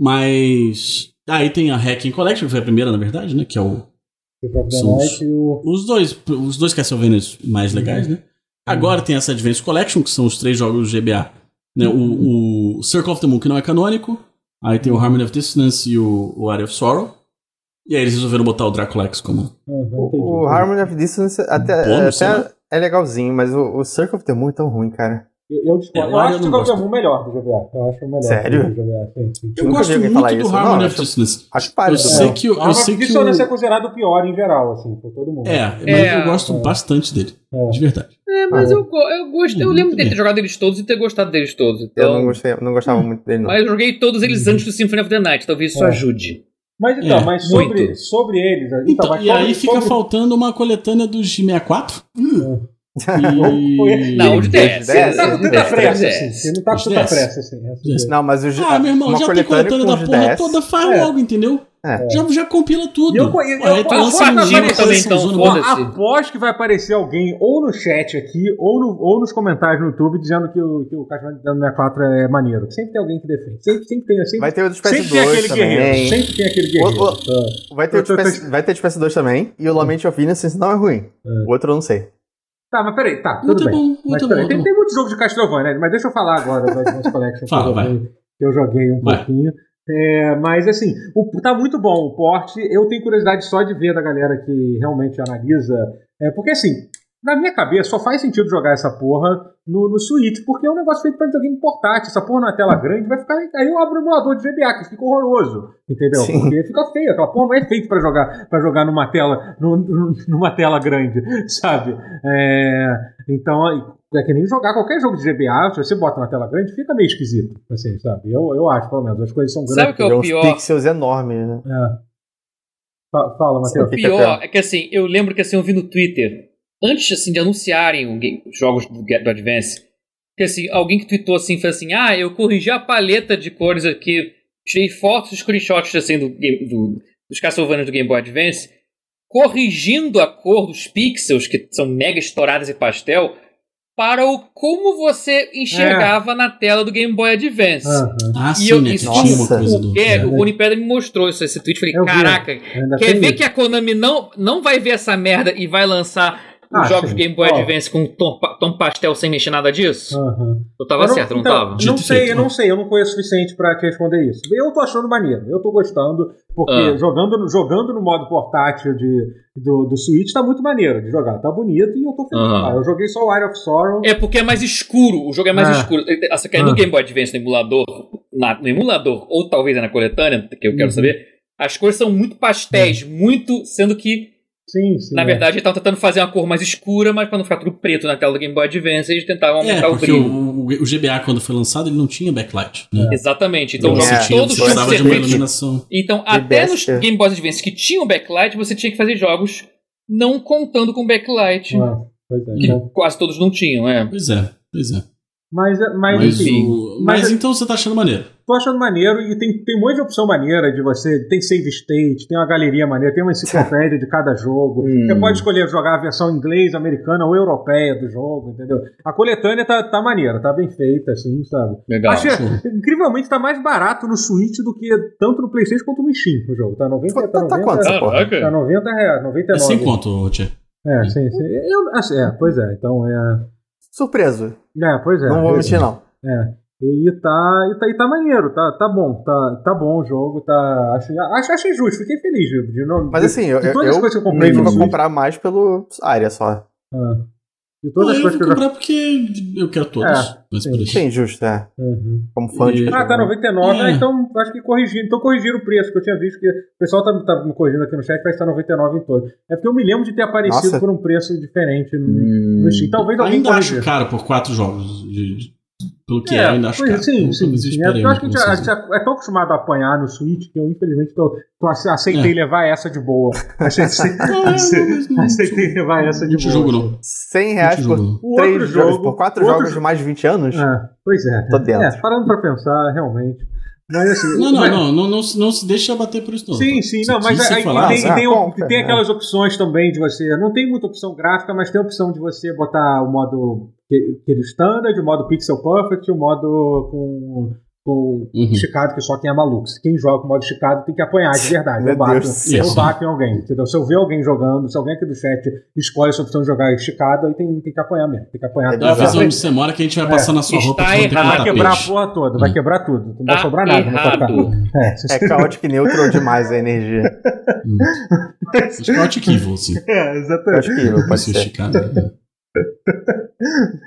[SPEAKER 3] Mas. Aí tem a Hacking Collection, que foi a primeira, na verdade, né? Que é o. São os- Os dois, os dois Castlevania mais legais, né? Agora tem essa Advance Collection, que são os três jogos do GBA. Né? O, o Circle of the Moon, que não é canônico. Aí tem o Harmony of Dissonance e o, o Area of Sorrow. E aí eles resolveram botar o Dracula X como.
[SPEAKER 2] O, o Harmony of Distance até,
[SPEAKER 3] Bônus, sei
[SPEAKER 2] até
[SPEAKER 3] lá.
[SPEAKER 2] é legalzinho, mas o, o Circle of the Moon é tão ruim, cara.
[SPEAKER 1] Eu, eu discordo.
[SPEAKER 3] É,
[SPEAKER 1] eu
[SPEAKER 3] o Aria
[SPEAKER 1] acho que
[SPEAKER 3] eu
[SPEAKER 1] o
[SPEAKER 3] não
[SPEAKER 1] Golden Moon melhor do GBA. Eu acho o melhor.
[SPEAKER 2] Sério?
[SPEAKER 1] Do GBA, sim, sim.
[SPEAKER 3] Eu
[SPEAKER 2] Nunca
[SPEAKER 3] gosto
[SPEAKER 2] vi alguém
[SPEAKER 3] muito
[SPEAKER 2] falar
[SPEAKER 3] do
[SPEAKER 2] isso.
[SPEAKER 3] Harmony
[SPEAKER 2] Não,
[SPEAKER 3] of
[SPEAKER 2] acho-
[SPEAKER 3] Dissonance.
[SPEAKER 2] Acho que
[SPEAKER 3] é Eu
[SPEAKER 2] parece.
[SPEAKER 3] sei que, eu,
[SPEAKER 1] A
[SPEAKER 3] eu sei que
[SPEAKER 1] dissonância é
[SPEAKER 3] o,
[SPEAKER 1] considerado o pior em geral, assim, por todo mundo.
[SPEAKER 3] É, mas
[SPEAKER 4] É.
[SPEAKER 3] eu gosto bastante dele.
[SPEAKER 1] É.
[SPEAKER 3] De verdade.
[SPEAKER 4] É, mas eu, go- eu gosto. Eu
[SPEAKER 3] Hum,
[SPEAKER 4] lembro
[SPEAKER 3] muito
[SPEAKER 4] de ter
[SPEAKER 3] bem.
[SPEAKER 4] jogado eles todos e ter gostado deles todos.
[SPEAKER 2] Eu não,
[SPEAKER 4] Então,
[SPEAKER 2] gostei, não gostava muito dele, não.
[SPEAKER 4] mas eu joguei todos eles antes do Symphony of the Night. Talvez isso
[SPEAKER 1] É.
[SPEAKER 4] ajude.
[SPEAKER 1] Mas então,
[SPEAKER 3] É,
[SPEAKER 1] mas sobre,
[SPEAKER 4] muito.
[SPEAKER 1] sobre eles. Então,
[SPEAKER 3] Então,
[SPEAKER 1] mas
[SPEAKER 3] e aí
[SPEAKER 1] sobre-
[SPEAKER 3] fica
[SPEAKER 1] sobre-
[SPEAKER 3] faltando uma coletânea dos de 64. E...
[SPEAKER 4] Não, o de
[SPEAKER 2] Dez,
[SPEAKER 4] DS.
[SPEAKER 2] dez,
[SPEAKER 1] Ele tá com tanta
[SPEAKER 2] dez,
[SPEAKER 1] pressa,
[SPEAKER 4] dez.
[SPEAKER 3] é.
[SPEAKER 1] assim. Ele não tá com
[SPEAKER 3] Os
[SPEAKER 1] tanta
[SPEAKER 3] dez.
[SPEAKER 1] pressa, assim. essa
[SPEAKER 3] Dez.
[SPEAKER 1] coisa.
[SPEAKER 2] Não, mas o G-
[SPEAKER 3] Ah, meu irmão,
[SPEAKER 2] uma
[SPEAKER 3] já tem coletânea
[SPEAKER 2] com
[SPEAKER 3] da
[SPEAKER 2] os
[SPEAKER 3] porra
[SPEAKER 2] DS.
[SPEAKER 3] toda, faz
[SPEAKER 1] É.
[SPEAKER 3] logo, entendeu?
[SPEAKER 2] É.
[SPEAKER 3] Já, já compila tudo.
[SPEAKER 1] E eu conhe-
[SPEAKER 3] Aí
[SPEAKER 1] eu-
[SPEAKER 3] tá
[SPEAKER 1] eu-
[SPEAKER 3] lançando
[SPEAKER 1] eu-
[SPEAKER 3] uma
[SPEAKER 1] eu-
[SPEAKER 4] também,
[SPEAKER 3] coleção
[SPEAKER 4] então,
[SPEAKER 3] zona
[SPEAKER 1] Ó,
[SPEAKER 3] boa.
[SPEAKER 4] Foda-se.
[SPEAKER 1] aposto que vai aparecer alguém ou no chat aqui ou, no- ou nos comentários no YouTube dizendo que o, que o Castlevania do 64 é maneiro. Sempre tem alguém que defende. Sempre, sempre tem. Sempre,
[SPEAKER 2] Vai ter o dos
[SPEAKER 1] sempre tem
[SPEAKER 2] PS2
[SPEAKER 1] aquele guerreiro.
[SPEAKER 2] também.
[SPEAKER 1] Sempre tem aquele guerreiro.
[SPEAKER 2] Ô, ô.
[SPEAKER 1] Tá.
[SPEAKER 2] Vai ter, o de
[SPEAKER 1] Eu tô-
[SPEAKER 2] PS, vai ter de PS2 também. E o Lament of Innocence não é ruim. O outro eu não sei.
[SPEAKER 1] Tá, mas peraí, tá, tudo
[SPEAKER 3] Muito
[SPEAKER 1] bem.
[SPEAKER 3] bom,
[SPEAKER 1] Mas
[SPEAKER 3] muito
[SPEAKER 1] peraí,
[SPEAKER 3] bom.
[SPEAKER 1] tem, tem muito jogo de Castlevania, né? mas deixa eu falar agora do Advanced Collection.
[SPEAKER 3] Fala,
[SPEAKER 1] que eu joguei- que eu joguei um
[SPEAKER 3] Vai.
[SPEAKER 1] pouquinho. É, mas assim, o, tá muito bom o porte. Eu tenho curiosidade só de ver da galera que realmente analisa. É, porque assim, Na minha cabeça, só faz sentido jogar essa porra no, no Switch, porque é um negócio feito pra videogame portátil. Essa porra na tela grande vai ficar. Aí eu abro o emulador de GBA, que fica horroroso. Entendeu?
[SPEAKER 2] Sim.
[SPEAKER 1] Porque fica feio. Aquela porra não é feita pra jogar, pra jogar numa, tela, num- num- numa tela grande, sabe? É, então, é que nem jogar qualquer jogo de GBA, se você bota na tela grande, fica meio esquisito. Assim, sabe? Eu, eu acho, pelo menos. As coisas são
[SPEAKER 4] Sabe
[SPEAKER 1] grandes.
[SPEAKER 4] o que é o
[SPEAKER 2] uns
[SPEAKER 4] pior?
[SPEAKER 2] pixels enormes, né?
[SPEAKER 1] É. Fa- Fala,
[SPEAKER 4] O
[SPEAKER 1] Matheus.
[SPEAKER 2] que que é
[SPEAKER 4] pior é que assim, eu lembro que assim, eu vi no Twitter, antes assim de anunciarem o game- os jogos do, Ga- do Advance, que assim, alguém que tweetou assim, fez assim, ah, eu corrigi a paleta de cores aqui, tirei fotos e screenshots assim do, game- do- dos Castlevania do Game Boy Advance, corrigindo a cor dos pixels, que são mega estouradas e pastel, para o como você
[SPEAKER 1] É.
[SPEAKER 4] enxergava na tela do Game Boy Advance.
[SPEAKER 1] Aham.
[SPEAKER 3] Ah,
[SPEAKER 4] E
[SPEAKER 3] sim,
[SPEAKER 4] eu-
[SPEAKER 3] né? Que
[SPEAKER 4] isso-
[SPEAKER 3] tinha uma
[SPEAKER 2] Nossa.
[SPEAKER 3] coisa do.
[SPEAKER 4] É,
[SPEAKER 3] É.
[SPEAKER 4] o Rony Pedra me mostrou isso, esse tweet. Falei,
[SPEAKER 1] Eu vi.
[SPEAKER 4] caraca,
[SPEAKER 1] Ainda
[SPEAKER 4] Quer
[SPEAKER 1] tem
[SPEAKER 4] ver
[SPEAKER 1] isso.
[SPEAKER 4] que a Konami não, não vai ver essa merda e vai lançar
[SPEAKER 1] Ah,
[SPEAKER 4] os jogos
[SPEAKER 1] sim.
[SPEAKER 4] Game Boy
[SPEAKER 1] Ó.
[SPEAKER 4] Advance com tom, pa- tom pastel sem mexer nada disso?
[SPEAKER 1] Aham.
[SPEAKER 4] Eu é tava
[SPEAKER 1] Eu
[SPEAKER 4] certo, eu não
[SPEAKER 1] então,
[SPEAKER 4] tava?
[SPEAKER 1] Não
[SPEAKER 3] Dito e
[SPEAKER 1] sei,
[SPEAKER 3] feito,
[SPEAKER 1] eu
[SPEAKER 3] né?
[SPEAKER 1] não sei, eu não conheço o suficiente pra te responder isso. Eu tô achando maneiro, eu tô gostando, porque
[SPEAKER 4] Ah.
[SPEAKER 1] jogando, no- jogando no modo portátil de, do, do Switch tá muito maneiro de jogar, tá bonito e eu tô feliz.
[SPEAKER 4] Ah.
[SPEAKER 1] Ah, eu joguei só o Eye of Sorrow.
[SPEAKER 4] É porque é mais escuro, o jogo é mais
[SPEAKER 1] Ah.
[SPEAKER 4] escuro. Essa que
[SPEAKER 1] Ah.
[SPEAKER 4] no Game Boy Advance, no emulador, na- no emulador, ou talvez é na coletânea, que eu quero
[SPEAKER 1] Uhum.
[SPEAKER 4] saber, as cores são muito pastéis, muito. Sendo que,
[SPEAKER 1] Sim, sim.
[SPEAKER 4] na
[SPEAKER 1] é.
[SPEAKER 4] verdade, eles estavam tentando fazer uma cor mais escura, mas pra não ficar tudo preto na tela do Game Boy Advance, eles tentavam
[SPEAKER 3] É,
[SPEAKER 1] tá
[SPEAKER 4] aumentar o
[SPEAKER 3] porque
[SPEAKER 4] brilho.
[SPEAKER 3] o, o GBA, quando foi lançado, ele não tinha backlight. Né?
[SPEAKER 4] Exatamente. Então,
[SPEAKER 3] Então,
[SPEAKER 4] os
[SPEAKER 3] você
[SPEAKER 2] É,
[SPEAKER 4] jogos
[SPEAKER 3] tinha,
[SPEAKER 4] todos
[SPEAKER 3] você
[SPEAKER 4] tinham
[SPEAKER 3] precisava
[SPEAKER 4] que
[SPEAKER 3] de
[SPEAKER 4] ser
[SPEAKER 3] uma
[SPEAKER 4] feitos
[SPEAKER 3] iluminação.
[SPEAKER 4] Então, até nos
[SPEAKER 2] besta.
[SPEAKER 4] Game Boy Advance que tinham backlight, você tinha que fazer jogos não contando com backlight.
[SPEAKER 1] Ah, pois é,
[SPEAKER 3] Que-
[SPEAKER 1] né?
[SPEAKER 4] Quase todos não tinham, é.
[SPEAKER 3] Pois é, pois é.
[SPEAKER 1] Mas, mas,
[SPEAKER 3] Mas,
[SPEAKER 1] enfim,
[SPEAKER 3] o-
[SPEAKER 1] mas-
[SPEAKER 3] mas então você tá achando maneiro.
[SPEAKER 1] tô achando maneiro e tem, tem um monte de opção maneira de você. Tem save state, tem uma galeria maneira, tem uma enciclopédia de cada jogo.
[SPEAKER 4] Hum.
[SPEAKER 1] Você pode escolher jogar a versão inglesa, americana ou europeia do jogo, entendeu? A coletânea tá, tá maneira, tá bem feita, assim, sabe?
[SPEAKER 4] Legal.
[SPEAKER 1] Achei, incrivelmente, tá mais barato no Switch do que tanto no PlayStation quanto no Steam o jogo. Tá 90, tá,
[SPEAKER 2] Tá- tá
[SPEAKER 1] 90,
[SPEAKER 2] quanto
[SPEAKER 4] Ah,
[SPEAKER 2] essa porra?
[SPEAKER 1] tá 90 reais, 99.
[SPEAKER 3] É sem conto, Tia.
[SPEAKER 1] É, sim, sim. Eu- assim, é, pois é, então é.
[SPEAKER 2] Surpreso.
[SPEAKER 1] É, pois é.
[SPEAKER 2] não vou mentir, não.
[SPEAKER 1] É. E tá, e tá, e tá maneiro, tá, tá bom, tá, tá bom o jogo, tá. Achei, acho- achei justo, fiquei feliz de, de não.
[SPEAKER 2] Mas
[SPEAKER 1] de-
[SPEAKER 2] assim, eu,
[SPEAKER 1] de todas as
[SPEAKER 2] eu,
[SPEAKER 1] coisas que eu comprei
[SPEAKER 2] eu
[SPEAKER 1] no
[SPEAKER 2] vou
[SPEAKER 1] Switch.
[SPEAKER 2] comprar mais pelo área só.
[SPEAKER 1] Ah. De todas as coisas
[SPEAKER 3] eu vou
[SPEAKER 1] que eu já.
[SPEAKER 3] comprar porque eu quero todos.
[SPEAKER 1] É,
[SPEAKER 3] mas por
[SPEAKER 1] sim.
[SPEAKER 3] isso.
[SPEAKER 2] Sim, justo, é.
[SPEAKER 1] Uhum.
[SPEAKER 2] Como fã tipo, de.
[SPEAKER 1] Ah, tá 99,
[SPEAKER 3] É.
[SPEAKER 1] ah, então acho que corrigiram. Então corrigiram o preço, que eu tinha visto que o pessoal tá, tá me corrigindo aqui no chat, parece que tá 99 em todo. É porque eu me lembro de ter aparecido
[SPEAKER 2] Nossa.
[SPEAKER 1] por um preço diferente no,
[SPEAKER 4] Hum.
[SPEAKER 1] no Steam. Talvez alguém
[SPEAKER 3] Ainda acho
[SPEAKER 1] corrija.
[SPEAKER 3] caro por quatro jogos. de- de- pelo que é,
[SPEAKER 1] É,
[SPEAKER 3] ainda acho
[SPEAKER 1] pois,
[SPEAKER 3] caro.
[SPEAKER 1] sim,
[SPEAKER 3] Então,
[SPEAKER 1] sim,
[SPEAKER 3] talvez
[SPEAKER 1] sim. É,
[SPEAKER 3] esperemos
[SPEAKER 1] eu acho que a gente,
[SPEAKER 3] que
[SPEAKER 1] a
[SPEAKER 3] não
[SPEAKER 1] gente
[SPEAKER 3] seja.
[SPEAKER 1] é tão acostumado a apanhar no Switch que eu, infelizmente, tô, tô ace- aceitei
[SPEAKER 3] É.
[SPEAKER 1] levar essa de boa. Aceitei,
[SPEAKER 3] Não, não, Ah, mas
[SPEAKER 2] Ah,
[SPEAKER 3] não-
[SPEAKER 1] aceitei levar essa de
[SPEAKER 3] Não te jogo,
[SPEAKER 1] boa. assim.
[SPEAKER 3] não.
[SPEAKER 2] 100
[SPEAKER 1] É,
[SPEAKER 3] Não
[SPEAKER 2] reais
[SPEAKER 3] te
[SPEAKER 2] por
[SPEAKER 3] jogo, não.
[SPEAKER 1] O
[SPEAKER 2] três
[SPEAKER 1] outro
[SPEAKER 2] jogos,
[SPEAKER 1] jogo-
[SPEAKER 2] por quatro
[SPEAKER 1] outro
[SPEAKER 2] jogos
[SPEAKER 1] jo-
[SPEAKER 2] de mais de 20 anos?
[SPEAKER 1] Ah, pois é.
[SPEAKER 2] Tô dentro.
[SPEAKER 1] É, parando pra pensar, realmente. Mas assim.
[SPEAKER 3] Não, não,
[SPEAKER 1] mas-
[SPEAKER 3] não, não, não, se- não se deixa abater por isso, não.
[SPEAKER 1] Sim, sim, não, mas
[SPEAKER 3] Se- se
[SPEAKER 1] aí
[SPEAKER 3] falar,
[SPEAKER 1] tem,
[SPEAKER 2] ah,
[SPEAKER 1] tem,
[SPEAKER 2] compra,
[SPEAKER 1] tem
[SPEAKER 2] né?
[SPEAKER 1] aquelas opções também de você. Não tem muita opção gráfica, mas tem a opção de você botar o modo que- aquele standard, o modo pixel perfect, o modo com, com
[SPEAKER 3] Uhum.
[SPEAKER 1] esticado, que só quem é maluco. Se Quem joga com modo esticado tem que apanhar de verdade.
[SPEAKER 2] Meu
[SPEAKER 1] eu bato,
[SPEAKER 2] Deus do céu.
[SPEAKER 1] eu bato em alguém, entendeu? Se eu ver alguém jogando, se alguém aqui do chat escolhe essa opção de jogar esticado, aí tem, tem que apanhar mesmo. Tem que apanhar.
[SPEAKER 2] É
[SPEAKER 3] Dá uma
[SPEAKER 1] Vai,
[SPEAKER 3] visão onde você mora que a gente vai passar na sua
[SPEAKER 4] Está
[SPEAKER 3] roupa pra
[SPEAKER 4] errado.
[SPEAKER 1] vai
[SPEAKER 3] tapete.
[SPEAKER 1] É, quebrar a porra toda,
[SPEAKER 2] Hum.
[SPEAKER 1] vai quebrar tudo. Não vai
[SPEAKER 4] Tá
[SPEAKER 1] sobrar nada na tua cara.
[SPEAKER 4] errado.
[SPEAKER 1] É,
[SPEAKER 2] É caótico e neutro demais a energia.
[SPEAKER 3] Hum. Acho que é ótimo que vou, sim.
[SPEAKER 1] é, exatamente.
[SPEAKER 2] Caótico e evil, pode
[SPEAKER 3] Pode
[SPEAKER 2] ser.
[SPEAKER 3] ser cara.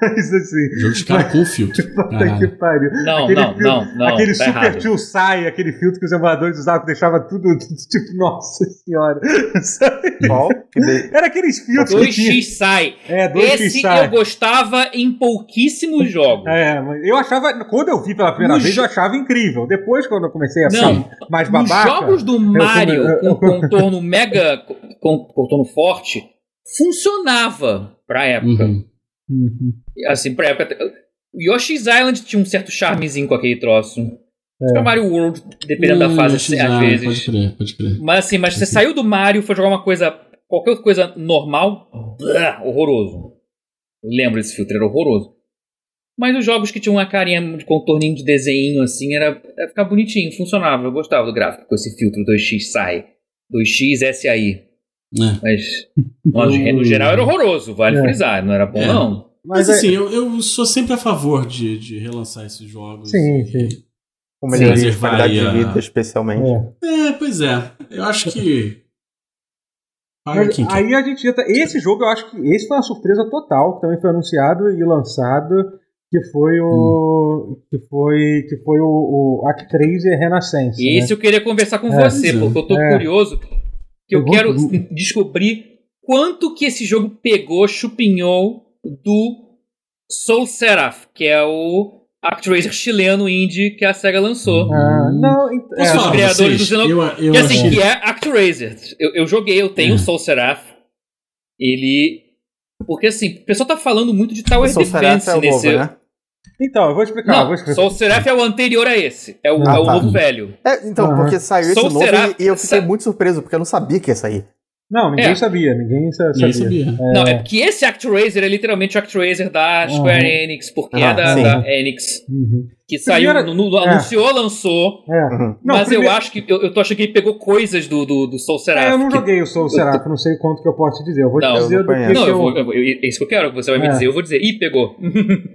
[SPEAKER 1] Mas assim.
[SPEAKER 3] Jogo de cara com filtro.
[SPEAKER 1] Puta que
[SPEAKER 3] Caralho.
[SPEAKER 1] pariu.
[SPEAKER 4] Não,
[SPEAKER 1] Aquele
[SPEAKER 4] não,
[SPEAKER 1] filtro-
[SPEAKER 4] não, não.
[SPEAKER 1] aquele
[SPEAKER 4] tá
[SPEAKER 1] super
[SPEAKER 4] errado.
[SPEAKER 1] tio sai, aquele filtro que os emuladores usavam que deixava tudo tipo, nossa senhora. Sabe?
[SPEAKER 2] Qual? Que de-
[SPEAKER 1] Era aqueles filtros que tinha.
[SPEAKER 4] 2x sai.
[SPEAKER 1] É, dois
[SPEAKER 4] Esse
[SPEAKER 1] x sai.
[SPEAKER 4] eu gostava em pouquíssimos jogos.
[SPEAKER 1] É, mas eu achava, quando eu vi pela primeira
[SPEAKER 3] Nos-
[SPEAKER 1] vez, eu achava incrível. Depois, quando eu comecei a
[SPEAKER 4] Não,
[SPEAKER 1] ficar É, mais
[SPEAKER 4] Nos
[SPEAKER 1] babaca.
[SPEAKER 4] jogos do Mario
[SPEAKER 1] eu-
[SPEAKER 4] com contorno mega. com contorno forte, funcionava pra época.
[SPEAKER 3] Uhum.
[SPEAKER 1] Uhum.
[SPEAKER 4] Assim, pra época. Yoshi's Island tinha um certo charmezinho com aquele troço. Super Mario World, dependendo da
[SPEAKER 3] Hum,
[SPEAKER 4] fase,
[SPEAKER 3] acho
[SPEAKER 4] às
[SPEAKER 3] que já,
[SPEAKER 4] vezes.
[SPEAKER 3] É. Pode Uhum. crer, pode crer.
[SPEAKER 4] Mas assim, mas você saiu do Mario, foi jogar uma coisa, qualquer outra coisa normal,
[SPEAKER 3] Uhum.
[SPEAKER 4] blá, horroroso. Eu lembro desse filtro, era horroroso. Mas os jogos que tinham uma carinha de contorninho de desenho, assim, era, era ficar bonitinho, funcionava. Eu gostava do gráfico com esse filtro 2x sai, 2x SAI.
[SPEAKER 3] É.
[SPEAKER 4] Mas, mas, no geral era horroroso, vale
[SPEAKER 1] É.
[SPEAKER 4] frisar, não era bom
[SPEAKER 3] É.
[SPEAKER 4] não.
[SPEAKER 3] Mas,
[SPEAKER 1] é-
[SPEAKER 3] assim, eu, eu sou sempre a favor de, de relançar esses jogos.
[SPEAKER 1] Sim,
[SPEAKER 3] E-
[SPEAKER 1] sim.
[SPEAKER 2] Com
[SPEAKER 3] Sim,
[SPEAKER 2] melhoria
[SPEAKER 3] mas
[SPEAKER 2] de qualidade de
[SPEAKER 3] vai,
[SPEAKER 2] vida,
[SPEAKER 3] ah,
[SPEAKER 2] especialmente.
[SPEAKER 1] é.
[SPEAKER 3] É, pois é. Eu acho que. Paga
[SPEAKER 1] Mas
[SPEAKER 3] quem quer.
[SPEAKER 1] aí a gente entra. Esse jogo eu acho que esse foi uma surpresa total, que também foi anunciado e lançado, que foi o.
[SPEAKER 4] Hum.
[SPEAKER 1] Que foi. Que foi o, o Act 3 e Renaissance. né?
[SPEAKER 4] E isso eu queria conversar com
[SPEAKER 1] É,
[SPEAKER 4] você,
[SPEAKER 3] isso.
[SPEAKER 4] porque eu tô
[SPEAKER 1] É.
[SPEAKER 4] curioso. Que eu
[SPEAKER 1] Eu vou-
[SPEAKER 4] quero descobrir quanto que esse jogo pegou, chupinhou do Soul Seraph, que é o Actraiser chileno indie que a SEGA lançou.
[SPEAKER 1] né? Ah,
[SPEAKER 4] Hum.
[SPEAKER 1] não, ent-
[SPEAKER 3] Posso
[SPEAKER 1] é,
[SPEAKER 3] falar pra
[SPEAKER 4] criadores do
[SPEAKER 3] vocês?
[SPEAKER 4] Xenoblade-
[SPEAKER 3] Eu, eu
[SPEAKER 4] e assim,
[SPEAKER 3] achei-
[SPEAKER 4] que é Actraiser. Eu, eu joguei, eu tenho o
[SPEAKER 3] Hum.
[SPEAKER 4] Soul Seraph. Ele. Porque assim, o pessoal tá falando muito de Tower
[SPEAKER 2] Soul Seraph
[SPEAKER 4] Defense
[SPEAKER 2] é o novo,
[SPEAKER 4] nesse.
[SPEAKER 2] né?
[SPEAKER 1] então, eu vou explicar. eu vou
[SPEAKER 4] Não,
[SPEAKER 1] explicar.
[SPEAKER 4] Soul Seraph é o anterior a esse. É o,
[SPEAKER 2] Ah,
[SPEAKER 4] é o
[SPEAKER 2] tá.
[SPEAKER 4] novo velho.
[SPEAKER 2] É, então,
[SPEAKER 1] Aham.
[SPEAKER 2] porque saiu esse
[SPEAKER 4] Soul
[SPEAKER 2] novo
[SPEAKER 4] Seraph-
[SPEAKER 2] e, e eu fiquei
[SPEAKER 4] Sa-
[SPEAKER 2] muito surpreso, porque eu não sabia que ia sair.
[SPEAKER 1] Não, ninguém
[SPEAKER 4] É.
[SPEAKER 1] sabia, ninguém sa- sabia.
[SPEAKER 3] Ninguém sabia.
[SPEAKER 4] Não, é porque esse Actraiser é literalmente o Actraiser da Square
[SPEAKER 1] Uhum.
[SPEAKER 4] Enix, porque
[SPEAKER 2] Ah,
[SPEAKER 4] é da,
[SPEAKER 2] sim.
[SPEAKER 4] da Enix.
[SPEAKER 1] Uhum.
[SPEAKER 4] Que saiu,
[SPEAKER 1] Primeiro-
[SPEAKER 4] no- no-
[SPEAKER 1] é.
[SPEAKER 4] anunciou, lançou.
[SPEAKER 1] É.
[SPEAKER 2] Uhum.
[SPEAKER 1] Não,
[SPEAKER 4] mas
[SPEAKER 1] primeiro-
[SPEAKER 4] eu acho que. Eu, eu tô achando que ele pegou coisas do, do, do Soul Seraph.
[SPEAKER 1] É, eu não
[SPEAKER 4] que-
[SPEAKER 1] joguei o Soul Seraph, não sei quanto que eu posso te dizer. Eu vou
[SPEAKER 4] Não,
[SPEAKER 1] te
[SPEAKER 4] eu
[SPEAKER 1] dizer
[SPEAKER 2] não
[SPEAKER 1] do que,
[SPEAKER 2] conheço.
[SPEAKER 1] que
[SPEAKER 4] Não, eu
[SPEAKER 1] eu-
[SPEAKER 4] vou, eu vou- eu- é isso que eu quero, você vai me
[SPEAKER 1] É.
[SPEAKER 4] dizer. Eu vou dizer, ih, pegou.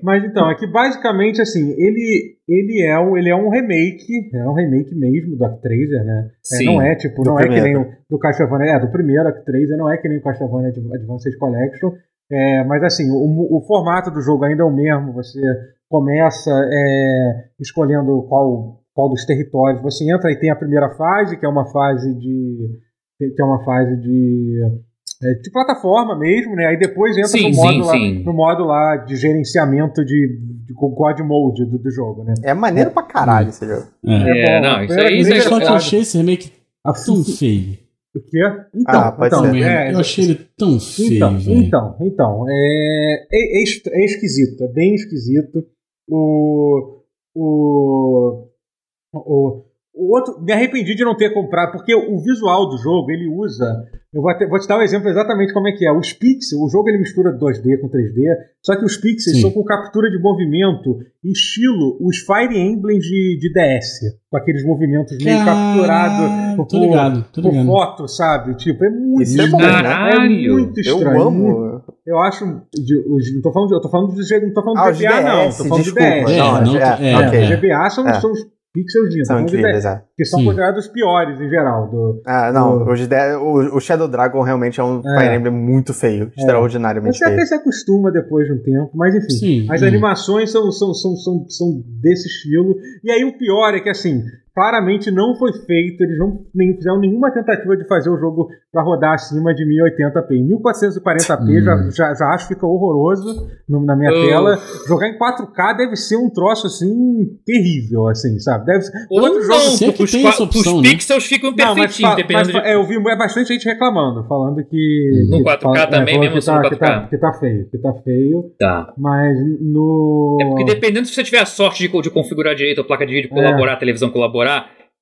[SPEAKER 1] Mas então, é que basicamente assim, ele, ele, é, um, ele é um remake, é um remake mesmo do Actraiser, né? É,
[SPEAKER 4] Sim.
[SPEAKER 1] não é tipo,
[SPEAKER 2] Do
[SPEAKER 1] não é que
[SPEAKER 2] primeiro.
[SPEAKER 1] nem o do Castlevania, é, do primeiro Actraiser, não é que nem o Castlevania Ad- Advanced Collection, é, mas assim, o, mu- o formato do jogo ainda é o mesmo, você começa é, escolhendo qual, qual dos territórios, você entra e tem a primeira fase, que é uma fase de que é uma fase de é, de plataforma mesmo, né? Aí depois entra
[SPEAKER 4] Sim,
[SPEAKER 1] no modo
[SPEAKER 4] sim,
[SPEAKER 1] lá,
[SPEAKER 4] sim.
[SPEAKER 1] no modo lá de gerenciamento de, de God Mode do, do jogo, né?
[SPEAKER 2] É maneiro pra caralho esse jogo.
[SPEAKER 3] É.
[SPEAKER 4] É,
[SPEAKER 1] bom,
[SPEAKER 4] não,
[SPEAKER 1] a
[SPEAKER 4] isso
[SPEAKER 1] primeira
[SPEAKER 4] aí- isso aí-
[SPEAKER 1] vez
[SPEAKER 3] Só que eu
[SPEAKER 1] eu-
[SPEAKER 3] achei esse remake
[SPEAKER 1] A-
[SPEAKER 3] tão feio.
[SPEAKER 1] O quê? Então,
[SPEAKER 2] Ah, pode
[SPEAKER 1] então,
[SPEAKER 2] ser.
[SPEAKER 1] é,
[SPEAKER 3] eu achei ele tão feio,
[SPEAKER 1] então,
[SPEAKER 3] velho.
[SPEAKER 1] então, então, é, é, é es- é esquisito, é bem esquisito. O, o, o, o outro, me arrependi de não ter comprado, porque o visual do jogo ele usa. Eu vou, até- vou te dar um exemplo exatamente como é que é. Os pixels, o jogo ele mistura 2D com 3D, só que os pixels
[SPEAKER 3] Sim.
[SPEAKER 1] são com captura de movimento e estilo os Fire Emblems de, de DS, com aqueles movimentos meio
[SPEAKER 3] Cara,
[SPEAKER 1] capturados por,
[SPEAKER 3] Ah, Tô ligado, tô
[SPEAKER 1] por
[SPEAKER 3] ligado.
[SPEAKER 1] foto, sabe? Tipo, é muito
[SPEAKER 2] Isso é bom, né?
[SPEAKER 1] É muito
[SPEAKER 2] Eu
[SPEAKER 1] estranho. muito-
[SPEAKER 2] amo.
[SPEAKER 1] Eu acho. de- os- não tô falando de. Eu tô falando de. Não tô falando
[SPEAKER 2] Ah, os
[SPEAKER 1] de GBA, não.
[SPEAKER 2] DS,
[SPEAKER 1] Tô falando
[SPEAKER 2] desculpa.
[SPEAKER 1] de DS.
[SPEAKER 3] É, não,
[SPEAKER 2] é,
[SPEAKER 3] é,
[SPEAKER 2] ok.
[SPEAKER 1] É, GBA são,
[SPEAKER 2] É.
[SPEAKER 1] são os pixels lindos.
[SPEAKER 2] São
[SPEAKER 1] não de DS,
[SPEAKER 2] incríveis, é.
[SPEAKER 1] que são
[SPEAKER 3] Sim.
[SPEAKER 1] considerados os piores em geral. do-
[SPEAKER 2] Ah, não,
[SPEAKER 1] Hum.
[SPEAKER 2] os de- o, o Shadow Dragon realmente é um
[SPEAKER 1] É.
[SPEAKER 2] Fire Emblem muito feio, extraordinariamente
[SPEAKER 1] Você
[SPEAKER 2] feio.
[SPEAKER 1] até se acostuma depois de um tempo, mas enfim.
[SPEAKER 3] Sim.
[SPEAKER 1] As
[SPEAKER 3] hum.
[SPEAKER 1] animações são, são, são, são, são desse estilo. E aí o pior é que, assim, claramente não foi feito, eles não nem fizeram nenhuma tentativa de fazer o jogo pra rodar acima de 1080p. Em 1440p já,
[SPEAKER 3] Hum.
[SPEAKER 1] já, já acho que fica horroroso no- na minha
[SPEAKER 4] Oh.
[SPEAKER 1] tela. Jogar em 4K deve ser um troço, assim, terrível, assim, sabe? Deve ser...
[SPEAKER 4] Ou
[SPEAKER 1] Outro jogo-
[SPEAKER 4] não,
[SPEAKER 3] Você
[SPEAKER 4] porque
[SPEAKER 3] que
[SPEAKER 4] os,
[SPEAKER 3] tem
[SPEAKER 4] qua-
[SPEAKER 3] essa opção,
[SPEAKER 4] os
[SPEAKER 3] né?
[SPEAKER 4] pixels ficam
[SPEAKER 1] Não, mas,
[SPEAKER 4] perfeitinhos,
[SPEAKER 1] fa-
[SPEAKER 4] dependendo
[SPEAKER 1] mas fa-
[SPEAKER 4] de.
[SPEAKER 1] é, eu vi é, bastante gente reclamando, falando que.
[SPEAKER 4] No
[SPEAKER 1] que
[SPEAKER 4] 4K também,
[SPEAKER 1] falando
[SPEAKER 4] mesmo
[SPEAKER 1] que tá,
[SPEAKER 4] assim, no
[SPEAKER 1] que tá-
[SPEAKER 4] 4K.
[SPEAKER 1] que tá feio, que tá feio.
[SPEAKER 4] Tá.
[SPEAKER 1] Mas no.
[SPEAKER 4] É porque dependendo se você tiver a sorte de, co- de configurar direito a placa de vídeo, colaborar, a televisão colaborar.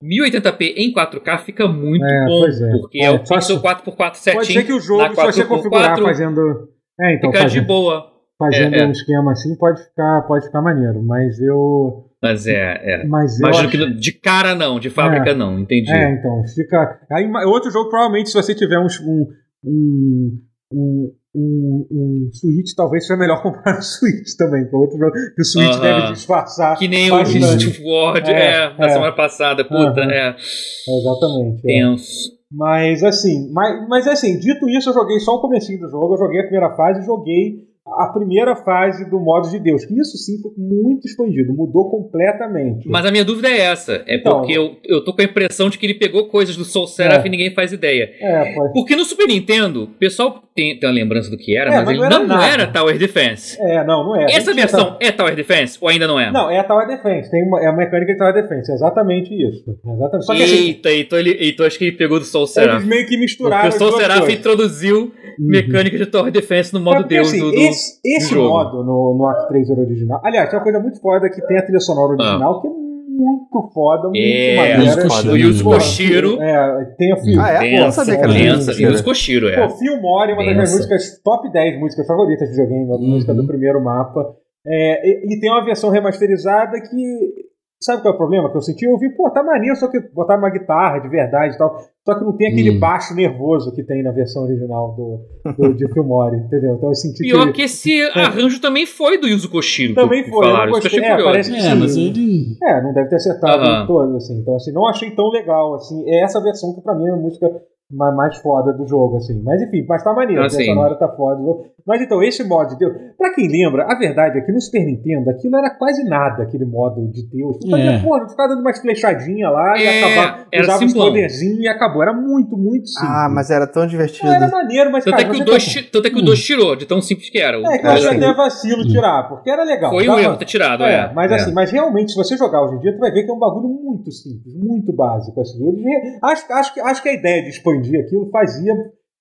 [SPEAKER 4] 1080p em 4K fica muito
[SPEAKER 1] É,
[SPEAKER 4] bom,
[SPEAKER 1] pois é.
[SPEAKER 4] porque
[SPEAKER 1] É,
[SPEAKER 4] é o
[SPEAKER 1] só
[SPEAKER 4] pixel 4x4
[SPEAKER 1] Pode
[SPEAKER 4] certinho.
[SPEAKER 1] ser que o jogo,
[SPEAKER 4] na
[SPEAKER 1] se você
[SPEAKER 4] 4x4,
[SPEAKER 1] configurar fazendo. É, então,
[SPEAKER 4] Fica de
[SPEAKER 1] fazendo,
[SPEAKER 4] boa.
[SPEAKER 1] fazendo
[SPEAKER 4] é, é.
[SPEAKER 1] um esquema assim pode ficar, pode ficar maneiro. Mas eu.
[SPEAKER 4] Mas é, é.
[SPEAKER 1] Mas eu
[SPEAKER 4] Imagino
[SPEAKER 1] acho-
[SPEAKER 4] que no- de cara não, de fábrica não, entendi.
[SPEAKER 1] É, então, fica. Aí, ma- outro jogo, provavelmente, se você tiver uns- um. um, um um, um Switch, talvez seja melhor comprar um Switch também, que é outro jogo que o Switch
[SPEAKER 4] Aham.
[SPEAKER 1] deve disfarçar.
[SPEAKER 4] Que nem o
[SPEAKER 1] bastante.
[SPEAKER 4] Ghost of War, de-
[SPEAKER 1] É,
[SPEAKER 4] é, da
[SPEAKER 1] é.
[SPEAKER 4] semana passada, puta,
[SPEAKER 1] Aham.
[SPEAKER 4] é.
[SPEAKER 1] É, Exatamente. é.
[SPEAKER 4] Tenso.
[SPEAKER 1] Mas assim, mas, mas assim, dito isso, eu joguei só o comecinho do jogo, eu joguei a primeira fase e joguei a primeira fase do modo de Deus. Que isso sim foi muito expandido, mudou completamente.
[SPEAKER 4] Mas a minha dúvida é essa. É
[SPEAKER 1] Então.
[SPEAKER 4] porque eu, eu tô com a impressão de que ele pegou coisas do Soul Seraph
[SPEAKER 1] É.
[SPEAKER 4] e ninguém faz ideia.
[SPEAKER 1] É, pode...
[SPEAKER 4] Porque no Super Nintendo, o pessoal tem, tem a lembrança do que era,
[SPEAKER 1] É,
[SPEAKER 4] mas,
[SPEAKER 1] mas
[SPEAKER 4] ele
[SPEAKER 1] não era
[SPEAKER 4] não,
[SPEAKER 1] nada.
[SPEAKER 4] era Tower Defense.
[SPEAKER 1] é, não, não é.
[SPEAKER 4] Essa versão é Tower Defense ou ainda não é?
[SPEAKER 1] Não, é a Tower Defense, tem uma, é a mecânica de Tower Defense, é exatamente isso. É Exatamente. Só que assim,
[SPEAKER 4] Eita, então, ele, então acho que ele pegou do Soul
[SPEAKER 1] eles
[SPEAKER 4] Seraph.
[SPEAKER 1] meio que
[SPEAKER 4] Porque
[SPEAKER 1] misturaram.
[SPEAKER 4] o Soul
[SPEAKER 1] as duas
[SPEAKER 4] Seraph
[SPEAKER 1] coisas.
[SPEAKER 4] introduziu mecânica de Tower Defense no
[SPEAKER 1] É
[SPEAKER 4] modo
[SPEAKER 1] porque,
[SPEAKER 4] Deus
[SPEAKER 1] assim,
[SPEAKER 4] do, do-
[SPEAKER 1] esse, esse
[SPEAKER 4] jogo.
[SPEAKER 1] modo no, no Act 3 original. Aliás, tem uma coisa muito foda que tem a trilha sonora original, que é muito foda, muito
[SPEAKER 4] Ah. É,
[SPEAKER 1] maneira.
[SPEAKER 3] Yuzo
[SPEAKER 4] do Yuzo
[SPEAKER 1] Porra,
[SPEAKER 4] Koshiro.
[SPEAKER 1] É, tem a filme.
[SPEAKER 2] Ah, é? Pô, eu não sabia que era
[SPEAKER 4] Lença,
[SPEAKER 2] mentira.
[SPEAKER 4] Yuzo Koshiro, é.
[SPEAKER 1] Pô, Filmore é uma das minhas
[SPEAKER 4] Pensa.
[SPEAKER 1] músicas, top 10 músicas favoritas de videogame, a
[SPEAKER 3] Uhum.
[SPEAKER 1] música do primeiro mapa. É, e, e tem uma versão remasterizada que. Sabe qual é o problema que eu senti? Eu ouvi, pô, tá maneiro, só que botaram uma guitarra de verdade e tal. Só que não tem aquele
[SPEAKER 3] Hum.
[SPEAKER 1] baixo nervoso que tem na versão original do, do- de Filmore, entendeu? Então eu senti que.
[SPEAKER 4] Pior que esse arranjo também foi do Yuzo Koshiro. que
[SPEAKER 1] É. Também foi, eu
[SPEAKER 4] Falaram.
[SPEAKER 1] não
[SPEAKER 4] Isso que
[SPEAKER 1] gostei.
[SPEAKER 4] eu achei
[SPEAKER 1] É,
[SPEAKER 4] curioso.
[SPEAKER 1] parece que
[SPEAKER 3] É,
[SPEAKER 1] sim.
[SPEAKER 3] mas ele.
[SPEAKER 1] É, não deve ter acertado
[SPEAKER 4] Aham.
[SPEAKER 1] todo, assim. Então, assim, não achei tão legal, assim. É essa versão que pra mim é uma música ma- mais foda do jogo, assim. Mas enfim, mas tá maneiro,
[SPEAKER 4] Então,
[SPEAKER 1] a trilha
[SPEAKER 4] assim-
[SPEAKER 1] sonora tá foda. do jogo. Mas então, esse mod deu. Pra quem lembra, a verdade é que no Super Nintendo aquilo era quase nada, aquele modo de Deus. Tu fazia,
[SPEAKER 3] É.
[SPEAKER 1] porra, tu ficava dando umas flechadinhas lá e
[SPEAKER 4] É,
[SPEAKER 1] acabava.
[SPEAKER 4] era
[SPEAKER 1] usava os
[SPEAKER 4] simplão.
[SPEAKER 1] poderzinhos e acabou. Era muito, muito simples.
[SPEAKER 2] Ah, mas era tão divertido.
[SPEAKER 1] Não, era maneiro, mas
[SPEAKER 4] Tanto
[SPEAKER 1] cara,
[SPEAKER 4] é que
[SPEAKER 1] você
[SPEAKER 4] o 2
[SPEAKER 1] tá-
[SPEAKER 4] ti- tanto é que o dois tirou, de tão simples que era. O-
[SPEAKER 1] É, que eu acho
[SPEAKER 2] Sim.
[SPEAKER 1] até vacilo tirar, porque era legal.
[SPEAKER 4] Foi um
[SPEAKER 1] Dava-
[SPEAKER 4] erro ter tirado,
[SPEAKER 1] É,
[SPEAKER 4] é.
[SPEAKER 1] mas
[SPEAKER 4] É.
[SPEAKER 1] assim, mas realmente, se você jogar hoje em dia, tu vai ver que é um bagulho muito simples, muito básico. Assim. Eles re- acho, acho, que- acho que a ideia de expandir aquilo fazia,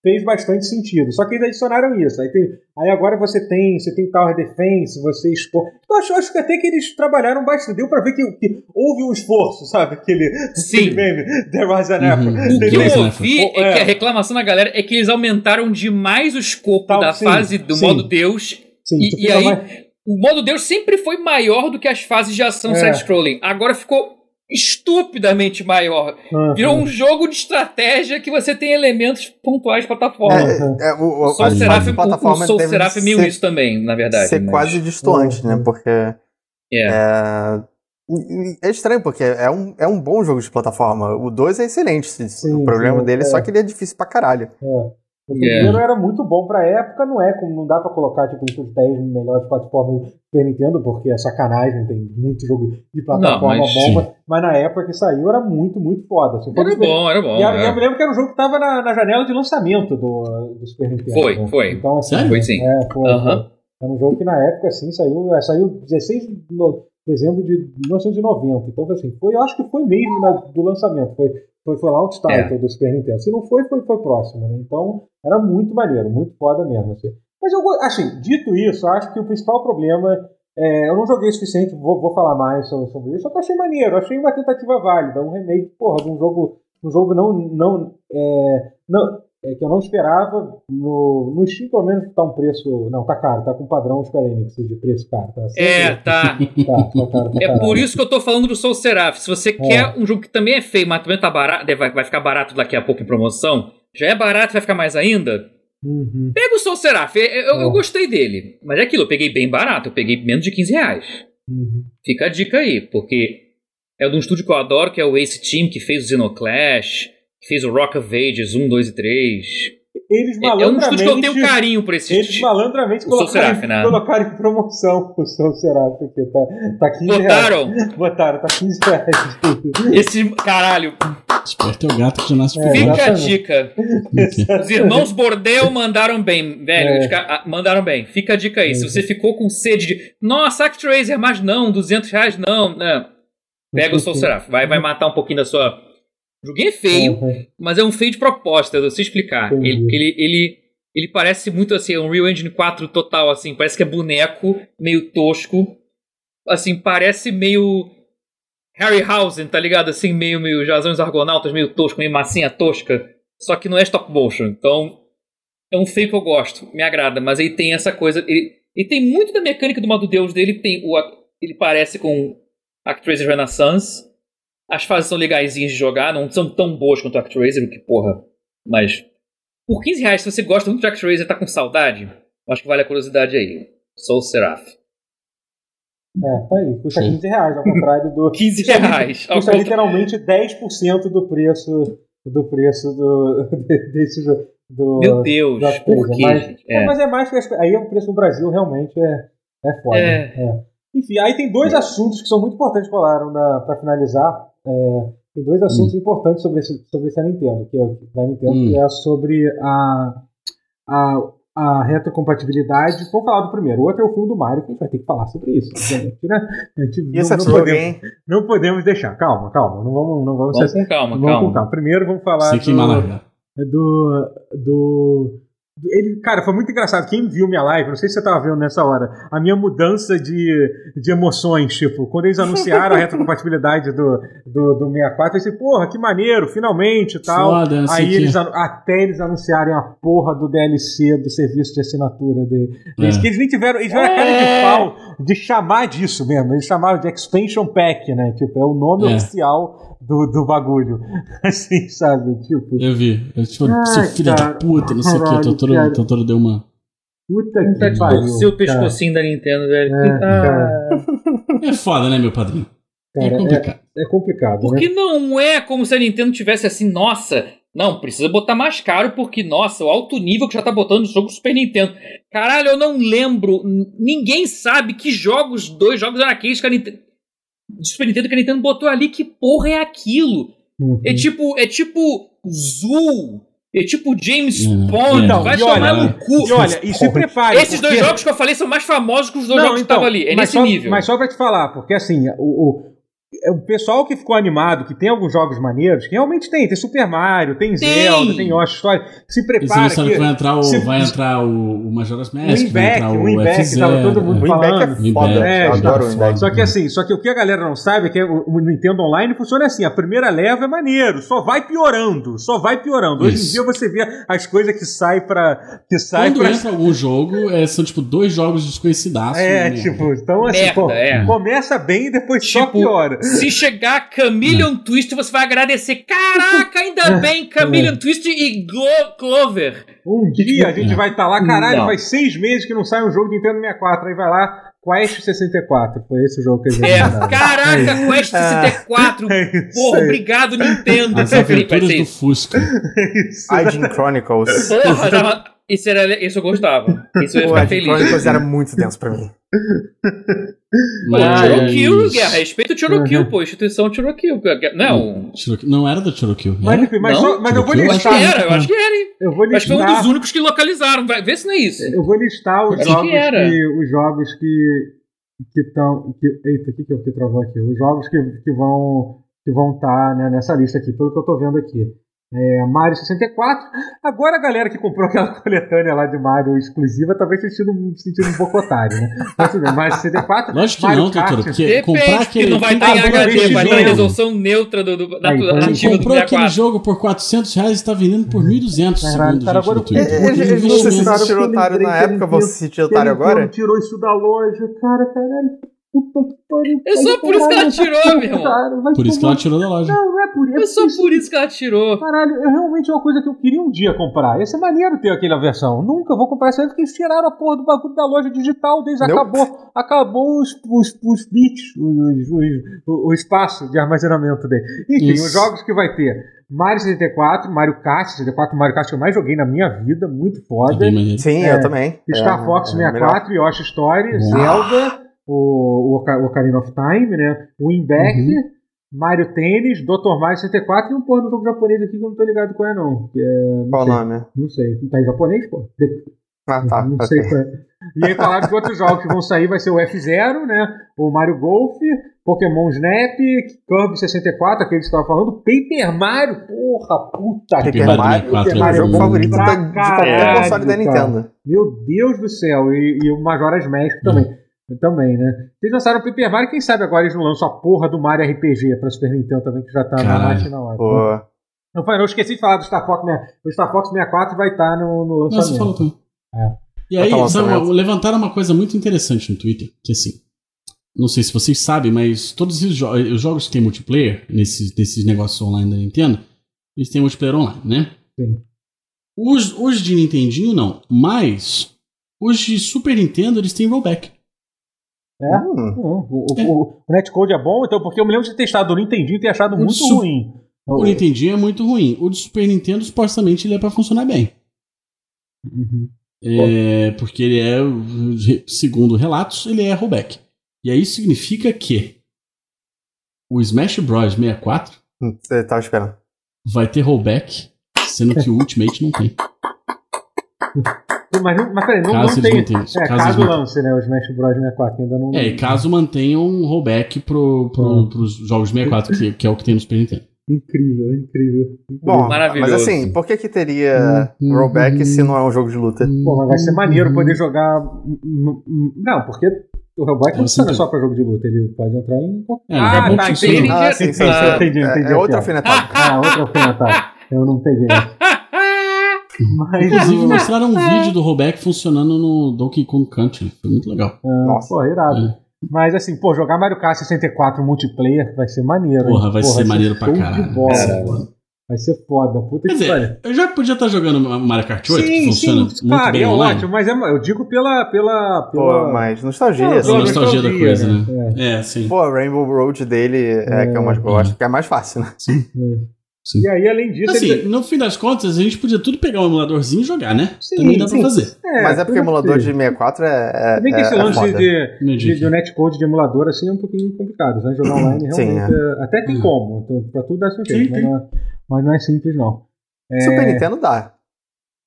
[SPEAKER 1] fez bastante sentido. Só que eles adicionaram isso. Aí, tem- aí agora você tem, você tem Tower Defense, você expor. Eu acho, acho que até que eles trabalharam bastante. Deu pra ver que, que houve um esforço, sabe? Aquele, aquele
[SPEAKER 4] Sim.
[SPEAKER 1] meme, There was an
[SPEAKER 3] Uhum.
[SPEAKER 1] effort.
[SPEAKER 4] O que
[SPEAKER 3] Beleza,
[SPEAKER 4] eu
[SPEAKER 3] né,
[SPEAKER 4] ouvi
[SPEAKER 1] Fran?
[SPEAKER 4] é que
[SPEAKER 1] É.
[SPEAKER 4] a reclamação da galera é que eles aumentaram demais o escopo
[SPEAKER 1] Tal-
[SPEAKER 4] da
[SPEAKER 1] sim,
[SPEAKER 4] fase do
[SPEAKER 1] sim.
[SPEAKER 4] modo Deus.
[SPEAKER 1] Sim, tu
[SPEAKER 4] E, e
[SPEAKER 1] fica
[SPEAKER 4] aí,
[SPEAKER 1] mais-
[SPEAKER 4] o modo Deus sempre foi maior do que as fases de ação
[SPEAKER 1] É.
[SPEAKER 4] side-scrolling. Agora ficou estupidamente maior.
[SPEAKER 1] Aham.
[SPEAKER 4] Virou um jogo de estratégia que você tem elementos pontuais de plataforma.
[SPEAKER 1] Uhum.
[SPEAKER 2] É, é, o,
[SPEAKER 4] O
[SPEAKER 2] o,
[SPEAKER 4] Soul
[SPEAKER 2] as
[SPEAKER 4] Seraph,
[SPEAKER 2] plataformas
[SPEAKER 4] o, o Soul
[SPEAKER 2] devem
[SPEAKER 4] Seraph é meio
[SPEAKER 2] ser-
[SPEAKER 4] isso também, na verdade.
[SPEAKER 2] ser
[SPEAKER 4] mas-
[SPEAKER 2] quase distoante, né? Porque
[SPEAKER 4] É.
[SPEAKER 2] é, é estranho, porque é um, é um bom jogo de plataforma. O 2 é excelente. se-
[SPEAKER 1] Sim,
[SPEAKER 2] o problema
[SPEAKER 1] sim,
[SPEAKER 2] dele é
[SPEAKER 1] é.
[SPEAKER 2] só que ele é difícil pra caralho.
[SPEAKER 4] É.
[SPEAKER 1] O primeiro era muito bom pra época, não é como não dá pra colocar tipo entre os 10 melhores plataformas do Super Nintendo, porque é sacanagem, tem muito jogo de plataforma
[SPEAKER 4] Não, mas-
[SPEAKER 1] bom, mas, mas na época que saiu era muito, muito foda. assim, foi
[SPEAKER 4] Era
[SPEAKER 1] super-
[SPEAKER 4] bom, era
[SPEAKER 1] E
[SPEAKER 4] bom.
[SPEAKER 1] eu,
[SPEAKER 4] é.
[SPEAKER 1] eu me lembro que era um jogo que tava na, na janela de lançamento do, do Super Nintendo.
[SPEAKER 4] Foi,
[SPEAKER 1] né?
[SPEAKER 4] foi.
[SPEAKER 1] Então, assim,
[SPEAKER 3] Sério?
[SPEAKER 4] Foi sim.
[SPEAKER 1] É, foi,
[SPEAKER 4] Aham.
[SPEAKER 1] foi. Era um jogo que na época, assim, saiu, é, saiu 16 de no- dezembro de 1990. Então, foi assim, foi, eu acho que foi mesmo na- do lançamento. Foi, foi, foi lá o title do Super Nintendo. Se não foi, foi, foi próximo, né? Então, era muito maneiro, muito foda mesmo. Assim. Mas, eu, go- assim, dito isso, acho que o principal problema... é, eu não joguei o suficiente, vou, vou falar mais sobre, sobre isso, só que eu achei maneiro, achei uma tentativa válida, um remake, porra, de um jogo, um jogo não, não, é, não, é que eu não esperava. No, no Steam, pelo menos, tá um preço. Não, tá caro, tá com padrão Square Enix de preço caro. Tá,
[SPEAKER 4] É,
[SPEAKER 1] Tá,
[SPEAKER 4] tá.
[SPEAKER 1] tá caro, tá
[SPEAKER 4] É
[SPEAKER 1] caro.
[SPEAKER 4] por isso que eu tô falando do Soul Seraph. Se
[SPEAKER 2] É.
[SPEAKER 4] você quer um jogo que também é feio, mas também tá barato, deve- vai, vai ficar barato daqui a pouco em promoção, já é barato, vai ficar mais ainda,
[SPEAKER 1] Uhum.
[SPEAKER 4] pega o Soul Seraph. Eu, eu-
[SPEAKER 1] É.
[SPEAKER 4] eu gostei dele. Mas é aquilo, eu peguei bem barato, eu peguei menos de 15 reais.
[SPEAKER 1] Uhum.
[SPEAKER 4] Fica a dica aí, porque é de um estúdio que eu adoro, que é o Ace Team, que fez o Xenoclash, que fez o Rock of Ages 1, 2 e 3.
[SPEAKER 1] Eles
[SPEAKER 4] É, é um
[SPEAKER 1] malandramente.
[SPEAKER 4] estúdio que eu tenho carinho por esse
[SPEAKER 1] Eles
[SPEAKER 4] estúdio.
[SPEAKER 1] malandramente
[SPEAKER 4] O Soul
[SPEAKER 1] colocaram,
[SPEAKER 4] Seraph, né?
[SPEAKER 1] colocaram em promoção o Soul Seraph, porque tá, tá 15 reais.
[SPEAKER 4] Botaram
[SPEAKER 1] Botaram, tá 15 reais.
[SPEAKER 4] esse. Caralho,
[SPEAKER 3] Esperto é o gato que já nasce
[SPEAKER 1] É,
[SPEAKER 3] por
[SPEAKER 4] fica a
[SPEAKER 1] exatamente.
[SPEAKER 4] dica. Os irmãos Bordel mandaram bem, velho.
[SPEAKER 1] É.
[SPEAKER 4] Os ca- ah, Mandaram bem. Fica a dica aí. Se
[SPEAKER 1] Uhum.
[SPEAKER 4] você ficou com sede de. Nossa, Actraiser, mas não, 200 reais não. né? Pega o Soul Seraph. Vai, vai matar um pouquinho da sua. O joguinho é feio,
[SPEAKER 1] Uhum.
[SPEAKER 4] mas é um feio de proposta, eu sei explicar. Ele,
[SPEAKER 1] Entendi.
[SPEAKER 4] ele, ele, ele parece muito assim, um Real Engine 4 total, assim. Parece que é boneco, meio tosco. Assim, parece meio. Harryhausen, tá ligado? Assim, meio, meio Jazões Argonautas, meio tosco, meio massinha tosca. Só que não é stop motion. Então, é um feio que eu gosto, me agrada. Mas ele tem essa coisa. Ele, ele tem muito da mecânica do modo Deus dele. Tem o, Ac- ele parece com Actraiser Renaissance. As fases são legaisinhas de jogar, não são tão boas quanto Actraiser, o que porra. Mas, por 15 reais, se você gosta muito de Actraiser e tá com saudade, eu acho que vale a curiosidade aí. Soul Seraph.
[SPEAKER 1] É, tá aí. Custa
[SPEAKER 3] Sim.
[SPEAKER 1] 15 reais, ao contrário do.
[SPEAKER 4] 15 reais. Ao
[SPEAKER 1] Custa
[SPEAKER 4] contrário-
[SPEAKER 1] literalmente 10% do preço do preço do, desse jogo. Do,
[SPEAKER 4] Meu Deus,
[SPEAKER 1] Actraiser,
[SPEAKER 4] por quê?
[SPEAKER 1] mas-
[SPEAKER 4] gente?
[SPEAKER 1] É,
[SPEAKER 4] É.
[SPEAKER 1] mas é mais que as- aí o preço no Brasil realmente é, é foda.
[SPEAKER 4] É.
[SPEAKER 1] É. Enfim, aí tem
[SPEAKER 3] É.
[SPEAKER 1] dois assuntos que são muito importantes que falaram para finalizar. É, tem dois assuntos importantes sobre esse, sobre esse Nintendo, que é o da Nintendo,
[SPEAKER 3] Hum.
[SPEAKER 1] que é sobre a, a, a retrocompatibilidade. Vamos falar do primeiro. O outro é o filme do Mario, que a gente vai ter que falar sobre isso. obviamente, né? A gente
[SPEAKER 2] E essa
[SPEAKER 1] não, não,
[SPEAKER 4] é
[SPEAKER 2] plug,
[SPEAKER 1] podemos,
[SPEAKER 2] hein?
[SPEAKER 1] não podemos deixar. Calma, calma. Não vamos, não vamos,
[SPEAKER 4] Vamos
[SPEAKER 1] ser-
[SPEAKER 4] com calma,
[SPEAKER 1] vamos com
[SPEAKER 4] calma.
[SPEAKER 1] calma. Primeiro vamos falar.
[SPEAKER 3] Sem
[SPEAKER 1] do-
[SPEAKER 3] queimar largar.
[SPEAKER 1] do. do. do- Ele, cara, foi muito engraçado. Quem viu minha live, não sei se você tava vendo nessa hora, a minha mudança de, de emoções, tipo, quando eles anunciaram a retrocompatibilidade do, do, do 64, eu pensei, porra, que maneiro, finalmente e tal.
[SPEAKER 3] Foda, não sei
[SPEAKER 1] Aí
[SPEAKER 3] Assim que-
[SPEAKER 1] eles, anu- até eles anunciarem a porra do DLC do serviço de assinatura dele. Eles,
[SPEAKER 3] É.
[SPEAKER 1] que eles nem tiveram, eles tiveram a cara de pau de chamar disso mesmo. Eles chamaram de Expansion Pack, né? Tipo, é o nome
[SPEAKER 3] É.
[SPEAKER 1] oficial do, do bagulho. Assim, sabe? Tipo.
[SPEAKER 3] Eu vi. Eu, tipo,
[SPEAKER 1] Ai,
[SPEAKER 3] seu filho
[SPEAKER 1] cara.
[SPEAKER 3] da puta, não sei o que. O
[SPEAKER 1] Caralho, cara.
[SPEAKER 3] Totoro, o Totoro deu uma.
[SPEAKER 1] Puta
[SPEAKER 4] Tá
[SPEAKER 1] que
[SPEAKER 4] de
[SPEAKER 1] pariu.
[SPEAKER 4] o seu
[SPEAKER 1] cara.
[SPEAKER 4] pescocinho da Nintendo, velho.
[SPEAKER 1] É,
[SPEAKER 4] Ah,
[SPEAKER 3] É foda, né, meu padrinho?
[SPEAKER 1] Cara,
[SPEAKER 3] é complicado.
[SPEAKER 1] é, é complicado, né?
[SPEAKER 4] um porque não é como se a Nintendo tivesse assim, nossa, Não, precisa botar mais caro porque, nossa, o alto nível que já tá botando no jogo do Super Nintendo. Caralho, eu não lembro. n- Ninguém sabe que jogos, dois jogos eram aqueles que a Nintendo. De Super Nintendo que a Nintendo botou ali, que porra é aquilo?
[SPEAKER 1] Uhum.
[SPEAKER 3] Hum.
[SPEAKER 4] É tipo, é tipo Zul, é tipo James
[SPEAKER 3] Hum,
[SPEAKER 4] Bond,
[SPEAKER 3] é.
[SPEAKER 4] vai
[SPEAKER 1] E
[SPEAKER 4] tomar
[SPEAKER 1] olha,
[SPEAKER 4] no cu.
[SPEAKER 1] E olha, e se prepare.
[SPEAKER 4] Esses dois
[SPEAKER 1] porque-
[SPEAKER 4] jogos que eu falei são mais famosos que os dois jogos que estavam ali. É
[SPEAKER 1] então, mas
[SPEAKER 4] nesse
[SPEAKER 1] só,
[SPEAKER 4] nível.
[SPEAKER 1] Mas só pra te falar, porque assim, o, o, é o pessoal que ficou animado, que tem alguns jogos maneiros, que realmente tem, tem Super Mario, tem, Zelda, tem Yoshi, história. Se
[SPEAKER 3] E você não
[SPEAKER 1] prepara
[SPEAKER 3] sabe que vai
[SPEAKER 1] que
[SPEAKER 3] entrar o,
[SPEAKER 1] se- Um
[SPEAKER 3] vai entrar o, o Majora's
[SPEAKER 1] o
[SPEAKER 3] Mask, vai
[SPEAKER 1] Winback,
[SPEAKER 3] entrar
[SPEAKER 1] o
[SPEAKER 3] o
[SPEAKER 1] Winback, tava todo mundo
[SPEAKER 2] O
[SPEAKER 1] falando.
[SPEAKER 2] Winback é foda,
[SPEAKER 3] Winback,
[SPEAKER 2] eu
[SPEAKER 1] é,
[SPEAKER 2] adoro o Winback.
[SPEAKER 1] Só que assim, só que o que a galera não sabe é que o o Nintendo Online funciona assim, a primeira leva é maneiro, só vai piorando, só vai piorando. Hoje em
[SPEAKER 3] Isso.
[SPEAKER 1] dia você vê as coisas que saem pra que sai
[SPEAKER 3] Quando
[SPEAKER 1] pra
[SPEAKER 3] entra algum jogo, é, são tipo dois jogos desconhecidaços.
[SPEAKER 1] É,
[SPEAKER 3] né?
[SPEAKER 1] tipo, então assim,
[SPEAKER 4] Merda,
[SPEAKER 1] pô,
[SPEAKER 4] é.
[SPEAKER 1] começa bem e depois só
[SPEAKER 4] Tipo,
[SPEAKER 1] piora.
[SPEAKER 4] Se chegar Chameleon Twist, você vai agradecer. Caraca, ainda bem Chameleon Twist e Glo Clover.
[SPEAKER 1] Um dia a gente vai estar lá, caralho,
[SPEAKER 4] tipo Não.
[SPEAKER 1] faz seis meses que não sai um jogo de Nintendo 64. Aí vai lá, Quest 64. Foi esse o jogo que a gente
[SPEAKER 4] É,
[SPEAKER 1] jogava.
[SPEAKER 4] caraca, Quest 64.
[SPEAKER 1] É isso
[SPEAKER 4] Porra,
[SPEAKER 1] aí.
[SPEAKER 4] obrigado, Nintendo.
[SPEAKER 3] As
[SPEAKER 4] Eu falei,
[SPEAKER 3] aventuras
[SPEAKER 4] "Vai ser
[SPEAKER 3] do
[SPEAKER 4] isso."
[SPEAKER 3] Fusca.
[SPEAKER 1] Isso.
[SPEAKER 2] Hygiene Chronicles.
[SPEAKER 4] Porra, tava... isso, era... isso eu gostava. Isso eu ia
[SPEAKER 2] Pô, Hygiene
[SPEAKER 4] ficar tá feliz.
[SPEAKER 2] Chronicles era muito denso pra mim.
[SPEAKER 4] Pô, Cherokee,
[SPEAKER 3] Mas...
[SPEAKER 4] Guerra. Respeita o Cherokee,
[SPEAKER 1] Uhum.
[SPEAKER 4] pô. a Instituição Cherokee. é, Não.
[SPEAKER 3] Cherokee- Não era do Cherokee.
[SPEAKER 1] Mas
[SPEAKER 3] era?
[SPEAKER 1] enfim, mas,
[SPEAKER 4] Não?
[SPEAKER 1] só- mas eu vou
[SPEAKER 3] Eu acho
[SPEAKER 4] Acho que
[SPEAKER 1] listar.
[SPEAKER 4] era, eu acho que era, hein?
[SPEAKER 1] Eu vou
[SPEAKER 4] Acho que foi um
[SPEAKER 1] listar.
[SPEAKER 4] dos únicos que localizaram. Vai- Vê se não é isso.
[SPEAKER 1] Eu vou listar os
[SPEAKER 4] Acho que
[SPEAKER 1] jogos que,
[SPEAKER 4] era.
[SPEAKER 1] os jogos que que estão que, eita, o que que eu que travou aqui? Os jogos que, que vão que vão estar nessa lista aqui, pelo que eu tô vendo aqui. É, Mario 64. Agora a galera que comprou aquela coletânea lá de Mario exclusiva talvez tenha sentido, um- sentido um pouco otário, né? Mas tudo bem, Mario 64.
[SPEAKER 3] Lógico que
[SPEAKER 1] Mario
[SPEAKER 3] não,
[SPEAKER 1] Kart,
[SPEAKER 3] doutor. Porque comprar
[SPEAKER 4] Depende,
[SPEAKER 3] aquele.
[SPEAKER 4] que não vai
[SPEAKER 3] quem
[SPEAKER 4] estar em
[SPEAKER 1] comprou
[SPEAKER 4] HD,
[SPEAKER 1] aquele
[SPEAKER 4] vai estar em
[SPEAKER 1] jogo-
[SPEAKER 4] resolução neutra do, do, da
[SPEAKER 1] Aí,
[SPEAKER 4] da
[SPEAKER 1] quando
[SPEAKER 3] Quem
[SPEAKER 4] nativa do
[SPEAKER 3] comprou aquele
[SPEAKER 4] 64.
[SPEAKER 3] jogo por 400 reais está vendendo por
[SPEAKER 1] Caralho,
[SPEAKER 3] 1.200, segundo
[SPEAKER 1] cara,
[SPEAKER 3] gente
[SPEAKER 1] agora
[SPEAKER 3] do
[SPEAKER 1] eu-
[SPEAKER 3] Twitter.
[SPEAKER 1] É,
[SPEAKER 2] Eles
[SPEAKER 1] é,
[SPEAKER 2] eles
[SPEAKER 1] eu
[SPEAKER 2] não
[SPEAKER 1] lembrei
[SPEAKER 2] se sentiram
[SPEAKER 1] que eu
[SPEAKER 2] otário na
[SPEAKER 1] lembrei que
[SPEAKER 2] época,
[SPEAKER 1] ele
[SPEAKER 2] vão se sentir otário
[SPEAKER 1] Nintendo
[SPEAKER 2] tá agora?
[SPEAKER 1] tirou isso da loja, cara, caralho. Puta que pariu.
[SPEAKER 4] É só por isso que ela tirou, meu irmão.
[SPEAKER 1] Cara, vai
[SPEAKER 3] Por isso que
[SPEAKER 1] tomar-
[SPEAKER 3] ela tirou da loja.
[SPEAKER 1] Não, não é por isso.
[SPEAKER 4] É só por isso que ela tirou.
[SPEAKER 1] Caralho, é realmente uma coisa que eu queria um dia comprar. Ia ser maneiro ter aquela versão. Nunca vou comprar essa aí, porque eles tiraram a porra do bagulho da loja digital desde
[SPEAKER 2] Nope.
[SPEAKER 1] acabou, acabou os, os, os bits, os- os- o, o espaço de armazenamento dele. Enfim,
[SPEAKER 3] Isso.
[SPEAKER 1] os jogos que vai ter. Mario 64, Mario Kart 64, Mario Kart que eu mais joguei na minha vida, muito
[SPEAKER 3] Tá
[SPEAKER 1] foda.
[SPEAKER 3] bem maneiro.
[SPEAKER 2] Sim,
[SPEAKER 1] É,
[SPEAKER 2] eu também.
[SPEAKER 1] Star
[SPEAKER 2] Uhum. É,
[SPEAKER 1] Fox
[SPEAKER 2] é o melhor.
[SPEAKER 1] 64, Yoshi Story,
[SPEAKER 3] Ah.
[SPEAKER 1] Zelda, o, o Oca- o Ocarina of Time, né? Winback,
[SPEAKER 3] Uhum.
[SPEAKER 1] Mario Tennis, Dr. Mario 64 e um porra do jogo japonês aqui que eu não tô ligado qual é, não. Que é-
[SPEAKER 2] Qual o nome?
[SPEAKER 1] não sei, não tá em japonês, pô. De-
[SPEAKER 2] Ah, tá.
[SPEAKER 1] não
[SPEAKER 2] ok.
[SPEAKER 1] sei qual é. E aí falaram que outros jogos que vão sair vai ser o F0, né? O Mario Golf, Pokémon Snap, Kirby 64, aquele que você tava falando, Paper Mario, porra puta
[SPEAKER 3] Paper
[SPEAKER 1] que
[SPEAKER 2] Paper
[SPEAKER 3] Mario
[SPEAKER 2] Mario,
[SPEAKER 3] 64
[SPEAKER 2] Paper
[SPEAKER 1] é
[SPEAKER 2] Mario é o jogo
[SPEAKER 1] bom
[SPEAKER 2] favorito
[SPEAKER 1] pra
[SPEAKER 2] da- de qualquer
[SPEAKER 1] caralho,
[SPEAKER 2] console da
[SPEAKER 1] cara.
[SPEAKER 2] Nintendo.
[SPEAKER 1] Meu Deus do céu, e, e o Majora's Mask também. Também, né? Eles lançaram o Paper Mario, quem sabe agora eles não lançam a porra do Mario RPG pra Super Nintendo também, que já tá na
[SPEAKER 3] Caralho.
[SPEAKER 1] máquina hora.
[SPEAKER 2] Pô.
[SPEAKER 1] Não, foi, não, eu esqueci de falar do Star Fox, né? o Star Fox 64 vai estar no, no
[SPEAKER 3] Não, Ah, você
[SPEAKER 1] lançamento.
[SPEAKER 3] falou tudo.
[SPEAKER 1] É.
[SPEAKER 3] E aí,
[SPEAKER 2] Tá bom,
[SPEAKER 3] sabe,
[SPEAKER 2] tá bom.
[SPEAKER 3] levantaram uma coisa muito interessante no Twitter, que assim, não sei se vocês sabem, mas todos os, jo- eh, os jogos que tem multiplayer, nesses, nesses negócios online da Nintendo, eles têm multiplayer online, né?
[SPEAKER 1] Sim.
[SPEAKER 3] Os, os de Nintendinho não, mas os de Super Nintendo, eles têm rollback.
[SPEAKER 1] É?
[SPEAKER 2] Hum.
[SPEAKER 1] Não, o, o- o- o Netcode é bom, então, porque eu me lembro de ter testado o Nintendinho e ter achado
[SPEAKER 3] O
[SPEAKER 1] muito
[SPEAKER 3] su-
[SPEAKER 1] ruim.
[SPEAKER 3] O Nintendinho é muito ruim. O de Super Nintendo, supostamente, ele é pra funcionar bem.
[SPEAKER 1] Uhum.
[SPEAKER 3] É, porque ele é, segundo relatos, ele é rollback. E aí isso significa que o Smash Bros 64
[SPEAKER 2] Eu hum, tava esperando.
[SPEAKER 3] vai ter rollback, sendo que o Ultimate não tem.
[SPEAKER 1] Mas, não- mas peraí, não,
[SPEAKER 3] Caso
[SPEAKER 1] não
[SPEAKER 3] eles
[SPEAKER 1] tem.
[SPEAKER 3] mantenham isso.
[SPEAKER 1] É,
[SPEAKER 3] caso eles
[SPEAKER 1] caso
[SPEAKER 3] mantenham.
[SPEAKER 1] lance, né? O Smash Bros 64 que ainda não.
[SPEAKER 3] É, e caso mantenham um rollback pro, pro, pros jogos 64, que, que é o que tem no Super Nintendo.
[SPEAKER 1] Incrível, incrível.
[SPEAKER 2] Bom,
[SPEAKER 4] Maravilhoso.
[SPEAKER 2] mas assim, por que que teria
[SPEAKER 1] Uhum.
[SPEAKER 2] rollback se não é um jogo de luta?
[SPEAKER 1] Pô, mas vai ser maneiro poder jogar. hum, hum, hum. Não, porque o Robot
[SPEAKER 3] Uhum. É,
[SPEAKER 1] não funciona
[SPEAKER 3] você
[SPEAKER 1] só pra jogo de luta, ele pode entrar em. qualquer-
[SPEAKER 3] É,
[SPEAKER 4] Ah,
[SPEAKER 3] rollback
[SPEAKER 4] tá,
[SPEAKER 3] funciona.
[SPEAKER 4] entendi.
[SPEAKER 2] Ah, sim, sim,
[SPEAKER 4] Ah,
[SPEAKER 2] sim.
[SPEAKER 1] entendi, entendi
[SPEAKER 2] É, é
[SPEAKER 1] a
[SPEAKER 2] outra
[SPEAKER 1] piada.
[SPEAKER 2] alfinetada.
[SPEAKER 1] Ah, outro alfinetada. Eu não peguei. Mas. ah,
[SPEAKER 3] Inclusive, mostraram um vídeo do rollback funcionando no Donkey Kong Country. Foi muito legal.
[SPEAKER 1] ah,
[SPEAKER 2] Nossa.
[SPEAKER 1] Pô, irado. Mas assim, pô, jogar Mario Kart 64 multiplayer vai ser maneiro. hein?
[SPEAKER 3] Porra, vai ser maneiro pra
[SPEAKER 1] é show
[SPEAKER 3] caralho.
[SPEAKER 1] De bola.
[SPEAKER 3] Vai ser
[SPEAKER 4] Caralho.
[SPEAKER 3] foda.
[SPEAKER 1] Vai ser foda. Puta
[SPEAKER 3] Quer
[SPEAKER 1] que pariu.
[SPEAKER 3] dizer, eu já podia estar jogando Mario Kart 8, que funciona muito
[SPEAKER 1] claro,
[SPEAKER 3] bem
[SPEAKER 1] é
[SPEAKER 3] online.
[SPEAKER 1] ótimo, mas é, eu digo pela. pela, pela...
[SPEAKER 2] Pô, mas nostalgia.
[SPEAKER 1] Pela
[SPEAKER 2] assim.
[SPEAKER 3] a nostalgia da
[SPEAKER 1] né?
[SPEAKER 3] coisa, né?
[SPEAKER 1] É.
[SPEAKER 3] É, sim.
[SPEAKER 1] Uhum.
[SPEAKER 2] Pô, Rainbow Road dele é, que eu mais gosto, que é mais fácil, né?
[SPEAKER 3] Sim.
[SPEAKER 1] E aí, além disso.
[SPEAKER 3] Assim,
[SPEAKER 1] ele-
[SPEAKER 3] no fim das contas, a gente podia tudo pegar um emuladorzinho e jogar, né?
[SPEAKER 1] Sim,
[SPEAKER 3] Também dá
[SPEAKER 1] sim.
[SPEAKER 3] pra fazer.
[SPEAKER 2] Mas é porque o
[SPEAKER 1] tudo
[SPEAKER 2] emulador
[SPEAKER 1] bem.
[SPEAKER 2] de 64 é. é
[SPEAKER 1] Se bem que esse
[SPEAKER 2] é- é
[SPEAKER 1] lance
[SPEAKER 2] foda.
[SPEAKER 1] de,
[SPEAKER 3] Não
[SPEAKER 1] de,
[SPEAKER 3] diga.
[SPEAKER 1] de netcode de emulador assim é um pouquinho complicado. Né? Jogar online realmente.
[SPEAKER 2] Sim, Hum.
[SPEAKER 1] é- Até tem como. Então, pra tudo dá seu
[SPEAKER 3] Sim,
[SPEAKER 1] jeito. Mas
[SPEAKER 3] sim.
[SPEAKER 1] não, é, mas não é simples, não. é,
[SPEAKER 2] Super Nintendo dá.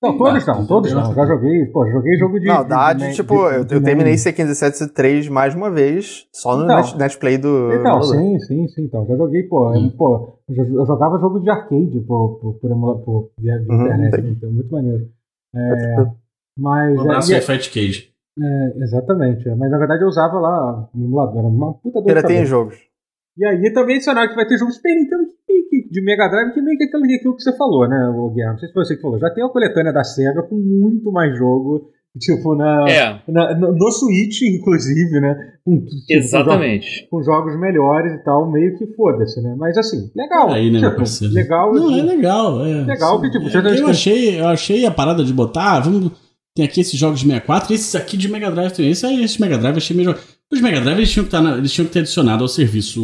[SPEAKER 1] Não, todos
[SPEAKER 3] tá,
[SPEAKER 1] não, todos não. Já joguei, pô, joguei jogo de.
[SPEAKER 2] não,
[SPEAKER 1] de-
[SPEAKER 2] dá
[SPEAKER 1] de-
[SPEAKER 2] de,
[SPEAKER 1] de-
[SPEAKER 2] tipo,
[SPEAKER 1] de-
[SPEAKER 2] eu,
[SPEAKER 1] de-
[SPEAKER 2] eu
[SPEAKER 1] de-
[SPEAKER 2] terminei C157 mais uma vez, só no
[SPEAKER 1] Então.
[SPEAKER 2] net, Netplay do.
[SPEAKER 1] Então,
[SPEAKER 2] emulador.
[SPEAKER 1] sim, sim, sim, então. Já joguei, pô. eu-
[SPEAKER 3] Hum.
[SPEAKER 1] pô, eu, jo- eu jogava jogo de arcade, pô, por, por emula, por via via
[SPEAKER 2] Uhum,
[SPEAKER 1] internet,
[SPEAKER 2] entendi.
[SPEAKER 1] então, muito maneiro. É,
[SPEAKER 2] Eu-
[SPEAKER 1] mas.
[SPEAKER 3] Um abraço
[SPEAKER 1] é,
[SPEAKER 3] aí, Fight Cage.
[SPEAKER 1] é, exatamente. é, Mas na verdade eu usava lá o emulador, era uma puta dor de
[SPEAKER 2] Piratei
[SPEAKER 1] cabeça.
[SPEAKER 2] em jogos.
[SPEAKER 1] E aí é também adicionar que vai ter jogo de Super Nintendo que- que- de Mega Drive, que meio que é aquilo, aquilo que você falou, né, o Guilherme? Não sei se foi você que falou. Já tem uma coletânea da SEGA com muito mais jogo, tipo, na,
[SPEAKER 4] É,
[SPEAKER 1] na- no- no Switch, inclusive, né? Com, tipo, com jogos-
[SPEAKER 4] exatamente.
[SPEAKER 1] com jogos melhores e tal, meio que foda-se, né? Mas assim, legal.
[SPEAKER 3] Aí, né,
[SPEAKER 1] tipo,
[SPEAKER 3] meu parceiro?
[SPEAKER 1] legal. né?
[SPEAKER 3] Não, é legal. É,
[SPEAKER 1] Legal que, tipo,
[SPEAKER 3] É,
[SPEAKER 1] você tá-
[SPEAKER 3] eu, achei, eu achei a parada de botar. ah, vamos, tem aqui esses jogos de 64 e esses aqui de Mega Drive também. Esse aí, esses Mega Drive eu achei melhor. Os Mega Drive eles tinham, que tá na- eles tinham que ter adicionado ao serviço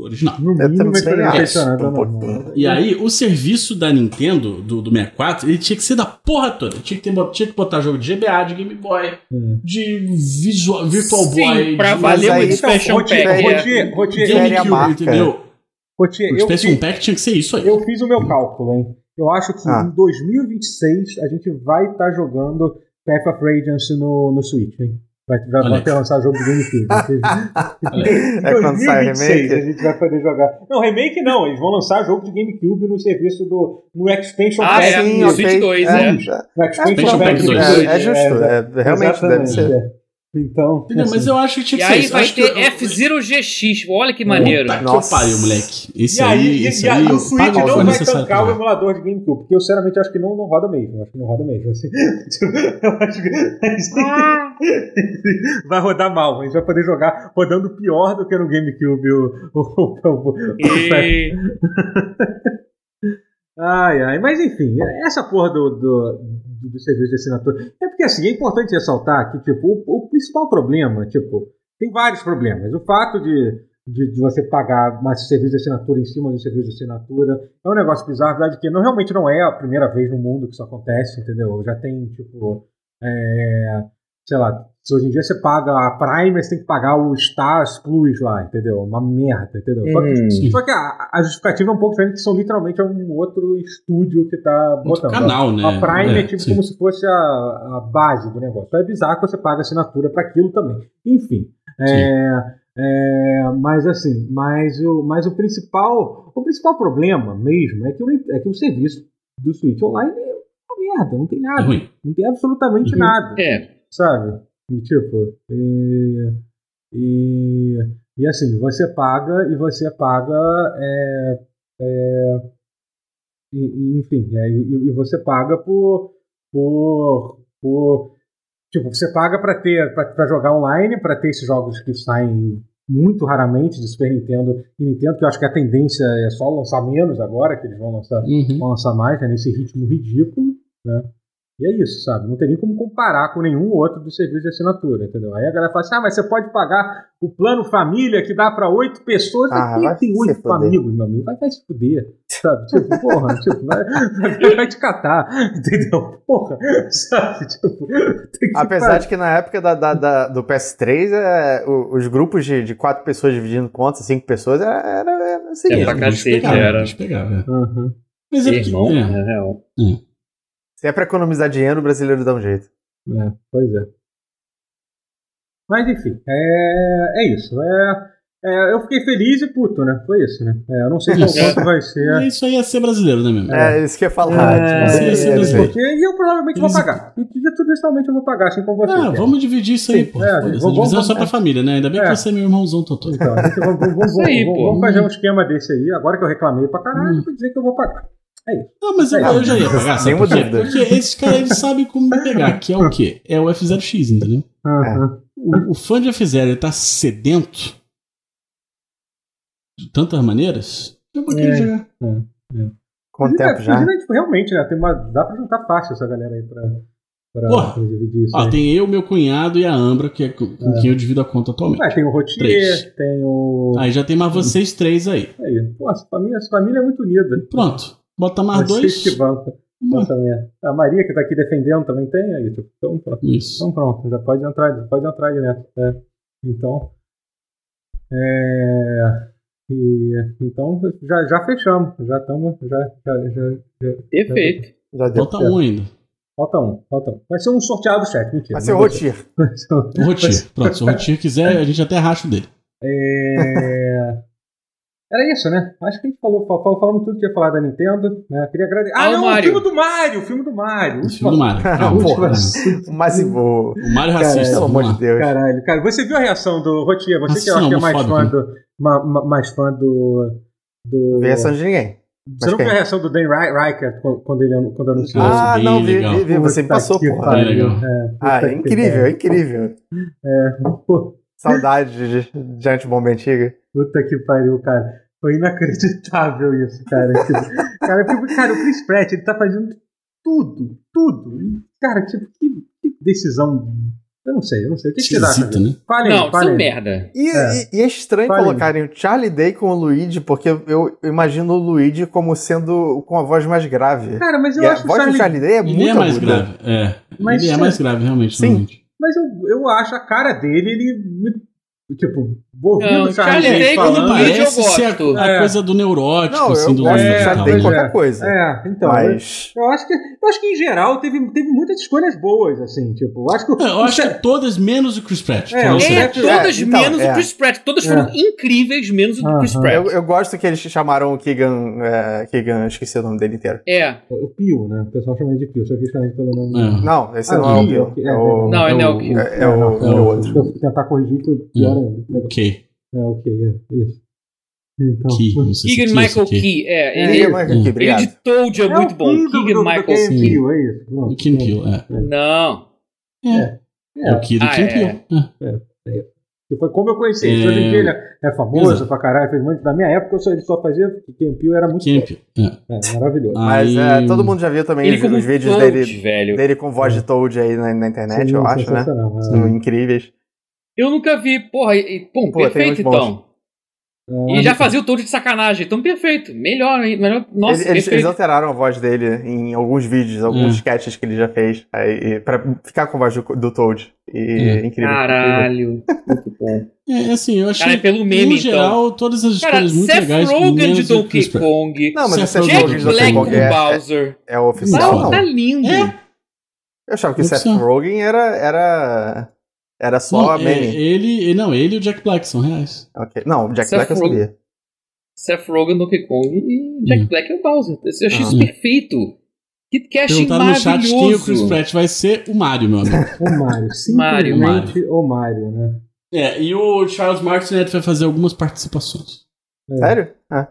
[SPEAKER 3] original.
[SPEAKER 1] No
[SPEAKER 2] Eu
[SPEAKER 1] mínimo,
[SPEAKER 2] também
[SPEAKER 1] mas tá,
[SPEAKER 2] acho,
[SPEAKER 1] impressionante.
[SPEAKER 2] um
[SPEAKER 1] não,
[SPEAKER 2] pouco.
[SPEAKER 1] não.
[SPEAKER 3] E aí, o serviço da Nintendo, do, do 64, ele tinha que ser da porra toda. Tinha que, ter, bo- tinha que botar jogo de GBA, de Game Boy,
[SPEAKER 1] Hum.
[SPEAKER 3] de Visual, Virtual
[SPEAKER 4] Sim,
[SPEAKER 3] Boy.
[SPEAKER 4] pra
[SPEAKER 3] de-
[SPEAKER 2] Mas
[SPEAKER 4] valer o
[SPEAKER 2] aí-
[SPEAKER 4] Expansion
[SPEAKER 1] Então, Rotier,
[SPEAKER 4] Pack. é.
[SPEAKER 1] Rotier, Rotier,
[SPEAKER 2] Ele era a marca.
[SPEAKER 3] GameCube, entendeu?
[SPEAKER 1] Rotier,
[SPEAKER 3] O
[SPEAKER 1] eu
[SPEAKER 3] Expansion
[SPEAKER 1] fiz,
[SPEAKER 3] Pack tinha que ser isso aí.
[SPEAKER 1] eu fiz o meu cálculo, hein? Eu acho que
[SPEAKER 2] Ah.
[SPEAKER 1] em 2026 a gente vai estar jogando Path of Radiance no, no Switch, hein? Vai, vai,
[SPEAKER 3] Olha
[SPEAKER 1] vai
[SPEAKER 3] aí.
[SPEAKER 1] ter lançado jogo do GameCube. né? em
[SPEAKER 2] É quando sai
[SPEAKER 1] 2026 a
[SPEAKER 2] remake.
[SPEAKER 1] gente vai poder jogar. Não, remake não, eles vão lançar jogo de GameCube no serviço do. no Expansion
[SPEAKER 4] Ah,
[SPEAKER 1] Pack.
[SPEAKER 4] é,
[SPEAKER 2] sim,
[SPEAKER 4] no
[SPEAKER 2] ok.
[SPEAKER 4] Switch dois,
[SPEAKER 2] é,
[SPEAKER 4] é.
[SPEAKER 1] No
[SPEAKER 3] Expansion
[SPEAKER 1] Expansion Pack
[SPEAKER 3] Pack
[SPEAKER 2] é,
[SPEAKER 3] dois.
[SPEAKER 2] é,
[SPEAKER 1] 2.
[SPEAKER 2] é justo, é, realmente deve
[SPEAKER 1] Exatamente,
[SPEAKER 2] ser.
[SPEAKER 1] é. Então.
[SPEAKER 3] Entendeu?
[SPEAKER 1] assim,
[SPEAKER 3] Mas eu acho que tinha
[SPEAKER 4] E
[SPEAKER 3] que ser
[SPEAKER 4] aí
[SPEAKER 3] isso.
[SPEAKER 4] vai
[SPEAKER 3] Acho que
[SPEAKER 4] ter
[SPEAKER 3] eu-
[SPEAKER 4] F-Zero GX. Olha que maneiro.
[SPEAKER 3] Puta que
[SPEAKER 2] Nossa.
[SPEAKER 3] eu pariu, moleque. Esse
[SPEAKER 1] e aí,
[SPEAKER 3] aí,
[SPEAKER 1] e-
[SPEAKER 3] esse
[SPEAKER 1] e aí
[SPEAKER 3] aí, é
[SPEAKER 1] o
[SPEAKER 3] eu
[SPEAKER 1] Switch
[SPEAKER 3] pago
[SPEAKER 1] não
[SPEAKER 3] se for
[SPEAKER 1] vai
[SPEAKER 3] necessário
[SPEAKER 1] tancar o
[SPEAKER 3] também.
[SPEAKER 1] emulador de GameCube, porque eu sinceramente acho que não, não roda mesmo. Eu Acho que não roda mesmo. assim. Tipo, eu acho que- vai rodar mal. A gente vai poder jogar rodando pior do que no GameCube. O, o- o- o- o-
[SPEAKER 4] E-
[SPEAKER 1] ai, ai. Mas enfim, essa porra do, do, do, do serviço de assinatura. É porque assim, é importante ressaltar que tipo, o, o principal problema, tipo, tem vários problemas. O fato de, de, de você pagar mais serviço de assinatura em cima do serviço de assinatura é um negócio bizarro, a verdade é que não, realmente não é a primeira vez no mundo que isso acontece, entendeu? Já tem, tipo, é, sei lá, se hoje em dia você paga a Prime, você tem que pagar o Stars Plus lá, entendeu? Uma merda, entendeu? Só
[SPEAKER 2] Uhum.
[SPEAKER 1] que,
[SPEAKER 4] Hum.
[SPEAKER 1] só que a, a justificativa é um pouco diferente, que são literalmente um outro estúdio que tá
[SPEAKER 3] Outro
[SPEAKER 1] botando.
[SPEAKER 3] canal, né?
[SPEAKER 1] A Prime é, tipo
[SPEAKER 3] sim.
[SPEAKER 1] como se fosse a, a base do negócio. Então é bizarro que você paga assinatura para aquilo também. Enfim. é, é, mas assim, mas o, mas o principal o principal problema mesmo é que o, é que o serviço do Switch Online é uma merda, não tem
[SPEAKER 3] É
[SPEAKER 1] nada.
[SPEAKER 3] ruim.
[SPEAKER 1] Não tem absolutamente
[SPEAKER 3] Uhum.
[SPEAKER 1] nada
[SPEAKER 4] É.
[SPEAKER 1] sabe? E, tipo, e, e, e assim, você paga e você paga, é, é, e- e, enfim, é, e, e você paga por, por, por tipo, você paga para ter, para jogar online, para ter esses jogos que saem muito raramente de Super Nintendo e Nintendo, que eu acho que a tendência é só lançar menos agora, que eles vão lançar
[SPEAKER 3] Uhum.
[SPEAKER 1] vão lançar mais, né, nesse ritmo ridículo, né? E é isso, sabe? Não tem nem como comparar com nenhum outro do serviço de assinatura, entendeu? Aí a galera fala assim, ah, mas você pode pagar o plano família que dá pra oito pessoas, mas
[SPEAKER 2] Ah, vai
[SPEAKER 1] quem tem
[SPEAKER 2] se
[SPEAKER 1] oito
[SPEAKER 2] fuder.
[SPEAKER 1] amigos, meu amigo? Vai, vai se fuder, sabe? Tipo, porra, tipo, vai, vai, vai te catar, entendeu? Porra, sabe? Tipo, tem que
[SPEAKER 2] Apesar de que na época da, da- da- do PS3, é, o- os grupos de, de quatro pessoas dividindo contas, cinco pessoas, era, era, era assim.
[SPEAKER 4] É pra
[SPEAKER 3] Eles
[SPEAKER 4] cacete,
[SPEAKER 3] pegavam,
[SPEAKER 4] era.
[SPEAKER 3] eles pegavam, é.
[SPEAKER 1] Uhum.
[SPEAKER 3] Mas é porque.
[SPEAKER 4] Irmão,
[SPEAKER 3] é.
[SPEAKER 4] é real.
[SPEAKER 2] Se é pra economizar dinheiro, o brasileiro dá um jeito.
[SPEAKER 1] É, pois é. Mas enfim, é, é isso. É, é, eu fiquei feliz e puto, né? Foi isso, né? É, eu não sei qual
[SPEAKER 3] Isso.
[SPEAKER 1] quanto vai ser.
[SPEAKER 3] E Isso aí é ser brasileiro, né, mesmo?
[SPEAKER 2] É, isso que eu ia falar.
[SPEAKER 1] É,
[SPEAKER 2] tipo,
[SPEAKER 3] é,
[SPEAKER 2] esse-
[SPEAKER 3] é,
[SPEAKER 2] esse-
[SPEAKER 3] é.
[SPEAKER 1] Porque, e eu provavelmente vou
[SPEAKER 3] Eles-
[SPEAKER 1] pagar. E de tudo isso, realmente eu vou pagar, assim como você.
[SPEAKER 3] Ah,
[SPEAKER 1] Pedro.
[SPEAKER 3] vamos dividir isso aí,
[SPEAKER 1] Sim,
[SPEAKER 3] pô.
[SPEAKER 1] é,
[SPEAKER 3] Foda-se,
[SPEAKER 1] vamos-
[SPEAKER 3] a divisão é
[SPEAKER 1] vamos-
[SPEAKER 3] só pra família, né? Ainda bem
[SPEAKER 1] É.
[SPEAKER 3] que você é meu irmãozão Totô.
[SPEAKER 1] Então, a gente vai- vamos, vamos-
[SPEAKER 4] Isso aí,
[SPEAKER 1] vamos-
[SPEAKER 4] pô.
[SPEAKER 1] vamos fazer um esquema desse aí. Agora que eu reclamei pra
[SPEAKER 3] Hum.
[SPEAKER 1] caralho, vou dizer que eu vou pagar.
[SPEAKER 3] Não, mas é,
[SPEAKER 1] É.
[SPEAKER 3] Ah, eu, eu já ia pagar, sabe?
[SPEAKER 2] Nenhuma
[SPEAKER 3] por quê?
[SPEAKER 2] dúvida.
[SPEAKER 3] Porque esses caras, eles sabem como me pegar, que é o quê? É o F0X, entendeu?
[SPEAKER 2] É,
[SPEAKER 1] Aham.
[SPEAKER 3] O, o fã de F0, ele tá sedento de tantas maneiras. um Eu vou querer
[SPEAKER 1] É.
[SPEAKER 3] jogar.
[SPEAKER 2] Quanto
[SPEAKER 1] Inclusive, é,
[SPEAKER 2] tempo já?
[SPEAKER 1] inclusive, é, tipo, realmente, né, tem uma, dá pra juntar fácil essa galera aí pra, pra
[SPEAKER 3] Porra.
[SPEAKER 1] pra dividir isso.
[SPEAKER 3] Ó,
[SPEAKER 1] aí.
[SPEAKER 3] tem eu, meu cunhado e a Ambra, que é com com quem eu divido a conta atualmente.
[SPEAKER 1] Ah, tem um o Rotier,
[SPEAKER 3] Três. Ah,
[SPEAKER 1] tem o.
[SPEAKER 3] Aí já tem mais vocês três aí.
[SPEAKER 1] Aí, pô, essa família, essa família é muito unida.
[SPEAKER 3] Pronto. Bota mais
[SPEAKER 1] Vocês
[SPEAKER 3] dois.
[SPEAKER 1] que bancam
[SPEAKER 3] Bom,
[SPEAKER 1] essa merda. A Maria, que tá aqui defendendo, também tem aí. tipo, Então pronto.
[SPEAKER 3] Isso.
[SPEAKER 1] Então pronto, já pode entrar, já pode entrar direto. né? Então. É. E, então já, já fechamos. Já estamos. Já, já, já-
[SPEAKER 4] Perfeito.
[SPEAKER 2] Já deu.
[SPEAKER 3] Falta um ainda.
[SPEAKER 1] Falta um, falta um. Vai ser um sorteado, chefe. Mentira.
[SPEAKER 2] Vai ser o
[SPEAKER 1] não ser.
[SPEAKER 2] Rotir.
[SPEAKER 1] Vai ser um-
[SPEAKER 3] O Rotir. Pronto, se o Rotir quiser, a gente até racha o dele.
[SPEAKER 1] É... Era isso, né? Acho que a gente falou, fal- fal- falamos tudo que ia falar da Nintendo, né? Queria agradecer. Ah,
[SPEAKER 4] Ah, o
[SPEAKER 1] não, o
[SPEAKER 4] Mario.
[SPEAKER 1] filme do Mario, o filme do Mario.
[SPEAKER 3] O filme do Mário. Ah,
[SPEAKER 1] Última-
[SPEAKER 2] porra.
[SPEAKER 3] o-
[SPEAKER 2] Mas e vou.
[SPEAKER 3] O Mário racista.
[SPEAKER 2] Pelo amor
[SPEAKER 3] vamos
[SPEAKER 2] de
[SPEAKER 3] lá.
[SPEAKER 2] Deus.
[SPEAKER 1] Caralho, cara, você viu a reação do Rotier? Você que eu
[SPEAKER 3] Assim,
[SPEAKER 1] acho que é
[SPEAKER 3] não,
[SPEAKER 1] mais fã
[SPEAKER 3] homofóbico.
[SPEAKER 1] do. ma- ma- mais fã do. do...
[SPEAKER 2] Não vi reação de ninguém.
[SPEAKER 1] Você não viu
[SPEAKER 2] quem?
[SPEAKER 1] a reação do Dan Ry- Riker quando quando ele anu- quando anunciou?
[SPEAKER 3] Nossa,
[SPEAKER 2] Ah,
[SPEAKER 3] bem
[SPEAKER 2] não, vi,
[SPEAKER 3] legal.
[SPEAKER 2] vi, vi. Você me
[SPEAKER 1] Puta
[SPEAKER 2] passou,
[SPEAKER 1] que
[SPEAKER 2] porra.
[SPEAKER 1] pariu,
[SPEAKER 3] Bem legal.
[SPEAKER 1] é, puta
[SPEAKER 2] Ah, é
[SPEAKER 1] que
[SPEAKER 2] incrível, é incrível.
[SPEAKER 1] pariu. É, Pô,
[SPEAKER 2] Saudade de, de Antibomba Antiga.
[SPEAKER 1] Puta que pariu, cara. Foi inacreditável isso, cara. Tipo, cara, porque, cara, o Chris Pratt, ele tá fazendo tudo, tudo. E, Cara, tipo, que, que decisão. Eu não sei, eu não sei. O que, que vocês acham?
[SPEAKER 3] Esquisito, né?
[SPEAKER 1] Fale,
[SPEAKER 4] Não, isso é
[SPEAKER 1] fale.
[SPEAKER 4] um merda.
[SPEAKER 2] E
[SPEAKER 1] É.
[SPEAKER 2] é, e, e é estranho
[SPEAKER 1] Fala aí.
[SPEAKER 2] colocarem o Charlie Day com o Luigi, porque eu, eu imagino o Luigi como sendo com a voz mais grave.
[SPEAKER 1] Cara, mas eu
[SPEAKER 2] E a
[SPEAKER 1] acho que
[SPEAKER 2] voz do Charlie Day é
[SPEAKER 3] Ele
[SPEAKER 2] muito
[SPEAKER 3] é mais
[SPEAKER 2] aguda.
[SPEAKER 3] grave. É.
[SPEAKER 1] Mas
[SPEAKER 3] ele é
[SPEAKER 1] se-
[SPEAKER 3] mais grave, realmente.
[SPEAKER 2] Sim.
[SPEAKER 3] realmente.
[SPEAKER 1] Mas eu, eu acho a cara dele, ele. me- Tipo, ouvindo
[SPEAKER 4] Não,
[SPEAKER 1] o Charlie
[SPEAKER 4] Charlie
[SPEAKER 3] é
[SPEAKER 1] Day
[SPEAKER 4] Day, quando
[SPEAKER 1] falando.
[SPEAKER 4] parece- eu
[SPEAKER 3] ser a,
[SPEAKER 4] gosto.
[SPEAKER 3] a
[SPEAKER 1] É.
[SPEAKER 3] coisa do neurótico,
[SPEAKER 2] Não,
[SPEAKER 3] assim,
[SPEAKER 2] eu
[SPEAKER 3] do
[SPEAKER 2] gosto
[SPEAKER 3] Luigi
[SPEAKER 2] do
[SPEAKER 3] e
[SPEAKER 1] Charlie
[SPEAKER 2] Charlie
[SPEAKER 3] tal,
[SPEAKER 2] Day em
[SPEAKER 1] mas-
[SPEAKER 3] né?
[SPEAKER 2] qualquer coisa.
[SPEAKER 1] É, então.
[SPEAKER 2] Mas.
[SPEAKER 1] Eu, eu acho que, eu acho que em geral teve, teve muitas escolhas boas, assim, tipo. Eu acho que. o-
[SPEAKER 3] Eu acho que todas menos o Chris Pratt.
[SPEAKER 1] É,
[SPEAKER 3] falando
[SPEAKER 1] o-
[SPEAKER 3] sério.
[SPEAKER 4] É,
[SPEAKER 1] Certo.
[SPEAKER 4] todas
[SPEAKER 2] É, então,
[SPEAKER 4] menos
[SPEAKER 2] é.
[SPEAKER 4] o Chris Pratt. Todas foram incríveis, menos o do Chris
[SPEAKER 1] Aham.
[SPEAKER 4] Pratt.
[SPEAKER 2] Eu, eu gosto que eles chamaram o Keegan. É, Keegan, esqueci o nome dele inteiro.
[SPEAKER 4] É.
[SPEAKER 1] O Pio, né? O pessoal chama ele de Pio, só que chama ele pelo nome.
[SPEAKER 3] É.
[SPEAKER 2] Não, esse
[SPEAKER 1] Ah,
[SPEAKER 2] não é o
[SPEAKER 1] Keegan,
[SPEAKER 2] meu.
[SPEAKER 1] que- é, Ah,
[SPEAKER 2] É o.
[SPEAKER 4] Não, é Hum.
[SPEAKER 3] É o-
[SPEAKER 4] não. que-
[SPEAKER 2] É, é o,
[SPEAKER 1] Não,
[SPEAKER 2] é o outro.
[SPEAKER 1] Se eu tentar corrigir, foi pior ainda.
[SPEAKER 3] Ok.
[SPEAKER 1] É, ok, é, isso. Então.
[SPEAKER 3] Key, não sei se
[SPEAKER 4] Keegan
[SPEAKER 3] Key,
[SPEAKER 4] Michael
[SPEAKER 3] se Key.
[SPEAKER 4] Key. É, ele,
[SPEAKER 2] Keegan Michael Key,
[SPEAKER 4] ele
[SPEAKER 2] obrigado.
[SPEAKER 4] de Toad é, muito
[SPEAKER 1] o
[SPEAKER 4] bom.
[SPEAKER 1] Kim do-
[SPEAKER 4] Keegan
[SPEAKER 1] do- do
[SPEAKER 4] Michael
[SPEAKER 1] Kim
[SPEAKER 3] Key.
[SPEAKER 1] Peele, é isso.
[SPEAKER 3] O
[SPEAKER 1] Pronto.
[SPEAKER 3] Kim Peele, é.
[SPEAKER 4] Não.
[SPEAKER 3] É o Key do
[SPEAKER 4] Ah,
[SPEAKER 3] Kim
[SPEAKER 4] é.
[SPEAKER 3] Peele.
[SPEAKER 1] Que foi como eu conheci. ele.
[SPEAKER 3] É.
[SPEAKER 1] Hoje em dia ele é famoso
[SPEAKER 3] Exato.
[SPEAKER 1] pra caralho, fez muito. Na minha época eu só, ele só fazia porque Kim Peele era muito
[SPEAKER 3] Kim Peele. É.
[SPEAKER 1] bom. É, maravilhoso.
[SPEAKER 2] Mas
[SPEAKER 3] Aí-
[SPEAKER 2] é, todo mundo já viu também
[SPEAKER 4] Ele
[SPEAKER 2] os,
[SPEAKER 4] como é.
[SPEAKER 2] os
[SPEAKER 4] um
[SPEAKER 2] vídeos
[SPEAKER 4] Toad,
[SPEAKER 2] dele,
[SPEAKER 4] velho.
[SPEAKER 2] dele com voz de Toad aí na, na
[SPEAKER 4] Ah,
[SPEAKER 2] internet,
[SPEAKER 1] Sim,
[SPEAKER 2] eu acho, né?
[SPEAKER 1] sensacional, é.
[SPEAKER 2] São incríveis.
[SPEAKER 4] Eu nunca vi. Porra, e, e- pum,
[SPEAKER 2] Pô,
[SPEAKER 4] perfeito
[SPEAKER 2] tem uns bons.
[SPEAKER 4] então.
[SPEAKER 1] Ah,
[SPEAKER 4] E já fazia o Toad de sacanagem. Então perfeito. Melhor, hein? melhor. Nossa,
[SPEAKER 2] Eles, eles- eles
[SPEAKER 4] perfeito. Hum.
[SPEAKER 2] alteraram a voz dele em alguns vídeos, alguns
[SPEAKER 3] É.
[SPEAKER 2] sketches que ele já fez, aí, pra ficar com a voz do, do Toad. E,
[SPEAKER 3] É.
[SPEAKER 2] Incrível. incrível.
[SPEAKER 4] Hum. Caralho. Muito bom.
[SPEAKER 3] É, assim, eu achei.
[SPEAKER 4] Cara, é pelo meme,
[SPEAKER 3] no
[SPEAKER 4] então.
[SPEAKER 3] geral, todas as
[SPEAKER 4] Cara,
[SPEAKER 3] escolhas muito
[SPEAKER 4] Seth
[SPEAKER 3] legais.
[SPEAKER 4] Rogen de
[SPEAKER 3] menos o Chris
[SPEAKER 4] Donkey
[SPEAKER 3] Pratt.
[SPEAKER 4] Kong.
[SPEAKER 2] Não, mas
[SPEAKER 3] Seth
[SPEAKER 2] o Seth
[SPEAKER 3] Rogen
[SPEAKER 4] Jack
[SPEAKER 2] Rogen
[SPEAKER 3] de
[SPEAKER 2] do
[SPEAKER 4] Black
[SPEAKER 2] Donkey
[SPEAKER 4] com
[SPEAKER 2] Kong é,
[SPEAKER 4] Bowser.
[SPEAKER 2] é oficial,
[SPEAKER 4] Não,
[SPEAKER 2] não?
[SPEAKER 4] tá lindo.
[SPEAKER 3] É.
[SPEAKER 2] Eu achava que o Seth
[SPEAKER 3] Oficial.
[SPEAKER 2] Rogen era, era, era só
[SPEAKER 3] Não,
[SPEAKER 2] a
[SPEAKER 3] é,
[SPEAKER 2] Manny.
[SPEAKER 3] ele, ele- não, ele e o Jack Black são reais.
[SPEAKER 2] Ok. Não, o Jack
[SPEAKER 4] Seth
[SPEAKER 2] Black eu
[SPEAKER 4] Rogen.
[SPEAKER 2] sabia.
[SPEAKER 4] Seth Rogen, Donkey Kong e Jack
[SPEAKER 3] Hum.
[SPEAKER 4] Black é o Bowser. Eu achei isso
[SPEAKER 3] Ah.
[SPEAKER 4] perfeito. Que casting
[SPEAKER 3] Perguntaram no chat quem é o Chris
[SPEAKER 4] maravilhoso.
[SPEAKER 3] Pratt vai ser o Mario, meu amigo.
[SPEAKER 1] O Mario.
[SPEAKER 4] Mario.
[SPEAKER 1] Simplesmente o Mario, né?
[SPEAKER 3] é, e o Charles Martinet vai fazer algumas participações.
[SPEAKER 1] É.
[SPEAKER 2] Sério? Ah.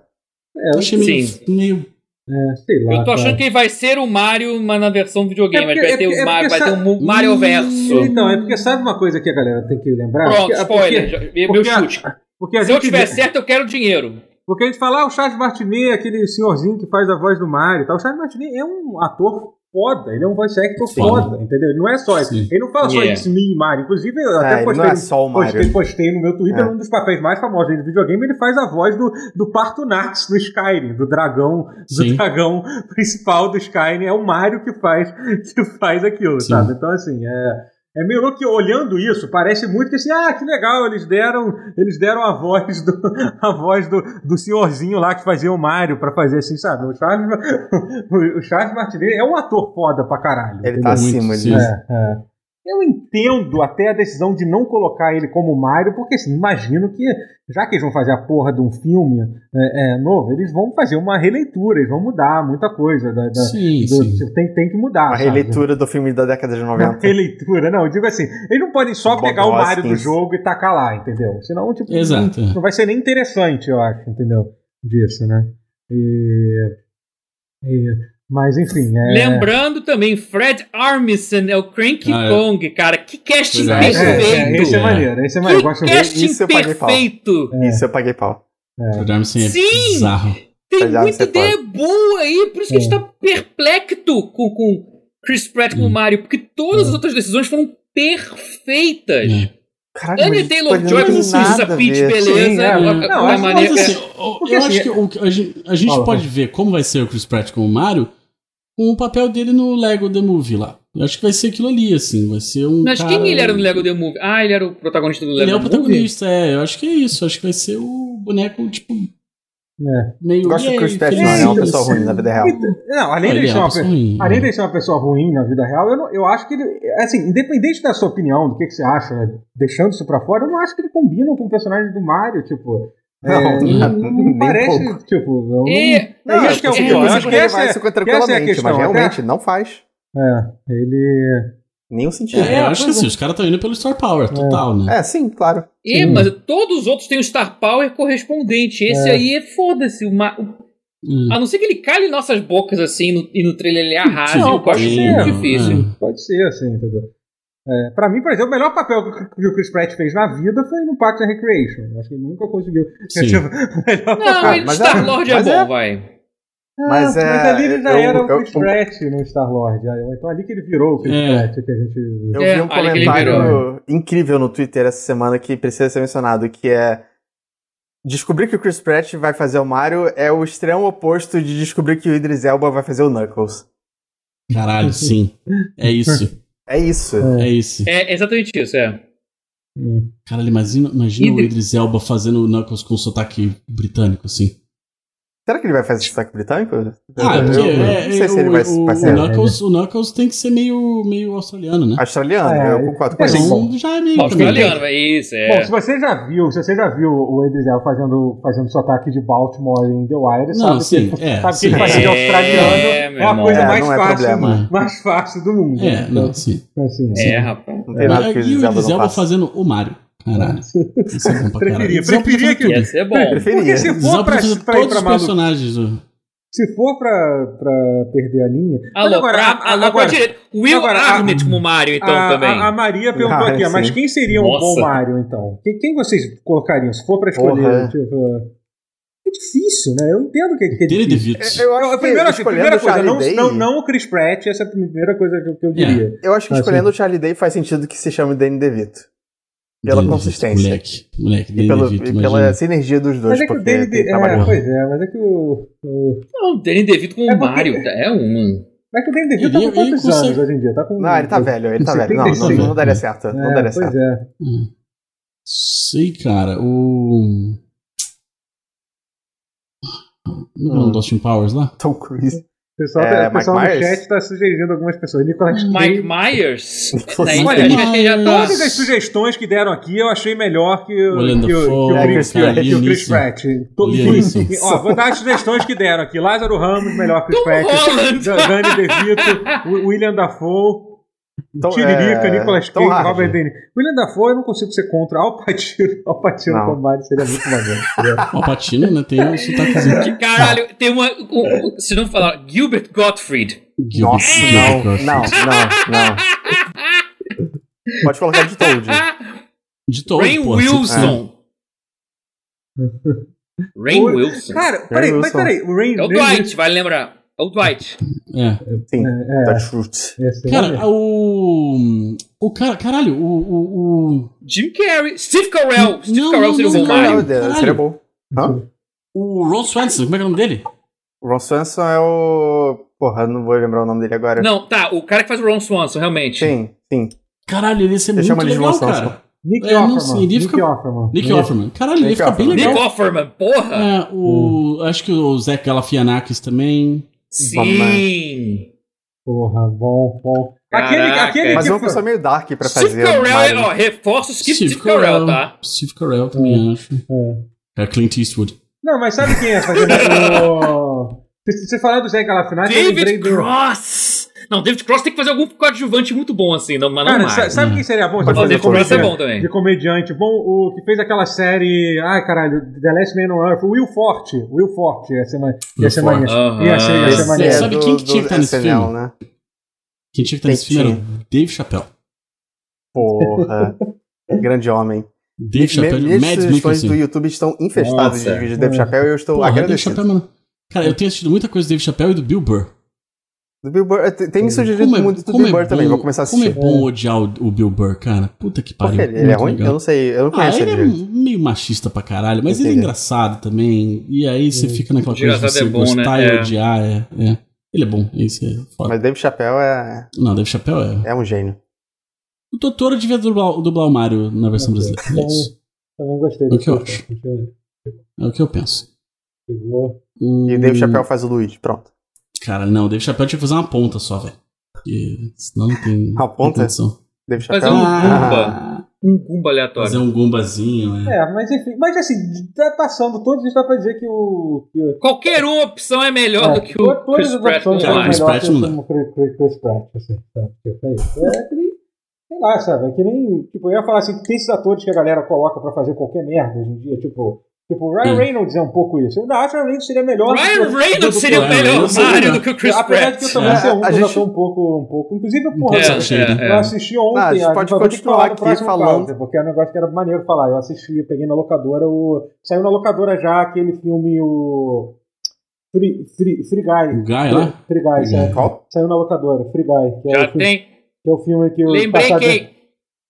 [SPEAKER 1] É,
[SPEAKER 3] Eu
[SPEAKER 1] eu,
[SPEAKER 3] achei meio, meio.
[SPEAKER 1] é, sei lá.
[SPEAKER 4] Eu
[SPEAKER 3] Ah,
[SPEAKER 4] tô
[SPEAKER 3] tá.
[SPEAKER 4] achando
[SPEAKER 1] cara.
[SPEAKER 4] que ele vai ser o Mario, mas na versão
[SPEAKER 1] É
[SPEAKER 4] videogame.
[SPEAKER 1] porque-
[SPEAKER 4] Ele vai
[SPEAKER 1] é
[SPEAKER 4] ter
[SPEAKER 1] porque-
[SPEAKER 4] o Mario,
[SPEAKER 1] é porque
[SPEAKER 4] vai ter
[SPEAKER 1] essa-
[SPEAKER 4] um Mario
[SPEAKER 2] Hum,
[SPEAKER 4] Verso.
[SPEAKER 1] Então, é porque sabe uma coisa que a galera tem que lembrar?
[SPEAKER 4] Pronto,
[SPEAKER 1] Porque- ah, porque-
[SPEAKER 4] spoiler. já- Meu
[SPEAKER 1] porque a-
[SPEAKER 4] chute.
[SPEAKER 1] Porque a
[SPEAKER 4] Se eu
[SPEAKER 1] gente
[SPEAKER 4] tiver certo, eu quero dinheiro.
[SPEAKER 1] Porque a gente fala, ah, o Charles Martinet, aquele senhorzinho que faz a voz do Mario e tal. O Charles Martinet é um ator foda, ele é um voice actor
[SPEAKER 3] Sim.
[SPEAKER 1] foda, entendeu? Ele não é só isso.
[SPEAKER 3] Sim.
[SPEAKER 1] Ele não fala só
[SPEAKER 4] Yeah.
[SPEAKER 1] It's me, Mario. Inclusive, eu
[SPEAKER 2] É,
[SPEAKER 1] até
[SPEAKER 2] ele
[SPEAKER 1] postei,
[SPEAKER 2] não é só o Mario.
[SPEAKER 1] postei, postei no meu Twitter,
[SPEAKER 2] É.
[SPEAKER 1] um dos papéis mais famosos dele do videogame, ele faz a voz do, do Partonax do Skyrim, do dragão, do
[SPEAKER 3] Sim.
[SPEAKER 1] dragão principal do Skyrim. É o Mario que faz, que faz aquilo,
[SPEAKER 3] Sim.
[SPEAKER 1] sabe? Então, assim, é... É meio louco que olhando isso, parece muito que assim, ah, que legal, eles deram, eles deram a voz do, a voz do, do senhorzinho lá que fazia o Mario pra fazer assim, sabe? O Charles, o Charles Martinet é um ator foda pra caralho.
[SPEAKER 2] Ele
[SPEAKER 1] entendeu?
[SPEAKER 2] tá
[SPEAKER 3] Muito,
[SPEAKER 2] acima
[SPEAKER 3] sim.
[SPEAKER 2] disso.
[SPEAKER 1] É, é. Eu entendo até a decisão de não colocar ele como Mario, porque assim, imagino que, já que eles vão fazer a porra de um filme é, é, novo, eles vão fazer uma releitura, eles vão mudar muita coisa. Da, da-
[SPEAKER 3] Sim,
[SPEAKER 1] do-
[SPEAKER 3] sim.
[SPEAKER 1] tem, tem que
[SPEAKER 4] Ah,
[SPEAKER 1] mudar.
[SPEAKER 2] A
[SPEAKER 1] sabe?
[SPEAKER 2] releitura do filme da década de
[SPEAKER 1] Uma
[SPEAKER 2] 90.
[SPEAKER 1] releitura, não, eu digo assim, eles não podem só
[SPEAKER 2] Bob
[SPEAKER 1] pegar o Mario do
[SPEAKER 2] Hoskins.
[SPEAKER 1] jogo e tacar lá, entendeu? Senão, tipo,
[SPEAKER 3] Exato. é.
[SPEAKER 1] não vai ser nem interessante, eu acho, entendeu? Disso, né? E- e- mas enfim, é.
[SPEAKER 4] Lembrando também, Fred Armisen é o Cranky
[SPEAKER 3] Ah, é.
[SPEAKER 4] Kong, cara. Que casting
[SPEAKER 3] Pois é.
[SPEAKER 1] é, é,
[SPEAKER 4] perfeito.
[SPEAKER 1] esse é maneiro, esse é maneiro. Eu gosto
[SPEAKER 4] Que
[SPEAKER 1] muito.
[SPEAKER 2] isso
[SPEAKER 4] casting
[SPEAKER 2] eu paguei pau.
[SPEAKER 4] perfeito.
[SPEAKER 1] É.
[SPEAKER 2] Isso eu paguei pau.
[SPEAKER 3] Fred Armisen é
[SPEAKER 4] Sim!
[SPEAKER 3] bizarro.
[SPEAKER 4] Tem
[SPEAKER 2] Fred Armisen
[SPEAKER 4] muita
[SPEAKER 2] é foda.
[SPEAKER 1] É.
[SPEAKER 4] ideia boa aí, por isso que a gente tá perplexo com, com Chris Pratt como
[SPEAKER 3] Hum.
[SPEAKER 4] Mario, porque todas
[SPEAKER 1] É.
[SPEAKER 4] as
[SPEAKER 3] Hum.
[SPEAKER 4] outras decisões foram perfeitas.
[SPEAKER 3] É.
[SPEAKER 2] Caraca,
[SPEAKER 4] Anya
[SPEAKER 2] mas não
[SPEAKER 4] Taylor-Joy
[SPEAKER 2] tem
[SPEAKER 4] com
[SPEAKER 2] nada
[SPEAKER 4] Susa
[SPEAKER 2] a
[SPEAKER 4] Peach,
[SPEAKER 2] ver.
[SPEAKER 4] beleza.
[SPEAKER 1] Sim, é,
[SPEAKER 4] a-
[SPEAKER 1] não,
[SPEAKER 4] a- a
[SPEAKER 1] acho-
[SPEAKER 4] maneira-
[SPEAKER 3] Mas assim, eu,
[SPEAKER 1] Porque,
[SPEAKER 3] eu
[SPEAKER 1] assim,
[SPEAKER 3] acho que o- a gente, a gente
[SPEAKER 1] Fala,
[SPEAKER 3] pode ver como vai ser o Chris Pratt como Mario com o papel dele no Lego The Movie lá. Eu acho que vai ser aquilo ali, assim. Vai ser um.
[SPEAKER 4] Mas
[SPEAKER 3] cara-
[SPEAKER 4] quem ele era no Lego The Movie? Ah, ele era o protagonista do Lego
[SPEAKER 3] Ele é o
[SPEAKER 4] The
[SPEAKER 3] protagonista, é. Eu acho que é isso. Eu acho que vai ser o boneco, tipo,
[SPEAKER 1] É.
[SPEAKER 3] meio.
[SPEAKER 2] Gosto do
[SPEAKER 3] "Yay,
[SPEAKER 2] Chris Pratt, não,
[SPEAKER 3] feliz",
[SPEAKER 2] ele é uma
[SPEAKER 3] assim.
[SPEAKER 2] pessoa ruim na vida real.
[SPEAKER 1] Não, além
[SPEAKER 3] Ele
[SPEAKER 1] dele
[SPEAKER 3] é
[SPEAKER 1] ser
[SPEAKER 3] uma
[SPEAKER 1] uma
[SPEAKER 3] pessoa
[SPEAKER 1] pe-
[SPEAKER 3] ruim.
[SPEAKER 1] além dele ser uma pessoa ruim na vida real, eu, não- eu acho que ele. Assim, independente da sua opinião, do que, que você acha, né, deixando isso pra fora, eu não acho que ele combina com o personagem do Mario, tipo.
[SPEAKER 2] Não,
[SPEAKER 1] é,
[SPEAKER 2] nada,
[SPEAKER 1] não
[SPEAKER 3] não
[SPEAKER 2] nem um
[SPEAKER 1] parece,
[SPEAKER 2] pouco.
[SPEAKER 1] tipo. Não,
[SPEAKER 4] Movie. E,
[SPEAKER 1] não, eu acho que é o
[SPEAKER 4] é,
[SPEAKER 1] pior. Eu
[SPEAKER 4] você
[SPEAKER 1] acho que essa é,
[SPEAKER 2] isso
[SPEAKER 1] essa é a
[SPEAKER 2] tranquilamente,
[SPEAKER 1] questão.
[SPEAKER 2] mas
[SPEAKER 1] até-
[SPEAKER 2] realmente não faz
[SPEAKER 1] é, ele.
[SPEAKER 2] nenhum sentido.
[SPEAKER 3] É, eu acho que
[SPEAKER 1] pois
[SPEAKER 3] assim, os caras estão indo pelo Star Power total, né?
[SPEAKER 2] É, sim, claro.
[SPEAKER 4] e,
[SPEAKER 1] Sim.
[SPEAKER 4] mas todos os outros têm o Star Power correspondente. Esse aí é foda-se. o Ma- o-
[SPEAKER 3] Hum.
[SPEAKER 4] A não ser que ele cale nossas bocas assim no- e no trailer ele arrase.
[SPEAKER 1] Não,
[SPEAKER 4] eu acho
[SPEAKER 1] pode
[SPEAKER 4] muito
[SPEAKER 1] ser.
[SPEAKER 4] difícil.
[SPEAKER 3] É.
[SPEAKER 1] Pode ser, assim, entendeu? É, pra mim, por exemplo, o melhor papel que- que o Chris Pratt fez na vida foi no Parks and Recreation. Acho que ele nunca conseguiu.
[SPEAKER 3] Sim.
[SPEAKER 1] Tipo, o melhor
[SPEAKER 4] Não,
[SPEAKER 1] papel.
[SPEAKER 2] Ah,
[SPEAKER 4] ele
[SPEAKER 2] mas é-
[SPEAKER 4] Star-Lord é,
[SPEAKER 2] mas
[SPEAKER 4] bom,
[SPEAKER 2] é-
[SPEAKER 4] vai.
[SPEAKER 1] Ah,
[SPEAKER 2] Mas
[SPEAKER 1] mas
[SPEAKER 2] é,
[SPEAKER 1] ali ele já
[SPEAKER 2] eu-
[SPEAKER 1] era o
[SPEAKER 2] eu-
[SPEAKER 1] Chris Pratt no Star-Lord. aí- Então ali que ele virou o Chris
[SPEAKER 3] É.
[SPEAKER 1] Pratt que a gente...
[SPEAKER 2] Eu
[SPEAKER 4] É,
[SPEAKER 2] vi um
[SPEAKER 4] olha que ele
[SPEAKER 2] comentário incrível no Twitter essa semana que precisa ser mencionado, que é descobrir que o Chris Pratt vai fazer o Mario é o extremo oposto de descobrir que o Idris Elba vai fazer o Knuckles.
[SPEAKER 3] Caralho, sim. É isso.
[SPEAKER 2] É isso.
[SPEAKER 3] É isso.
[SPEAKER 4] É exatamente isso, é.
[SPEAKER 1] Hum.
[SPEAKER 3] Caralho, imagina, imagina o
[SPEAKER 4] Idris-
[SPEAKER 3] Idris Elba fazendo o Knuckles com sotaque britânico, assim.
[SPEAKER 2] Será que ele vai fazer sotaque britânico?
[SPEAKER 3] Ah,
[SPEAKER 2] eu,
[SPEAKER 3] porque
[SPEAKER 2] eu-
[SPEAKER 3] é,
[SPEAKER 2] não sei
[SPEAKER 3] é,
[SPEAKER 2] se ele
[SPEAKER 3] o,
[SPEAKER 2] vai,
[SPEAKER 3] o,
[SPEAKER 2] vai
[SPEAKER 3] o
[SPEAKER 2] ser né?
[SPEAKER 3] Knuckles, o Knuckles tem que ser meio, meio australiano, né?
[SPEAKER 2] australiano,
[SPEAKER 1] É,
[SPEAKER 2] eu concordo com
[SPEAKER 1] é,
[SPEAKER 2] isso.
[SPEAKER 1] sim.
[SPEAKER 3] Então já é meio também.
[SPEAKER 4] Australiano, é isso, é.
[SPEAKER 1] Bom, se você já viu, se você já viu o Idris Elba fazendo, fazendo sotaque de Baltimore em The Wire,
[SPEAKER 3] Não,
[SPEAKER 1] sabe
[SPEAKER 3] sim,
[SPEAKER 1] que,
[SPEAKER 3] é,
[SPEAKER 1] sabe
[SPEAKER 3] sim.
[SPEAKER 1] que ele fazer de
[SPEAKER 4] É,
[SPEAKER 1] australiano
[SPEAKER 4] meu
[SPEAKER 1] é a
[SPEAKER 4] irmão.
[SPEAKER 1] coisa
[SPEAKER 2] É,
[SPEAKER 1] mais,
[SPEAKER 2] não é
[SPEAKER 1] fácil,
[SPEAKER 2] problema.
[SPEAKER 1] mais fácil do mundo.
[SPEAKER 3] É, não, sim.
[SPEAKER 1] Assim,
[SPEAKER 4] É, rapaz.
[SPEAKER 2] Não tem nada
[SPEAKER 3] Mas-
[SPEAKER 2] que
[SPEAKER 1] É,
[SPEAKER 2] o
[SPEAKER 3] e
[SPEAKER 2] Idris
[SPEAKER 3] o
[SPEAKER 2] Elba
[SPEAKER 3] Idris
[SPEAKER 2] não
[SPEAKER 3] Elba
[SPEAKER 2] faça.
[SPEAKER 3] fazendo o Mario. Caralho. Isso é bom pra caralho.
[SPEAKER 1] Preferia, preferia
[SPEAKER 3] Idris Elba fazer
[SPEAKER 1] que-
[SPEAKER 4] Ia ser
[SPEAKER 1] É,
[SPEAKER 4] bom.
[SPEAKER 1] Porque assim,
[SPEAKER 2] Preferia.
[SPEAKER 1] se
[SPEAKER 3] Idris
[SPEAKER 1] for
[SPEAKER 3] Elba
[SPEAKER 1] pra,
[SPEAKER 3] fazer
[SPEAKER 1] pra ir
[SPEAKER 3] todos
[SPEAKER 1] pra
[SPEAKER 3] os
[SPEAKER 1] maluco,
[SPEAKER 3] personagens. do-
[SPEAKER 1] se for pra, pra perder a linha... Mas
[SPEAKER 4] Alô,
[SPEAKER 1] agora,
[SPEAKER 4] pra-
[SPEAKER 1] a-
[SPEAKER 4] alô, pra
[SPEAKER 1] agora,
[SPEAKER 4] direita. Will
[SPEAKER 1] agora, a-
[SPEAKER 4] Arnett como Mario, então,
[SPEAKER 1] a,
[SPEAKER 4] também.
[SPEAKER 1] a- a Maria perguntou
[SPEAKER 2] Ah,
[SPEAKER 1] aqui,
[SPEAKER 2] sim.
[SPEAKER 1] mas quem seria um bom
[SPEAKER 4] Nossa.
[SPEAKER 1] Mario, então? Quem, quem vocês colocariam? Se for pra
[SPEAKER 2] Porra.
[SPEAKER 1] escolher, tipo... É difícil, né? Eu entendo que, que é
[SPEAKER 3] Danny
[SPEAKER 1] difícil.
[SPEAKER 3] DeVito.
[SPEAKER 2] Eu
[SPEAKER 1] Eu-
[SPEAKER 2] acho
[SPEAKER 1] a
[SPEAKER 2] que
[SPEAKER 1] primeira, assim,
[SPEAKER 2] escolhendo
[SPEAKER 1] primeira
[SPEAKER 2] o
[SPEAKER 1] coisa,
[SPEAKER 2] Charlie
[SPEAKER 1] não,
[SPEAKER 2] Day,
[SPEAKER 1] não, não o Chris Pratt, essa é a primeira coisa que eu, que eu
[SPEAKER 3] Yeah.
[SPEAKER 1] diria.
[SPEAKER 2] Eu acho que
[SPEAKER 1] Ah,
[SPEAKER 2] escolhendo o Charlie Day faz sentido que se chame Danny DeVito. Pela
[SPEAKER 3] Danny DeVito,
[SPEAKER 2] consistência.
[SPEAKER 3] Moleque, moleque,
[SPEAKER 2] E,
[SPEAKER 3] Danny
[SPEAKER 2] pelo-
[SPEAKER 3] DeVito,
[SPEAKER 2] e
[SPEAKER 3] imagina.
[SPEAKER 2] pela sinergia dos dois,
[SPEAKER 1] Mas é que o
[SPEAKER 2] porque
[SPEAKER 1] Danny
[SPEAKER 2] tem
[SPEAKER 1] DeVito.
[SPEAKER 2] trabalho.
[SPEAKER 1] É, pois é, mas é que o. o
[SPEAKER 4] Não, Danny DeVito como
[SPEAKER 1] É porque-
[SPEAKER 4] Mario. tá- É um.
[SPEAKER 1] mas é que o Danny DeVito tá
[SPEAKER 3] Ele-
[SPEAKER 1] com quantos
[SPEAKER 3] ele consegue-
[SPEAKER 1] anos hoje em dia? Tá com.
[SPEAKER 2] Não, ele tá velho, ele tá velho. Não, não,
[SPEAKER 1] 76.
[SPEAKER 2] não daria certo.
[SPEAKER 1] É,
[SPEAKER 2] não daria
[SPEAKER 1] pois
[SPEAKER 2] certo.
[SPEAKER 1] é.
[SPEAKER 3] Hum. Sei, cara. O. Como é
[SPEAKER 2] Hum.
[SPEAKER 3] o nome do Austin Powers lá?
[SPEAKER 1] é.
[SPEAKER 2] Tom Cruise.
[SPEAKER 1] O pessoal,
[SPEAKER 2] É,
[SPEAKER 1] tá- o pessoal no
[SPEAKER 2] Mike Myers?
[SPEAKER 1] chat tá sugerindo algumas pessoas. Nicolas
[SPEAKER 4] Mike
[SPEAKER 1] Cage.
[SPEAKER 4] Myers. Né,
[SPEAKER 2] Olha,
[SPEAKER 4] Na internet ele já tá.
[SPEAKER 1] Todas as sugestões que deram aqui eu achei melhor que, o-
[SPEAKER 3] Olhando
[SPEAKER 1] que, o- que
[SPEAKER 3] fora,
[SPEAKER 1] o Chris,
[SPEAKER 2] cara,
[SPEAKER 1] É que o Chris
[SPEAKER 3] Lianisson.
[SPEAKER 1] Pratt. To-
[SPEAKER 3] Lianisson.
[SPEAKER 1] Ó, vou dar as sugestões que deram aqui. Lázaro Ramos, melhor que o Chris Pratt.
[SPEAKER 4] Holland.
[SPEAKER 1] Da- Danny DeVito, o- William Dafoe.
[SPEAKER 2] Tom-
[SPEAKER 1] Tiririca,
[SPEAKER 2] é,
[SPEAKER 1] Nicolas
[SPEAKER 2] Tom
[SPEAKER 1] Cage,
[SPEAKER 2] Hardy.
[SPEAKER 1] Robert Denny. William Dafoe, eu não consigo ser contra. Al Pacino, Al Pacino
[SPEAKER 2] Não.
[SPEAKER 1] com Mario seria muito maneiro. entendeu?
[SPEAKER 3] O Patino, né? Tem um sotaquezinho.
[SPEAKER 4] Que caralho, tem uma. o- o- se não falar, Gilbert Gottfried.
[SPEAKER 3] Gilbert-
[SPEAKER 2] Nossa, não,
[SPEAKER 3] Gilbert Gottfried.
[SPEAKER 2] não, não, não. Pode colocar de Toad.
[SPEAKER 3] De todo,
[SPEAKER 4] Rain
[SPEAKER 3] pô,
[SPEAKER 4] Ah,
[SPEAKER 3] assim,
[SPEAKER 4] Wilson. Rain
[SPEAKER 1] Oi.
[SPEAKER 4] Wilson.
[SPEAKER 1] Cara, peraí, mas
[SPEAKER 2] Wilson.
[SPEAKER 1] peraí. O Rain
[SPEAKER 4] É o Dwight, vai lembrar. É o Dwight.
[SPEAKER 3] É.
[SPEAKER 2] Sim,
[SPEAKER 1] É,
[SPEAKER 2] Toad Fruit.
[SPEAKER 1] é, esse é-
[SPEAKER 3] Cara, o. O cara, caralho, o. o, o-
[SPEAKER 4] Jim Carrey. Steve Carell. Steve
[SPEAKER 3] Não,
[SPEAKER 4] Carell
[SPEAKER 3] não,
[SPEAKER 4] seria um
[SPEAKER 3] não,
[SPEAKER 4] bom
[SPEAKER 3] não.
[SPEAKER 4] Mario.
[SPEAKER 2] Caralho, Seria
[SPEAKER 3] caralho.
[SPEAKER 2] bom. Hã?
[SPEAKER 3] o Ron Swanson, como é que é o nome dele?
[SPEAKER 2] O Ron Swanson é o. Porra, não vou lembrar o nome dele agora.
[SPEAKER 4] Não, tá, o cara que faz o Ron Swanson, realmente.
[SPEAKER 2] Sim, sim.
[SPEAKER 3] Caralho, ele ia ser
[SPEAKER 2] Eu
[SPEAKER 3] muito
[SPEAKER 2] chamo ele de
[SPEAKER 3] legal,
[SPEAKER 2] Ron Swanson. é
[SPEAKER 3] cara.
[SPEAKER 1] Nick
[SPEAKER 3] É, não
[SPEAKER 1] Offerman.
[SPEAKER 3] sei, ele
[SPEAKER 1] Nick
[SPEAKER 3] fica-
[SPEAKER 1] Offerman.
[SPEAKER 3] Nick Offerman. Caralho, ele ia
[SPEAKER 2] Nick
[SPEAKER 3] ficar bem
[SPEAKER 2] Offerman.
[SPEAKER 4] Nick
[SPEAKER 3] legal.
[SPEAKER 4] Offerman, porra!
[SPEAKER 3] É, o, Acho que o Zach Galafianakis também.
[SPEAKER 4] Sim!
[SPEAKER 1] Porra, bom, bom.
[SPEAKER 4] Caraca.
[SPEAKER 1] Aquele, aquele
[SPEAKER 2] Mas é
[SPEAKER 1] que
[SPEAKER 2] uma pessoa meio dark pra
[SPEAKER 4] Steve
[SPEAKER 2] fazer. o
[SPEAKER 4] Carell, é,
[SPEAKER 2] Mario.
[SPEAKER 4] ó, reforça o Steve, Steve Carell, tá?
[SPEAKER 3] Steve Carell
[SPEAKER 2] Hum.
[SPEAKER 3] também, acho.
[SPEAKER 1] É.
[SPEAKER 3] É Clint Eastwood.
[SPEAKER 1] Não, mas sabe quem é fazendo o... Você você falar do Zé Galafinati, eu lembrei
[SPEAKER 4] David
[SPEAKER 1] do...
[SPEAKER 4] Cross! Não, David Cross tem que fazer algum coadjuvante muito bom assim, não, mas não
[SPEAKER 1] Cara, sa-
[SPEAKER 4] mais.
[SPEAKER 1] sabe quem seria bom?
[SPEAKER 2] Pode
[SPEAKER 4] Ó,
[SPEAKER 1] Sabe quem
[SPEAKER 2] fazer
[SPEAKER 4] O David
[SPEAKER 2] como
[SPEAKER 4] Cross é
[SPEAKER 1] seria
[SPEAKER 4] bom também.
[SPEAKER 1] de comediante. Bom, o que fez aquela série. Ai, caralho, The Last Man on Earth, o Will Forte. Will Forte, ia ser, ma- ia
[SPEAKER 3] Will
[SPEAKER 1] ser
[SPEAKER 3] Forte.
[SPEAKER 1] maneiro.
[SPEAKER 4] Aham.
[SPEAKER 1] Ia ser, ia ser
[SPEAKER 2] É,
[SPEAKER 1] maneiro.
[SPEAKER 3] Sabe quem que tinha que tá nesse
[SPEAKER 2] SNL,
[SPEAKER 3] filme?
[SPEAKER 2] né?
[SPEAKER 3] Quem tinha que estar nesse
[SPEAKER 2] Quem
[SPEAKER 3] filme era o Dave Chappelle.
[SPEAKER 2] Porra. Grande homem.
[SPEAKER 3] Dave
[SPEAKER 2] Me-
[SPEAKER 3] Chappelle,
[SPEAKER 2] Minhas
[SPEAKER 3] Mads
[SPEAKER 2] sugestões do
[SPEAKER 3] Mikkelsen.
[SPEAKER 2] YouTube estão infestadas de
[SPEAKER 4] Nossa.
[SPEAKER 2] vídeos de Dave
[SPEAKER 1] É.
[SPEAKER 2] Chappelle e eu estou
[SPEAKER 3] Porra, Dave
[SPEAKER 2] agradecido.
[SPEAKER 3] Chappelle, mano. Cara, eu tenho assistido muita coisa do Dave Chappelle e do Bill Burr.
[SPEAKER 2] Do Bill Burr. Tem, tem me sugerido
[SPEAKER 3] é um Como é-
[SPEAKER 2] muito do
[SPEAKER 3] como
[SPEAKER 2] Bill
[SPEAKER 3] é
[SPEAKER 2] Burr
[SPEAKER 3] bom-
[SPEAKER 2] também, vou começar a
[SPEAKER 3] Como é
[SPEAKER 2] assistir.
[SPEAKER 3] bom odiar o, o Bill Burr, cara. Puta que
[SPEAKER 2] Por
[SPEAKER 3] pariu.
[SPEAKER 2] que ele, ele é
[SPEAKER 3] muito
[SPEAKER 2] ruim?
[SPEAKER 3] legal.
[SPEAKER 2] Eu não sei, eu não
[SPEAKER 3] Ah,
[SPEAKER 2] conheço
[SPEAKER 3] ele
[SPEAKER 2] ele.
[SPEAKER 3] é meio machista pra caralho, mas ele é
[SPEAKER 2] Entendi.
[SPEAKER 3] engraçado também. E aí você fica naquela coisa de
[SPEAKER 4] Engraçado
[SPEAKER 3] você
[SPEAKER 4] é bom,
[SPEAKER 3] gostar
[SPEAKER 4] né?
[SPEAKER 3] e
[SPEAKER 4] É.
[SPEAKER 3] odiar. É, é. Ele é bom, isso é foda.
[SPEAKER 2] Mas Dave Chappelle é,
[SPEAKER 3] Não, Dave Chappelle é.
[SPEAKER 2] é um gênio.
[SPEAKER 3] O Totoro devia dublar, dublar o Mario na versão brasileira. É isso.
[SPEAKER 1] Também gostei
[SPEAKER 3] O que eu acho? É o que eu penso.
[SPEAKER 1] Chegou.
[SPEAKER 2] E
[SPEAKER 3] Hum,
[SPEAKER 2] Dave Chappelle faz o Luigi, pronto.
[SPEAKER 3] Cara, não, o Dave Chappelle tinha que fazer uma ponta só, velho. Porque Senão não tem.
[SPEAKER 2] Uma ponta? Então,
[SPEAKER 3] não tem condição.
[SPEAKER 2] é Dave
[SPEAKER 4] Mas
[SPEAKER 2] Chappelle.
[SPEAKER 4] é um-
[SPEAKER 3] Ah,
[SPEAKER 4] Um gumba aleatório.
[SPEAKER 3] fazer um gumbazinho, né?
[SPEAKER 1] É, mas enfim, mas assim, tá passando todos isso dá pra dizer que o. Que, o-
[SPEAKER 4] Qualquer uma opção é melhor
[SPEAKER 1] é,
[SPEAKER 4] do que o
[SPEAKER 1] to- todas
[SPEAKER 4] Chris
[SPEAKER 1] as
[SPEAKER 4] Pratt.
[SPEAKER 1] opções
[SPEAKER 4] né?
[SPEAKER 1] são melhores
[SPEAKER 3] Chris Pratt
[SPEAKER 1] tá que
[SPEAKER 3] não dá.
[SPEAKER 1] o Chris- Chris- Chris Pratt, assim, sabe? Tipo, é isso. É que nem- sei lá, sabe? É que nem. Tipo, eu ia falar assim, que tem esses atores que a galera coloca pra fazer qualquer merda hoje em dia, tipo. Tipo, o Ryan
[SPEAKER 3] Hum.
[SPEAKER 1] Reynolds é um pouco isso. Eu ainda acho que o Ryan Reynolds seria melhor.
[SPEAKER 4] Ryan
[SPEAKER 1] do que-
[SPEAKER 4] Reynolds
[SPEAKER 1] do-
[SPEAKER 4] seria o
[SPEAKER 3] Ryan
[SPEAKER 4] melhor
[SPEAKER 3] Reynolds seria
[SPEAKER 4] Mario
[SPEAKER 3] melhor.
[SPEAKER 4] do que o Chris
[SPEAKER 1] Apesar de
[SPEAKER 4] Pratt. É,
[SPEAKER 1] que eu também
[SPEAKER 2] É,
[SPEAKER 1] sou um,
[SPEAKER 2] a
[SPEAKER 1] a
[SPEAKER 2] gente-
[SPEAKER 1] um pouco, um pouco. Inclusive,
[SPEAKER 3] Não
[SPEAKER 1] porra,
[SPEAKER 3] tem
[SPEAKER 1] eu-
[SPEAKER 3] saco cheio, né?
[SPEAKER 1] eu assisti ontem.
[SPEAKER 2] Ah, a gente
[SPEAKER 1] gente
[SPEAKER 2] pode
[SPEAKER 1] vai
[SPEAKER 2] continuar
[SPEAKER 1] continuar no
[SPEAKER 2] aqui
[SPEAKER 1] próximo
[SPEAKER 2] falando.
[SPEAKER 1] caso, porque é um negócio que era maneiro falar. Eu assisti, eu peguei na locadora o. Saiu na locadora já aquele filme, o. Free, Free, Free Guy.
[SPEAKER 3] O né? Guy lá.
[SPEAKER 1] Free Guy,
[SPEAKER 3] Free
[SPEAKER 1] é.
[SPEAKER 3] Guy.
[SPEAKER 2] Qual?
[SPEAKER 1] Saiu na locadora, Free Guy. Que é,
[SPEAKER 4] Já
[SPEAKER 1] o filme,
[SPEAKER 4] tem.
[SPEAKER 1] que é o filme que o
[SPEAKER 4] Lembrei
[SPEAKER 1] passar,
[SPEAKER 4] quem.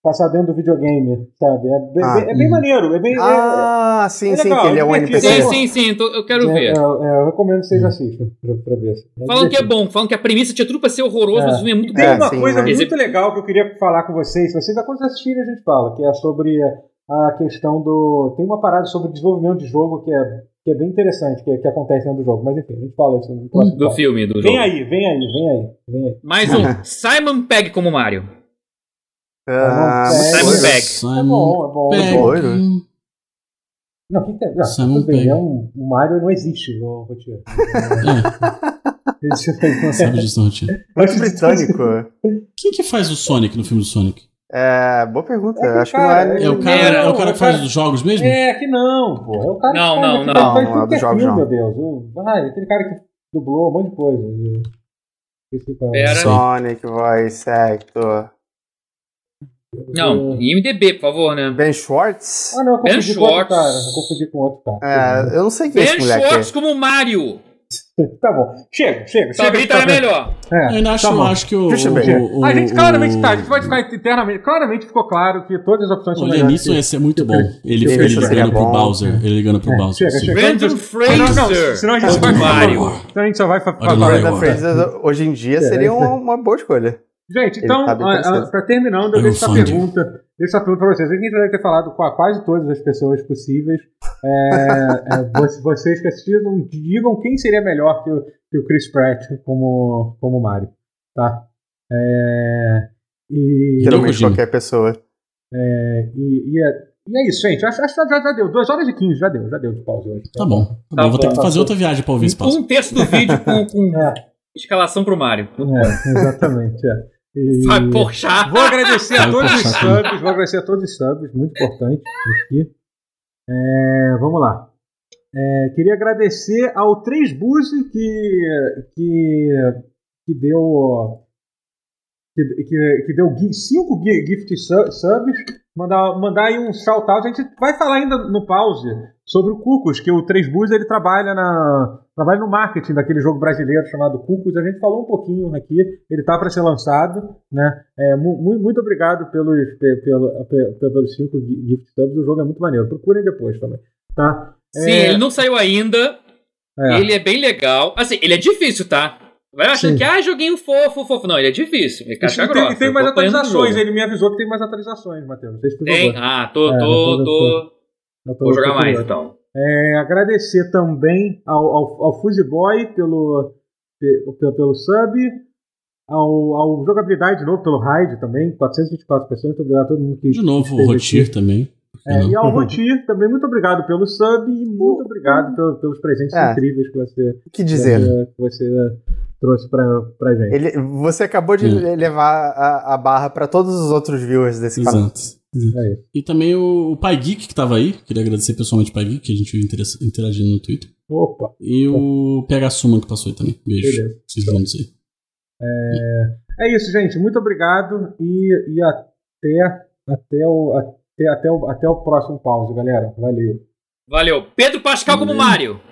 [SPEAKER 1] passar dentro do videogame, sabe? É bem,
[SPEAKER 2] Ah.
[SPEAKER 1] bem- é bem
[SPEAKER 3] Hum.
[SPEAKER 1] maneiro. É bem, é-
[SPEAKER 2] Ah, sim,
[SPEAKER 1] É
[SPEAKER 2] sim,
[SPEAKER 1] legal,
[SPEAKER 2] que ele é um
[SPEAKER 1] divertido.
[SPEAKER 2] NPC.
[SPEAKER 4] Sim, sim, sim. tô- eu quero
[SPEAKER 1] é-
[SPEAKER 4] ver.
[SPEAKER 1] é- é, eu recomendo que
[SPEAKER 2] Hum.
[SPEAKER 1] vocês assistam pra, pra ver. assim.
[SPEAKER 4] Falam que é
[SPEAKER 1] divertido.
[SPEAKER 4] bom, falam que a premissa tinha tudo pra ser horroroso,
[SPEAKER 1] É.
[SPEAKER 4] mas o filme é muito
[SPEAKER 1] Tem
[SPEAKER 2] É,
[SPEAKER 4] bom.
[SPEAKER 1] uma
[SPEAKER 2] sim,
[SPEAKER 1] coisa
[SPEAKER 2] mas-
[SPEAKER 1] muito legal que eu queria falar com vocês. Vocês a quando assistirem a gente fala, que é sobre a questão do. Tem uma parada sobre desenvolvimento de jogo que é, que é bem interessante, que, que acontece dentro do jogo. Mas enfim, a gente fala isso no próximo.
[SPEAKER 4] Do
[SPEAKER 1] papo.
[SPEAKER 4] filme, do
[SPEAKER 1] Vem
[SPEAKER 4] jogo.
[SPEAKER 1] aí, vem aí, vem aí, vem aí.
[SPEAKER 4] Mais um. Simon Pegg como Mario.
[SPEAKER 2] Ah,
[SPEAKER 1] Simon
[SPEAKER 2] muito
[SPEAKER 4] Pegg.
[SPEAKER 1] É bom, é bom.
[SPEAKER 3] Pegg.
[SPEAKER 1] É bom.
[SPEAKER 2] loiro.
[SPEAKER 1] Não, que, não
[SPEAKER 3] Simon
[SPEAKER 1] tudo bem,
[SPEAKER 3] Pegg.
[SPEAKER 1] é um, o Mario não existe, o Rotier. Isso aí não é-
[SPEAKER 3] Sabe disso, não, tia.
[SPEAKER 2] Muito britânico.
[SPEAKER 3] Quem que faz o Sonic no filme do Sonic?
[SPEAKER 2] É, boa pergunta.
[SPEAKER 1] É que,
[SPEAKER 2] Acho
[SPEAKER 1] cara,
[SPEAKER 2] que não é.
[SPEAKER 3] É o cara,
[SPEAKER 4] Não,
[SPEAKER 3] é o cara
[SPEAKER 1] o
[SPEAKER 3] que faz
[SPEAKER 1] cara-
[SPEAKER 3] os jogos mesmo?
[SPEAKER 1] É, que não, pô. É o cara
[SPEAKER 4] Não,
[SPEAKER 1] que
[SPEAKER 4] não,
[SPEAKER 1] faz, aquele- faz
[SPEAKER 4] não.
[SPEAKER 2] Não,
[SPEAKER 1] tudo
[SPEAKER 2] é do
[SPEAKER 1] que é
[SPEAKER 2] jogo,
[SPEAKER 1] filme,
[SPEAKER 2] não.
[SPEAKER 1] meu Deus. O- Ai, aquele cara que dublou um monte de coisa. Esqueci qual é.
[SPEAKER 4] Era-
[SPEAKER 2] Sonic, Voice Actor.
[SPEAKER 4] Não,
[SPEAKER 3] um.
[SPEAKER 4] IMDB, por favor, né?
[SPEAKER 2] Ben Schwartz?
[SPEAKER 1] Ah, não, eu
[SPEAKER 4] Ben
[SPEAKER 1] confundi com outro
[SPEAKER 4] Schwartz.
[SPEAKER 1] cara. Eu confundi com outro cara.
[SPEAKER 2] É, eu não sei quem é esse
[SPEAKER 4] Ben
[SPEAKER 2] moleque.
[SPEAKER 4] Schwartz como Mario.
[SPEAKER 1] Tá bom. Chega, chega. chega de
[SPEAKER 4] Sabrita era
[SPEAKER 1] papo.
[SPEAKER 4] melhor.
[SPEAKER 3] Eu
[SPEAKER 1] É.
[SPEAKER 3] ainda acho,
[SPEAKER 2] Tá bom.
[SPEAKER 3] acho que o.
[SPEAKER 2] Deixa eu ver.
[SPEAKER 3] o- o-
[SPEAKER 1] A gente claramente
[SPEAKER 3] o-
[SPEAKER 1] tá, a gente vai ficar eternamente. Claramente ficou claro que todas as opções
[SPEAKER 3] O é
[SPEAKER 1] são melhores.
[SPEAKER 3] Lenilson ia ser muito bom. Ele,
[SPEAKER 2] Lenilson
[SPEAKER 3] ele
[SPEAKER 2] seria
[SPEAKER 3] ligando pro
[SPEAKER 2] bom. É,
[SPEAKER 3] Bowser. Ele ligando pro Bowser.
[SPEAKER 1] chega,
[SPEAKER 3] assim. sim.
[SPEAKER 1] chega.
[SPEAKER 4] Brandon
[SPEAKER 1] Senão- não,
[SPEAKER 4] Fraser.
[SPEAKER 1] senão a gente
[SPEAKER 4] como
[SPEAKER 1] vai-
[SPEAKER 4] Mario.
[SPEAKER 1] Então a gente só vai fa-
[SPEAKER 3] Olha lá,
[SPEAKER 1] falar.
[SPEAKER 2] Brandon
[SPEAKER 3] agora.
[SPEAKER 2] Fraser, hoje em dia,
[SPEAKER 1] É,
[SPEAKER 2] seria
[SPEAKER 1] é.
[SPEAKER 2] uma, uma boa escolha.
[SPEAKER 1] Gente,
[SPEAKER 2] Ele
[SPEAKER 1] então,
[SPEAKER 2] tá bem
[SPEAKER 1] a- a-
[SPEAKER 2] interessante.
[SPEAKER 1] pra terminando,
[SPEAKER 3] Eu um
[SPEAKER 1] eu deixo essa
[SPEAKER 3] fundo.
[SPEAKER 1] pergunta. Deixo essa pergunta pra vocês. A gente já deve ter falado com a quase todas as pessoas possíveis. É, é, vo- vocês que assistiram, digam quem seria melhor que o, que o Chris Pratt como, como Mario. Tá? É, e,
[SPEAKER 2] Geralmente
[SPEAKER 3] Kojima.
[SPEAKER 2] qualquer pessoa.
[SPEAKER 1] é, e, e é, e é isso, gente. Acho, acho que já, já deu. 2 horas e 15, já deu, já deu de pausa hoje.
[SPEAKER 3] Tá bom. Tá
[SPEAKER 4] Tá
[SPEAKER 3] bom. Vou ter
[SPEAKER 4] bom.
[SPEAKER 3] que fazer outra viagem pra ouvir esse
[SPEAKER 1] Então,
[SPEAKER 3] passo.
[SPEAKER 4] Um terço do vídeo com, com
[SPEAKER 1] É,
[SPEAKER 4] escalação pro Mario.
[SPEAKER 1] é, exatamente. É. E-
[SPEAKER 4] Vai, poxa.
[SPEAKER 1] Vou agradecer a
[SPEAKER 3] Vai
[SPEAKER 1] todos os
[SPEAKER 3] puxar tudo.
[SPEAKER 1] subs, vou agradecer a todos os subs, muito importante aqui. É, vamos lá. É, queria agradecer ao Três Buzzi que, que, que deu. Que, que, que deu gui- cinco gui- gift su- subs. Mandar, mandar aí um shout out. A gente vai falar ainda no pause sobre o Cucos, que o Três Buzzi ele trabalha na. Trabalha no marketing daquele jogo brasileiro chamado Cucos. A gente falou um pouquinho aqui. Ele tá para ser lançado, né? É, mu- mu- muito obrigado pelos, pe- pelo, pe- pelos cinco gi- gift subs. O jogo é muito maneiro. Procurem depois também, tá?
[SPEAKER 4] Sim,
[SPEAKER 1] É,
[SPEAKER 4] ele não saiu ainda.
[SPEAKER 1] é.
[SPEAKER 4] Ele é bem legal. Assim, ele é difícil, tá? Vai achando
[SPEAKER 1] Sim.
[SPEAKER 4] que, ah, joguinho fofo, fofo. Não, ele é difícil. Ele é
[SPEAKER 1] E
[SPEAKER 4] casca
[SPEAKER 1] tem,
[SPEAKER 4] grossa.
[SPEAKER 1] e tem
[SPEAKER 4] eu
[SPEAKER 1] mais
[SPEAKER 4] tô apanhando no
[SPEAKER 1] atualizações.
[SPEAKER 4] jogo.
[SPEAKER 1] Ele me avisou que tem mais atualizações, Matheus. Não sei se tu
[SPEAKER 4] Tem?
[SPEAKER 1] jogou.
[SPEAKER 4] Ah, tô,
[SPEAKER 1] É, depois
[SPEAKER 4] tô,
[SPEAKER 1] eu
[SPEAKER 4] tô.
[SPEAKER 1] Eu tô-
[SPEAKER 4] Vou
[SPEAKER 1] tô
[SPEAKER 4] jogar mais,
[SPEAKER 1] curioso.
[SPEAKER 4] então.
[SPEAKER 1] É, agradecer também ao, ao, ao Fuziboy pelo, pe- pelo, pelo sub, ao, ao Jogabilidade de novo, pelo Raid também, 424 pessoas, muito obrigado a todo mundo que
[SPEAKER 3] De novo, o
[SPEAKER 1] esteve
[SPEAKER 3] Rotir
[SPEAKER 1] aqui.
[SPEAKER 3] também.
[SPEAKER 1] É, e ao
[SPEAKER 2] Uhum.
[SPEAKER 1] Rotir também, muito obrigado pelo sub e muito obrigado pelo- pelos presentes
[SPEAKER 2] É.
[SPEAKER 1] incríveis que você,
[SPEAKER 2] O que
[SPEAKER 1] que
[SPEAKER 2] dizer?
[SPEAKER 1] você, que você né, trouxe pra, pra gente.
[SPEAKER 2] Ele, você acabou de
[SPEAKER 3] Hum.
[SPEAKER 2] levar a, a barra pra todos os outros viewers desse canal.
[SPEAKER 3] Exato. Exato.
[SPEAKER 1] É isso.
[SPEAKER 3] E também o, o Pai Geek que tava aí. Queria agradecer pessoalmente o Pai Geek, que a gente viu intera- interagindo no Twitter.
[SPEAKER 1] Opa,
[SPEAKER 3] E o PH Suma que passou aí também. Beijo.
[SPEAKER 1] beleza.
[SPEAKER 3] Vocês vão dizer.
[SPEAKER 1] É isso, gente. Muito obrigado e, e até, até, o, até, até, o, até o próximo pause, galera. Valeu. Uhum.
[SPEAKER 4] Valeu. Pedro Pascal como Mario.